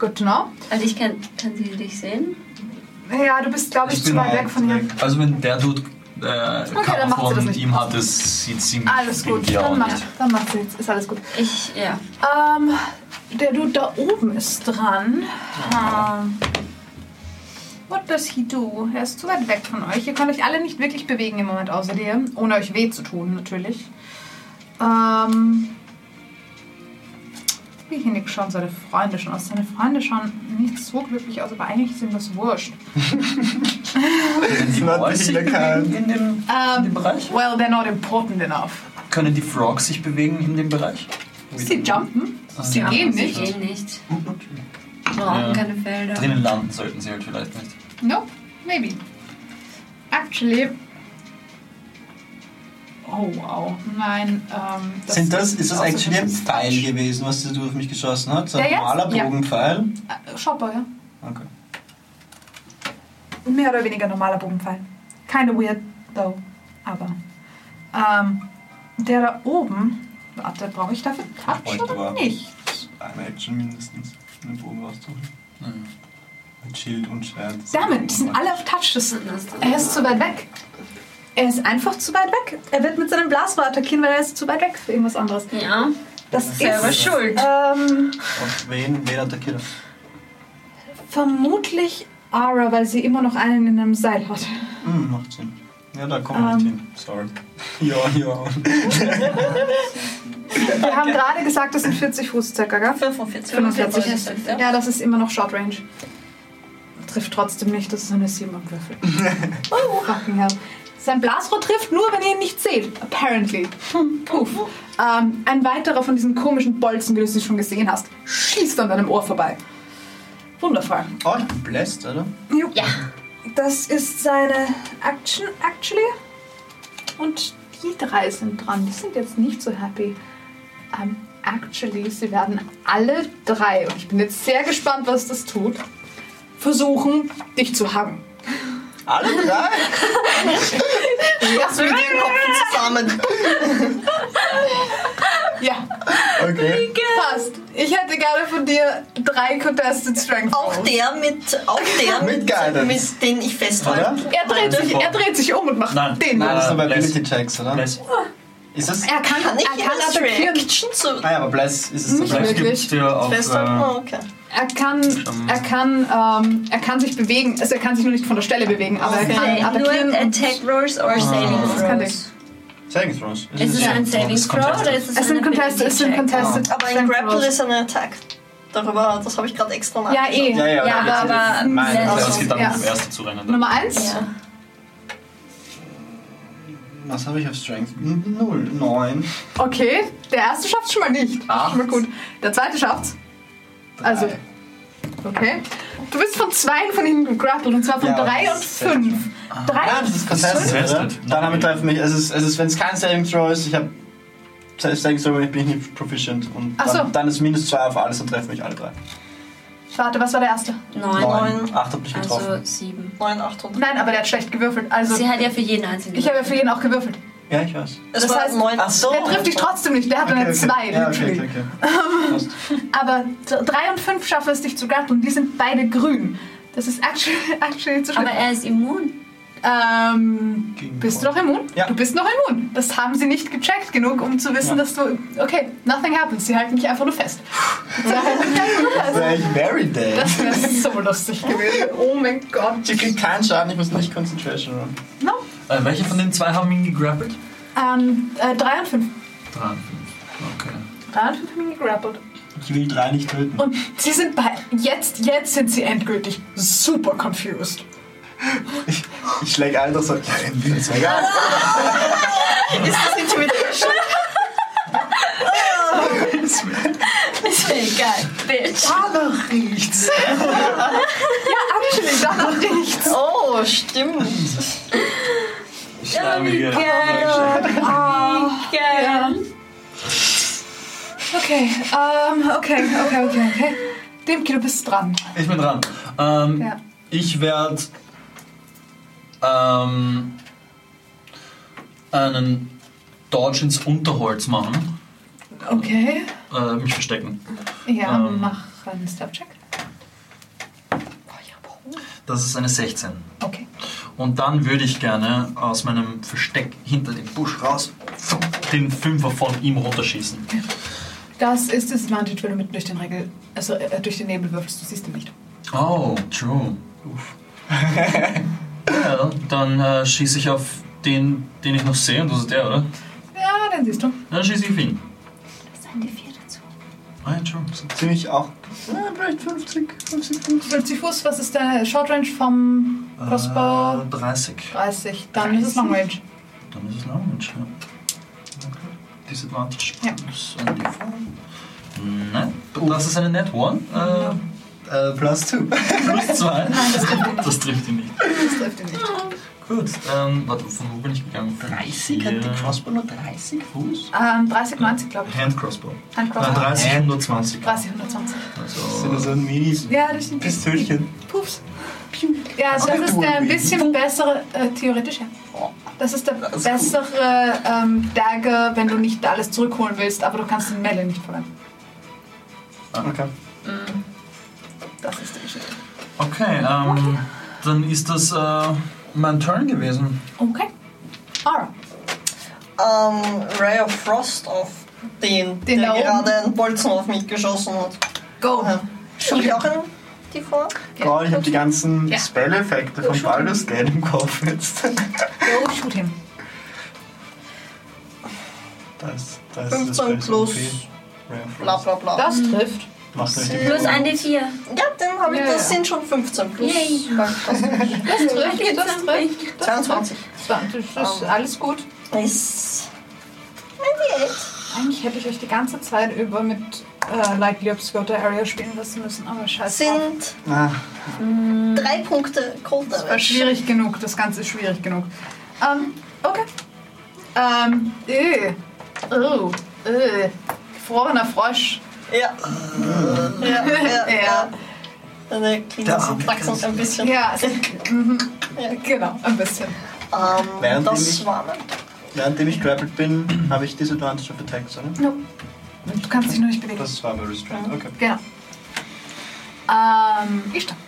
[SPEAKER 1] Good to know.
[SPEAKER 6] Also ich kann, kann sie dich sehen.
[SPEAKER 1] Ja, du bist, glaube ich, zu
[SPEAKER 4] halt
[SPEAKER 1] weit weg von hier.
[SPEAKER 3] Also wenn der Dude äh,
[SPEAKER 1] dann macht sie
[SPEAKER 3] Cover
[SPEAKER 1] das
[SPEAKER 3] von
[SPEAKER 1] nicht.
[SPEAKER 3] ihm hat, das sieht ziemlich
[SPEAKER 1] Alles gut,
[SPEAKER 3] stinky aus.
[SPEAKER 1] dann macht, dann macht sie jetzt. Ist alles gut.
[SPEAKER 6] Ich, ja.
[SPEAKER 1] Ähm, der Dude da oben ist dran. Ähm, what does he do? Er ist zu weit weg von euch. Ihr könnt euch alle nicht wirklich bewegen im Moment außer dir. Ohne euch weh zu tun, natürlich. Ähm, wie hinig schauen seine Freunde schon aus? Seine Freunde schauen nicht so glücklich aus, aber eigentlich sind das wurscht.
[SPEAKER 3] Können die
[SPEAKER 26] Not
[SPEAKER 3] Boys sich
[SPEAKER 26] in the car.
[SPEAKER 3] bewegen in dem,
[SPEAKER 1] Ähm,
[SPEAKER 3] in dem Bereich?
[SPEAKER 1] Well, they're not important enough.
[SPEAKER 3] Können die Frogs sich bewegen in dem Bereich?
[SPEAKER 1] Sie jumpen.
[SPEAKER 4] Ah,
[SPEAKER 1] Sie
[SPEAKER 6] Ja,
[SPEAKER 1] gehen
[SPEAKER 6] sie
[SPEAKER 1] nicht.
[SPEAKER 6] gehen nicht. Brauchen
[SPEAKER 3] Ja.
[SPEAKER 6] keine Felder.
[SPEAKER 3] Drinnen landen sollten sie halt vielleicht nicht.
[SPEAKER 1] Nope, maybe. Actually. Oh wow, nein. Ähm,
[SPEAKER 4] Sind das, ist das
[SPEAKER 1] außer-
[SPEAKER 4] actually ein Pfeil gewesen, was du auf mich geschossen hat? So ein
[SPEAKER 1] Ja, jetzt?
[SPEAKER 4] normaler
[SPEAKER 1] Ja.
[SPEAKER 4] Bogenpfeil?
[SPEAKER 1] Äh, Shopper, ja.
[SPEAKER 4] Okay.
[SPEAKER 1] Mehr oder weniger normaler Bogenpfeil. Keine weird, though. Aber. Ähm, der da oben. Warte, brauche ich dafür Touch
[SPEAKER 4] Wollte
[SPEAKER 1] oder
[SPEAKER 4] aber.
[SPEAKER 1] nicht?
[SPEAKER 4] Eine Action mindestens. Einen Bogen rauszuholen.
[SPEAKER 3] Mhm.
[SPEAKER 4] Mit Schild und Schwert.
[SPEAKER 1] Damit sind alle auf Touch. Das, er ist zu weit weg. Er ist einfach zu weit weg. Er wird mit seinem Blasrohr attackieren, weil er ist zu weit weg für irgendwas anderes.
[SPEAKER 6] Ja,
[SPEAKER 1] Das ist
[SPEAKER 6] selber schuld.
[SPEAKER 1] Ähm,
[SPEAKER 4] Auf wen, wen attackiert er?
[SPEAKER 1] Vermutlich Ara, weil sie immer noch einen in einem Seil hat.
[SPEAKER 4] Hm, macht Sinn. Ja, da kommen wir nicht hin. Sorry. Ja, ja.
[SPEAKER 1] Wir haben gerade gesagt, das sind 40 Fuß circa, gell?
[SPEAKER 2] 45.
[SPEAKER 1] 45.
[SPEAKER 2] Ja.
[SPEAKER 1] Ja, das ist immer noch Short Range. Trifft trotzdem nicht, das ist eine 7 am Würfel. Oh, fucking hell. Sein Blasrohr trifft nur, wenn ihr ihn nicht seht. Apparently. Puff. Ähm, ein weiterer von diesen komischen Bolzen, wie du sie schon gesehen hast, schießt an deinem Ohr vorbei. Wundervoll.
[SPEAKER 4] Oh, ich bin blessed, oder?
[SPEAKER 1] Ja. Das ist seine Action, actually. Und die drei sind dran. Die sind jetzt nicht so happy. Ähm, actually, sie werden alle drei, und ich bin jetzt sehr gespannt, was das tut, versuchen, dich zu hacken.
[SPEAKER 26] Alle drei?
[SPEAKER 2] Erst mit den Kopfen zusammen.
[SPEAKER 1] Ja,
[SPEAKER 26] Okay.
[SPEAKER 1] passt. Ich hätte gerne von dir drei Contested Strength.
[SPEAKER 2] Auch
[SPEAKER 1] Rolls.
[SPEAKER 2] der mit, auch der
[SPEAKER 26] Mit Guidance.
[SPEAKER 2] mit den ich
[SPEAKER 26] Oder?
[SPEAKER 2] festhalte.
[SPEAKER 1] Er dreht, sich, er dreht sich um und macht
[SPEAKER 3] Nein.
[SPEAKER 1] den.
[SPEAKER 4] Nein, das sind aber
[SPEAKER 3] Äh, bless.
[SPEAKER 4] Ability-Checks, oder?
[SPEAKER 3] Bless.
[SPEAKER 4] Ist das?
[SPEAKER 1] Er kann,
[SPEAKER 2] Kann ich
[SPEAKER 1] um. er kann
[SPEAKER 2] das
[SPEAKER 1] attackieren.
[SPEAKER 2] Reaction zu
[SPEAKER 4] Ah ja, aber Bless ist es
[SPEAKER 1] Nicht
[SPEAKER 4] so.
[SPEAKER 3] Vielleicht
[SPEAKER 1] wirklich.
[SPEAKER 3] gibt's dir auf...
[SPEAKER 2] festhalten?
[SPEAKER 3] Äh,
[SPEAKER 2] Ah, okay.
[SPEAKER 1] Er kann, er kann, ähm, er kann sich bewegen. Also er kann sich nur nicht von der Stelle bewegen, aber er kann
[SPEAKER 6] Nein, nur
[SPEAKER 1] attackieren. und-
[SPEAKER 6] Attack Rolls or Saving
[SPEAKER 1] das kann
[SPEAKER 6] Throws.
[SPEAKER 4] Saving Throws. Ist
[SPEAKER 6] Ist es
[SPEAKER 4] ja.
[SPEAKER 6] ein Saving
[SPEAKER 3] ist
[SPEAKER 6] Throw
[SPEAKER 3] contested.
[SPEAKER 6] oder ist es,
[SPEAKER 1] Es sind
[SPEAKER 6] ein
[SPEAKER 1] contested, es sind
[SPEAKER 6] Ability Check?
[SPEAKER 1] contested.
[SPEAKER 2] Aber ein
[SPEAKER 1] Strength
[SPEAKER 2] Grapple
[SPEAKER 1] Rolls.
[SPEAKER 2] ist ein Attack. Darüber, das habe ich gerade extra
[SPEAKER 1] Ja,
[SPEAKER 2] nachgeschaut.
[SPEAKER 1] eh.
[SPEAKER 4] Ja, ja,
[SPEAKER 6] Ja,
[SPEAKER 4] das ist
[SPEAKER 6] aber, aber
[SPEAKER 4] mein-
[SPEAKER 6] Bless-
[SPEAKER 3] das geht um dann
[SPEAKER 1] Ja.
[SPEAKER 3] mit dem ersten zurennen.
[SPEAKER 1] Nummer eins.
[SPEAKER 6] Ja.
[SPEAKER 4] Was habe ich auf Strength? N- Null. Neun.
[SPEAKER 1] Okay, der erste schafft schon mal nicht.
[SPEAKER 4] Acht.
[SPEAKER 1] Schon mal gut. Der zweite schafft's. Also,
[SPEAKER 4] Drei.
[SPEAKER 1] okay. Du bist von zwei von ihnen gegrappelt und zwar von
[SPEAKER 4] Ja, aber
[SPEAKER 1] drei
[SPEAKER 4] das
[SPEAKER 1] und
[SPEAKER 4] ist Ah.
[SPEAKER 1] fünf. Drei.
[SPEAKER 4] Nein, das ist contested. oder?
[SPEAKER 3] Contested.
[SPEAKER 4] Dann damit treffen mich. Es ist, es ist wenn es kein Saving Throw ist, ich habe Saving Throw, ich bin ich nicht proficient. Und
[SPEAKER 1] Ach
[SPEAKER 4] dann,
[SPEAKER 1] so.
[SPEAKER 4] dann ist minus zwei auf alles, dann treffen mich alle drei.
[SPEAKER 1] Warte, was war der erste?
[SPEAKER 6] Neun.
[SPEAKER 4] Acht hat mich getroffen.
[SPEAKER 6] Also sieben.
[SPEAKER 2] 9, 8 und
[SPEAKER 1] Nein, aber der hat schlecht gewürfelt. Also,
[SPEAKER 6] Sie hat ja für jeden einzelnen.
[SPEAKER 1] ich habe ja für jeden auch gewürfelt.
[SPEAKER 4] ja, ich weiß.
[SPEAKER 2] Es
[SPEAKER 1] Das
[SPEAKER 2] war
[SPEAKER 1] heißt-
[SPEAKER 2] 9.
[SPEAKER 4] Ach so.
[SPEAKER 1] Der trifft dich trotzdem nicht. Der hat nur eine zwei.
[SPEAKER 4] Ja,
[SPEAKER 1] literally.
[SPEAKER 4] okay, okay, okay. Passt.
[SPEAKER 1] Aber d- drei und fünf schaffen es, dich zu grappeln. Die sind beide grün. Das ist actually, actually zu schlimm.
[SPEAKER 6] aber er ist immun.
[SPEAKER 1] ähm,
[SPEAKER 4] Gegen
[SPEAKER 1] bist du
[SPEAKER 4] Paul.
[SPEAKER 1] noch immun?
[SPEAKER 4] Ja.
[SPEAKER 1] Du bist noch immun. Das haben sie nicht gecheckt genug, um zu wissen,
[SPEAKER 4] Ja.
[SPEAKER 1] dass du... Okay, nothing happens. Sie halten dich einfach nur fest. Sie halten dich einfach nur fest.
[SPEAKER 4] Wäre ich married day.
[SPEAKER 1] Das wäre so lustig gewesen. Oh mein Gott.
[SPEAKER 4] Ich krieg keinen Schaden, ich muss nicht Concentration rollen.
[SPEAKER 1] No.
[SPEAKER 3] Äh, welche von den zwei haben ihn gegrappelt?
[SPEAKER 1] Ähm, äh, drei und fünf.
[SPEAKER 3] 3 und 5. Okay.
[SPEAKER 1] Drei und fünf haben ihn gegrappelt.
[SPEAKER 4] Ich will drei nicht töten.
[SPEAKER 1] Und sie sind bei... Jetzt, jetzt sind sie endgültig super confused.
[SPEAKER 4] Ich schläg einfach so. Ja, ist mir egal.
[SPEAKER 2] Ist das Intimidation? ist mir egal.
[SPEAKER 6] Bitch.
[SPEAKER 26] Danach riecht's.
[SPEAKER 1] Actually, danach nichts.
[SPEAKER 2] Oh, stimmt.
[SPEAKER 3] Ich schreibe hier.
[SPEAKER 6] Geil.
[SPEAKER 1] Okay, ähm, okay, okay, okay, okay. Demki, du bist dran.
[SPEAKER 3] Ich bin dran. Ähm,
[SPEAKER 1] Ja.
[SPEAKER 3] Ich werde ähm, einen Dodge ins Unterholz machen,
[SPEAKER 1] Okay.
[SPEAKER 3] äh, mich verstecken.
[SPEAKER 1] Ja,
[SPEAKER 3] Ähm.
[SPEAKER 1] mach einen Step-Check. Oh, ja, boah.
[SPEAKER 3] Das ist eine 16.
[SPEAKER 1] Okay.
[SPEAKER 3] Und dann würde ich gerne aus meinem Versteck hinter dem Busch raus den Fünfer von ihm runterschießen.
[SPEAKER 1] Das ist Disadvantage, wenn du mitten durch den Regel, also äh, durch den Nebel würfelst, du siehst ihn nicht.
[SPEAKER 3] Oh, true. ja, dann äh, schieße ich auf den, den ich noch sehe, und das ist der, oder?
[SPEAKER 1] Ja, den siehst du.
[SPEAKER 3] Dann schieße ich auf ihn.
[SPEAKER 6] Sein die vier dazu.
[SPEAKER 3] Ah, ja, true.
[SPEAKER 4] Ziemlich auch. Ja, vielleicht 50, 50 Fuß.
[SPEAKER 1] 50 Fuß, was ist der Short Range vom Crossbow?
[SPEAKER 3] Äh, 30.
[SPEAKER 1] 30. Dann ist es Long Range.
[SPEAKER 3] Dann ist es Lounge, ja. Disadvantage.
[SPEAKER 1] Ja.
[SPEAKER 3] plus an die Form. Nein, das ist eine Net One. Äh,
[SPEAKER 4] Äh, plus 2.
[SPEAKER 3] plus zwei. das trifft ihn nicht.
[SPEAKER 1] Das trifft ihn nicht.
[SPEAKER 3] Gut, ähm, warte, von wo bin ich gegangen? 30 hat die Crossbow.
[SPEAKER 7] nur 30 Fuß?
[SPEAKER 1] Ähm, 30, 90, glaube
[SPEAKER 3] Hand Crossbow.
[SPEAKER 1] ich. Hand
[SPEAKER 3] Nein,
[SPEAKER 1] Crossbow.
[SPEAKER 3] 30, 120.
[SPEAKER 1] 30, 120.
[SPEAKER 4] Das sind nur
[SPEAKER 3] Also,
[SPEAKER 4] so ein Minis.
[SPEAKER 1] Ja, das sind die.
[SPEAKER 4] Pistölchen.
[SPEAKER 1] Pups. Ja, also
[SPEAKER 4] Okay,
[SPEAKER 1] das ist
[SPEAKER 4] du
[SPEAKER 1] der ein
[SPEAKER 4] und ich.
[SPEAKER 1] bisschen bessere, äh, theoretisch ja. Das ist der bessere ähm, Dagger, wenn du nicht alles zurückholen willst, aber du kannst den Melle nicht verwenden.
[SPEAKER 4] Okay.
[SPEAKER 1] Das ist die Geschichte.
[SPEAKER 3] Okay, ähm, dann ist das äh, mein Turn gewesen.
[SPEAKER 1] Okay. Ara.
[SPEAKER 2] Ähm, Ray of Frost auf den,
[SPEAKER 1] Den
[SPEAKER 2] der
[SPEAKER 1] da oben?
[SPEAKER 2] gerade einen Bolzen auf mich geschossen hat.
[SPEAKER 1] Go.
[SPEAKER 2] Ja. Schau ich auch einen die vor?
[SPEAKER 4] Oh, ich habe die ganzen
[SPEAKER 1] Ja.
[SPEAKER 4] Spell-Effekte von Baldur's Gate im Kopf jetzt.
[SPEAKER 1] Go shoot him.
[SPEAKER 4] Das, das
[SPEAKER 2] 15
[SPEAKER 4] das
[SPEAKER 2] plus bla
[SPEAKER 4] Macht
[SPEAKER 2] bla bla.
[SPEAKER 1] Das trifft.
[SPEAKER 4] euch die
[SPEAKER 6] Plus ein die vier.
[SPEAKER 2] ja, den habe ich,
[SPEAKER 1] Ja,
[SPEAKER 2] das
[SPEAKER 1] ja.
[SPEAKER 2] sind schon 15 plus.
[SPEAKER 6] Yay.
[SPEAKER 2] Das
[SPEAKER 1] Das trifft. Das trifft.
[SPEAKER 2] 22.
[SPEAKER 1] Das ist alles gut.
[SPEAKER 2] Ist
[SPEAKER 1] Eigentlich hätte ich euch die ganze Zeit über mit äh, Lightly Obscure Area spielen lassen müssen, aber scheiße.
[SPEAKER 2] sind
[SPEAKER 4] Ah,
[SPEAKER 2] drei Punkte Cold
[SPEAKER 1] War
[SPEAKER 2] Damage.
[SPEAKER 1] Äh, schwierig genug, das Ganze ist schwierig genug. Ähm, okay. Ähm, äh. Oh, äh. Gefrorener Frosch.
[SPEAKER 2] Ja. Ja, ja,
[SPEAKER 1] Ja.
[SPEAKER 2] ja. Deine Glieder wachsen ein bisschen.
[SPEAKER 1] Ja, es- mhm. Ja, genau, ein bisschen.
[SPEAKER 2] Ähm,
[SPEAKER 4] Während
[SPEAKER 2] das
[SPEAKER 4] ich-
[SPEAKER 2] war ein
[SPEAKER 4] währenddem ich grappled bin, habe ich Disadvantage of Attacks, oder?
[SPEAKER 1] Du kannst dich nur nicht bewegen.
[SPEAKER 4] Das war bei Restraint, okay.
[SPEAKER 1] Genau. Ähm, ich stand.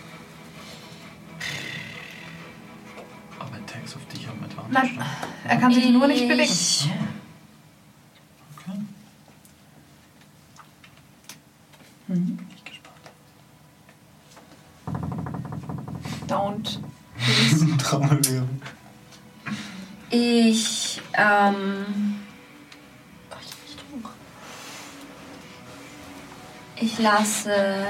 [SPEAKER 3] Aber Attacks Ah, auf dich haben Advantage.
[SPEAKER 1] Nein, er kann sich nur nicht bewegen.
[SPEAKER 2] Ich-
[SPEAKER 3] Okay.
[SPEAKER 1] Don't.
[SPEAKER 4] Trommelwirbel.
[SPEAKER 6] Ich, ähm. Ich lasse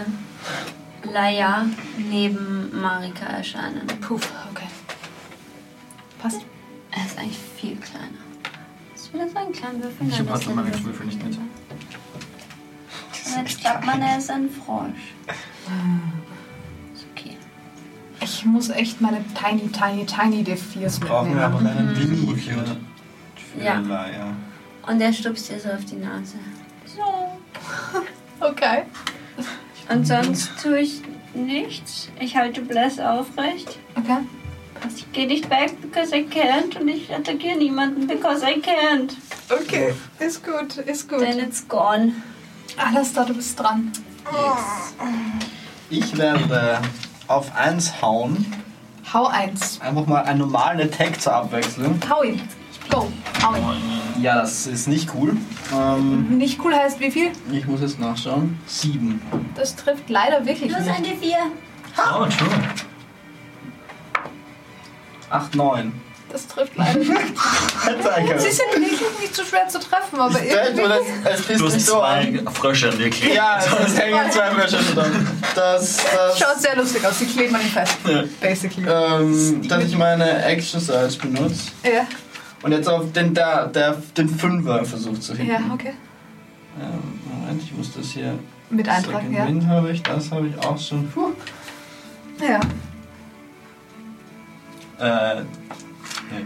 [SPEAKER 6] Laia neben Marika erscheinen.
[SPEAKER 1] Puff, okay. Passt.
[SPEAKER 6] Er ist eigentlich viel kleiner. Ist wieder so ein kleiner Würfel.
[SPEAKER 3] Ich
[SPEAKER 6] Nein,
[SPEAKER 3] hab
[SPEAKER 6] das ist
[SPEAKER 3] also meine
[SPEAKER 6] ein
[SPEAKER 3] Würfel nicht mit.
[SPEAKER 6] Und jetzt glaubt man, er ist ein Frosch. Ist okay.
[SPEAKER 1] Ich muss echt meine tiny, tiny, tiny D4s
[SPEAKER 4] Brauchen wir aber
[SPEAKER 1] mitnehmen.
[SPEAKER 4] einen Mini für, für
[SPEAKER 6] Ja.
[SPEAKER 4] Laia.
[SPEAKER 6] Und er stupst dir so auf die Nase. So.
[SPEAKER 1] Okay.
[SPEAKER 6] Und sonst tue ich nichts. Ich halte Bless aufrecht. Also
[SPEAKER 1] Okay.
[SPEAKER 6] Ich gehe nicht weg, because I can't. Und ich attackiere niemanden, because I can't.
[SPEAKER 1] Okay. Ist gut, ist gut.
[SPEAKER 6] Then it's gone.
[SPEAKER 1] Alastair, du bist dran.
[SPEAKER 4] Ich werde auf 1 hauen.
[SPEAKER 1] Hau eins.
[SPEAKER 4] Einfach mal einen normalen Attack zur Abwechslung.
[SPEAKER 1] Hau ihn. Go. Hau ihn.
[SPEAKER 4] Ja, das ist nicht cool. Ähm,
[SPEAKER 1] Nicht cool heißt wie viel?
[SPEAKER 4] ich muss jetzt nachschauen. 7.
[SPEAKER 1] Das trifft leider wirklich
[SPEAKER 6] Plus
[SPEAKER 1] nicht.
[SPEAKER 6] ein D4.
[SPEAKER 3] Oh, true.
[SPEAKER 4] 8, 9.
[SPEAKER 1] Das trifft leider nicht. Sie
[SPEAKER 4] Danke.
[SPEAKER 1] sind wirklich nicht so schwer zu treffen, aber
[SPEAKER 4] Dead,
[SPEAKER 1] irgendwie...
[SPEAKER 4] oder es pisst
[SPEAKER 3] Du hast
[SPEAKER 4] mich so an.
[SPEAKER 3] zwei Frösche an dir gekriegt.
[SPEAKER 4] Ja, es hängen zwei Flaschen dran. Das,
[SPEAKER 1] Schaut
[SPEAKER 4] das,
[SPEAKER 1] sehr lustig aus. Sie kleben an ihm fest.
[SPEAKER 3] Ja.
[SPEAKER 1] Basically.
[SPEAKER 4] ähm, dass ich meine Action Size benutze.
[SPEAKER 1] Ja.
[SPEAKER 4] Und jetzt auf den, der, der, den Fünfer versucht zu hinken.
[SPEAKER 1] Ja, okay.
[SPEAKER 4] Ähm, Moment, ich muss das hier.
[SPEAKER 1] Mit Eintrag,
[SPEAKER 4] Second
[SPEAKER 1] ja.
[SPEAKER 4] Wind habe ich, das habe ich auch schon. Puh.
[SPEAKER 1] Ja.
[SPEAKER 4] Äh. Nee.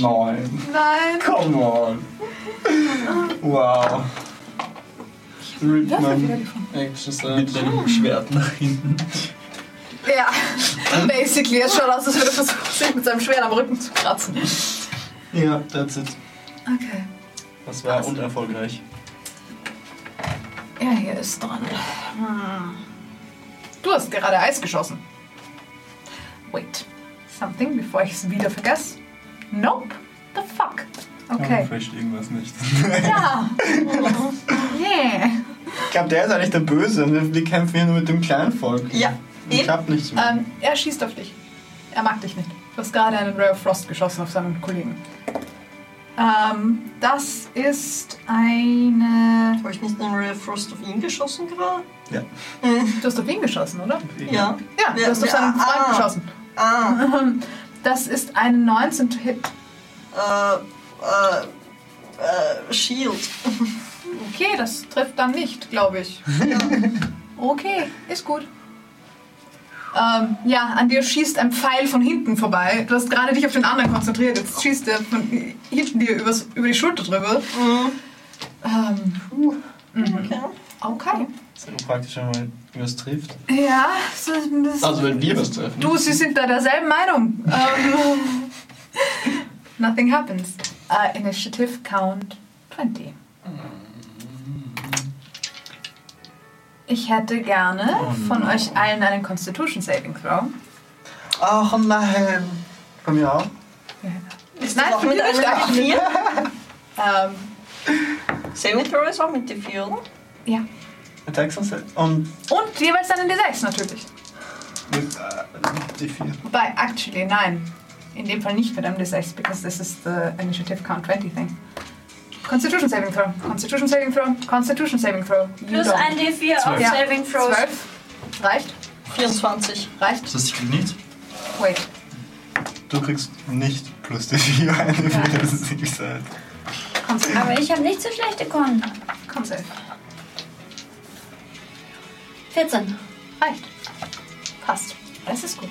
[SPEAKER 4] Nein.
[SPEAKER 1] Nein.
[SPEAKER 4] Come Mhm. on. Wow. Rip
[SPEAKER 1] wieder
[SPEAKER 4] mein Action
[SPEAKER 3] Mit
[SPEAKER 4] Surge.
[SPEAKER 3] deinem Schwert nach hinten.
[SPEAKER 1] Ja, basically. Es schaut aus, als würde er versuchen, sich mit seinem Schwert am Rücken zu kratzen.
[SPEAKER 4] Ja, that's it.
[SPEAKER 1] Okay.
[SPEAKER 4] Das war unerfolgreich.
[SPEAKER 1] Ja, hier ist dran. Hm. Du hast gerade Eis geschossen. Wait. Something, bevor ich es wieder vergesse. Nope. The fuck. Okay.
[SPEAKER 4] verstehe irgendwas nicht.
[SPEAKER 1] Ja. Yeah.
[SPEAKER 4] Ich glaube, der ist eigentlich der Böse. Wir kämpfen hier nur mit dem kleinen Volk.
[SPEAKER 2] Ja,
[SPEAKER 4] Ich hab nichts mehr.
[SPEAKER 1] Ähm, er schießt auf dich. Er mag dich nicht. Du hast gerade einen Ray of Frost geschossen auf seinen Kollegen. Ähm, das ist eine.
[SPEAKER 2] Habe ich nicht den Ray of Frost auf ihn geschossen gerade?
[SPEAKER 1] Du hast auf ihn geschossen, oder?
[SPEAKER 2] Ja.
[SPEAKER 1] Ja, du
[SPEAKER 2] Ja,
[SPEAKER 1] hast auf seinen
[SPEAKER 2] ja,
[SPEAKER 1] Freund
[SPEAKER 2] ah.
[SPEAKER 1] geschossen.
[SPEAKER 2] Ah,
[SPEAKER 1] Das ist eine 19 to Hit.
[SPEAKER 2] äh, äh, äh, Shield.
[SPEAKER 1] Okay, das trifft dann nicht, glaube ich. Okay, ist gut. Ähm, ja, an dir schießt ein Pfeil von hinten vorbei. Du hast gerade dich auf den anderen konzentriert. Jetzt schießt der von hinten dir übers, über die Schulter drüber.
[SPEAKER 2] Mhm.
[SPEAKER 1] Ähm, mhm.
[SPEAKER 2] Okay.
[SPEAKER 1] okay.
[SPEAKER 4] Das ist praktisch, wenn man was trifft.
[SPEAKER 1] Ja, so, das,
[SPEAKER 4] Also, wenn wir was treffen.
[SPEAKER 1] du, sie sind da derselben Meinung. Ähm, nothing happens. Äh, initiative count 20. Ich hätte gerne von euch allen einen Constitution Saving Throw.
[SPEAKER 4] Ach nein. ähm, Von mir auch?
[SPEAKER 2] Ist
[SPEAKER 1] Nein,
[SPEAKER 2] das auch
[SPEAKER 1] von
[SPEAKER 2] mit
[SPEAKER 1] mir nicht.
[SPEAKER 2] einem D4?
[SPEAKER 1] Ähm,
[SPEAKER 2] Saving Throw ist auch mit D4, oder?
[SPEAKER 1] ja.
[SPEAKER 4] Attacks und Set. halt. Und
[SPEAKER 1] Und jeweils einen D6 natürlich.
[SPEAKER 4] mit, äh, die vier.
[SPEAKER 1] Wobei, actually, nein. In dem Fall nicht mit einem D6, because this is the initiative count 20 thing. Constitution Saving Throw, Constitution Saving Throw, Constitution Saving Throw. You
[SPEAKER 6] Plus
[SPEAKER 1] don't.
[SPEAKER 6] ein D4 auf
[SPEAKER 1] Ja.
[SPEAKER 6] Saving Throws.
[SPEAKER 1] 12. Reicht,
[SPEAKER 2] 24.
[SPEAKER 1] reicht. Oh
[SPEAKER 3] Das heißt, ich krieg nichts.
[SPEAKER 1] Wait.
[SPEAKER 4] Du kriegst nicht plus die vier eine für das Siegseil.
[SPEAKER 6] Aber ich habe nicht so schlechte Korn.
[SPEAKER 1] Komm, safe.
[SPEAKER 6] 14.
[SPEAKER 1] Reicht. Passt. Das ist gut.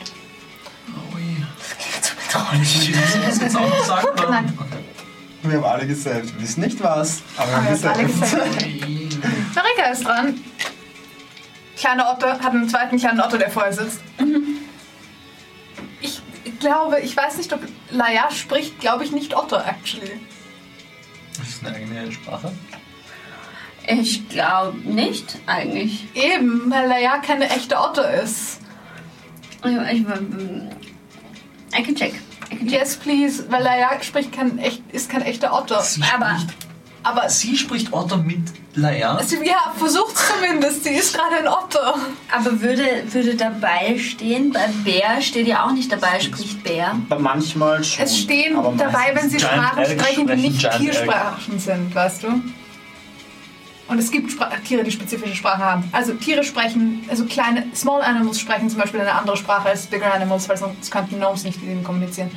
[SPEAKER 3] Muss ich das jetzt auch noch sagen? Oder?
[SPEAKER 1] Nein.
[SPEAKER 4] Wir haben alle gesaved. Wir wissen nicht was, aber wir haben
[SPEAKER 1] Jetzt Oh Ah, alle
[SPEAKER 4] gesaved.
[SPEAKER 1] gefällt.
[SPEAKER 3] äh,
[SPEAKER 1] Marika ist dran. Kleiner Otto hat einen zweiten kleinen Otto, der vorher sitzt. Ich glaube, ich weiß nicht, ob Laia spricht, glaube ich, nicht Otto, actually.
[SPEAKER 3] Das ist eine eigene Sprache.
[SPEAKER 6] Ich glaube nicht, eigentlich.
[SPEAKER 1] Eben, weil Laia keine echte Otto ist.
[SPEAKER 6] Ich, ich, I can check. I can check.
[SPEAKER 1] Yes, please, weil Laia spricht kein echt, ist kein echter Otto.
[SPEAKER 3] Sie
[SPEAKER 6] Aber
[SPEAKER 3] spricht,
[SPEAKER 1] Aber
[SPEAKER 3] sie spricht Otto mit Laia.
[SPEAKER 1] sie ja, versucht zumindest, sie ist gerade ein Otto.
[SPEAKER 6] Aber würde, würde dabei stehen, bei Bär steht ja auch nicht dabei, spricht Bär.
[SPEAKER 4] Aber Manchmal schon.
[SPEAKER 1] Es stehen
[SPEAKER 4] aber
[SPEAKER 1] dabei, wenn sie
[SPEAKER 3] Giant
[SPEAKER 1] Sprachen
[SPEAKER 3] Elk
[SPEAKER 1] sprechen, die
[SPEAKER 3] sprechen
[SPEAKER 1] nicht
[SPEAKER 3] Giant Elk.
[SPEAKER 1] Tiersprachen sind, weißt du? Und es gibt Spra Tiere, die spezifische Sprachen haben. Also Tiere sprechen, also kleine, Small Animals sprechen zum Beispiel eine andere Sprache als Bigger Animals, weil sonst könnten Gnomes nicht mit ihnen kommunizieren.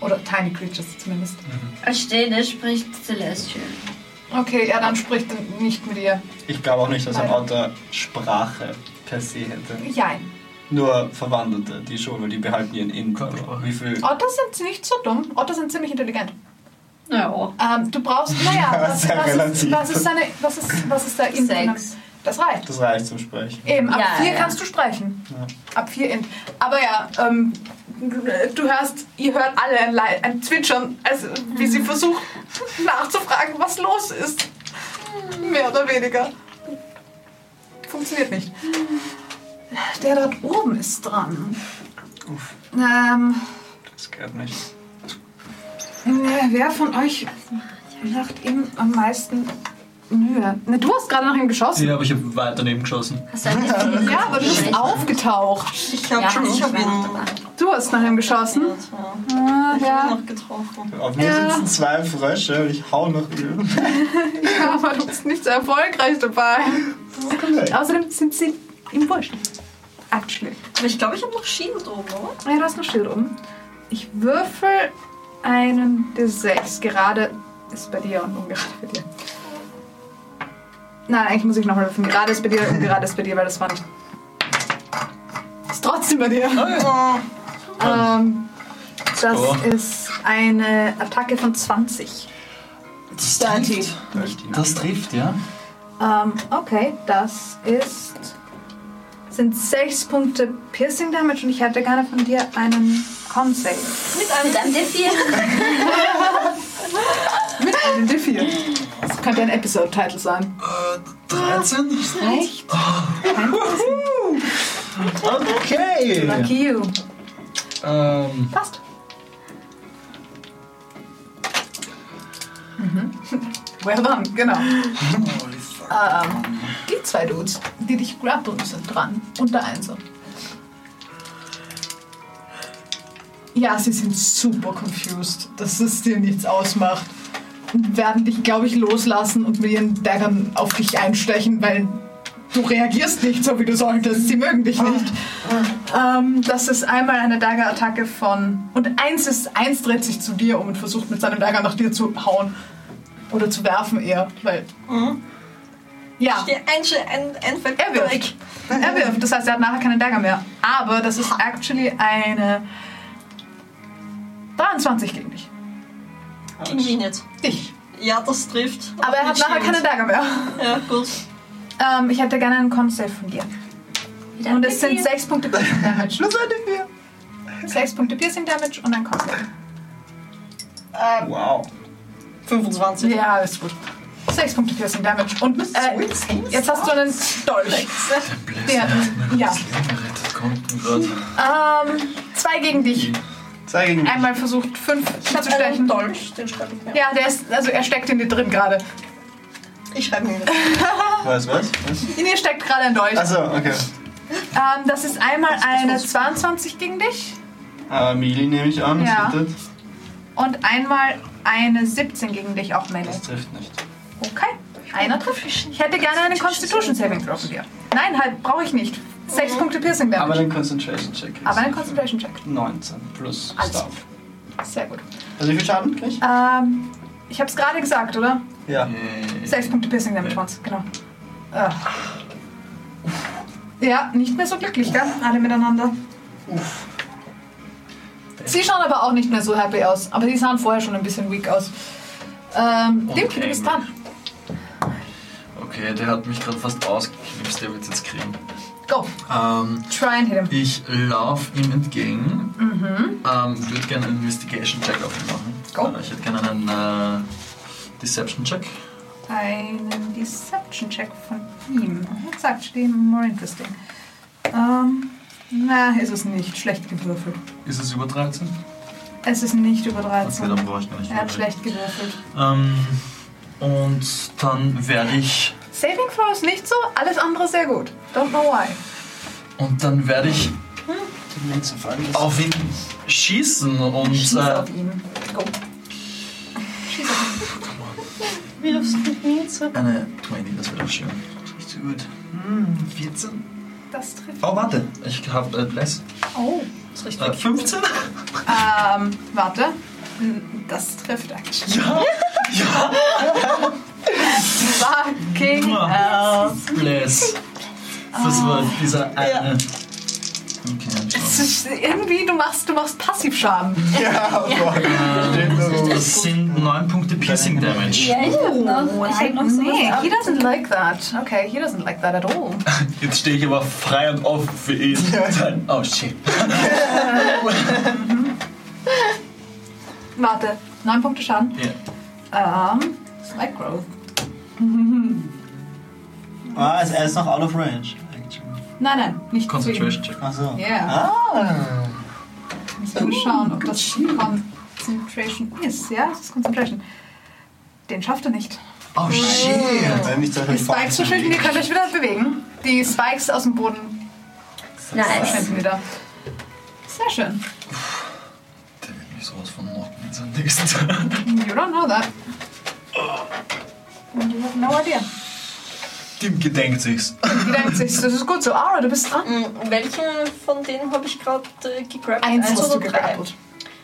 [SPEAKER 1] Oder Tiny Creatures zumindest.
[SPEAKER 6] Es steht, er spricht Celestial.
[SPEAKER 1] Okay, ja, dann spricht er nicht mit ihr.
[SPEAKER 4] Ich glaube auch nicht, dass ein Otter Sprache per se hätte.
[SPEAKER 1] Jein.
[SPEAKER 4] Nur Verwandelte, die schon, weil die behalten ihren Input.
[SPEAKER 3] Körpersprache.
[SPEAKER 4] Wie viel?
[SPEAKER 1] Otter sind nicht so dumm. Otter sind ziemlich intelligent.
[SPEAKER 6] Ja.
[SPEAKER 1] Ähm, du brauchst, naja,
[SPEAKER 4] Ja,
[SPEAKER 1] was,
[SPEAKER 4] sehr
[SPEAKER 1] was, ist,
[SPEAKER 4] relativ.
[SPEAKER 1] was ist seine, was ist, was ist da in
[SPEAKER 6] Sechs.
[SPEAKER 1] Das reicht.
[SPEAKER 4] Das reicht zum Sprechen.
[SPEAKER 1] Eben, ab
[SPEAKER 6] Ja,
[SPEAKER 1] vier
[SPEAKER 6] ja.
[SPEAKER 1] kannst du sprechen. Ab vier in. Aber ja, ähm, du hörst, ihr hört alle ein, Lei- ein Zwitschern, also wie
[SPEAKER 6] Mhm.
[SPEAKER 1] sie versucht nachzufragen, was los ist. Mehr oder weniger. Funktioniert nicht. Der dort oben ist dran. Ähm,
[SPEAKER 4] Das gehört nicht.
[SPEAKER 1] ja, ne, wer von euch macht ihm am meisten Mühe? Ne, du hast gerade nach ihm geschossen.
[SPEAKER 3] Ja, aber ich habe weiter daneben geschossen.
[SPEAKER 6] Hast du eigentlich
[SPEAKER 1] Ja, aber du bist aufgetaucht.
[SPEAKER 2] Ich glaube
[SPEAKER 6] Ja,
[SPEAKER 2] schon, ich
[SPEAKER 6] ich
[SPEAKER 2] habe
[SPEAKER 6] war
[SPEAKER 2] ihn.
[SPEAKER 6] noch
[SPEAKER 1] Du hast nach ihm geschossen.
[SPEAKER 2] Ja,
[SPEAKER 1] Ah,
[SPEAKER 2] ich
[SPEAKER 1] ja.
[SPEAKER 2] habe ihn noch getroffen.
[SPEAKER 4] Auf mir
[SPEAKER 1] Ja.
[SPEAKER 4] sitzen zwei Frösche und ich hau noch üben.
[SPEAKER 1] Ja, aber du bist nicht so erfolgreich dabei. Außerdem sind sie im Busch. Actually.
[SPEAKER 2] Aber ich glaube, ich habe noch Shield oben, oder?
[SPEAKER 1] Ja, du hast noch Schild oben. Ich würfel einen D6. Gerade ist bei dir und ungerade bei dir. Nein, eigentlich muss ich nochmal würfeln. Gerade ist bei dir, ungerade ist bei dir, weil das war nicht. Ist trotzdem bei dir.
[SPEAKER 3] Ah,
[SPEAKER 2] Ja.
[SPEAKER 1] Ähm, das
[SPEAKER 3] go.
[SPEAKER 1] ist eine Attacke von 20.
[SPEAKER 3] Das trifft. Das trifft, ja.
[SPEAKER 16] Ähm, okay, das ist. Sind sechs Punkte Piercing Damage und ich hätte gerne von dir einen Con Save.
[SPEAKER 6] Mit einem D4.
[SPEAKER 8] Mit einem D4.
[SPEAKER 1] Das könnte ein Episode-Title sein.
[SPEAKER 3] Äh, Ah. 13?
[SPEAKER 8] Echt?
[SPEAKER 4] Okay.
[SPEAKER 16] Lucky you.
[SPEAKER 14] Ähm,
[SPEAKER 8] Passt.
[SPEAKER 1] Mhm. Well done, genau.
[SPEAKER 8] Ähm, die zwei Dudes, die dich grappeln, sind dran. Und der Einser. Ja, sie sind super confused, dass es dir nichts ausmacht. Und werden dich, glaube ich, loslassen und mit ihren Daggern auf dich einstechen, weil du reagierst nicht so, wie du solltest. Sie mögen dich nicht.
[SPEAKER 1] Ähm, das ist einmal eine Dagger-Attacke von. Und eins ist, eins dreht sich zu dir um und versucht mit seinem Dagger nach dir zu hauen. Oder zu werfen eher, weil. Ja,
[SPEAKER 2] Dir ein, ein, ein
[SPEAKER 1] er wirft. Er wirft, das heißt, er hat nachher keinen Dagger mehr. Aber das ist actually eine 23 gegen dich.
[SPEAKER 2] Gegen ihn jetzt.
[SPEAKER 1] Dich.
[SPEAKER 2] Ja, das trifft.
[SPEAKER 1] Aber er hat nachher keinen Dagger mehr.
[SPEAKER 2] Ja, gut.
[SPEAKER 1] Ähm, ich hätte gerne einen Con-Save von dir.
[SPEAKER 6] Mit einem
[SPEAKER 1] Und es sind
[SPEAKER 6] D4.
[SPEAKER 1] 6 Punkte Piercing Damage. Was seid ihr 6 Punkte Piercing Damage und ein Con-Save.
[SPEAKER 4] Wow.
[SPEAKER 2] 25.
[SPEAKER 1] Ja, alles gut. 6 Punkte Piercing Damage. Und äh, jetzt hast du einen Dolch. Der, ja. Ähm, zwei gegen dich.
[SPEAKER 4] Zeig ihn.
[SPEAKER 1] Einmal versucht, fünf zu stechen.
[SPEAKER 2] Ähm, Dolch, den schreibe ich mir.
[SPEAKER 1] Ja, der ist, also er steckt in dir drin gerade.
[SPEAKER 2] Ich schreibe mir.
[SPEAKER 4] Was, was?
[SPEAKER 1] In dir steckt gerade ein Dolch.
[SPEAKER 4] Achso, okay.
[SPEAKER 1] Ähm, Also- das ist einmal eine 22 gegen dich
[SPEAKER 4] Äh, Mili nehme ich an.
[SPEAKER 1] Ja.
[SPEAKER 4] Das hittet.
[SPEAKER 1] und einmal eine 17 gegen dich, auch Melee.
[SPEAKER 4] Das trifft nicht.
[SPEAKER 1] Okay, einer trifft. Ich hätte gerne einen Constitution Saving Throw von dir. Nein, halt, brauche ich nicht. Sechs Punkte Piercing
[SPEAKER 4] Aber
[SPEAKER 1] Damage.
[SPEAKER 4] den Concentration Check. kriegst
[SPEAKER 1] Mhm. Aber
[SPEAKER 4] du.
[SPEAKER 1] einen Concentration Check.
[SPEAKER 4] 19 plus
[SPEAKER 1] Alles
[SPEAKER 4] Staff.
[SPEAKER 1] Sehr gut.
[SPEAKER 4] Also wie viel Schaden krieg ich?
[SPEAKER 1] Ähm, ich habe es gerade gesagt, oder?
[SPEAKER 4] Ja.
[SPEAKER 3] Äh,
[SPEAKER 1] Sechs Punkte Piercing Damage waren's, genau. Ah. Ja, nicht mehr so glücklich, gell? Alle miteinander.
[SPEAKER 8] Sie schauen aber auch nicht mehr so happy aus. Aber die sahen vorher schon ein bisschen weak aus. Ähm,
[SPEAKER 3] Und
[SPEAKER 8] Dimki, du bist
[SPEAKER 3] angry.
[SPEAKER 8] dran.
[SPEAKER 3] Okay, der hat mich gerade fast ausgeknipst, der wird jetzt kriegen.
[SPEAKER 8] Go.
[SPEAKER 3] Ähm,
[SPEAKER 8] Try and hit him.
[SPEAKER 3] ich laufe ihm entgegen.
[SPEAKER 1] Mhm.
[SPEAKER 3] Ähm, würde gerne einen Investigation-Check auf ihn machen.
[SPEAKER 8] Go.
[SPEAKER 3] Äh, Ich hätte gerne einen äh, Deception-Check.
[SPEAKER 1] Einen Deception-Check von ihm. Jetzt sagt stehen more interesting. Ähm, na, ist es nicht. Schlecht gewürfelt.
[SPEAKER 3] Ist es über 13?
[SPEAKER 1] Es ist nicht über
[SPEAKER 3] Okay,
[SPEAKER 1] 13.
[SPEAKER 3] dann brauche ich gar nicht.
[SPEAKER 1] Er hat
[SPEAKER 3] mehr.
[SPEAKER 1] schlecht gewürfelt.
[SPEAKER 3] Ähm, und dann werde ich
[SPEAKER 1] Saving Throw ist nicht so, alles andere sehr gut. Don't know why.
[SPEAKER 3] und dann werde ich
[SPEAKER 4] Den nächsten Fall ist
[SPEAKER 3] auf ihn schießen und
[SPEAKER 1] Schieß
[SPEAKER 3] äh,
[SPEAKER 1] auf ihn. Go.
[SPEAKER 2] Wirfst mit mir zu.
[SPEAKER 3] eine 20, das wäre doch schön. Nicht so gut. Hm, 14?
[SPEAKER 1] Das trifft.
[SPEAKER 3] Oh, warte, ich habe äh, Bless.
[SPEAKER 1] Oh.
[SPEAKER 2] Das ist
[SPEAKER 3] Äh,
[SPEAKER 2] richtig.
[SPEAKER 3] 15?
[SPEAKER 1] Ähm, warte. Das trifft eigentlich.
[SPEAKER 3] Ja!
[SPEAKER 1] Fucking
[SPEAKER 3] Mua. Bless. Das
[SPEAKER 1] Ah.
[SPEAKER 3] war dieser eine. Okay,
[SPEAKER 1] Es ist irgendwie, du machst, du machst Passivschaden.
[SPEAKER 4] oh
[SPEAKER 3] dann Das sind 9 Punkte Piercing Damage.
[SPEAKER 6] Ja, ich hab noch, ich hab noch so
[SPEAKER 1] Nee,
[SPEAKER 6] was
[SPEAKER 1] he doesn't like that. Okay, he doesn't like that at all.
[SPEAKER 14] jetzt stehe ich aber frei und offen für ihn.
[SPEAKER 3] Oh shit.
[SPEAKER 1] Warte, neun Punkte Schaden.
[SPEAKER 3] Ja.
[SPEAKER 1] Ähm, Slight Growth.
[SPEAKER 4] Ah, er ist noch out of range. actually.
[SPEAKER 1] Nein, nein, nicht
[SPEAKER 3] Concentration Check.
[SPEAKER 14] Oh,
[SPEAKER 4] Achso.
[SPEAKER 1] Yeah.
[SPEAKER 4] Ah.
[SPEAKER 1] Müssen wir schauen, ob das Concentration ist. Ja, das ist Concentration. Den schafft er nicht.
[SPEAKER 3] Oh shit.
[SPEAKER 4] Wenn mich das
[SPEAKER 1] Die Spikes verschwinden, ihr könnt euch wieder bewegen. Die Spikes aus dem Boden
[SPEAKER 6] Nice.
[SPEAKER 1] verschwinden wieder. Sehr schön.
[SPEAKER 3] Der will mich sowas von knocken jetzt am nächsten Tag.
[SPEAKER 1] You don't know that. And You have no idea.
[SPEAKER 14] Tim gedenkt sich's.
[SPEAKER 1] Die denkt sich, das ist gut so. Ara, du bist dran.
[SPEAKER 2] Hm, Welche von denen habe ich gerade äh, gegrabt?
[SPEAKER 1] Eins hast du
[SPEAKER 2] drei?
[SPEAKER 1] gegrappelt.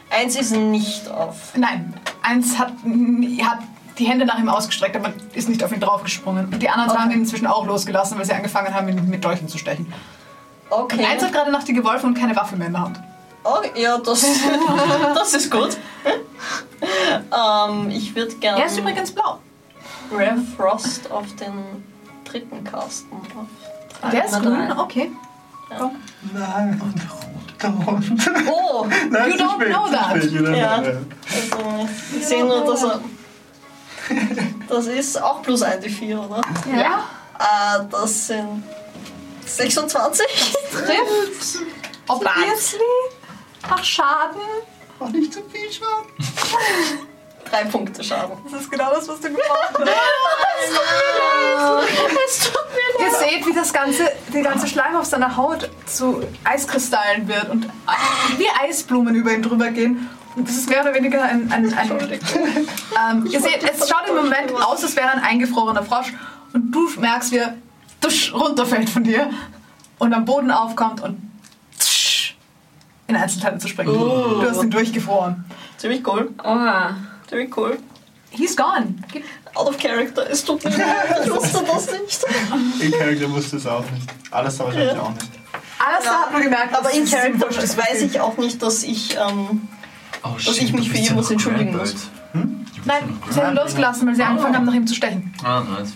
[SPEAKER 2] Eins ist nicht auf.
[SPEAKER 1] Nein, eins hat, hat die Hände nach ihm ausgestreckt, aber ist nicht auf ihn draufgesprungen. Und die anderen zwei haben ihn inzwischen auch losgelassen, weil sie angefangen haben, ihn mit Dolchen zu stechen.
[SPEAKER 2] Okay.
[SPEAKER 1] Eins hat gerade nach
[SPEAKER 2] Oh,
[SPEAKER 1] dir geworfen und keine Waffe mehr in der Hand.
[SPEAKER 2] okay. Ja, das, das ist gut. Ähm, ich würde gerne
[SPEAKER 8] Er ist übrigens blau.
[SPEAKER 2] Rev Frost auf den dritten casten. Auf
[SPEAKER 8] Der ist grün,
[SPEAKER 2] 303.
[SPEAKER 8] okay.
[SPEAKER 4] Nein, und rot, der Hund.
[SPEAKER 2] Oh!
[SPEAKER 4] Nein,
[SPEAKER 8] You
[SPEAKER 4] zu
[SPEAKER 8] don't
[SPEAKER 4] spät,
[SPEAKER 8] know
[SPEAKER 4] zu
[SPEAKER 8] that.
[SPEAKER 4] spät, you don't
[SPEAKER 2] Ja.
[SPEAKER 4] know that.
[SPEAKER 2] Also, ich sehe nur, dass er. Das ist auch plus 1 die 4, oder?
[SPEAKER 8] Ja.
[SPEAKER 2] Äh, das sind 26.
[SPEAKER 8] Trifft. Obviously. Ach, Schaden.
[SPEAKER 4] Auch nicht zu viel Schaden.
[SPEAKER 2] Drei Punkte Schaden.
[SPEAKER 1] Das ist genau das, was du gebraucht hast.
[SPEAKER 2] Es tut mir
[SPEAKER 1] Ihr seht, wie das ganze, der ganze Schleim auf seiner Haut zu Eiskristallen wird und wie Eisblumen über ihn drüber gehen. Und das ist mehr oder weniger ein. ein, ein ähm, ihr seht, es schaut im Moment aus, als wäre ein eingefrorener Frosch. Und du merkst, wie er tusch runterfällt von dir und am Boden aufkommt und tsch in Einzelteile zu springen.
[SPEAKER 2] Oh.
[SPEAKER 1] Du hast ihn durchgefroren.
[SPEAKER 2] Ziemlich cool.
[SPEAKER 6] Oha.
[SPEAKER 2] Ziemlich cool.
[SPEAKER 1] He's gone.
[SPEAKER 2] Out of character. Es tut mir leid. Ich wusste das nicht.
[SPEAKER 4] In Charakter wusste es auch nicht. Alles da wahrscheinlich auch nicht.
[SPEAKER 1] Alles da
[SPEAKER 2] Ja,
[SPEAKER 1] hat man gemerkt.
[SPEAKER 2] Aber
[SPEAKER 1] das
[SPEAKER 2] in
[SPEAKER 1] ist ihm
[SPEAKER 2] Character
[SPEAKER 1] wurscht.
[SPEAKER 2] weiß ich auch nicht, dass ich. Ähm,
[SPEAKER 14] Oh,
[SPEAKER 2] Dass ich mich
[SPEAKER 14] du bist
[SPEAKER 2] für
[SPEAKER 14] ja
[SPEAKER 2] irgendwas
[SPEAKER 14] noch
[SPEAKER 2] entschuldigen
[SPEAKER 14] Grand
[SPEAKER 2] muss.
[SPEAKER 14] Bird. Du bist ja
[SPEAKER 8] Nein,
[SPEAKER 14] noch
[SPEAKER 8] sie haben
[SPEAKER 14] Grand Bird.
[SPEAKER 8] losgelassen, weil sie angefangen haben, nach ihm zu stechen.
[SPEAKER 14] Ah, nice.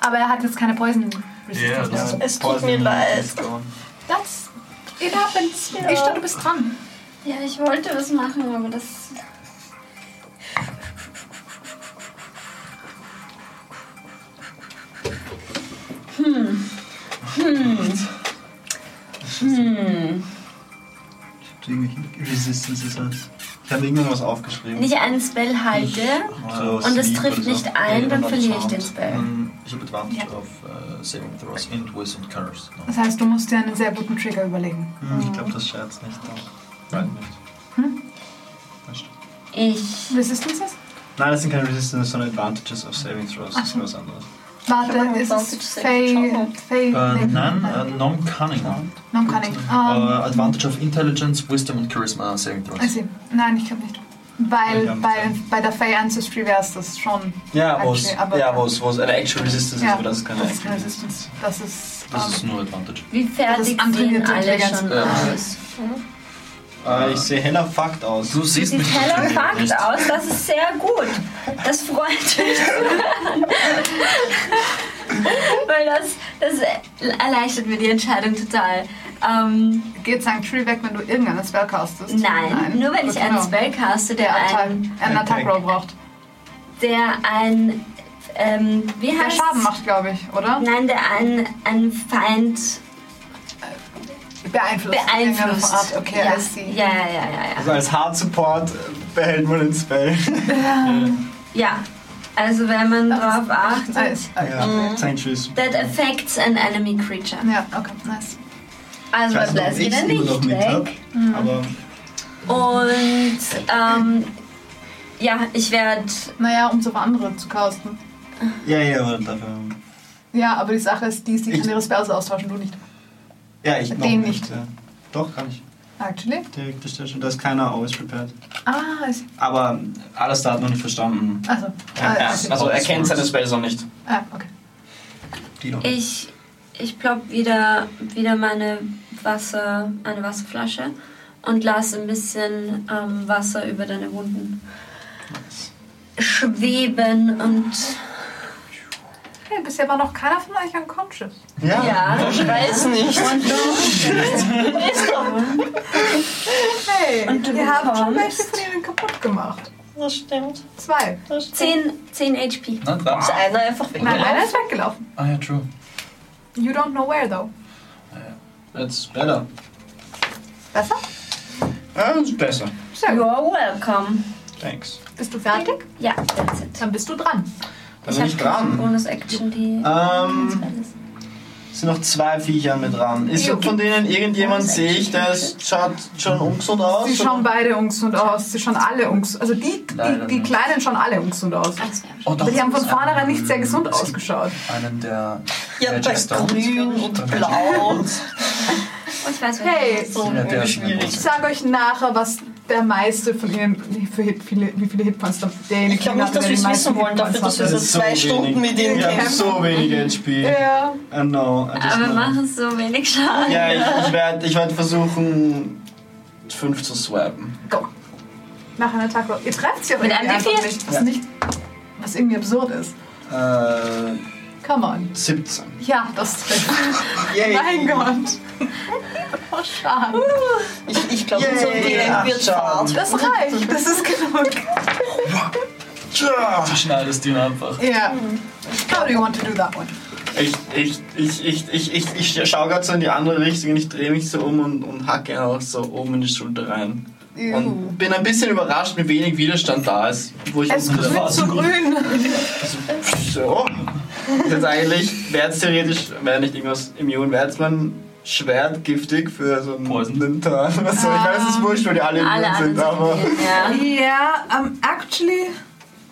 [SPEAKER 8] Aber er hat jetzt keine Poison.
[SPEAKER 14] Ja, das
[SPEAKER 7] also-
[SPEAKER 14] ist
[SPEAKER 2] es tut mir leid.
[SPEAKER 8] That's. It happens. Ich dachte, du bist dran.
[SPEAKER 6] Ja, ich wollte was machen, aber das.
[SPEAKER 4] Ich habe irgendwelche Resistances halt. Ich habe irgendwann was aufgeschrieben.
[SPEAKER 6] Wenn ich einen Spell halte
[SPEAKER 4] So
[SPEAKER 6] und es
[SPEAKER 4] Sleep
[SPEAKER 6] trifft
[SPEAKER 4] oder so.
[SPEAKER 6] nicht ein, dann verliere ich den Spell.
[SPEAKER 4] Hm,
[SPEAKER 14] Ähm, Ich habe Advantage auf äh, Saving Throws and Wills and Curse. No.
[SPEAKER 8] Das heißt, du musst dir einen sehr guten Trigger überlegen.
[SPEAKER 4] Hm, ich glaube, das scherzt nicht. Nein, nicht.
[SPEAKER 6] Hm?
[SPEAKER 4] Weißt du?
[SPEAKER 6] Ich.
[SPEAKER 8] Resistances?
[SPEAKER 4] Nein, das sind keine Resistances, sondern Advantages of Saving Throws. Das ist was anderes.
[SPEAKER 8] Warte,
[SPEAKER 2] Ich hab
[SPEAKER 8] ist
[SPEAKER 2] einen
[SPEAKER 8] es Faye?
[SPEAKER 2] Advantage-Save.
[SPEAKER 8] Faye?
[SPEAKER 1] Mhm.
[SPEAKER 14] Äh, nein,
[SPEAKER 7] also-
[SPEAKER 14] äh, Non-Cunning.
[SPEAKER 8] Nein, kann ich.
[SPEAKER 14] Äh,
[SPEAKER 8] Ähm,
[SPEAKER 14] advantage of Intelligence, Wisdom and Charisma Saving Throws.
[SPEAKER 8] also, nein, ich glaube nicht. Weil
[SPEAKER 4] Ja,
[SPEAKER 8] bei, bei der Faye Ancestry wäre es das schon.
[SPEAKER 7] Ja, wo es
[SPEAKER 8] Actually, aber-
[SPEAKER 7] ja, wo's, wo's eine Actual Resistance
[SPEAKER 8] Ja,
[SPEAKER 7] ist, aber das ist keine
[SPEAKER 8] Das ist
[SPEAKER 7] Actual
[SPEAKER 8] Resistance. Das ist.
[SPEAKER 14] Das
[SPEAKER 8] ähm,
[SPEAKER 14] ist nur Advantage.
[SPEAKER 6] Wie fertig
[SPEAKER 8] Das ist
[SPEAKER 6] sehen
[SPEAKER 8] antrainierte
[SPEAKER 6] alle
[SPEAKER 8] Intelligenz.
[SPEAKER 6] schon
[SPEAKER 14] Ja.
[SPEAKER 6] aus?
[SPEAKER 4] Äh, ich sehe heller fucked aus.
[SPEAKER 14] Du siehst
[SPEAKER 6] Sieht
[SPEAKER 14] mich
[SPEAKER 6] heller
[SPEAKER 14] natürlich
[SPEAKER 6] Fakt
[SPEAKER 14] nicht.
[SPEAKER 6] aus, das ist sehr gut. Das freut mich zu hören. Weil das, das erleichtert mir die Entscheidung total. Ähm,
[SPEAKER 8] Geht Sanctuary weg, wenn du irgendeinen Spell castest?
[SPEAKER 6] nein, nur wenn ich
[SPEAKER 8] Gut,
[SPEAKER 6] einen
[SPEAKER 8] genau.
[SPEAKER 6] Spell caste, der
[SPEAKER 8] Der
[SPEAKER 6] ein,
[SPEAKER 8] Attack, einen Attack Roll braucht.
[SPEAKER 6] der ein, ähm, wie
[SPEAKER 8] Der
[SPEAKER 6] heißt
[SPEAKER 8] Schaden macht, glaube ich, oder?
[SPEAKER 6] Nein, der einen,
[SPEAKER 8] Hm.
[SPEAKER 6] einen Feind
[SPEAKER 8] Beeinflusst.
[SPEAKER 6] beeinflusst.
[SPEAKER 8] Art. Okay,
[SPEAKER 6] ja.
[SPEAKER 8] I see.
[SPEAKER 6] ja, ja, ja, ja, ja.
[SPEAKER 4] Also als Hard Support äh, behält man den Spell.
[SPEAKER 6] Ja, also wenn man drauf achtet.
[SPEAKER 8] Nice.
[SPEAKER 7] Ah,
[SPEAKER 1] Mhm.
[SPEAKER 4] ja, sein Tschüss.
[SPEAKER 6] That affects an enemy creature.
[SPEAKER 8] Ja, okay, nice.
[SPEAKER 6] Also
[SPEAKER 4] Ich weiß nicht, ob
[SPEAKER 6] das lässt
[SPEAKER 4] ich
[SPEAKER 6] wieder
[SPEAKER 4] es immer noch
[SPEAKER 6] nicht
[SPEAKER 4] mit
[SPEAKER 6] weg.
[SPEAKER 4] habe,
[SPEAKER 8] Mhm.
[SPEAKER 4] aber
[SPEAKER 6] Und ähm, ja, ich werde.
[SPEAKER 8] Naja, um so andere zu casten.
[SPEAKER 4] ja, ja, aber dafür.
[SPEAKER 8] Ja, aber die Sache ist, die, ist, die kann
[SPEAKER 4] Ich-
[SPEAKER 8] ihre Spells austauschen, du nicht.
[SPEAKER 4] Ja, ich
[SPEAKER 8] Den
[SPEAKER 4] noch
[SPEAKER 8] nicht.
[SPEAKER 4] Ja. Doch, kann ich.
[SPEAKER 8] Actually.
[SPEAKER 4] Direkt bestätigen. Da ist keiner always prepared.
[SPEAKER 8] Ah, I see.
[SPEAKER 7] Aber alles da hat noch nicht verstanden.
[SPEAKER 8] Also. ah,
[SPEAKER 7] Ja,
[SPEAKER 8] I see.
[SPEAKER 7] also er kennt seine Spells noch nicht.
[SPEAKER 8] Ah, okay.
[SPEAKER 4] Die noch.
[SPEAKER 6] Ich, ich plopp wieder, wieder meine Wasser, eine Wasserflasche und lasse ein bisschen ähm, Wasser über deine Wunden schweben und
[SPEAKER 1] Okay, bisher war noch keiner von euch unconscious.
[SPEAKER 4] Ja.
[SPEAKER 6] ja,
[SPEAKER 2] Ich weiß nicht.
[SPEAKER 1] Hey,
[SPEAKER 6] Und du
[SPEAKER 1] ihr habt schon
[SPEAKER 6] bekommst-
[SPEAKER 1] welche von ihnen kaputt gemacht.
[SPEAKER 2] Das stimmt.
[SPEAKER 1] Zwei.
[SPEAKER 2] Das stimmt.
[SPEAKER 6] 10, 10 HP.
[SPEAKER 14] Na,
[SPEAKER 2] Ist
[SPEAKER 6] äh,
[SPEAKER 14] da.
[SPEAKER 2] einer einfach weg.
[SPEAKER 1] Nein, einer ist weggelaufen.
[SPEAKER 14] Ah ja, true.
[SPEAKER 1] You don't know where though.
[SPEAKER 7] It's better.
[SPEAKER 1] Besser?
[SPEAKER 7] Ja, ist besser.
[SPEAKER 1] Sehr gut.
[SPEAKER 6] You're welcome.
[SPEAKER 7] Thanks.
[SPEAKER 1] Bist du fertig?
[SPEAKER 6] Ja, that's it.
[SPEAKER 1] Dann bist du dran.
[SPEAKER 4] Da bin ich
[SPEAKER 6] keine
[SPEAKER 4] dran.
[SPEAKER 6] Bonus-Action, die.
[SPEAKER 4] Ähm, es sind noch zwei Viecher mit dran. Ist von denen irgendjemand, sehe ich, der ist- schaut schon ungesund aus?
[SPEAKER 1] Sie schauen beide ungesund aus. Sie schauen alle ungesund Also die, die,
[SPEAKER 14] Leider
[SPEAKER 1] die
[SPEAKER 14] nicht.
[SPEAKER 1] Kleinen schauen alle ungesund aus.
[SPEAKER 14] Oh, doch,
[SPEAKER 1] Aber die haben von
[SPEAKER 14] es gibt
[SPEAKER 1] vornherein nicht sehr
[SPEAKER 14] einen-
[SPEAKER 1] gesund
[SPEAKER 14] es gibt
[SPEAKER 1] ausgeschaut.
[SPEAKER 14] Einen der.
[SPEAKER 2] Ja,
[SPEAKER 14] Magic
[SPEAKER 2] bei
[SPEAKER 14] Stones.
[SPEAKER 2] grün und blau und
[SPEAKER 6] Oh, ich weiß, wer
[SPEAKER 1] Hey,
[SPEAKER 2] so
[SPEAKER 14] Ja, der ist
[SPEAKER 2] schwierig.
[SPEAKER 1] ich sage euch nachher, was der meiste von ihnen, wie viele, viele- wie viele Hitpoints da- derjenige
[SPEAKER 2] Ich glaube
[SPEAKER 1] hatte,
[SPEAKER 2] nicht,
[SPEAKER 1] der
[SPEAKER 2] dass wir
[SPEAKER 1] die
[SPEAKER 2] es
[SPEAKER 1] meisten
[SPEAKER 2] wissen wollen, dafür,
[SPEAKER 1] Hitpoints
[SPEAKER 2] dass wir
[SPEAKER 1] hatte.
[SPEAKER 2] so
[SPEAKER 4] ist so
[SPEAKER 2] zwei
[SPEAKER 4] wenig.
[SPEAKER 2] Stunden mit denen
[SPEAKER 4] Ich habe
[SPEAKER 2] kämpfen.
[SPEAKER 4] so wenig Uh, HP.
[SPEAKER 1] Ja.
[SPEAKER 4] I know. I just
[SPEAKER 6] Aber wir
[SPEAKER 4] know.
[SPEAKER 6] machen so wenig Schaden.
[SPEAKER 4] Ja, ich, ich werde ich werd versuchen, fünf zu swipen.
[SPEAKER 1] Go. Nach einer Attack Roll. Ihr trefft sie aber
[SPEAKER 6] Mit
[SPEAKER 1] irgendwie
[SPEAKER 6] einem
[SPEAKER 1] einfach
[SPEAKER 6] D4?
[SPEAKER 1] nicht.
[SPEAKER 27] Was
[SPEAKER 4] Ja.
[SPEAKER 27] nicht, was irgendwie absurd ist.
[SPEAKER 4] Äh,
[SPEAKER 27] Come on.
[SPEAKER 4] 17.
[SPEAKER 27] Ja, das trifft.
[SPEAKER 4] Yay.
[SPEAKER 27] mein Gott. Oh, schade.
[SPEAKER 2] Ich, ich glaube, unser
[SPEAKER 4] Yay,
[SPEAKER 2] DM wird
[SPEAKER 4] Abstand.
[SPEAKER 2] fad.
[SPEAKER 27] Das reicht. Das ist genug.
[SPEAKER 4] Ja.
[SPEAKER 3] Du schneidest ihn einfach.
[SPEAKER 27] Yeah. How do you want to do that one?
[SPEAKER 4] Ich, ich, ich, ich, ich, ich, ich schaue gerade so in die andere Richtung und ich drehe mich so um und, und hacke auch so oben in die Schulter rein. Und bin ein bisschen überrascht, wie wenig Widerstand da ist. Wo ich
[SPEAKER 1] Es
[SPEAKER 4] unten wieder
[SPEAKER 1] grün
[SPEAKER 4] war.
[SPEAKER 1] zu grün.
[SPEAKER 4] So. Jetzt eigentlich wäre es theoretisch, wäre nicht irgendwas immun, wäre es mein Schwert giftig für so einen
[SPEAKER 3] Poison.
[SPEAKER 4] einen Turn. Also, ich weiß, es ist wurscht, weil die alle
[SPEAKER 6] Alle
[SPEAKER 4] immun
[SPEAKER 6] anderen
[SPEAKER 4] sind,
[SPEAKER 6] sind
[SPEAKER 4] aber
[SPEAKER 6] ja.
[SPEAKER 1] Ja, ähm, actually.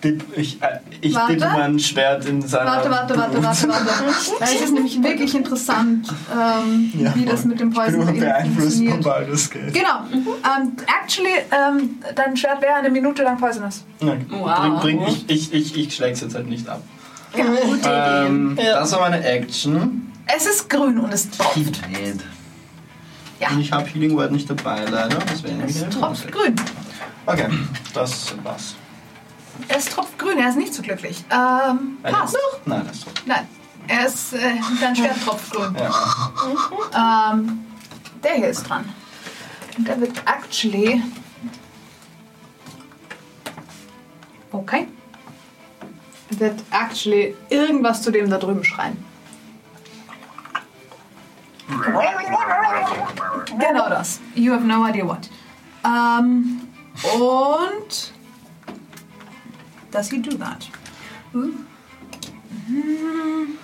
[SPEAKER 4] dipp, ich, äh, ich
[SPEAKER 1] Warte.
[SPEAKER 4] dippe mein Schwert in seiner
[SPEAKER 1] Warte, warte, warte, warte, warte. Weil es ist nämlich wirklich interessant, ähm,
[SPEAKER 4] Ja,
[SPEAKER 1] wie das
[SPEAKER 4] voll.
[SPEAKER 1] mit dem
[SPEAKER 4] Ich bin
[SPEAKER 1] Poison
[SPEAKER 4] immer
[SPEAKER 1] eben
[SPEAKER 4] beeinflusst von
[SPEAKER 1] funktioniert.
[SPEAKER 4] Baldur's Gate.
[SPEAKER 1] Genau. Ähm, actually, ähm, dein Schwert wäre eine Minute lang poisonous.
[SPEAKER 4] Nein,
[SPEAKER 6] Wow.
[SPEAKER 4] bring, bring, ich, ich, ich, ich schläg's jetzt halt nicht ab.
[SPEAKER 6] Gute Idee.
[SPEAKER 4] Ähm, Das war meine Action.
[SPEAKER 1] Es ist grün und es tropft. Ja.
[SPEAKER 4] Und ich habe Healing Word nicht dabei, leider. Das wäre nämlich
[SPEAKER 1] Es
[SPEAKER 4] eine
[SPEAKER 1] tropft
[SPEAKER 4] Bonus-Action.
[SPEAKER 1] grün.
[SPEAKER 4] Okay, das war's.
[SPEAKER 1] Es tropft grün, er ist nicht so glücklich. Ähm, passt.
[SPEAKER 4] Äh, Nein, das war's.
[SPEAKER 1] Nein. Er ist, äh, dein Schwert tropft grün.
[SPEAKER 4] Ja.
[SPEAKER 1] Ähm, der hier ist dran. Und der wird actually. Okay. Wird actually irgendwas zu dem da drüben schreien. Genau das. You have no idea what. Ähm, und. Does he do that? Ooh. Hmm.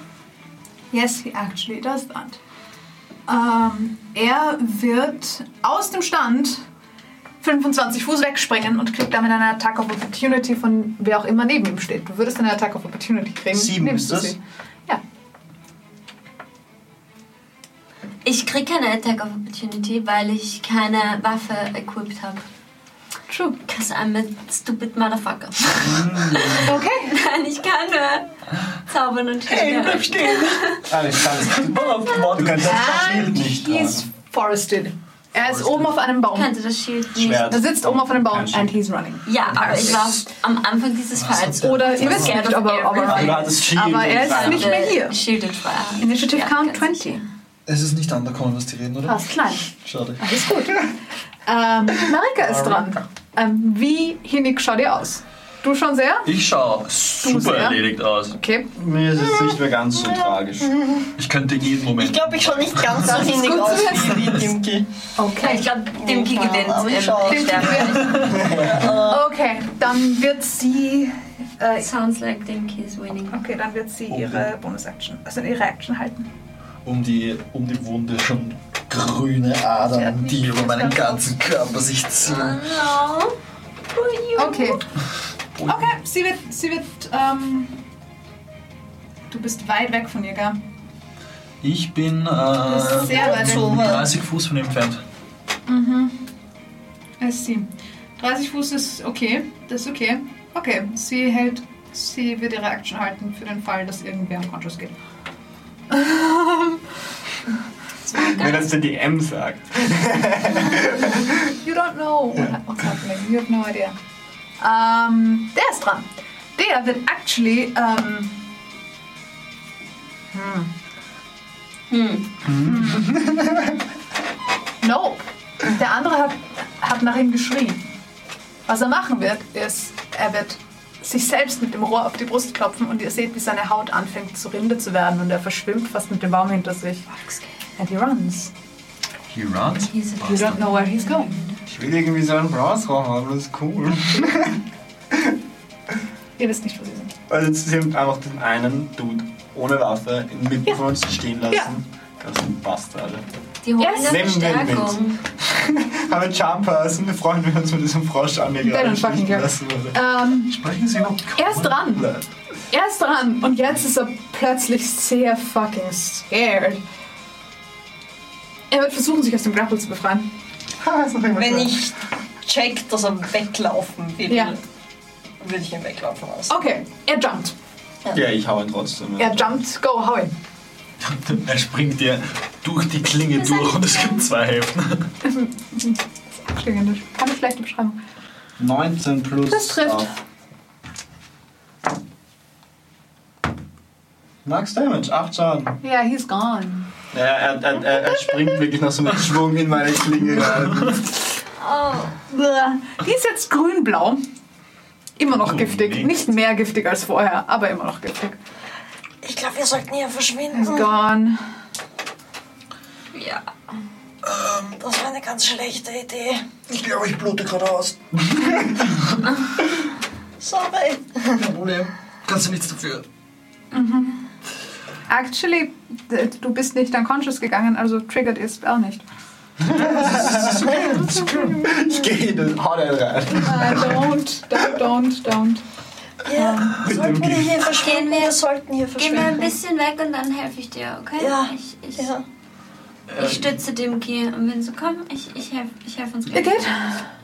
[SPEAKER 1] Yes, he actually does that. Ähm, er wird aus dem Stand 25 Fuß wegspringen und kriegt damit eine Attack of Opportunity von wer auch immer neben ihm steht. Du würdest eine Attack of Opportunity kriegen.
[SPEAKER 4] Sieben
[SPEAKER 1] Nimmst
[SPEAKER 4] ist
[SPEAKER 1] du
[SPEAKER 4] das?
[SPEAKER 1] sie. Ja.
[SPEAKER 6] Ich krieg keine Attack of Opportunity, weil ich keine Waffe equipped habe.
[SPEAKER 1] True.
[SPEAKER 6] Cause I'm a stupid motherfucker.
[SPEAKER 1] Okay.
[SPEAKER 6] Nein, ich kann nur zaubern und hey,
[SPEAKER 4] Alles klar.
[SPEAKER 1] Oh,
[SPEAKER 4] Du kannst das Schild
[SPEAKER 1] He's
[SPEAKER 4] nicht tragen.
[SPEAKER 1] Ah, forested. Er ist oben auf einem
[SPEAKER 6] Ich
[SPEAKER 1] Baum.
[SPEAKER 6] kannte das Schild nicht.
[SPEAKER 4] Schwert.
[SPEAKER 1] Er sitzt oben auf einem Baum
[SPEAKER 4] Kein Schild.
[SPEAKER 1] and he's running.
[SPEAKER 6] Ja, aber ich war am Anfang dieses Falls.
[SPEAKER 1] Oder ihr wisst
[SPEAKER 6] scared
[SPEAKER 1] nicht,
[SPEAKER 6] of
[SPEAKER 1] aber,
[SPEAKER 6] everything.
[SPEAKER 1] aber,
[SPEAKER 4] Du hattest Schild.
[SPEAKER 1] aber er
[SPEAKER 4] und
[SPEAKER 1] ist
[SPEAKER 4] Schwert.
[SPEAKER 1] nicht mehr hier.
[SPEAKER 6] Shielded Fire.
[SPEAKER 1] Initiative
[SPEAKER 6] Ja,
[SPEAKER 1] Count
[SPEAKER 6] ganz
[SPEAKER 1] 20.
[SPEAKER 3] Es ist nicht undercommon, was die reden, oder?
[SPEAKER 1] Passt klein.
[SPEAKER 3] Schade.
[SPEAKER 1] Alles gut. Ähm, Marika ist dran. Ähm, wie hinnig schaut ihr aus? Du schon sehr?
[SPEAKER 3] Ich schaue
[SPEAKER 1] sehr?
[SPEAKER 3] super erledigt aus.
[SPEAKER 1] Okay.
[SPEAKER 4] Mir ist es nicht mehr ganz so tragisch.
[SPEAKER 3] Ich könnte jeden
[SPEAKER 2] Ich
[SPEAKER 3] Moment.
[SPEAKER 2] glaube, ich schaue nicht ganz so hinnig
[SPEAKER 1] gut zu
[SPEAKER 2] aus wie die Dimki.
[SPEAKER 6] Ja, Ich glaube, dem Kiki gewinnt.
[SPEAKER 2] Aber ich schau.
[SPEAKER 6] ähm, sterben.
[SPEAKER 1] Okay, dann wird sie. Äh,
[SPEAKER 6] Sounds like Dimki is winning.
[SPEAKER 1] okay, dann wird sie ihre Bonus-Action, also ihre Action halten.
[SPEAKER 3] Um die, um die Wunde schon grüne Adern, die über meinen ganzen Körper sich ziehen.
[SPEAKER 1] Ah.
[SPEAKER 6] No.
[SPEAKER 1] Okay. Okay, sie wird. Sie wird ähm, du bist weit weg von ihr, gell?
[SPEAKER 3] Ich bin äh,
[SPEAKER 1] ist sehr weit weg.
[SPEAKER 3] 30 Fuß von ihm entfernt.
[SPEAKER 1] Es ist Äh, sie. 30 Fuß ist okay, das ist okay. Okay, sie hält. Sie wird ihre Action halten für den Fall, dass irgendwer unconscious geht.
[SPEAKER 4] Wenn das der DM sagt.
[SPEAKER 1] You don't know what- what's happening. You have no idea. Ähm, der ist dran. Der wird actually. Ähm,
[SPEAKER 6] Hm.
[SPEAKER 1] no. Hm. Der andere hat, hat nach ihm geschrien. Was er machen wird, ist, er wird sich selbst mit dem Rohr auf die Brust klopfen und ihr seht, wie seine Haut anfängt zu Rinde zu werden und er verschwimmt fast mit dem Baum hinter sich. And he runs.
[SPEAKER 3] He runs.
[SPEAKER 6] He's a
[SPEAKER 1] You don't know where he's going.
[SPEAKER 4] Ich will irgendwie so einen Bronze-Raum haben, das ist cool.
[SPEAKER 1] Ihr wisst nicht, wo sie sind.
[SPEAKER 4] Also sie haben einfach den einen Dude ohne Waffe inmitten von uns stehen lassen.
[SPEAKER 1] Ja.
[SPEAKER 4] Ganzen Bastarde.
[SPEAKER 6] Die holen
[SPEAKER 1] Yes.
[SPEAKER 6] yes.
[SPEAKER 4] Nehmen wir mit.
[SPEAKER 6] Verstärkung.
[SPEAKER 4] Aber Jumper sind wir Freunde, wenn wir uns mit diesem Frosch
[SPEAKER 1] Dann
[SPEAKER 4] angegangen
[SPEAKER 1] fucking
[SPEAKER 4] stehen
[SPEAKER 1] ja.
[SPEAKER 4] lassen würde.
[SPEAKER 1] Ähm,
[SPEAKER 3] Sprechen Sie überhaupt
[SPEAKER 1] er ist dran.
[SPEAKER 4] Nein.
[SPEAKER 1] Er ist dran und jetzt ist er plötzlich sehr fucking scared. Er wird versuchen, sich aus dem Grapple zu befreien.
[SPEAKER 4] Ah, ist noch jemand
[SPEAKER 2] Wenn
[SPEAKER 4] da?
[SPEAKER 2] ich check, dass er weglaufen will,
[SPEAKER 1] Ja.
[SPEAKER 2] würde ich ihn weglaufen lassen.
[SPEAKER 1] Okay, er jumpt.
[SPEAKER 4] Ja, ich hau ihn trotzdem. Ja.
[SPEAKER 1] Er jumpt. Go, hau ihn.
[SPEAKER 3] Er springt dir durch die Klinge durch und es gibt zwei Hälften.
[SPEAKER 1] Schlingendisch. Keine schlechte Beschreibung.
[SPEAKER 4] 19 plus.
[SPEAKER 28] Das trifft.
[SPEAKER 4] auf- Max Damage, 8 Schaden.
[SPEAKER 28] Ja, he's gone.
[SPEAKER 4] Ja, er, er, er, er springt wirklich noch so mit Schwung in meine Klinge rein.
[SPEAKER 6] Oh,
[SPEAKER 1] Die ist jetzt grün-blau. Immer noch giftig. Nicht mehr giftig als vorher, aber immer noch giftig.
[SPEAKER 2] Oh, Ich glaube, wir sollten hier
[SPEAKER 1] Is
[SPEAKER 28] Oh.
[SPEAKER 2] verschwinden.
[SPEAKER 1] gone.
[SPEAKER 2] Ja. Ähm, das war eine ganz schlechte Idee.
[SPEAKER 29] Ich glaube, ich blute gerade aus.
[SPEAKER 2] Sorry.
[SPEAKER 3] Kein Problem. Kannst du nichts dafür.
[SPEAKER 1] Actually, d- du bist nicht unconscious gegangen, also triggert ist auch nicht.
[SPEAKER 4] Ich gehe in den Hau da rein.
[SPEAKER 1] Ah, don't, don't, don't, don't.
[SPEAKER 2] Ja, sollten wir hier verschwinden?
[SPEAKER 6] Gehen wir-
[SPEAKER 2] Wir sollten hier
[SPEAKER 6] Geh mal ein
[SPEAKER 2] verschwinden.
[SPEAKER 6] bisschen weg und dann helfe ich dir, okay?
[SPEAKER 2] Ja.
[SPEAKER 6] Ich, ich,
[SPEAKER 2] Ja.
[SPEAKER 6] ich stütze dem Geh. Und wenn sie kommen, ich, ich helfe ich helf uns
[SPEAKER 1] Ihr
[SPEAKER 6] gleich.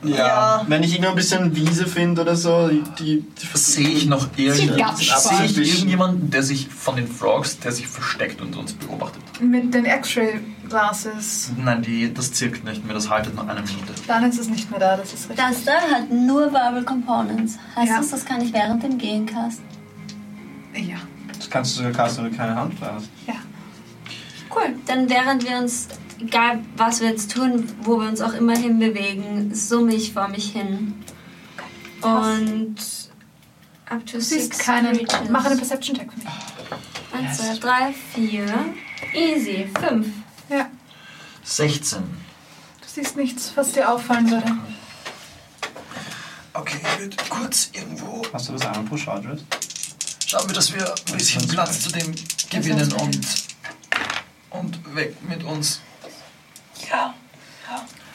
[SPEAKER 1] geht?
[SPEAKER 4] Ja. Wenn ich irgendwo ein bisschen Wiese finde oder so, die. die, die
[SPEAKER 3] Sehe ich noch irgendjemanden?
[SPEAKER 1] gab's Spaß.
[SPEAKER 3] Sehe ich irgendjemanden, der sich von den Frogs, der sich versteckt und uns beobachtet?
[SPEAKER 1] Mit den X-Ray-Glasses.
[SPEAKER 3] Nein, die, das zirkt nicht mehr, das haltet nur eine Minute.
[SPEAKER 1] Dann ist es nicht mehr da, das ist richtig.
[SPEAKER 6] Das da hat nur Verbal Components. Heißt
[SPEAKER 1] Ja.
[SPEAKER 6] das, das kann ich während dem Gehen casten?
[SPEAKER 1] Ja.
[SPEAKER 4] Das kannst du sogar casten, wenn du keine Hand hast.
[SPEAKER 6] Cool. Dann während wir uns, egal was wir jetzt tun, wo wir uns auch immer hinbewegen, summe ich vor mich hin. Und up to
[SPEAKER 1] Du siehst
[SPEAKER 6] six
[SPEAKER 1] keinen.
[SPEAKER 6] creatures.
[SPEAKER 1] Mach einen Perception-Check für mich.
[SPEAKER 6] Eins, zwei, drei, vier. Easy. Fünf.
[SPEAKER 28] Oh.
[SPEAKER 3] 16.
[SPEAKER 1] Du siehst nichts, was dir auffallen würde.
[SPEAKER 29] Okay, ich würde kurz irgendwo
[SPEAKER 4] Hast du das einmal pro Charge? Rest?
[SPEAKER 29] schauen wir, dass wir ein bisschen Platz zu dem gewinnen und, und weg mit uns.
[SPEAKER 2] Ja.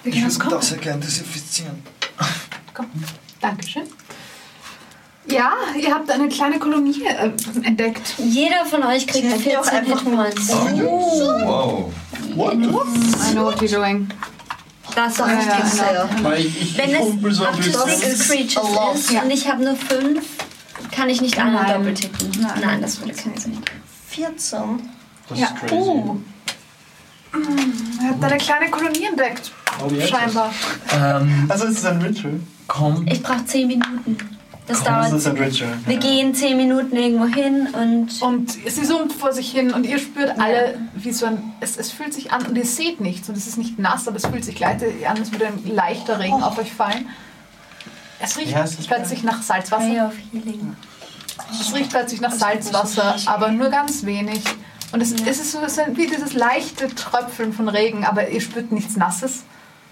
[SPEAKER 1] Wir
[SPEAKER 29] Ich
[SPEAKER 1] gehen uns
[SPEAKER 29] würde
[SPEAKER 1] kommen.
[SPEAKER 29] das sehr gern desinfizieren.
[SPEAKER 28] Dankeschön.
[SPEAKER 1] Ja, ihr habt eine kleine Kolonie äh, entdeckt.
[SPEAKER 6] Jeder von euch kriegt
[SPEAKER 2] hätte auch
[SPEAKER 6] 14
[SPEAKER 2] einfach
[SPEAKER 6] Hitpoints.
[SPEAKER 3] Oh, Wow.
[SPEAKER 28] I know what you're doing.
[SPEAKER 6] Das war
[SPEAKER 1] Ja, ja,
[SPEAKER 2] Also,
[SPEAKER 1] genau.
[SPEAKER 6] richtig
[SPEAKER 1] ja.
[SPEAKER 6] sehr.
[SPEAKER 4] Weil ich, ich,
[SPEAKER 6] Wenn
[SPEAKER 4] ich
[SPEAKER 6] es
[SPEAKER 4] humpel so ein
[SPEAKER 6] up to
[SPEAKER 4] bisschen.
[SPEAKER 6] six creatures ist
[SPEAKER 1] Ja.
[SPEAKER 6] und ich habe nur fünf, kann ich nicht einmal
[SPEAKER 1] Nein.
[SPEAKER 6] doppelt tippen.
[SPEAKER 1] Nein.
[SPEAKER 6] Nein, das würde keinen Sinn.
[SPEAKER 2] 14.
[SPEAKER 4] Das
[SPEAKER 1] Ja. Oh. Ihr habt eine kleine Kolonie entdeckt.
[SPEAKER 4] Oh, wie
[SPEAKER 1] Scheinbar.
[SPEAKER 3] Ähm,
[SPEAKER 4] Also es ist ein Ritual.
[SPEAKER 3] komm.
[SPEAKER 6] Ich brauche zehn Minuten. Das
[SPEAKER 4] Das
[SPEAKER 6] dauert.
[SPEAKER 4] ist ein Ritual.
[SPEAKER 6] Wir gehen zehn Minuten irgendwo hin und
[SPEAKER 1] Und sie summt vor sich hin und ihr spürt alle, wie so ein. Es, es fühlt sich an und ihr seht nichts und es ist nicht nass, aber es fühlt sich gleichzeitig an, als würde ein leichter Regen auf euch fallen. Es riecht
[SPEAKER 4] Ja, es ist-
[SPEAKER 1] plötzlich nach Salzwasser.
[SPEAKER 6] Way of Healing.
[SPEAKER 1] Es riecht plötzlich nach Salzwasser, aber nur ganz wenig. Und es, es ist so es ist wie dieses leichte Tröpfeln von Regen, aber ihr spürt nichts Nasses.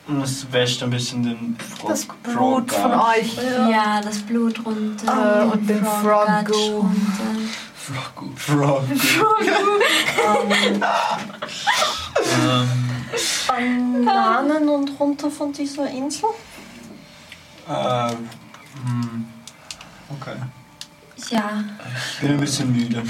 [SPEAKER 4] Und es wäscht ein bisschen den Frog.
[SPEAKER 1] Das Blut von euch.
[SPEAKER 6] Ja. das Blut runter.
[SPEAKER 1] Äh, und den
[SPEAKER 6] Frog
[SPEAKER 1] Froggo.
[SPEAKER 6] runter.
[SPEAKER 4] Frog.
[SPEAKER 3] Ähm,
[SPEAKER 2] Bananen und runter von dieser Insel.
[SPEAKER 4] Äh, hm. Okay.
[SPEAKER 6] Ja,
[SPEAKER 4] Ich bin ein bisschen müde.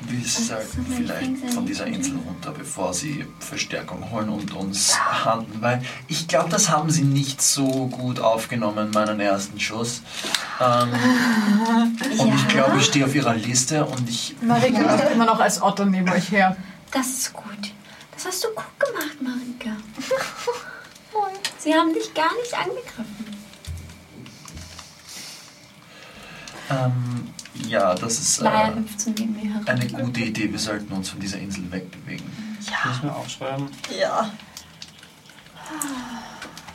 [SPEAKER 3] wir sollten vielleicht von dieser Insel runter, bevor sie Verstärkung holen und uns handen, weil ich glaube, das haben sie nicht so gut aufgenommen, meinen ersten Schuss. Ähm, und ich glaube, ich stehe auf ihrer Liste und ich
[SPEAKER 1] Marika liegt immer noch als Otto neben euch her.
[SPEAKER 6] das ist gut. Das hast du gut gemacht, Marika. Sie haben dich gar nicht angegriffen.
[SPEAKER 3] Ähm, ja, das ist äh,
[SPEAKER 6] Leider hüpft sie neben mir herum.
[SPEAKER 3] eine gute Idee. Wir sollten uns von dieser Insel wegbewegen.
[SPEAKER 4] Muss ich mir aufschreiben?
[SPEAKER 2] Ja.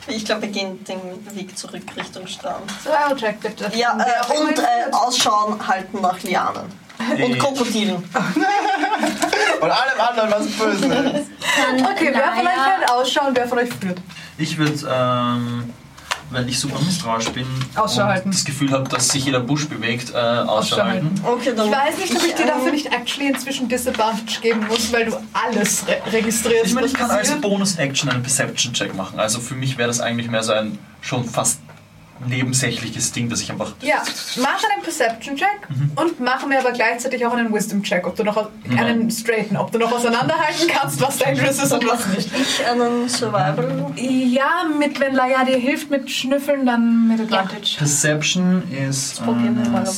[SPEAKER 2] Ich glaube, wir gehen den Weg zurück Richtung Strand.
[SPEAKER 1] Survival Check bitte.
[SPEAKER 2] Ja,
[SPEAKER 1] Wer
[SPEAKER 2] äh,
[SPEAKER 1] auch immer
[SPEAKER 2] und
[SPEAKER 1] ihr
[SPEAKER 2] äh, Ausschauen halten nach Lianen. Und Krokodilen.
[SPEAKER 4] Und allem anderen was Böses.
[SPEAKER 6] Dann
[SPEAKER 1] Okay, wer von euch
[SPEAKER 6] Laia-
[SPEAKER 1] hält Ausschau und wer von euch führt?
[SPEAKER 3] Ich würde, ähm, weil ich super misstrauisch bin
[SPEAKER 1] Ausschau
[SPEAKER 3] und
[SPEAKER 1] halten.
[SPEAKER 3] das Gefühl habe, dass sich jeder Busch bewegt, äh, Ausschau
[SPEAKER 1] Ausschau
[SPEAKER 3] halten.
[SPEAKER 2] Okay, dann
[SPEAKER 1] Ich weiß nicht, ob ich dir
[SPEAKER 2] ähm,
[SPEAKER 1] dafür nicht actually inzwischen Disadvantage geben muss, weil du alles re registrierst.
[SPEAKER 3] Ich meine, ich
[SPEAKER 1] was
[SPEAKER 3] kann als
[SPEAKER 1] passiert.
[SPEAKER 3] Bonus-Action einen Perception-Check machen. Also für mich wäre das eigentlich mehr so ein schon fast nebensächliches Ding, dass ich einfach...
[SPEAKER 1] Ja, mach einen Perception-Check und mach mir aber gleichzeitig auch einen Wisdom-Check, ob du noch einen straighten, ob du noch auseinanderhalten kannst, was dangerous ist und was nicht.
[SPEAKER 2] Ich einen
[SPEAKER 1] Äh,
[SPEAKER 2] Survival.
[SPEAKER 1] Ja, mit, wenn Laia dir hilft mit Schnüffeln, dann mit Advantage.
[SPEAKER 3] Perception ist...
[SPEAKER 2] Probieren wir mal,
[SPEAKER 3] äh,
[SPEAKER 2] ob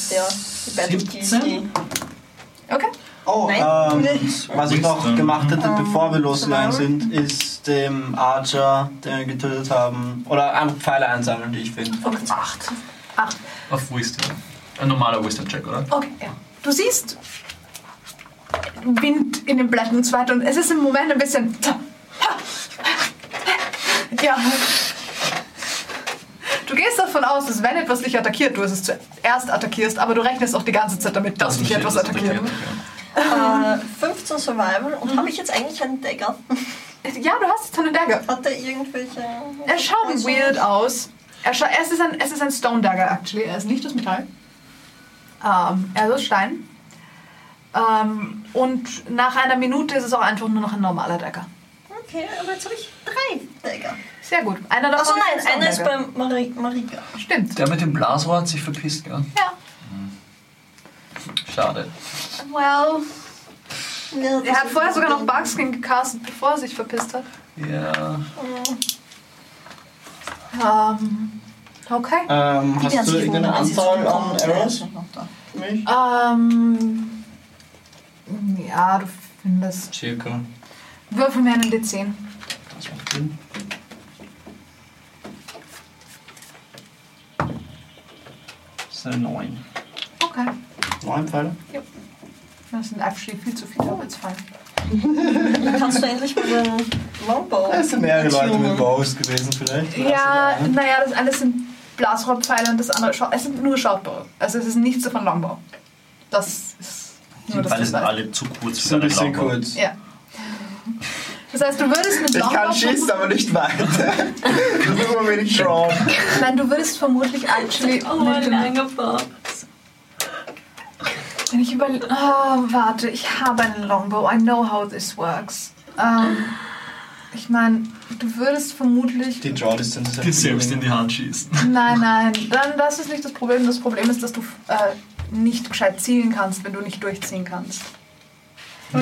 [SPEAKER 2] der die Battle Skills
[SPEAKER 3] 17?
[SPEAKER 2] die
[SPEAKER 1] Okay.
[SPEAKER 4] Oh,
[SPEAKER 2] Nein.
[SPEAKER 4] ähm, was ich noch gemacht hätte,
[SPEAKER 1] Ähm,
[SPEAKER 4] bevor wir losgegangen sind, ist dem Archer, den wir getötet haben, oder andere Pfeile einsammeln, die ich finde.
[SPEAKER 3] Acht.
[SPEAKER 30] Acht.
[SPEAKER 3] Auf Wisdom. Ein normaler Wisdom-Check, oder?
[SPEAKER 30] Okay, ja. Du siehst Wind in den Blättern und so weiter und es ist im Moment ein bisschen. Ja.
[SPEAKER 1] Du gehst davon aus, dass wenn etwas dich attackiert, du es zuerst attackierst, aber du rechnest auch die ganze Zeit damit,
[SPEAKER 3] Also
[SPEAKER 1] dass dich etwas attackiert.
[SPEAKER 2] Äh, 15 Survival. Und habe ich jetzt eigentlich einen Dagger?
[SPEAKER 1] Ja, du hast jetzt eine Dagger.
[SPEAKER 2] Hat der irgendwelche.
[SPEAKER 1] Er schaut weird aus. Er scha es, ist ein, es ist ein Stone Dagger, actually. Er ist nicht aus Metall. Ähm, er ist aus Stein. Ähm, und nach einer Minute ist es auch einfach nur noch ein normaler Dagger.
[SPEAKER 2] Okay, aber jetzt habe ich drei Dagger.
[SPEAKER 1] Sehr gut. Einer davon
[SPEAKER 2] Also
[SPEAKER 1] ist
[SPEAKER 2] nein,
[SPEAKER 1] ein
[SPEAKER 2] einer ist
[SPEAKER 1] Stone Dagger.
[SPEAKER 2] bei Mari Marika.
[SPEAKER 1] Stimmt.
[SPEAKER 3] Der mit dem Blasrohr hat sich verpisst, gell?
[SPEAKER 1] Ja.
[SPEAKER 3] Schade.
[SPEAKER 1] Well,
[SPEAKER 2] Ja,
[SPEAKER 1] er hat vorher sogar noch Bugskin gecastet, bevor er sich verpisst hat.
[SPEAKER 3] Ja.
[SPEAKER 1] Ähm, okay.
[SPEAKER 4] Ähm, hast du irgendeine Anzahl an Arrows für mich?
[SPEAKER 1] Ähm, ja, du findest.
[SPEAKER 31] Circa.
[SPEAKER 1] Würfel mir einen D10.
[SPEAKER 31] Das macht Sinn.
[SPEAKER 4] Das sind neun.
[SPEAKER 1] Okay.
[SPEAKER 4] Neun Pfeile?
[SPEAKER 1] Das sind actually viel zu viele, aber jetzt fallen.
[SPEAKER 2] Kannst du endlich mit dem Longbow.
[SPEAKER 4] Das sind mehrere Leute mit
[SPEAKER 2] Beziehungen.
[SPEAKER 4] Bows gewesen vielleicht.
[SPEAKER 1] Ja, naja, das eine sind Blasrohrpfeile und das andere Schau es sind nur Shortbow. Also es ist nichts davon Longbow. Das ist nur
[SPEAKER 32] Die
[SPEAKER 1] das
[SPEAKER 32] Pfeile sind
[SPEAKER 1] Zufall.
[SPEAKER 32] alle zu kurz für
[SPEAKER 4] Das ist ein
[SPEAKER 32] deine
[SPEAKER 4] bisschen
[SPEAKER 32] Longbow.
[SPEAKER 4] kurz.
[SPEAKER 1] Ja. Das heißt, du würdest mit
[SPEAKER 4] Ich
[SPEAKER 1] Longbow
[SPEAKER 4] kann schießen, aber nicht weit. Nur wenn ich drawn.
[SPEAKER 1] Nein, du würdest vermutlich actually
[SPEAKER 6] Oh,
[SPEAKER 1] mit dem
[SPEAKER 6] lange Bob.
[SPEAKER 1] Wenn ich über... Oh, warte, ich habe einen Longbow. I know how this works. Ähm, ich meine, du würdest vermutlich...
[SPEAKER 4] Die Draw Distance ist halt ein
[SPEAKER 3] Die
[SPEAKER 4] bisschen
[SPEAKER 3] selbst in die Hand schießen.
[SPEAKER 1] Nein, nein, dann das ist nicht das Problem. Das Problem ist, dass du äh, nicht gescheit zielen kannst, wenn du nicht durchziehen kannst.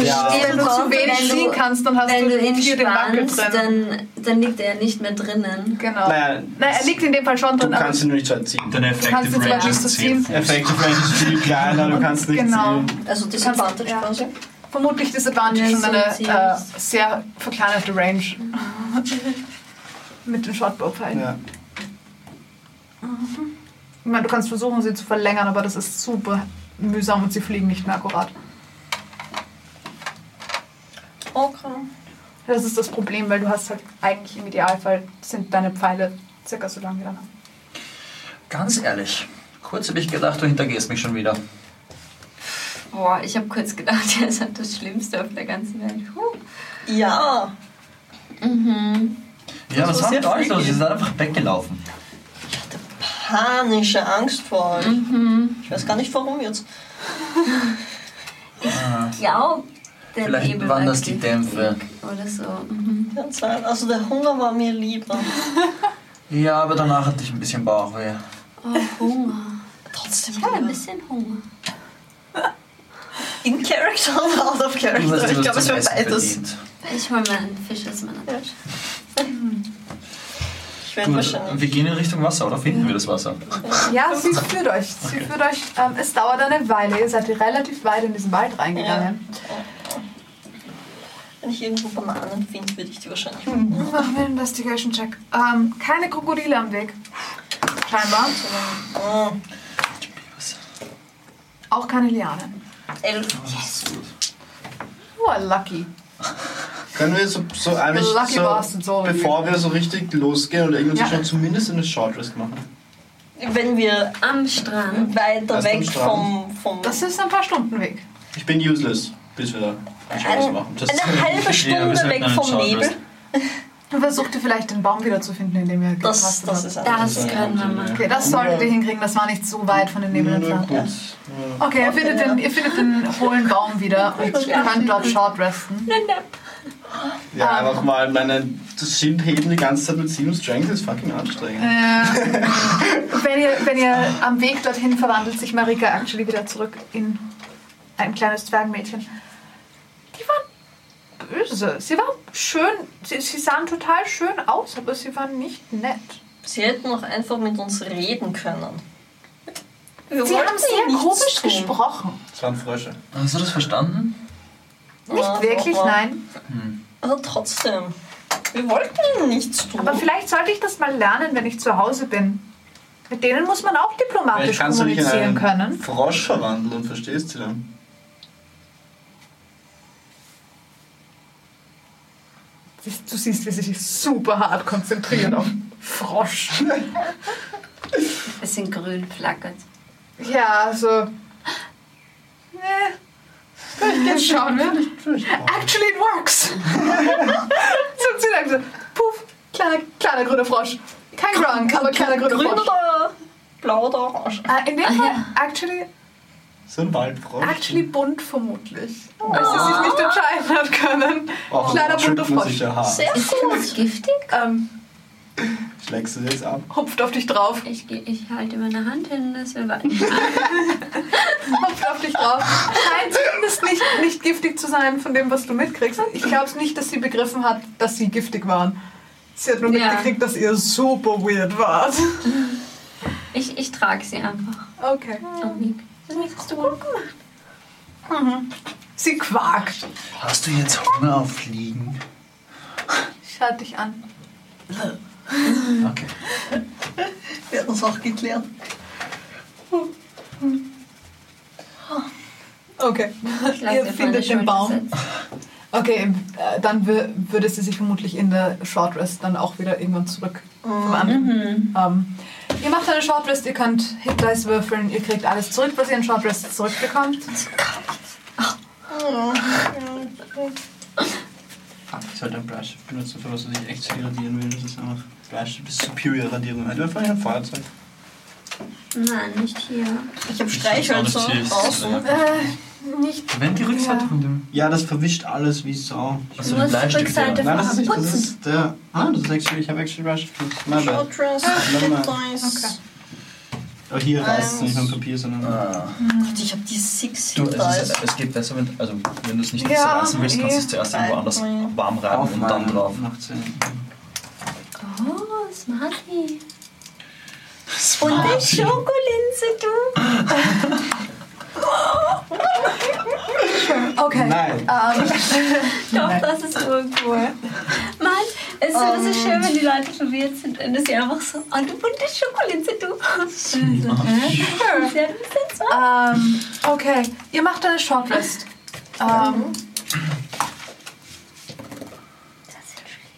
[SPEAKER 4] Ja.
[SPEAKER 1] Wenn du zu wenig
[SPEAKER 6] wenn du-
[SPEAKER 1] ziehen kannst, dann hast
[SPEAKER 6] Wenn
[SPEAKER 1] du
[SPEAKER 6] du ihn
[SPEAKER 1] hier den Wackel
[SPEAKER 6] spannst,
[SPEAKER 1] drin.
[SPEAKER 6] dann, dann liegt er nicht mehr drinnen.
[SPEAKER 1] genau. Nein,
[SPEAKER 4] Naja,
[SPEAKER 1] er liegt in dem Fall schon
[SPEAKER 4] du
[SPEAKER 1] drin, aber
[SPEAKER 4] kannst ihn nur nicht halt so erziehen.
[SPEAKER 3] Deine
[SPEAKER 1] kannst du
[SPEAKER 3] Effective
[SPEAKER 1] zwar
[SPEAKER 3] Range
[SPEAKER 1] nicht so
[SPEAKER 3] ist 10 Fuß.
[SPEAKER 4] Effective Range ist viel kleiner, du kannst nicht
[SPEAKER 1] Genau.
[SPEAKER 4] zielen.
[SPEAKER 2] Also Disadvantage
[SPEAKER 1] Ja.
[SPEAKER 2] quasi.
[SPEAKER 1] vermutlich Disadvantage
[SPEAKER 6] Ja,
[SPEAKER 1] und
[SPEAKER 6] so
[SPEAKER 1] eine
[SPEAKER 6] ziehen.
[SPEAKER 1] äh, sehr verkleinerte Range. Mit den Shortbow-Pfeilen.
[SPEAKER 4] Ja.
[SPEAKER 1] Ich meine, du kannst versuchen, sie zu verlängern, aber das ist super mühsam und sie fliegen nicht mehr akkurat.
[SPEAKER 2] Okay.
[SPEAKER 1] Das ist das Problem, weil du hast halt eigentlich im Idealfall sind deine Pfeile circa so lang wie deine.
[SPEAKER 3] Ganz ehrlich, kurz habe ich gedacht, du hintergehst mich schon wieder.
[SPEAKER 6] Boah, ich habe kurz gedacht, er ist halt das Schlimmste auf der ganzen Welt. Huh.
[SPEAKER 2] Ja.
[SPEAKER 6] Mhm.
[SPEAKER 3] Ja, was
[SPEAKER 2] war
[SPEAKER 3] haben
[SPEAKER 2] sehr
[SPEAKER 3] mit euch los?
[SPEAKER 2] freaky.
[SPEAKER 3] Ihr seid einfach weggelaufen.
[SPEAKER 2] Panische Angst vor euch.
[SPEAKER 1] Mhm.
[SPEAKER 2] Ich weiß gar nicht warum jetzt.
[SPEAKER 6] Glaub, der
[SPEAKER 3] Vielleicht
[SPEAKER 6] Nebel
[SPEAKER 3] waren
[SPEAKER 6] war
[SPEAKER 3] das die
[SPEAKER 6] giftig
[SPEAKER 3] Dämpfe.
[SPEAKER 6] Oder so. Mhm.
[SPEAKER 2] Kann sein. Also der Hunger war mir lieber.
[SPEAKER 3] Ja, aber danach hatte ich ein bisschen Bauchweh.
[SPEAKER 6] Oh, Hunger.
[SPEAKER 2] Trotzdem
[SPEAKER 6] Ich habe ein
[SPEAKER 2] lieber.
[SPEAKER 6] bisschen Hunger.
[SPEAKER 2] In Character und out of
[SPEAKER 3] Du hast
[SPEAKER 2] Character.
[SPEAKER 3] dir
[SPEAKER 2] Ich
[SPEAKER 3] was
[SPEAKER 2] glaube, es
[SPEAKER 3] zum
[SPEAKER 2] war
[SPEAKER 3] Essen
[SPEAKER 2] beides.
[SPEAKER 3] verdient.
[SPEAKER 6] Ich hole mir einen Fisch aus meiner Tasche.
[SPEAKER 2] Ich werde
[SPEAKER 3] Gut,
[SPEAKER 2] wahrscheinlich.
[SPEAKER 3] wir gehen in Richtung Wasser, oder finden wir das Wasser?
[SPEAKER 1] Ja, sie führt euch. Sie führt euch. Ähm, es dauert eine Weile. Ihr seid relativ weit in diesen Wald reingegangen.
[SPEAKER 2] Wenn ich irgendwo Bananen finde, würde ich die wahrscheinlich. um
[SPEAKER 1] Machen wir einen Investigation-Check. Ähm, keine Krokodile am Weg. Scheinbar.
[SPEAKER 2] Ah,
[SPEAKER 1] Auch keine Lianen.
[SPEAKER 2] elf.
[SPEAKER 1] You
[SPEAKER 2] Oh,
[SPEAKER 1] are lucky.
[SPEAKER 4] Können wir so, so eigentlich
[SPEAKER 1] Also Lucky
[SPEAKER 4] so,
[SPEAKER 1] bastard, sorry.
[SPEAKER 4] bevor wir so richtig losgehen oder irgendwie
[SPEAKER 1] Ja.
[SPEAKER 4] schon zumindest eine Short Rest machen?
[SPEAKER 2] Wenn wir
[SPEAKER 6] Am Strand.
[SPEAKER 2] weiter
[SPEAKER 4] Hast du einen
[SPEAKER 2] weg
[SPEAKER 4] Strand?
[SPEAKER 2] vom. vom
[SPEAKER 1] Das ist ein paar Stunden Weg.
[SPEAKER 4] Ich bin useless, bis wir da eine Short Rest
[SPEAKER 6] Äh,
[SPEAKER 2] eine,
[SPEAKER 4] machen. Das
[SPEAKER 2] eine halbe Stunde
[SPEAKER 3] sollten
[SPEAKER 2] weg
[SPEAKER 3] einen
[SPEAKER 2] vom
[SPEAKER 3] Short
[SPEAKER 2] Nebel.
[SPEAKER 3] Rest.
[SPEAKER 1] Du versucht ihr vielleicht den Baum wiederzufinden, in dem ihr
[SPEAKER 2] Das,
[SPEAKER 1] gepasst
[SPEAKER 2] das
[SPEAKER 1] habt.
[SPEAKER 2] ist alles.
[SPEAKER 6] Das können wir machen.
[SPEAKER 1] Okay, das solltet ihr hinkriegen. Das war nicht so weit von den Nebeln
[SPEAKER 4] nur
[SPEAKER 1] entfernt.
[SPEAKER 4] kurz. Ja.
[SPEAKER 1] Okay, ihr findet, den, ihr findet den hohlen Baum wieder und könnt dort short resten.
[SPEAKER 4] Ja,
[SPEAKER 1] Ah.
[SPEAKER 4] einfach mal meine das Schild heben die ganze Zeit mit 7 Strength ist fucking anstrengend.
[SPEAKER 1] Äh, wenn, ihr, wenn ihr am Weg dorthin verwandelt sich Marika actually wieder zurück in ein kleines Zwergmädchen. Die waren böse. Sie waren schön. Sie, sie sahen total schön aus, aber sie waren nicht nett.
[SPEAKER 2] halt- Sie hätten auch einfach mit uns reden können. Wir
[SPEAKER 1] Sie
[SPEAKER 2] wollten
[SPEAKER 1] haben sehr
[SPEAKER 2] nichts
[SPEAKER 1] komisch
[SPEAKER 2] tun.
[SPEAKER 1] gesprochen.
[SPEAKER 4] Das waren Frösche.
[SPEAKER 3] Hast du das verstanden?
[SPEAKER 2] Nicht
[SPEAKER 1] Wirklich? Nein.
[SPEAKER 2] Aber trotzdem. Wir wollten nichts tun.
[SPEAKER 1] Aber vielleicht sollte ich das mal lernen, wenn ich zu Hause bin. Mit denen muss man auch diplomatisch
[SPEAKER 7] Vielleicht kannst du dich in
[SPEAKER 1] kommunizieren
[SPEAKER 7] einen-
[SPEAKER 1] können.
[SPEAKER 4] Frosch verwandeln und verstehst sie dann.
[SPEAKER 1] Du siehst, wie sie sich super hart konzentriert auf Frosch.
[SPEAKER 6] Bisschen grün flackert.
[SPEAKER 1] Ja, also. Nee. Äh, Jetzt schauen wir. Actually, it works! Sind sie langsam. Puff, kleiner, kleiner grüner Frosch. Kein Grunk, aber kleiner grüner
[SPEAKER 2] Grün
[SPEAKER 1] Frosch.
[SPEAKER 2] oder blau oder orange?
[SPEAKER 1] Äh, in dem Fall, actually,
[SPEAKER 4] So ein Waldfrosch.
[SPEAKER 1] actually bunt vermutlich. Weil sie sich nicht entscheiden hat können.
[SPEAKER 4] Och,
[SPEAKER 1] Kleiner bunter
[SPEAKER 4] schüttelt man
[SPEAKER 1] Frosch.
[SPEAKER 4] sich ja hart.
[SPEAKER 2] Sehr gut.
[SPEAKER 6] Ist giftig?
[SPEAKER 1] Ähm,
[SPEAKER 4] Schlägst du jetzt ab?
[SPEAKER 1] hupft auf dich drauf,
[SPEAKER 6] Ich, geh- ich halte meine Hand hin, dass wir warten.
[SPEAKER 1] hupft auf dich drauf. Scheint zumindest nicht, nicht giftig zu sein von dem, was du mitkriegst. Ich glaube nicht, dass sie begriffen hat, dass sie giftig waren. Sie hat nur
[SPEAKER 6] Ja.
[SPEAKER 1] mitgekriegt, dass ihr super weird wart.
[SPEAKER 6] Ich, ich trage sie einfach.
[SPEAKER 1] Okay.
[SPEAKER 6] Dominik.
[SPEAKER 1] Sie quakt.
[SPEAKER 14] Hast du jetzt Hunger auf Fliegen?
[SPEAKER 1] Schaut dich an.
[SPEAKER 14] Okay.
[SPEAKER 2] Wir hatten das auch geklärt.
[SPEAKER 1] Okay.
[SPEAKER 6] Ich lasse
[SPEAKER 1] Ihr
[SPEAKER 6] sie auf
[SPEAKER 1] findet
[SPEAKER 6] meine
[SPEAKER 1] den
[SPEAKER 6] Schulter
[SPEAKER 1] Baum.
[SPEAKER 6] setzen.
[SPEAKER 1] Okay, äh, dann wür- würde sie sich vermutlich in der Short Rest dann auch wieder irgendwann zurück verwandeln. Ähm, ihr macht eine Short Rest, ihr könnt Hit Dice würfeln, ihr kriegt alles zurück, was ihr in Short Rest zurückbekommt.
[SPEAKER 4] Fuck, ich sollte halt ein Bleistift benutzen, für was du dich echt radieren will. Das ist einfach. Bleistift ist superior Radierung. Du einfach ein Feuerzeug.
[SPEAKER 6] Nein, nicht hier.
[SPEAKER 2] Ich habe Streichhölzer Äh, draußen.
[SPEAKER 3] Wenn die Rückseite von dem.
[SPEAKER 4] Ja, das verwischt alles wie Sau.
[SPEAKER 3] Also
[SPEAKER 6] Nur
[SPEAKER 3] den
[SPEAKER 6] die
[SPEAKER 3] Bleistift.
[SPEAKER 6] Rückseite.
[SPEAKER 3] ja.
[SPEAKER 4] Nein, das ist nicht. Das
[SPEAKER 6] Putzen.
[SPEAKER 4] ist der. Ah, das ist actually. Ich habe actually Bleistift benutzt. My bad.
[SPEAKER 2] Short Dress,
[SPEAKER 1] Ah,
[SPEAKER 4] Nochmal.
[SPEAKER 2] Hit Dice.
[SPEAKER 4] Aber hier reißt es nicht mit Papier, sondern.
[SPEAKER 3] Ah.
[SPEAKER 2] Gott, ich habe die Six
[SPEAKER 3] Du,
[SPEAKER 2] Hit
[SPEAKER 3] es,
[SPEAKER 2] Dice.
[SPEAKER 3] ist, es geht besser, wenn, also, wenn du es nicht
[SPEAKER 1] Ja,
[SPEAKER 3] zerreißen willst, kannst du es zuerst irgendwo anders warm reiben Ah, und dann
[SPEAKER 4] meinen
[SPEAKER 3] drauf.
[SPEAKER 4] macht's Sinn.
[SPEAKER 6] Oh, Smarty.
[SPEAKER 2] Und eine Schokolinse, du.
[SPEAKER 1] Okay.
[SPEAKER 4] Nein.
[SPEAKER 6] Doch, das ist irgendwo. Mann, es ist immer so schön, wenn die Leute verwirrt sind und dass sie einfach so, oh, du bunte Schokolinse, du. Also, ne? Und so, hä? Ja, du bist ein Smarty.
[SPEAKER 1] Ähm, okay, ihr macht eine Short Rest. Ähm,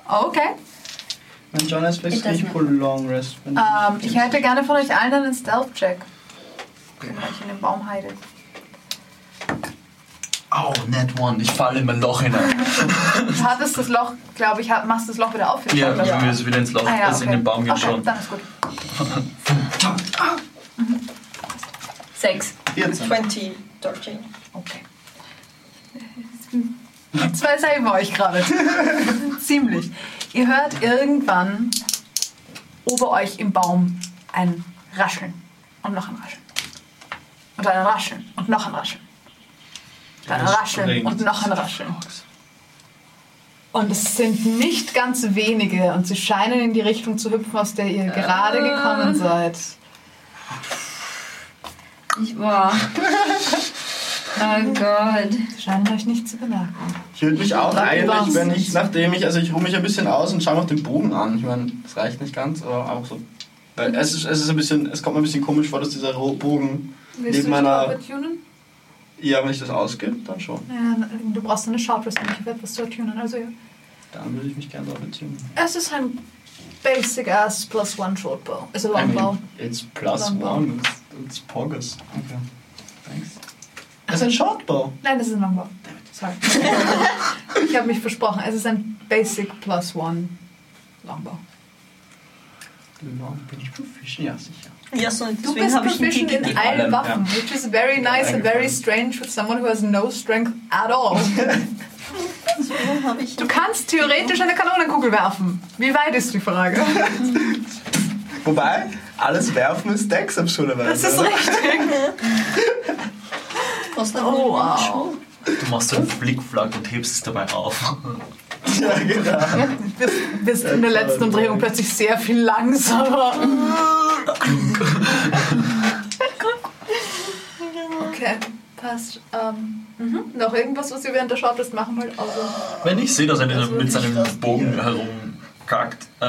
[SPEAKER 1] okay.
[SPEAKER 4] Mein John ist
[SPEAKER 6] It
[SPEAKER 4] fix
[SPEAKER 6] does
[SPEAKER 4] nicht
[SPEAKER 6] not.
[SPEAKER 4] for long rest. Wenn
[SPEAKER 1] Ähm, ich hätte gerne von euch allen einen Stealth-Check. Wenn ihr euch in den Baum heidet.
[SPEAKER 3] Au, net one, ich falle in mein Loch hinein.
[SPEAKER 1] Du hattest das Loch, glaube ich, hat- machst das Loch wieder auf. für die
[SPEAKER 3] Ja,
[SPEAKER 1] Short Rest.
[SPEAKER 3] wenn wir es wieder ins Loch,
[SPEAKER 1] Ah, ja,
[SPEAKER 3] also in
[SPEAKER 1] okay.
[SPEAKER 3] den Baum gehen
[SPEAKER 1] okay,
[SPEAKER 3] schon.
[SPEAKER 1] Dann ist gut.
[SPEAKER 6] Sechs.
[SPEAKER 4] 14.
[SPEAKER 2] 20, 13.
[SPEAKER 1] Okay. Zwei Seilen war ich gerade. Ziemlich. Ihr hört irgendwann ober euch im Baum ein Rascheln und noch ein Rascheln. Und ein Rascheln und noch ein Rascheln. Dann ein Rascheln und noch ein Rascheln. Und es sind nicht ganz wenige und sie scheinen in die Richtung zu hüpfen, aus der ihr gerade gekommen seid.
[SPEAKER 6] Ich war. Oh Gott.
[SPEAKER 1] Sie scheinen euch nicht zu bemerken.
[SPEAKER 4] Ich würde mich auch
[SPEAKER 1] Dann
[SPEAKER 4] eigentlich,
[SPEAKER 1] übers-
[SPEAKER 4] wenn ich, nachdem ich, also ich ruhe mich ein bisschen aus und schaue mir auch den Bogen an. Ich meine, das reicht nicht ganz, aber auch so. Weil es ist, es ist ein bisschen, es kommt mir ein bisschen komisch vor, dass dieser Ro- Bogen neben meiner.
[SPEAKER 1] tunen?
[SPEAKER 4] Ja, wenn ich das ausgebe, dann schon.
[SPEAKER 1] Ja, Ähm, du brauchst eine Sharp Rest, um dich auf etwas zu tunen. Also, ja.
[SPEAKER 4] Dann würde ich mich gerne drauf beziehen.
[SPEAKER 1] Es ist ein Basic Ass plus One Short Bow. Also
[SPEAKER 4] I
[SPEAKER 1] Long Bow.
[SPEAKER 4] mean, it's plus
[SPEAKER 1] Longbow.
[SPEAKER 4] one, it's, it's Pogus. Okay. Thanks. Es ist ein Shortbow.
[SPEAKER 1] Nein, es ist ein Long Bow. Sorry. ich habe mich versprochen. Es ist ein Basic plus One Long Bow.
[SPEAKER 4] Genau, Bin ich proficient? Ja, sicher.
[SPEAKER 2] Ja, so,
[SPEAKER 1] Du
[SPEAKER 2] deswegen
[SPEAKER 1] bist
[SPEAKER 2] habe ich
[SPEAKER 1] proficient
[SPEAKER 2] gegeben.
[SPEAKER 1] in allen
[SPEAKER 3] Allen,
[SPEAKER 1] Waffen, which is very nice and very
[SPEAKER 4] eingefallen.
[SPEAKER 1] strange with someone who has no strength at all.
[SPEAKER 2] Habe ich
[SPEAKER 1] Du kannst theoretisch eine Kanonenkugel werfen. Wie weit ist die Frage?
[SPEAKER 4] Wobei, alles werfen ist Dex absurderweise.
[SPEAKER 1] Das ist
[SPEAKER 4] oder?
[SPEAKER 1] richtig.
[SPEAKER 2] kostet
[SPEAKER 1] Oh, wow.
[SPEAKER 3] Du machst so einen Flickflack und hebst es dabei auf.
[SPEAKER 4] Ja, genau.
[SPEAKER 1] wirst, wirst in der letzten Umdrehung plötzlich sehr viel langsamer. okay, passt. Ähm, mm. Noch irgendwas, was wir während der Shortlist machen Also- wollen? Außer
[SPEAKER 3] Wenn ich sehe, dass er
[SPEAKER 1] Das würde
[SPEAKER 3] mit
[SPEAKER 1] ich
[SPEAKER 3] seinem
[SPEAKER 1] lassen.
[SPEAKER 3] Bogen herumkackt, äh,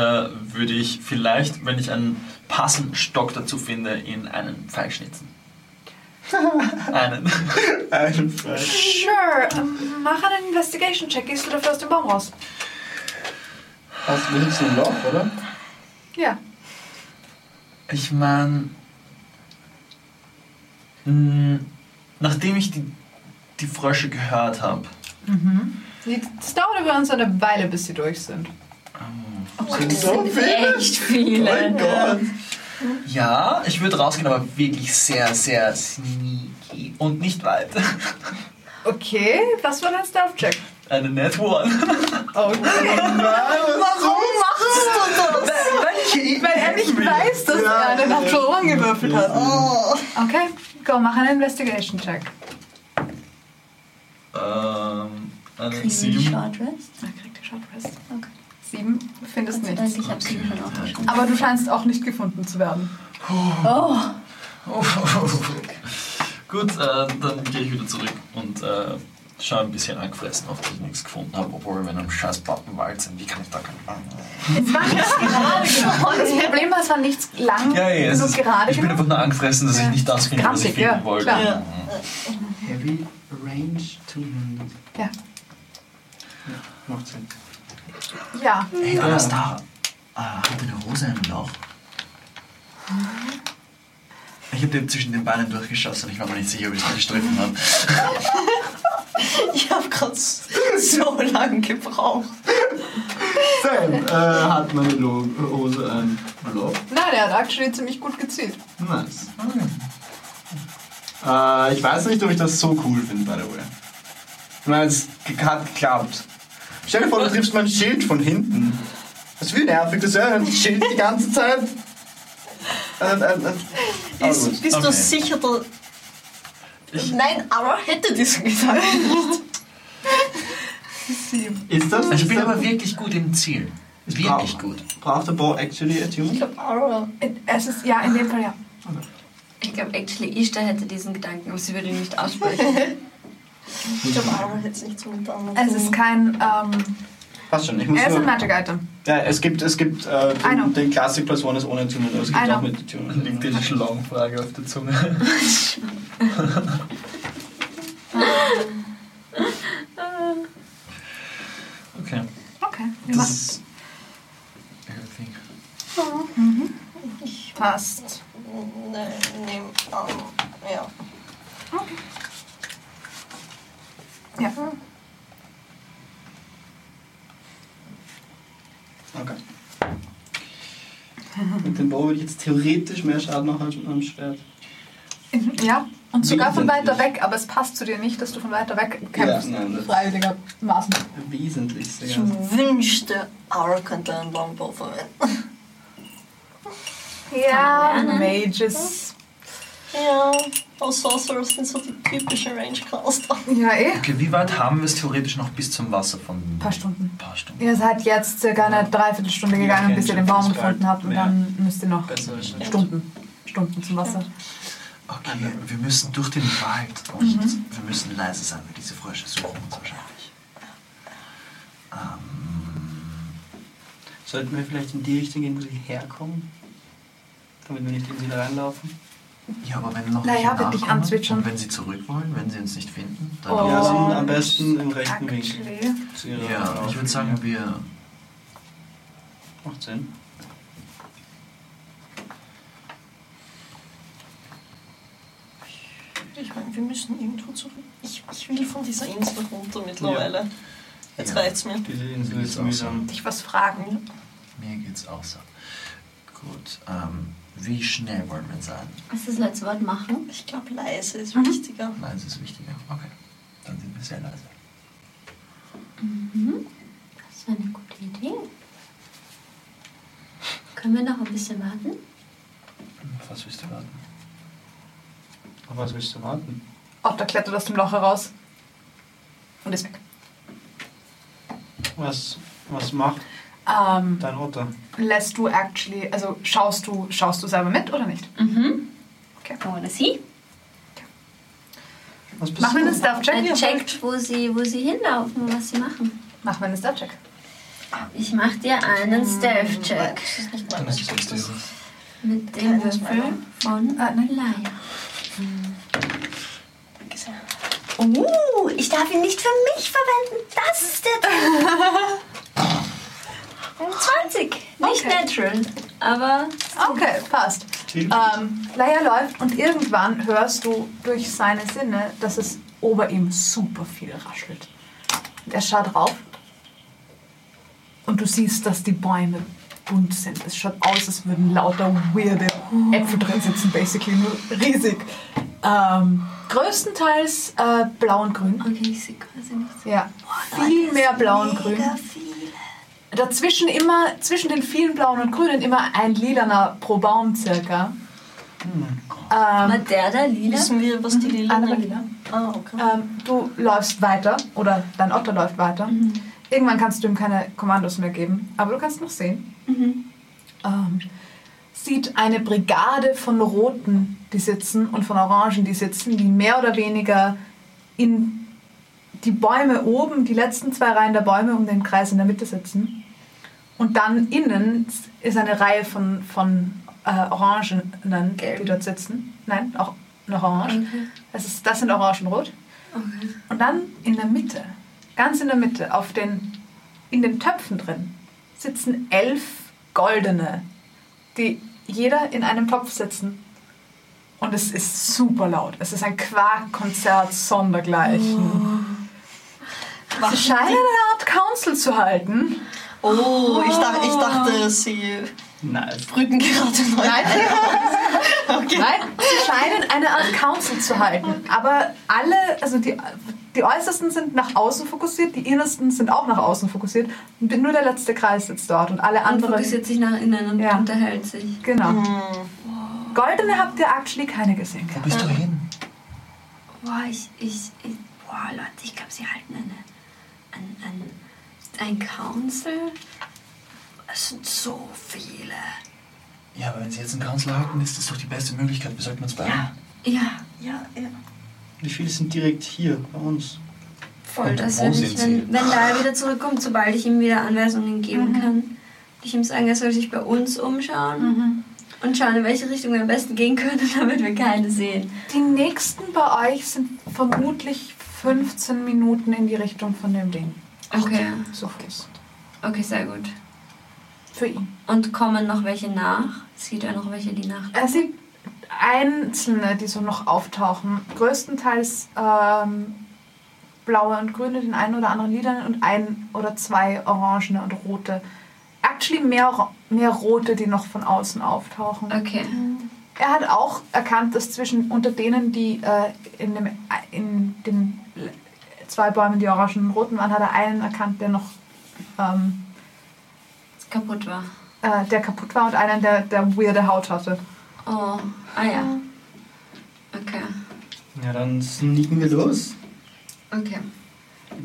[SPEAKER 3] würde ich vielleicht, wenn ich einen passenden Stock dazu finde, in einen Pfeil schnitzen. einen.
[SPEAKER 1] sure, ähm, mach einen Investigation-Check. Gehst du dafür aus dem Baum raus?
[SPEAKER 4] Hast du jetzt ein Loch, oder?
[SPEAKER 1] Ja.
[SPEAKER 3] Ich meine, hm, nachdem ich die, die Frösche gehört habe,
[SPEAKER 4] Oh
[SPEAKER 1] Es dauert aber uns eine Weile, bis sie durch sind.
[SPEAKER 4] So viel?
[SPEAKER 6] Echt viele.
[SPEAKER 4] Mein Gott.
[SPEAKER 3] ja, ich würde rausgehen, aber wirklich sehr, sehr sneaky und nicht weit.
[SPEAKER 1] Okay, was war dein Stealth-Check?
[SPEAKER 3] Eine Net One.
[SPEAKER 1] Oh Okay. Weil er nicht weiß, dass er eine Natural One gewürfelt hat. Oh. Okay, go, mach einen Investigation-Check.
[SPEAKER 3] ähm, eine 7.
[SPEAKER 6] Short Rest? Also,
[SPEAKER 1] Er kriegt Ah, die Short Rest.
[SPEAKER 6] Okay.
[SPEAKER 1] Sieben, findest
[SPEAKER 6] Gott sei
[SPEAKER 1] nichts.
[SPEAKER 6] Dank, ich hab's okay. schon aufgeschrieben.
[SPEAKER 1] Aber du scheinst auch nicht gefunden zu werden.
[SPEAKER 6] Oh,
[SPEAKER 3] Gut, äh, dann gehe ich wieder zurück und äh, schaue ein bisschen angefressen, auf dass ich nichts gefunden habe, obwohl wir in einem scheiß Plattenwald sind. Wie kann ich da keinen
[SPEAKER 1] Es war nichts gerade gefunden. Das Problem war, es war nichts lang
[SPEAKER 3] Ja, ja, es
[SPEAKER 1] genug
[SPEAKER 3] ist,
[SPEAKER 1] gerade
[SPEAKER 3] ich bin
[SPEAKER 1] genug.
[SPEAKER 3] einfach nur angefressen, dass ich nicht das finde, was ich
[SPEAKER 1] Krampfig, ja,
[SPEAKER 3] finden wollte.
[SPEAKER 1] klar.
[SPEAKER 2] Ja.
[SPEAKER 4] Heavy Range 200.
[SPEAKER 1] Ja.
[SPEAKER 4] Macht Sinn.
[SPEAKER 1] Ja,
[SPEAKER 33] Hey, da ist da. Ah, hat deine Hose ein Loch?
[SPEAKER 1] Mhm.
[SPEAKER 33] Ich habe dir zwischen den Beinen durchgeschossen. Ich war mir nicht sicher, ob ich es gestriffen habe.
[SPEAKER 2] Ich habe gerade so lange gebraucht.
[SPEAKER 4] Sam, äh, hat meine Lo ähm, Hose ein Loch?
[SPEAKER 1] nein, er hat actually ziemlich gut gezielt.
[SPEAKER 4] Nice. Äh, ich weiß nicht, ob ich das so cool finde, by the way. Ich meine, es ge- hat geklappt. Stell dir vor, du triffst mein Schild von hinten. Das ist wie nervig, das wäre ein Schild die ganze Zeit. Äh, äh, äh. Aber
[SPEAKER 2] Ist,
[SPEAKER 4] gut.
[SPEAKER 2] bist
[SPEAKER 3] Okay.
[SPEAKER 2] du sicher, da. Nein, Ara hätte diesen Gedanken nicht.
[SPEAKER 4] Ist das?
[SPEAKER 3] Also Ich
[SPEAKER 4] ist
[SPEAKER 3] bin
[SPEAKER 4] das-
[SPEAKER 3] aber wirklich gut im Ziel. Wirklich gut.
[SPEAKER 4] Braucht der Ball actually a
[SPEAKER 2] Ich
[SPEAKER 4] human?
[SPEAKER 2] glaube, Ara.
[SPEAKER 1] Äh, Es ist, ja, in dem Fall ja.
[SPEAKER 6] ich glaube, actually, Ishtar hätte diesen Gedanken, aber sie würde ihn nicht aussprechen.
[SPEAKER 2] Ich glaube, Ara hätte Also, es nicht so getan.
[SPEAKER 1] Es ist kein, ähm,
[SPEAKER 4] Passt schon, ich muss
[SPEAKER 1] er ist ein
[SPEAKER 4] nur...
[SPEAKER 1] Magic Item.
[SPEAKER 4] Ja, es gibt, es gibt äh,
[SPEAKER 1] I know.
[SPEAKER 4] den, den Classic Plus One ist ohne Tuner, aber es gibt
[SPEAKER 1] I know.
[SPEAKER 4] auch mit Tuner.
[SPEAKER 3] diese Schlauenfrage auf der Zunge. okay.
[SPEAKER 1] Okay, ihr
[SPEAKER 3] Das
[SPEAKER 1] macht
[SPEAKER 3] ist everything.
[SPEAKER 1] passt.
[SPEAKER 2] Nein, nein, ähm, Ne, ja.
[SPEAKER 1] Ja.
[SPEAKER 4] Okay. Mit dem Bow würde ich jetzt theoretisch mehr Schaden machen als mit meinem Schwert.
[SPEAKER 1] Mhm, Ja, und sogar von weiter
[SPEAKER 4] Wesentlich.
[SPEAKER 1] weg, aber es passt zu dir nicht, dass du von weiter weg kämpfst.
[SPEAKER 4] Ja, nein, das-
[SPEAKER 1] Freiwilligermaßen.
[SPEAKER 4] Wesentlich
[SPEAKER 2] Ich
[SPEAKER 4] sehr.
[SPEAKER 2] wünschte, Ara könnte einen Longbow verwenden.
[SPEAKER 1] Ja,
[SPEAKER 6] Kann man
[SPEAKER 1] Mages.
[SPEAKER 2] Ja, also, aber Sorcerers sind so die typische Range-Caster.
[SPEAKER 1] Ja, eh. Ein
[SPEAKER 3] Okay, wie weit haben wir es theoretisch noch bis zum Wasser von ein
[SPEAKER 1] paar Stunden.
[SPEAKER 3] paar Stunden?
[SPEAKER 1] Ihr seid jetzt circa eine Dreiviertelstunde gegangen, bis ihr den Baum gefunden habt und dann müsst ihr noch
[SPEAKER 4] Besser ist es.
[SPEAKER 1] Stunden, Stunden zum Wasser.
[SPEAKER 33] Okay, wir müssen durch den Wald und wir müssen leise sein, weil diese Frösche suchen uns wahrscheinlich. Ähm,
[SPEAKER 4] Sollten wir vielleicht in die Richtung gehen, wo sie herkommen? Damit wir nicht in sie reinlaufen?
[SPEAKER 33] Ja, aber wenn noch
[SPEAKER 1] Na ja,
[SPEAKER 33] welche
[SPEAKER 1] wird dich
[SPEAKER 33] nachkommen
[SPEAKER 1] anzwitschern.
[SPEAKER 33] und wenn sie zurück wollen, wenn sie uns nicht finden, dann...
[SPEAKER 1] Oh.
[SPEAKER 4] Ja, sie sind am besten im rechten Winkel.
[SPEAKER 1] Actually.
[SPEAKER 4] Zu ihrer
[SPEAKER 33] Ja, ich würde sagen, wir...
[SPEAKER 4] Macht Sinn.
[SPEAKER 2] Ich meine, wir müssen irgendwo zurück. Ich, ich will von dieser Insel runter mittlerweile. Jetzt
[SPEAKER 33] Ja.
[SPEAKER 2] reicht's mir.
[SPEAKER 4] Diese Insel ist mühsam.
[SPEAKER 1] Dich was fragen.
[SPEAKER 33] Mir geht's auch so. Gut, ähm, wie schnell wollen wir sein?
[SPEAKER 6] Was ist das letzte Wort machen?
[SPEAKER 2] Ich glaube, leise ist wichtiger.
[SPEAKER 33] Leise ist wichtiger. Okay, dann sind wir sehr leise.
[SPEAKER 6] Das war eine gute Idee. Können wir noch ein bisschen warten?
[SPEAKER 33] Auf Was willst du warten?
[SPEAKER 4] Auf was willst du warten?
[SPEAKER 1] Otter klettert aus dem Loch heraus. Und ist weg.
[SPEAKER 4] Was, was macht
[SPEAKER 1] Ähm,
[SPEAKER 4] dein Otter?
[SPEAKER 1] lässt du actually, also schaust du, schaust du selber mit oder nicht?
[SPEAKER 6] Mhm.
[SPEAKER 1] Okay.
[SPEAKER 6] I wanna see.
[SPEAKER 4] Was bist
[SPEAKER 1] Mach mir
[SPEAKER 4] du?
[SPEAKER 1] einen Staff-Check.
[SPEAKER 6] Er Äh, checkt, wo sie, wo sie hinlaufen und was sie machen.
[SPEAKER 1] Mach mir einen Staff-Check.
[SPEAKER 6] Äh, Ich mach dir einen
[SPEAKER 2] Nein,
[SPEAKER 6] Stealth-Check.
[SPEAKER 2] das ist nicht
[SPEAKER 14] Dann
[SPEAKER 2] meins.
[SPEAKER 14] ist es Mysterium.
[SPEAKER 6] Mit dem Würfel von äh, Leia. Uh, ich darf ihn nicht für mich verwenden. Das ist der Trick. 20. Nicht natural, aber
[SPEAKER 1] Okay, passt. Ähm, Leia läuft und irgendwann hörst du durch seine Sinne, dass es ober ihm super viel raschelt. Und er schaut rauf und du siehst, dass die Bäume bunt sind. Es schaut aus, als würden lauter weirde Äpfel drin sitzen, basically nur riesig. Ähm, größtenteils äh, blau und grün.
[SPEAKER 6] okay, ich sehe quasi nichts.
[SPEAKER 1] Ja, viel mehr blau und grün.
[SPEAKER 6] Mega viel.
[SPEAKER 1] Dazwischen immer, zwischen den vielen blauen und grünen, immer ein lilaner pro Baum circa.
[SPEAKER 6] Aber
[SPEAKER 4] Hm.
[SPEAKER 1] Ähm,
[SPEAKER 6] der da lila.
[SPEAKER 2] Wissen wir, was die Lila
[SPEAKER 1] andere
[SPEAKER 2] nennt?
[SPEAKER 1] lila.
[SPEAKER 2] Ah, okay.
[SPEAKER 1] Ähm, du läufst weiter oder dein Otter läuft weiter. Irgendwann kannst du ihm keine Kommandos mehr geben, aber du kannst noch sehen. Ähm, sieht eine Brigade von Roten, die sitzen und von Orangen, die sitzen, die mehr oder weniger in die Bäume oben, die letzten zwei Reihen der Bäume um den Kreis in der Mitte sitzen. Und dann innen ist eine Reihe von, von äh, Orangen, die dort sitzen. Nein, auch eine Orange. Das, ist, das sind Orangenrot. Und dann in der Mitte, ganz in der Mitte, auf den, in den Töpfen drin, sitzen elf goldene, die jeder in einem Topf sitzen. Und es ist super laut. Es ist ein Quarkkonzert sondergleichen. Sie scheinen eine Art Council zu halten.
[SPEAKER 2] Oh, ich, dach, ich dachte, sie
[SPEAKER 7] Nice.
[SPEAKER 2] brüten gerade neu.
[SPEAKER 1] Nein,
[SPEAKER 2] Okay.
[SPEAKER 1] nein, sie scheinen eine Art Council zu halten. Aber alle, also die, die Äußersten sind nach außen fokussiert, die Innersten sind auch nach außen fokussiert. Und nur der letzte Kreis sitzt dort und alle
[SPEAKER 6] Und
[SPEAKER 1] anderen.
[SPEAKER 6] fokussiert sich nach innen und
[SPEAKER 1] Ja.
[SPEAKER 6] unterhält sich.
[SPEAKER 1] Genau. Goldene habt ihr actually keine gesehen.
[SPEAKER 14] Wo bist du hin?
[SPEAKER 6] Boah, ich, ich, ich boah, Leute, ich glaube, sie halten eine, ein, ein, ein Council. Es sind so viele.
[SPEAKER 14] Ja, aber wenn sie jetzt einen Kanzler hatten, ist das doch die beste Möglichkeit. Wir sollten uns beeilen.
[SPEAKER 6] Ja,
[SPEAKER 2] Ja, ja.
[SPEAKER 4] Wie viele sind direkt hier bei uns?
[SPEAKER 6] voll.
[SPEAKER 7] Und
[SPEAKER 6] das
[SPEAKER 7] wo
[SPEAKER 6] würde
[SPEAKER 7] sind
[SPEAKER 6] ich, wenn,
[SPEAKER 7] sie?
[SPEAKER 6] wenn Lyle wieder zurückkommt, sobald ich ihm wieder Anweisungen geben kann, würde ich ihm sagen, er soll sich bei uns umschauen und schauen, in welche Richtung wir am besten gehen können, damit wir keine sehen.
[SPEAKER 1] Die nächsten bei euch sind vermutlich 15 Minuten in die Richtung von dem Ding.
[SPEAKER 6] Okay,
[SPEAKER 1] So Fuß.
[SPEAKER 6] okay, sehr gut.
[SPEAKER 1] Für ihn.
[SPEAKER 6] Und kommen noch welche nach? Sieht er noch welche, die nach?
[SPEAKER 1] Er sieht einzelne, die so noch auftauchen. Größtenteils ähm, blaue und grüne, den einen oder anderen Liedern und ein oder zwei orangene und rote. Actually mehr, Ro- mehr rote, die noch von außen auftauchen.
[SPEAKER 6] Okay.
[SPEAKER 1] Er hat auch erkannt, dass zwischen unter denen, die äh, in, dem, in den zwei Bäumen, die orangen und roten waren, hat er einen erkannt, der noch ähm,
[SPEAKER 6] Ist kaputt war.
[SPEAKER 1] äh, der kaputt war und einen, der, der weirde Haut hatte.
[SPEAKER 6] Oh, ah ja. Okay.
[SPEAKER 7] Ja, dann
[SPEAKER 4] Sneaken wir los?
[SPEAKER 6] Okay.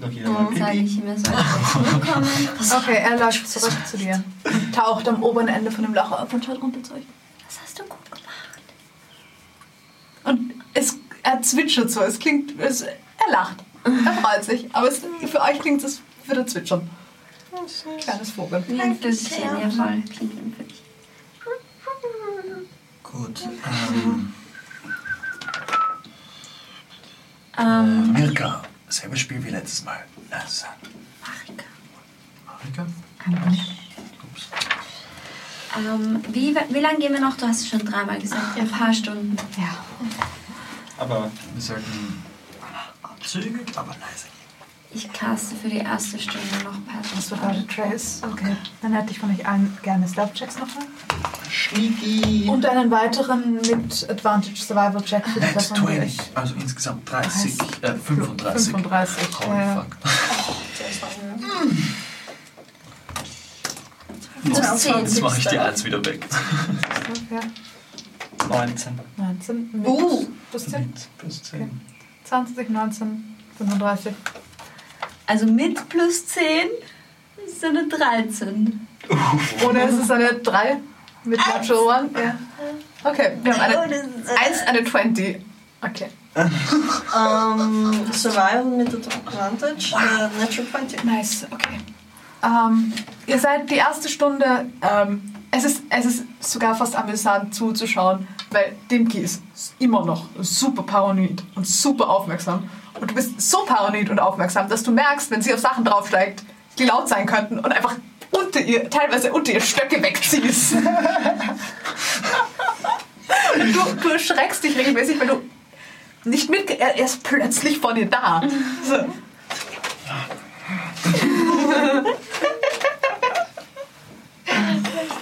[SPEAKER 7] doch jeder mal
[SPEAKER 6] Dann sage Hm, ich ihm, er soll zurückkommen.
[SPEAKER 1] Okay, er läuft zurück zu dir und taucht am oberen Ende von dem Loch auf und schaut runter zu euch.
[SPEAKER 6] Das hast du gut gemacht.
[SPEAKER 1] Und es, er zwitschert so, es klingt, es, er lacht, er freut sich, aber es, für euch klingt es, würde zwitschern. Kleines Vogel.
[SPEAKER 6] Wie ein Flüsschen, ja voll. Klingt ein Flüsschen.
[SPEAKER 14] Gut. Ähm,
[SPEAKER 6] Ähm,
[SPEAKER 14] Mirka, selbes Spiel wie letztes Mal. Also, Marika? Ups.
[SPEAKER 6] ähm, wie, wie lange gehen wir noch? Du hast es schon dreimal gesagt. Ein paar Stunden.
[SPEAKER 1] Ja.
[SPEAKER 7] Aber
[SPEAKER 14] Wir sollten zügig, aber leise gehen.
[SPEAKER 6] Ich caste für die erste Stunde noch ein paar
[SPEAKER 1] Das bedeutet Trace. Okay. Dann hätte ich von euch allen gerne Stealth-Checks nochmal.
[SPEAKER 14] Sneaky.
[SPEAKER 1] Und einen weiteren mit Advantage Survival-Check für die
[SPEAKER 14] Net
[SPEAKER 1] Person. die euch-
[SPEAKER 14] 20, also insgesamt 30, äh, 35.
[SPEAKER 1] 35,
[SPEAKER 14] Holy
[SPEAKER 1] ja.
[SPEAKER 14] fuck.
[SPEAKER 6] Das
[SPEAKER 14] Jetzt
[SPEAKER 6] zehn.
[SPEAKER 14] mache ich die 1 wieder weg.
[SPEAKER 1] Ja,
[SPEAKER 7] 19.
[SPEAKER 1] 19 mit
[SPEAKER 2] Uh.
[SPEAKER 1] plus 10.
[SPEAKER 7] Plus 10.
[SPEAKER 1] 20, 19, 35.
[SPEAKER 6] Also mit plus 10 ist eine 13.
[SPEAKER 1] Oder ist es eine 3 mit Natural One? Ja. Okay, wir haben eine 1, eine 20. Okay.
[SPEAKER 2] ähm, Survival mit Advantage, äh, Natural 20.
[SPEAKER 1] Nice, okay. Ähm, ihr seid die erste Stunde. Ähm, es, ist, es ist sogar fast amüsant zuzuschauen, weil Dimki ist immer noch super paranoid und super aufmerksam. Und du bist so paranoid und aufmerksam, dass du merkst, wenn sie auf Sachen draufsteigt, die laut sein könnten und einfach unter ihr, teilweise unter ihr Stöcke wegziehst. Und du, du erschreckst dich regelmäßig, wenn du nicht mitge... Er, er ist plötzlich vor dir da. So.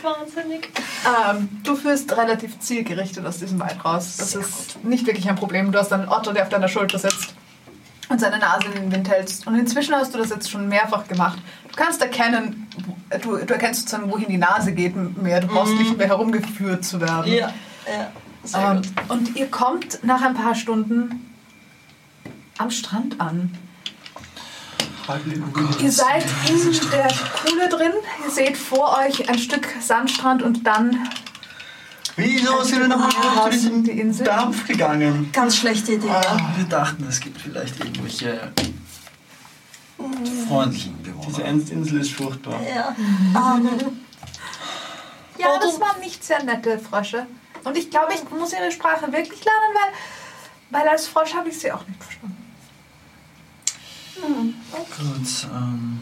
[SPEAKER 2] Wahnsinnig.
[SPEAKER 1] Ähm, du führst relativ zielgerichtet aus diesem Wald raus. Das ist nicht wirklich ein Problem. Du hast einen Otto, der auf deiner Schulter sitzt und seine Nase in den Wind hältst. Und inzwischen hast du das jetzt schon mehrfach gemacht. Du kannst erkennen, du, du erkennst sozusagen, wohin die Nase geht mehr. Du brauchst nicht mehr herumgeführt zu werden.
[SPEAKER 2] Ja, ja. Sehr
[SPEAKER 1] Ähm,
[SPEAKER 2] gut.
[SPEAKER 1] und ihr kommt nach ein paar Stunden am Strand an. Ihr seid in der Kuhle drin. Ihr seht vor euch ein Stück Sandstrand und dann
[SPEAKER 16] Wieso sind wir noch
[SPEAKER 2] Ah,
[SPEAKER 1] raus
[SPEAKER 16] nicht
[SPEAKER 1] in die
[SPEAKER 16] auf den
[SPEAKER 1] Insel.
[SPEAKER 16] Dampf gegangen?
[SPEAKER 2] Ganz schlechte Idee.
[SPEAKER 16] Ah, wir dachten, es gibt vielleicht irgendwelche freundlichen
[SPEAKER 4] Diese
[SPEAKER 16] Bewohner.
[SPEAKER 4] Endinsel ist furchtbar.
[SPEAKER 2] Ja.
[SPEAKER 1] Ja, das waren nicht sehr nette Frösche. Und ich glaube, ich muss ihre Sprache wirklich lernen, weil, weil als Frosch habe ich sie auch nicht verstanden.
[SPEAKER 16] Gut, ähm,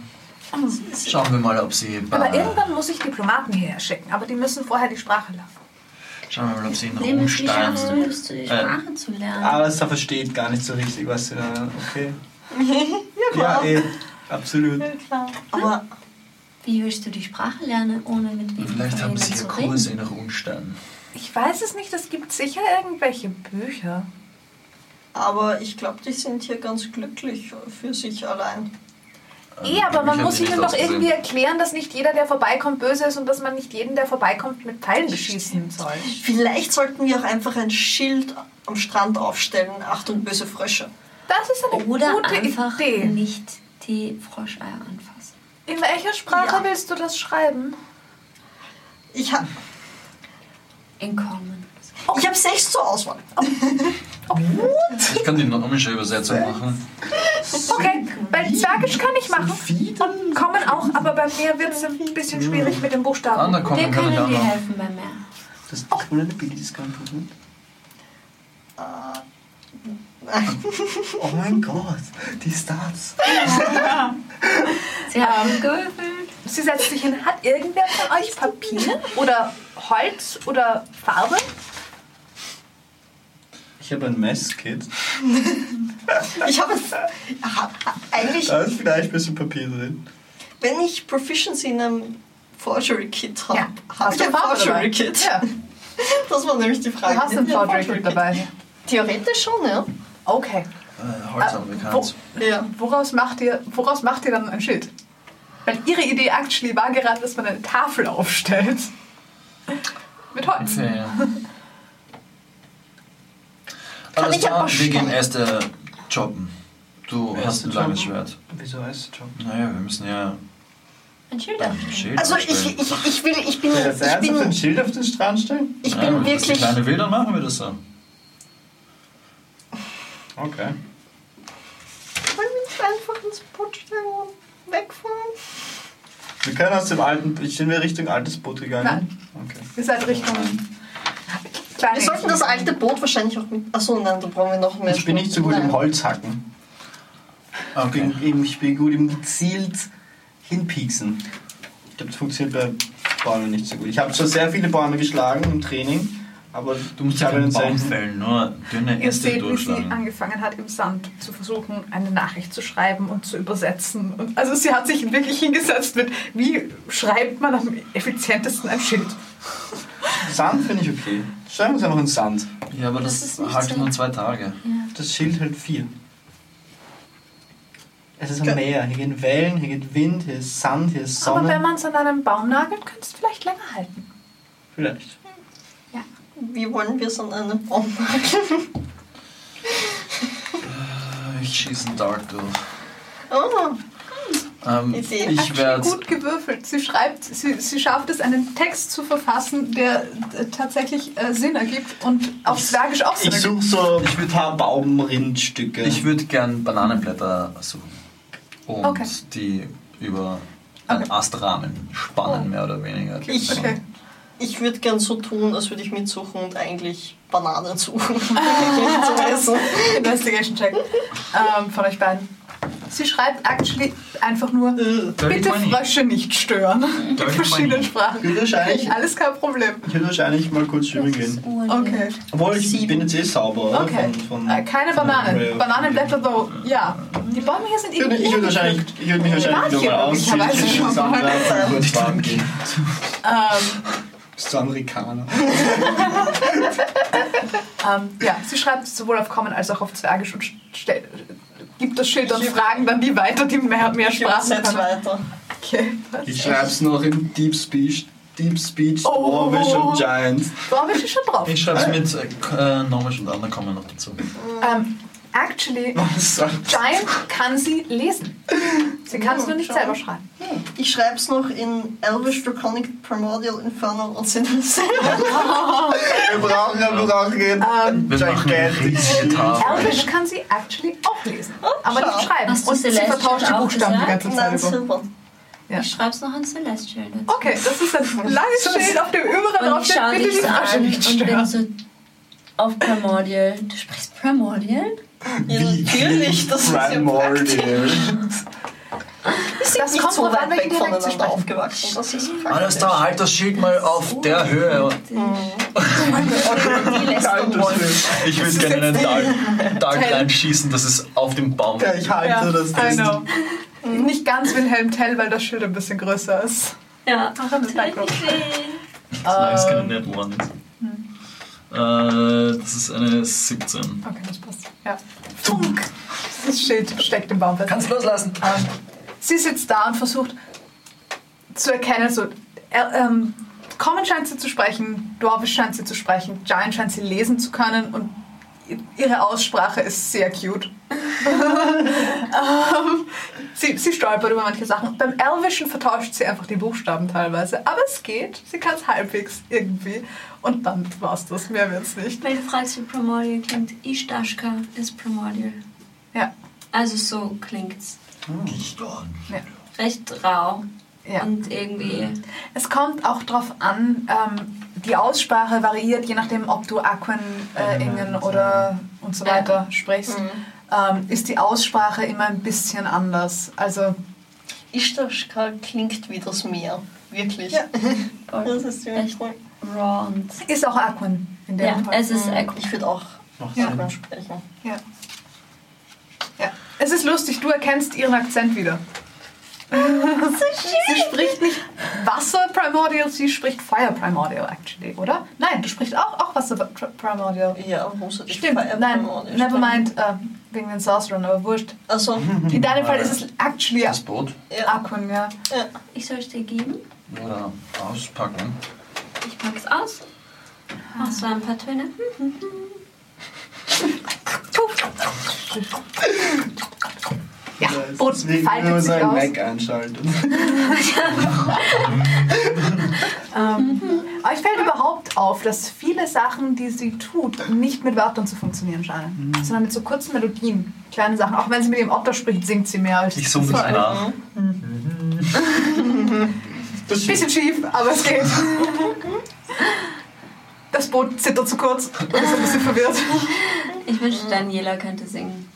[SPEAKER 16] schauen wir mal, ob sie
[SPEAKER 2] Ah.
[SPEAKER 1] Aber
[SPEAKER 16] bei,
[SPEAKER 1] irgendwann muss ich Diplomaten hierher schicken, aber die müssen vorher die Sprache lernen.
[SPEAKER 16] schauen wir mal, ob sie in
[SPEAKER 6] Nehme ich die Chance,
[SPEAKER 16] Rumstein.
[SPEAKER 6] du bist die Sprache zu lernen.
[SPEAKER 4] Aber da versteht gar nicht so richtig, was sie da. Okay. ja, eh. Absolut.
[SPEAKER 2] Aber
[SPEAKER 6] Wie willst du die Sprache lernen, ohne mit ihnen
[SPEAKER 16] Vielleicht haben sie
[SPEAKER 6] zu
[SPEAKER 16] ja
[SPEAKER 6] reden?
[SPEAKER 16] Kurse nach Umstein.
[SPEAKER 1] Ich weiß es nicht, es gibt sicher irgendwelche Bücher.
[SPEAKER 2] Aber ich glaube, die sind hier ganz glücklich für sich allein.
[SPEAKER 3] Ähm,
[SPEAKER 1] Eh, aber
[SPEAKER 16] Ähm,
[SPEAKER 1] man
[SPEAKER 3] halt
[SPEAKER 1] muss ihnen doch irgendwie erklären, dass nicht jeder, der vorbeikommt, böse ist und dass man nicht jeden, der vorbeikommt, mit Pfeilen beschießen soll.
[SPEAKER 2] Vielleicht sollten wir auch einfach ein Schild am Strand aufstellen. Achtung, böse Frösche.
[SPEAKER 1] Das ist eine
[SPEAKER 6] Oder
[SPEAKER 1] gute
[SPEAKER 6] einfach
[SPEAKER 1] Idee.
[SPEAKER 6] nicht die Froscheier anfassen.
[SPEAKER 1] In welcher Sprache
[SPEAKER 2] Ja.
[SPEAKER 1] willst du das schreiben?
[SPEAKER 2] Ich, ha
[SPEAKER 6] In Common.
[SPEAKER 2] ich habe sechs zur Auswahl.
[SPEAKER 3] Ich kann die normische Übersetzung machen.
[SPEAKER 1] Okay, bei Zwergisch kann ich machen. Und kommen auch, aber bei mir wird es ein bisschen schwierig mit den Buchstaben.
[SPEAKER 3] Andere
[SPEAKER 6] Wir
[SPEAKER 3] kommen kann
[SPEAKER 6] können
[SPEAKER 3] ich auch
[SPEAKER 6] dir
[SPEAKER 3] noch.
[SPEAKER 6] helfen beim Meer.
[SPEAKER 4] Das ist ohne eine Billy, das kann man
[SPEAKER 2] Äh,
[SPEAKER 16] Oh mein Gott, die Stars.
[SPEAKER 6] Sie haben gewürfelt.
[SPEAKER 1] Sie setzt sich hin. Hat irgendwer von euch Papier oder Holz oder Farbe?
[SPEAKER 4] Ich habe ein Messkit.
[SPEAKER 2] Ich habe ha, ha- eigentlich,
[SPEAKER 4] Da ist vielleicht ein bisschen Papier drin.
[SPEAKER 2] wenn ich Proficiency in einem Forgery Kit habe,
[SPEAKER 1] Ja.
[SPEAKER 2] habe
[SPEAKER 1] Hast du
[SPEAKER 2] ich ein
[SPEAKER 1] Farbe
[SPEAKER 2] Forgery
[SPEAKER 1] dabei?
[SPEAKER 2] Kit.
[SPEAKER 1] Ja.
[SPEAKER 2] Das war nämlich die Frage.
[SPEAKER 1] Du hast einen
[SPEAKER 2] Ja,
[SPEAKER 1] Forgery dabei.
[SPEAKER 2] Theoretisch schon, ja.
[SPEAKER 1] Okay.
[SPEAKER 16] Äh, Holz haben wir
[SPEAKER 1] Ah, Wo,
[SPEAKER 16] keins.
[SPEAKER 2] Ja.
[SPEAKER 1] woraus, macht ihr, woraus macht ihr dann ein Schild? Weil ihre Idee actually war gerade, dass man eine Tafel aufstellt. Mit Holz.
[SPEAKER 3] Okay.
[SPEAKER 2] Kann
[SPEAKER 3] Alles
[SPEAKER 2] ich aber
[SPEAKER 3] klar, wir
[SPEAKER 2] schneiden.
[SPEAKER 3] gehen erst äh, jobben. Du
[SPEAKER 4] Wer
[SPEAKER 3] hast
[SPEAKER 4] ist
[SPEAKER 3] ein
[SPEAKER 4] der
[SPEAKER 3] langes
[SPEAKER 4] Jobben?
[SPEAKER 3] Schwert.
[SPEAKER 4] Wieso heißt es schon?
[SPEAKER 3] Naja, wir müssen ja
[SPEAKER 6] Ein Schild
[SPEAKER 3] ein Schild
[SPEAKER 2] Also ich,
[SPEAKER 3] aufstellen.
[SPEAKER 2] ich, ich will, ich bin,
[SPEAKER 4] Der
[SPEAKER 2] ich
[SPEAKER 4] Fernseher so ein
[SPEAKER 2] bin,
[SPEAKER 4] Schild auf den Strand stellen?
[SPEAKER 2] ich
[SPEAKER 3] ja,
[SPEAKER 2] bin
[SPEAKER 3] wenn das die
[SPEAKER 2] wirklich,
[SPEAKER 3] kleine will, dann machen wir das so.
[SPEAKER 4] Okay.
[SPEAKER 2] wollen wir uns einfach ins Boot stellen und wegfahren?
[SPEAKER 4] Wir können aus dem alten. Sind wir Richtung altes Boot gegangen? Okay.
[SPEAKER 1] Ihr seid Richtung. Kleine
[SPEAKER 2] Wir sollten das alte Boot wahrscheinlich auch mit. Achso, nein, da brauchen wir noch mehr.
[SPEAKER 4] Ich bin nicht so gut
[SPEAKER 2] Nein.
[SPEAKER 4] im Holzhacken. Ich
[SPEAKER 3] Okay.
[SPEAKER 4] bin, eben, ich bin gut im gezielt hinpieksen. Ich glaube, das funktioniert bei Bäumen nicht so gut. Ich habe schon sehr viele Bäume geschlagen im Training, aber
[SPEAKER 3] Du musst
[SPEAKER 4] ich
[SPEAKER 3] ja
[SPEAKER 4] habe
[SPEAKER 3] keinen
[SPEAKER 4] einen
[SPEAKER 3] Baum
[SPEAKER 4] selten.
[SPEAKER 3] fällen, nur dünne
[SPEAKER 1] Ihr
[SPEAKER 3] Äste
[SPEAKER 1] seht, wie sie
[SPEAKER 3] durchschlagen.
[SPEAKER 1] angefangen hat, im Sand zu versuchen, eine Nachricht zu schreiben und zu übersetzen. Und also sie hat sich wirklich hingesetzt mit, wie schreibt man am effizientesten ein Schild?
[SPEAKER 4] Sand finde ich okay. Schreiben wir uns einfach in Sand.
[SPEAKER 3] Ja, aber
[SPEAKER 6] Das
[SPEAKER 3] das,
[SPEAKER 6] ist nicht
[SPEAKER 3] halt
[SPEAKER 6] so-
[SPEAKER 3] nur zwei Tage.
[SPEAKER 4] Das Schild hält viel. Es ist am Meer. Hier gehen Wellen, hier geht Wind, hier ist Sand, hier ist
[SPEAKER 1] Aber wenn
[SPEAKER 4] Sonne.
[SPEAKER 1] man es an einem Baum nagelt, könnte es vielleicht länger halten.
[SPEAKER 4] Vielleicht.
[SPEAKER 2] Wie wollen wir es an einem Baum machen?
[SPEAKER 3] Ich schieße einen Dart durch.
[SPEAKER 2] Oh,
[SPEAKER 3] Ähm,
[SPEAKER 2] Idee.
[SPEAKER 3] ich werde
[SPEAKER 1] gut gewürfelt. Sie schreibt, sie, sie schafft es, einen Text zu verfassen, der äh, tatsächlich äh, Sinn ergibt und auf Zwergisch auch Sinn
[SPEAKER 4] Ich
[SPEAKER 1] ergibt.
[SPEAKER 4] suche so ein paar Baumrindstücke.
[SPEAKER 3] ich würd gern Bananenblätter suchen und
[SPEAKER 1] Okay.
[SPEAKER 3] die über einen Astrahmen spannen,
[SPEAKER 6] Oh.
[SPEAKER 3] mehr oder weniger. Genau.
[SPEAKER 2] Ich, ich würde gern so tun, als würde ich mitsuchen und eigentlich Bananen suchen. zu essen.
[SPEAKER 1] Investigation Check ähm, von euch beiden. Sie schreibt actually einfach nur,
[SPEAKER 4] Äh,
[SPEAKER 1] bitte
[SPEAKER 3] money.
[SPEAKER 1] Frösche nicht stören. In
[SPEAKER 3] Dirty
[SPEAKER 1] verschiedenen
[SPEAKER 3] money.
[SPEAKER 1] Sprachen.
[SPEAKER 4] würde wahrscheinlich,
[SPEAKER 1] Alles kein Problem.
[SPEAKER 4] ich würde wahrscheinlich mal kurz schwimmen gehen.
[SPEAKER 1] Okay.
[SPEAKER 4] Obwohl, ich
[SPEAKER 2] Sieben.
[SPEAKER 4] bin jetzt eh sauber, oder?
[SPEAKER 1] Okay.
[SPEAKER 4] Von, von,
[SPEAKER 1] Äh, keine Bananen.
[SPEAKER 4] Rail.
[SPEAKER 1] Bananenblätter, though. Ja. Die Bäume hier sind
[SPEAKER 4] Ich würde, ich würde wahrscheinlich, ich würde mich wahrscheinlich
[SPEAKER 1] Warte, also
[SPEAKER 4] nochmal ausziehen.
[SPEAKER 1] möglicherweise schon mal.
[SPEAKER 4] Sandra, kurz baden gehen.
[SPEAKER 1] Ähm,
[SPEAKER 4] Bist du Amerikaner?
[SPEAKER 1] ähm, ja, sie schreibt sowohl auf Common als auch auf Zwergisch und stell- gibt das Schild und Fragen dann die weiter, die mehr, mehr
[SPEAKER 2] Ich mache
[SPEAKER 1] Sprachen
[SPEAKER 2] jetzt
[SPEAKER 1] können.
[SPEAKER 2] weiter.
[SPEAKER 1] Okay.
[SPEAKER 4] Ich schreib's noch in Deep Speech. Deep Speech,
[SPEAKER 1] Oh.
[SPEAKER 4] Orwish und Giants.
[SPEAKER 1] Warum ist sie schon drauf?
[SPEAKER 3] Ich schreibe es mit äh, Normisch und anderen kommen noch dazu.
[SPEAKER 1] Ähm, actually,
[SPEAKER 4] Was soll's?
[SPEAKER 1] Giant kann sie lesen. Sie kann es nur nicht selber schreiben.
[SPEAKER 2] Ich schreibe es noch in Elvish, Draconic, Primordial, Infernal und Sinister.
[SPEAKER 4] Wir brauchen, wir brauchen
[SPEAKER 1] Ähm,
[SPEAKER 4] einen
[SPEAKER 3] Wir machen eine riesige
[SPEAKER 4] Gigantic
[SPEAKER 3] Tafel.
[SPEAKER 1] Elvish kann sie actually auch lesen, aber
[SPEAKER 2] schau.
[SPEAKER 1] nicht schreiben.
[SPEAKER 6] Hast du
[SPEAKER 1] Und sie
[SPEAKER 6] Celeste
[SPEAKER 1] vertauscht die
[SPEAKER 6] auch
[SPEAKER 1] Buchstaben die
[SPEAKER 6] gesagt?
[SPEAKER 1] ganze
[SPEAKER 2] Nein,
[SPEAKER 1] Zeit über.
[SPEAKER 2] super.
[SPEAKER 6] Ich schreib's noch an Celestial dazu.
[SPEAKER 1] Okay, das ist ein langes Schild, auf dem überall
[SPEAKER 6] Und
[SPEAKER 1] drauf
[SPEAKER 6] ich
[SPEAKER 1] steht,
[SPEAKER 6] schau
[SPEAKER 1] Oh, bitte die
[SPEAKER 6] dich so
[SPEAKER 1] Flasche
[SPEAKER 6] an
[SPEAKER 1] nicht
[SPEAKER 6] und bin
[SPEAKER 1] stören.
[SPEAKER 6] so auf Primordial. Du sprichst Primordial?
[SPEAKER 2] Ja, natürlich, das ist ja praktisch.
[SPEAKER 4] Primordial.
[SPEAKER 2] Wir sind
[SPEAKER 1] Das
[SPEAKER 2] nicht
[SPEAKER 1] kommt
[SPEAKER 2] so
[SPEAKER 1] drauf an,
[SPEAKER 2] weit
[SPEAKER 1] welchen Dialekt sie
[SPEAKER 2] weg voneinander
[SPEAKER 1] sprechen.
[SPEAKER 2] aufgewachsen. Das
[SPEAKER 4] Ah,
[SPEAKER 2] ist
[SPEAKER 3] Alles da, halt das Schild mal auf der Höhe.
[SPEAKER 2] die letzte Wolf.
[SPEAKER 4] Altes Schild.
[SPEAKER 3] Ich würde gerne einen Dark, Dark reinschießen, dass es auf dem Baum
[SPEAKER 4] Ja, ich halte
[SPEAKER 1] Ja,
[SPEAKER 4] Also das
[SPEAKER 1] I
[SPEAKER 4] Ding.
[SPEAKER 1] know. Nicht ganz Wilhelm Tell, weil das Schild ein bisschen größer ist.
[SPEAKER 6] Ja.
[SPEAKER 1] das ist Nightcrow.
[SPEAKER 3] Solange es
[SPEAKER 1] Ähm.
[SPEAKER 3] keine Net One ist. Äh, das ist eine 17.
[SPEAKER 1] Okay, das passt. Ja. Funk! Das Schild steckt im Baum fest.
[SPEAKER 3] Kannst loslassen.
[SPEAKER 1] Ähm, sie sitzt da und versucht zu erkennen, so, er, ähm, Common scheint sie zu sprechen, Dwarvish scheint sie zu sprechen, Giant scheint sie lesen zu können und i- ihre Aussprache ist sehr cute. ähm, sie, sie stolpert über manche Sachen. Beim Elvischen vertauscht sie einfach die Buchstaben teilweise, aber es geht, sie kann es halbwegs irgendwie und dann war's das, mehr wird's nicht.
[SPEAKER 6] Weil du fragst, wie Primordial klingt. Ishtashka ist Primordial.
[SPEAKER 1] Ja.
[SPEAKER 6] Also so klingt's.
[SPEAKER 3] Nicht wahr.
[SPEAKER 6] Recht rau.
[SPEAKER 1] Ja.
[SPEAKER 6] Und irgendwie.
[SPEAKER 1] Es kommt auch drauf an, ähm, die Aussprache variiert, je nachdem, ob du Aquen, äh, Ingen oder und so weiter sprichst,
[SPEAKER 6] Mhm.
[SPEAKER 1] ähm, ist die Aussprache immer ein bisschen anders. Also,
[SPEAKER 2] Ishtaschka klingt wie das Meer. Wirklich. Das ist ziemlich
[SPEAKER 6] echt
[SPEAKER 2] cool.
[SPEAKER 6] raw und.
[SPEAKER 1] ist auch Aquen in dem
[SPEAKER 6] Ja,
[SPEAKER 1] Fall.
[SPEAKER 6] es ist Echo.
[SPEAKER 2] Ich würde auch Sachen sprechen.
[SPEAKER 1] ja. Ja. Es ist lustig, du erkennst ihren Akzent wieder. sie spricht nicht Wasser Primordial, sie spricht Fire Primordial, actually, oder? Nein, du sprichst auch, auch Wasser Primordial.
[SPEAKER 2] Ja, wo soll ich
[SPEAKER 1] Stimmt, nein, nevermind, äh, wegen den Sorcerern, aber wurscht.
[SPEAKER 2] Also,
[SPEAKER 3] Mhm.
[SPEAKER 1] In deinem Fall ist es actually
[SPEAKER 3] Das Boot
[SPEAKER 2] ja.
[SPEAKER 1] Akun, ja.
[SPEAKER 6] Ich soll es dir geben.
[SPEAKER 3] oder auspacken.
[SPEAKER 6] Ich pack's aus. Mach so ein paar Töne.
[SPEAKER 1] Ja, Boot
[SPEAKER 4] Deswegen wenn
[SPEAKER 1] faltet
[SPEAKER 4] man
[SPEAKER 1] sich
[SPEAKER 4] seinen
[SPEAKER 1] aus.
[SPEAKER 4] Mac einschalten.
[SPEAKER 1] Ähm, euch fällt überhaupt auf, dass viele Sachen, die sie tut, nicht mit Wörtern zu funktionieren scheinen, sondern mit so kurzen Melodien, kleinen Sachen. Auch wenn sie mit dem Otter spricht, singt sie mehr als
[SPEAKER 3] Ich summe das
[SPEAKER 1] vorher.
[SPEAKER 3] nach.
[SPEAKER 1] Bisschen schief, aber es geht. Das Boot zittert zu kurz und ist ein bisschen verwirrt.
[SPEAKER 6] Ich wünschte, Daniela könnte singen.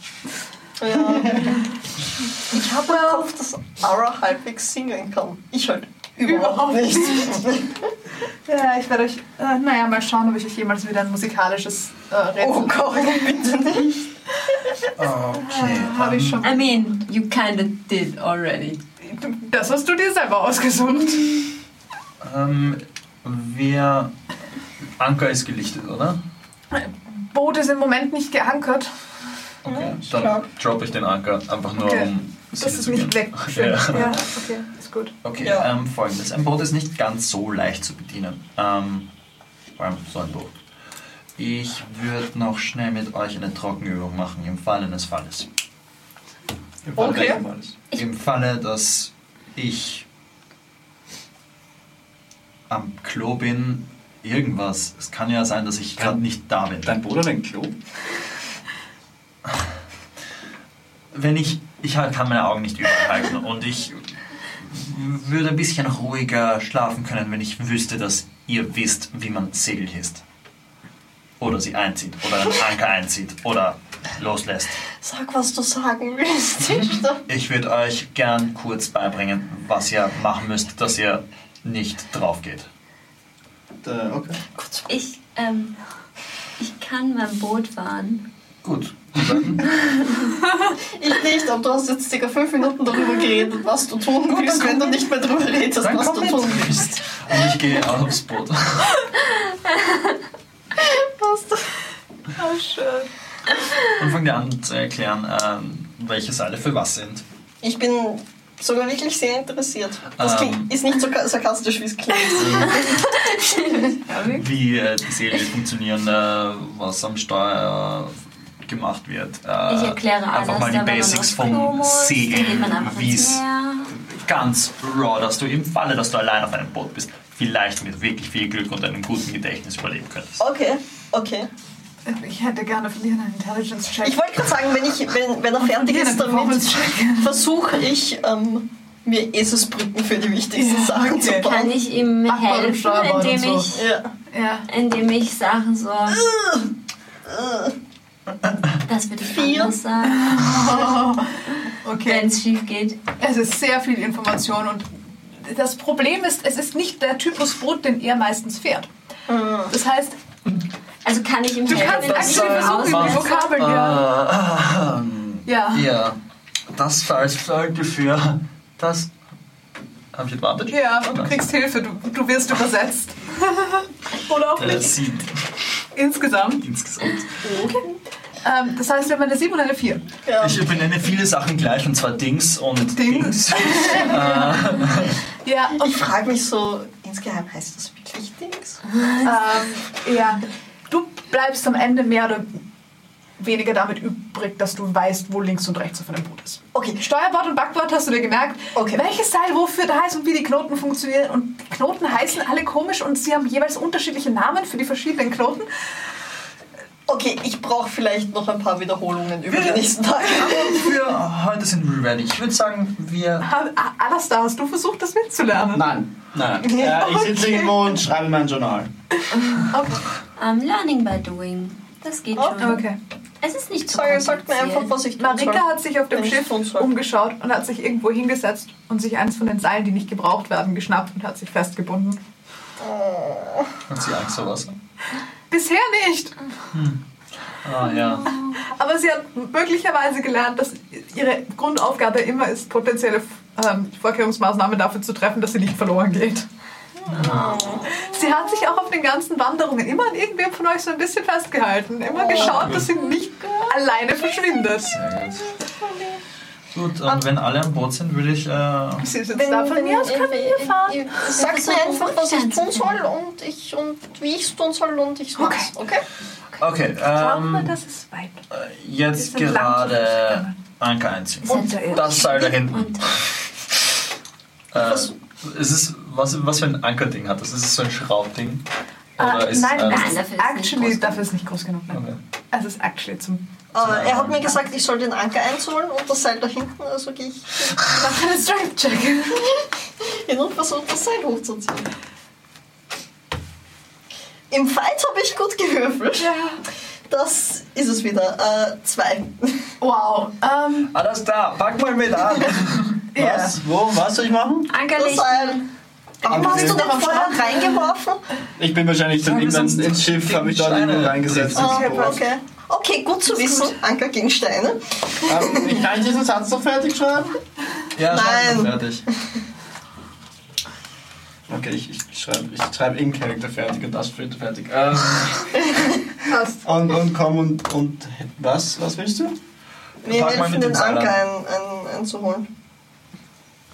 [SPEAKER 2] ich habe gehofft, dass Ara halbwegs singen kann. Ich halt
[SPEAKER 1] Überhaupt
[SPEAKER 2] überhaupt nicht.
[SPEAKER 1] Ja, ich werde euch, äh, naja, mal schauen, ob ich euch jemals wieder ein musikalisches äh,
[SPEAKER 2] Oh
[SPEAKER 1] Rätsel
[SPEAKER 2] Gott, bitte nicht.
[SPEAKER 3] Okay.
[SPEAKER 1] habe ich schon.
[SPEAKER 6] I mean, you kinda did already.
[SPEAKER 1] Das hast du dir selber ausgesucht.
[SPEAKER 3] Ähm, wer. Anker ist gelichtet, oder?
[SPEAKER 1] Boot ist im Moment nicht geankert.
[SPEAKER 3] Okay. Dann droppe ich den Anker einfach nur
[SPEAKER 1] Okay.
[SPEAKER 3] um.
[SPEAKER 1] Das
[SPEAKER 3] sicher
[SPEAKER 1] ist
[SPEAKER 3] zu
[SPEAKER 1] nicht
[SPEAKER 3] gehen.
[SPEAKER 1] weg.
[SPEAKER 3] Ja.
[SPEAKER 1] Ja, okay, ist gut.
[SPEAKER 3] Okay,
[SPEAKER 2] Ja.
[SPEAKER 3] ähm, folgendes. Ein Boot ist nicht ganz so leicht zu bedienen. Ähm, vor allem so ein Boot. Ich würde noch schnell mit euch eine Trockenübung machen, im Fall eines Falles.
[SPEAKER 7] Im Fall
[SPEAKER 1] Okay.
[SPEAKER 7] reden wir alles.
[SPEAKER 3] Im Falle, dass ich am Klo bin, irgendwas. Es kann ja sein, dass ich gerade nicht da bin.
[SPEAKER 7] Dein Bruder dein Klo?
[SPEAKER 3] Wenn ich, ich halt kann meine Augen nicht überall halten und ich würde ein bisschen ruhiger schlafen können, wenn ich wüsste, dass ihr wisst, wie man Segel hisst. Oder sie einzieht, oder einen Anker einzieht, oder loslässt.
[SPEAKER 2] Sag, was du sagen willst. Ich dachte,
[SPEAKER 3] Ich würde euch gern kurz beibringen, was ihr machen müsst, dass ihr nicht drauf geht.
[SPEAKER 4] Äh, okay.
[SPEAKER 2] Gott,
[SPEAKER 6] Ich, ähm, ich kann mein Boot fahren.
[SPEAKER 3] Gut.
[SPEAKER 2] Ich nicht, aber du hast jetzt circa fünf Minuten darüber geredet, was du tun willst, wenn du nicht mehr darüber redest,
[SPEAKER 3] Dann
[SPEAKER 2] was
[SPEAKER 3] komm
[SPEAKER 2] du
[SPEAKER 3] mit.
[SPEAKER 2] tun willst.
[SPEAKER 3] Und ich gehe auch aufs Boot.
[SPEAKER 1] Oh, schön.
[SPEAKER 3] Und fange an zu erklären, ähm, welche Seile für was sind.
[SPEAKER 2] Ich bin sogar wirklich sehr interessiert. Das
[SPEAKER 3] Ähm.
[SPEAKER 2] klingt, ist nicht so ka- sarkastisch, wie es klingt.
[SPEAKER 6] Mhm.
[SPEAKER 3] wie äh, die Serien funktionieren, äh, was am Steuer äh, gemacht wird. Äh,
[SPEAKER 6] Ich erkläre alles.
[SPEAKER 3] Einfach mal die
[SPEAKER 6] da, wenn man
[SPEAKER 3] Basics
[SPEAKER 6] losspringen
[SPEAKER 3] vom
[SPEAKER 6] muss, dann geht
[SPEAKER 3] Segeln,
[SPEAKER 6] man einfach
[SPEAKER 3] wie
[SPEAKER 6] ins
[SPEAKER 3] es
[SPEAKER 6] Meer.
[SPEAKER 3] ganz raw, dass du im Falle, dass du allein auf einem Boot bist, vielleicht mit wirklich viel Glück und einem guten Gedächtnis überleben könntest.
[SPEAKER 2] Okay, okay.
[SPEAKER 1] Ich hätte gerne von dir einen Intelligence-Check.
[SPEAKER 2] Ich wollte gerade sagen, wenn, ich, wenn, wenn er fertig
[SPEAKER 1] Hier,
[SPEAKER 2] ist
[SPEAKER 1] einen
[SPEAKER 2] damit,
[SPEAKER 1] Performance-Check.
[SPEAKER 2] versuche ich, ähm, mir Eselsbrücken für die wichtigsten Sachen zu
[SPEAKER 6] Kann
[SPEAKER 2] bauen.
[SPEAKER 6] ich ihm
[SPEAKER 1] Backbord und
[SPEAKER 6] helfen,
[SPEAKER 1] Steuerbord und
[SPEAKER 6] indem
[SPEAKER 1] so.
[SPEAKER 6] ich,
[SPEAKER 2] Ja.
[SPEAKER 1] Ja.
[SPEAKER 6] indem ich Sachen so.
[SPEAKER 2] Äh,
[SPEAKER 6] Das würde ich
[SPEAKER 2] Vier.
[SPEAKER 6] anders sagen, wenn
[SPEAKER 1] Okay.
[SPEAKER 6] es schief geht.
[SPEAKER 1] Es ist sehr viel Information und das Problem ist, es ist nicht der Typus Boot, den er meistens fährt. Das heißt,
[SPEAKER 6] Also kann ich ihm
[SPEAKER 1] Äh. du
[SPEAKER 6] helfen,
[SPEAKER 1] kannst äh, aktiv
[SPEAKER 6] ihm
[SPEAKER 1] versuchen, über die
[SPEAKER 6] auswählen?
[SPEAKER 1] Vokabeln ja.
[SPEAKER 3] Ja.
[SPEAKER 1] Ja.
[SPEAKER 3] ja, das falsch sollte für das. Hab ich gewartet?
[SPEAKER 1] Ja, und du kriegst Hilfe, du, du wirst übersetzt. Oder auch
[SPEAKER 3] Äh,
[SPEAKER 1] nicht.
[SPEAKER 3] sieht
[SPEAKER 1] Insgesamt.
[SPEAKER 3] insgesamt.
[SPEAKER 1] Ähm, das heißt, wir haben eine 7 und eine 4.
[SPEAKER 2] ja.
[SPEAKER 3] Ich benenne viele Sachen gleich und zwar Dings und
[SPEAKER 1] Dings.
[SPEAKER 3] Dings.
[SPEAKER 1] Ja, und
[SPEAKER 2] Ich frage mich so, insgeheim heißt das wirklich Dings?
[SPEAKER 1] ähm, ja, du bleibst am Ende mehr oder weniger damit übrig, dass du weißt, wo links und rechts auf einem Boot ist.
[SPEAKER 2] Okay,
[SPEAKER 1] Steuerbord und Backbord hast du dir gemerkt,
[SPEAKER 2] Okay.
[SPEAKER 1] welches Teil wofür da ist und wie die Knoten funktionieren. Und die Knoten heißen alle komisch und sie haben jeweils unterschiedliche Namen für die verschiedenen Knoten.
[SPEAKER 2] okay ich brauche vielleicht noch ein paar Wiederholungen über
[SPEAKER 3] Ja.
[SPEAKER 2] den nächsten Tag.
[SPEAKER 3] Für heute sind wir ready. Ich würde sagen, wir
[SPEAKER 1] Ha- A- Alastar, ah, hast du versucht, das mitzulernen?
[SPEAKER 4] Nein.
[SPEAKER 7] Nein, nein.
[SPEAKER 4] Äh, ich sitze irgendwo und schreibe mein Journal.
[SPEAKER 6] I'm learning by doing. Das geht schon.
[SPEAKER 1] Okay.
[SPEAKER 6] Es ist nicht so
[SPEAKER 2] Sorry, sagt mir einfach, was ich tun
[SPEAKER 1] Marika
[SPEAKER 2] soll.
[SPEAKER 1] hat sich auf dem
[SPEAKER 2] Wenn ich
[SPEAKER 1] Schiff
[SPEAKER 2] tun soll.
[SPEAKER 1] umgeschaut und hat sich irgendwo hingesetzt und sich eines von den Seilen, die nicht gebraucht werden, geschnappt und hat sich festgebunden.
[SPEAKER 3] Hat sie Angst vor Wasser?
[SPEAKER 1] Bisher nicht,
[SPEAKER 3] Ah ja.
[SPEAKER 1] aber sie hat möglicherweise gelernt, dass ihre Grundaufgabe immer ist, potenzielle ähm, Vorkehrungsmaßnahmen dafür zu treffen, dass sie nicht verloren geht. Sie hat sich auch auf den ganzen Wanderungen immer an irgendwem von euch so ein bisschen festgehalten. Immer geschaut, dass sie nicht alleine verschwindet.
[SPEAKER 3] Sehr gut. Gut,
[SPEAKER 1] Ah.
[SPEAKER 3] und wenn alle am Boot sind, würde ich. Äh,
[SPEAKER 1] Sie sitzt da von mir aus.
[SPEAKER 2] kann ich fahren. Sag mir
[SPEAKER 6] Versuchen,
[SPEAKER 2] einfach, was ich
[SPEAKER 6] Stein zu
[SPEAKER 2] tun soll und, ich, und wie ich es tun soll und ich mach's, okay?
[SPEAKER 3] okay,
[SPEAKER 1] Aber
[SPEAKER 3] ähm,
[SPEAKER 1] das ist weit.
[SPEAKER 3] jetzt
[SPEAKER 1] sind lang zu Fuß
[SPEAKER 3] gerade
[SPEAKER 1] gegangen.
[SPEAKER 3] Anker einziehen.
[SPEAKER 6] Und
[SPEAKER 3] Das Seil da hinten.
[SPEAKER 6] Und
[SPEAKER 3] Äh, es ist, was, was für ein Ankerding hat das? Ist es so ein Schraubding?
[SPEAKER 1] Ah,
[SPEAKER 3] ist,
[SPEAKER 1] nein,
[SPEAKER 3] äh,
[SPEAKER 6] nein,
[SPEAKER 1] es
[SPEAKER 6] dafür
[SPEAKER 1] ist
[SPEAKER 6] ist nicht groß
[SPEAKER 1] actually,
[SPEAKER 6] genug.
[SPEAKER 1] dafür ist nicht groß genug.
[SPEAKER 3] Okay.
[SPEAKER 1] Nein. Es ist actually zum.
[SPEAKER 2] Äh, er hat mir gesagt, ich soll den Anker einholen und das Seil da hinten, also gehe ich
[SPEAKER 1] Mach einen Strength-Check.
[SPEAKER 2] hin und versuche das Seil hochzuziehen. Im Fight habe ich gut gewürfelt.
[SPEAKER 1] Ja.
[SPEAKER 2] Das ist es wieder. Äh, zwei.
[SPEAKER 1] Wow. Ähm,
[SPEAKER 3] Alles da, pack mal mit an!
[SPEAKER 1] ja.
[SPEAKER 4] Was? Wo? Was soll ich machen?
[SPEAKER 2] Das
[SPEAKER 6] Ankerlicht.
[SPEAKER 2] Seil. Warum hast du den vorher reingeworfen?
[SPEAKER 4] Ich bin wahrscheinlich dann
[SPEAKER 3] Frage
[SPEAKER 4] irgendwann
[SPEAKER 3] sonst
[SPEAKER 4] ins Schiff,
[SPEAKER 3] gegen
[SPEAKER 4] habe ich dort
[SPEAKER 3] Steine
[SPEAKER 4] irgendwo reingesetzt.
[SPEAKER 3] trifft.
[SPEAKER 4] ins
[SPEAKER 2] Ah,
[SPEAKER 4] Boot.
[SPEAKER 2] okay. Okay, gut zu wissen. Anker gegen Steine.
[SPEAKER 4] Ähm, ich kann ich diesen Satz noch fertig schreiben?
[SPEAKER 3] Ja,
[SPEAKER 2] Nein.
[SPEAKER 3] schon fertig.
[SPEAKER 4] Okay, ich, ich schreibe ich schreib in Charakter fertig und das Filter fertig. Ähm, und, und komm und, und was? Was willst du?
[SPEAKER 2] Mir
[SPEAKER 3] Pack mal
[SPEAKER 2] helfen,
[SPEAKER 3] mit dem
[SPEAKER 2] den
[SPEAKER 3] Seil
[SPEAKER 2] Anker ein, ein, einzuholen.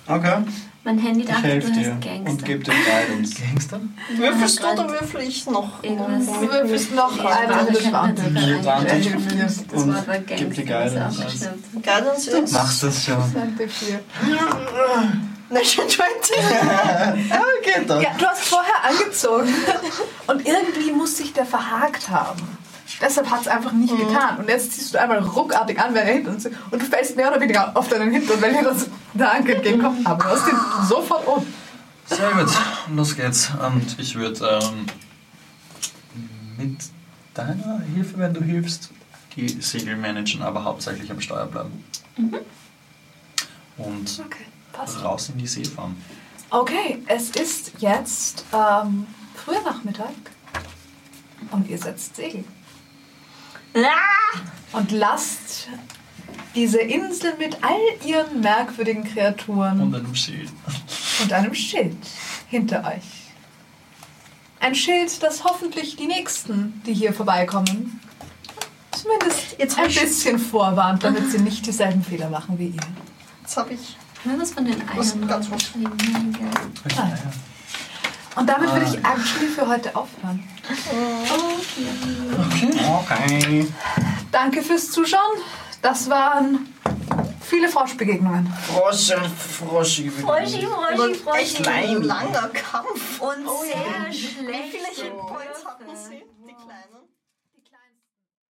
[SPEAKER 4] Okay.
[SPEAKER 6] Mein Handy
[SPEAKER 4] Ich
[SPEAKER 6] dachte,
[SPEAKER 4] helfe
[SPEAKER 6] du
[SPEAKER 4] dir
[SPEAKER 6] hast Gangster.
[SPEAKER 4] und gebe dir Guidance.
[SPEAKER 14] Gangster?
[SPEAKER 2] Würfelst du
[SPEAKER 6] Gott.
[SPEAKER 2] oder würfel ich noch?
[SPEAKER 6] Irgendwas.
[SPEAKER 2] Mit-
[SPEAKER 6] Du
[SPEAKER 1] würfelst noch
[SPEAKER 6] Ja,
[SPEAKER 1] einmal
[SPEAKER 6] warte,
[SPEAKER 1] mit
[SPEAKER 6] kennt man
[SPEAKER 1] Schwanz.
[SPEAKER 6] sogar
[SPEAKER 4] Mit Schwanz.
[SPEAKER 6] eigentlich.
[SPEAKER 4] Mit
[SPEAKER 6] Das
[SPEAKER 4] und
[SPEAKER 6] Wort war
[SPEAKER 4] gib die
[SPEAKER 6] Gangster. ist auch
[SPEAKER 4] Guidance.
[SPEAKER 6] bestimmt.
[SPEAKER 2] Guidance ist.
[SPEAKER 14] Machst das schon.
[SPEAKER 2] Nation 20.
[SPEAKER 4] Geht doch.
[SPEAKER 1] Ja, du hast vorher angezogen. Und irgendwie muss sich der verhakt haben. Deshalb hat es einfach nicht getan. Und jetzt ziehst du einmal ruckartig an, wenn er hinter uns ist. Und du fällst mehr oder weniger auf deinen Hintern, wenn dir das der Anker entgegenkommt. Aber du hast ihn sofort um.
[SPEAKER 3] Sehr gut, los geht's. Und ich würde ähm, mit deiner Hilfe, wenn du hilfst, die Segel managen, aber hauptsächlich am Steuer bleiben. Und raus in die See fahren.
[SPEAKER 1] Okay, es ist jetzt ähm, früher Nachmittag. Und ihr setzt Segel.
[SPEAKER 6] Ah!
[SPEAKER 1] Und lasst diese Insel mit all ihren merkwürdigen Kreaturen
[SPEAKER 3] Und einem Schild.
[SPEAKER 1] und einem Schild hinter euch. Ein Schild, das hoffentlich die Nächsten, die hier vorbeikommen, zumindest jetzt ein bisschen vorwarnt, damit sie nicht dieselben Fehler machen wie ihr.
[SPEAKER 2] Jetzt habe ich.
[SPEAKER 6] Nur was von den
[SPEAKER 2] Was-
[SPEAKER 6] Eiern.
[SPEAKER 2] ganz was.
[SPEAKER 6] Okay.
[SPEAKER 1] Und damit würde ich actually für heute aufhören.
[SPEAKER 4] Okay.
[SPEAKER 1] Danke fürs Zuschauen. Das waren viele Froschbegegnungen.
[SPEAKER 4] Frosch und Froschi.
[SPEAKER 6] Froschi, Froschi, Froschi.
[SPEAKER 2] Echt ein langer Kampf.
[SPEAKER 6] Und sehr
[SPEAKER 2] Wie viele
[SPEAKER 6] schlecht.
[SPEAKER 2] Hitpoints hatten sie? Die kleinen.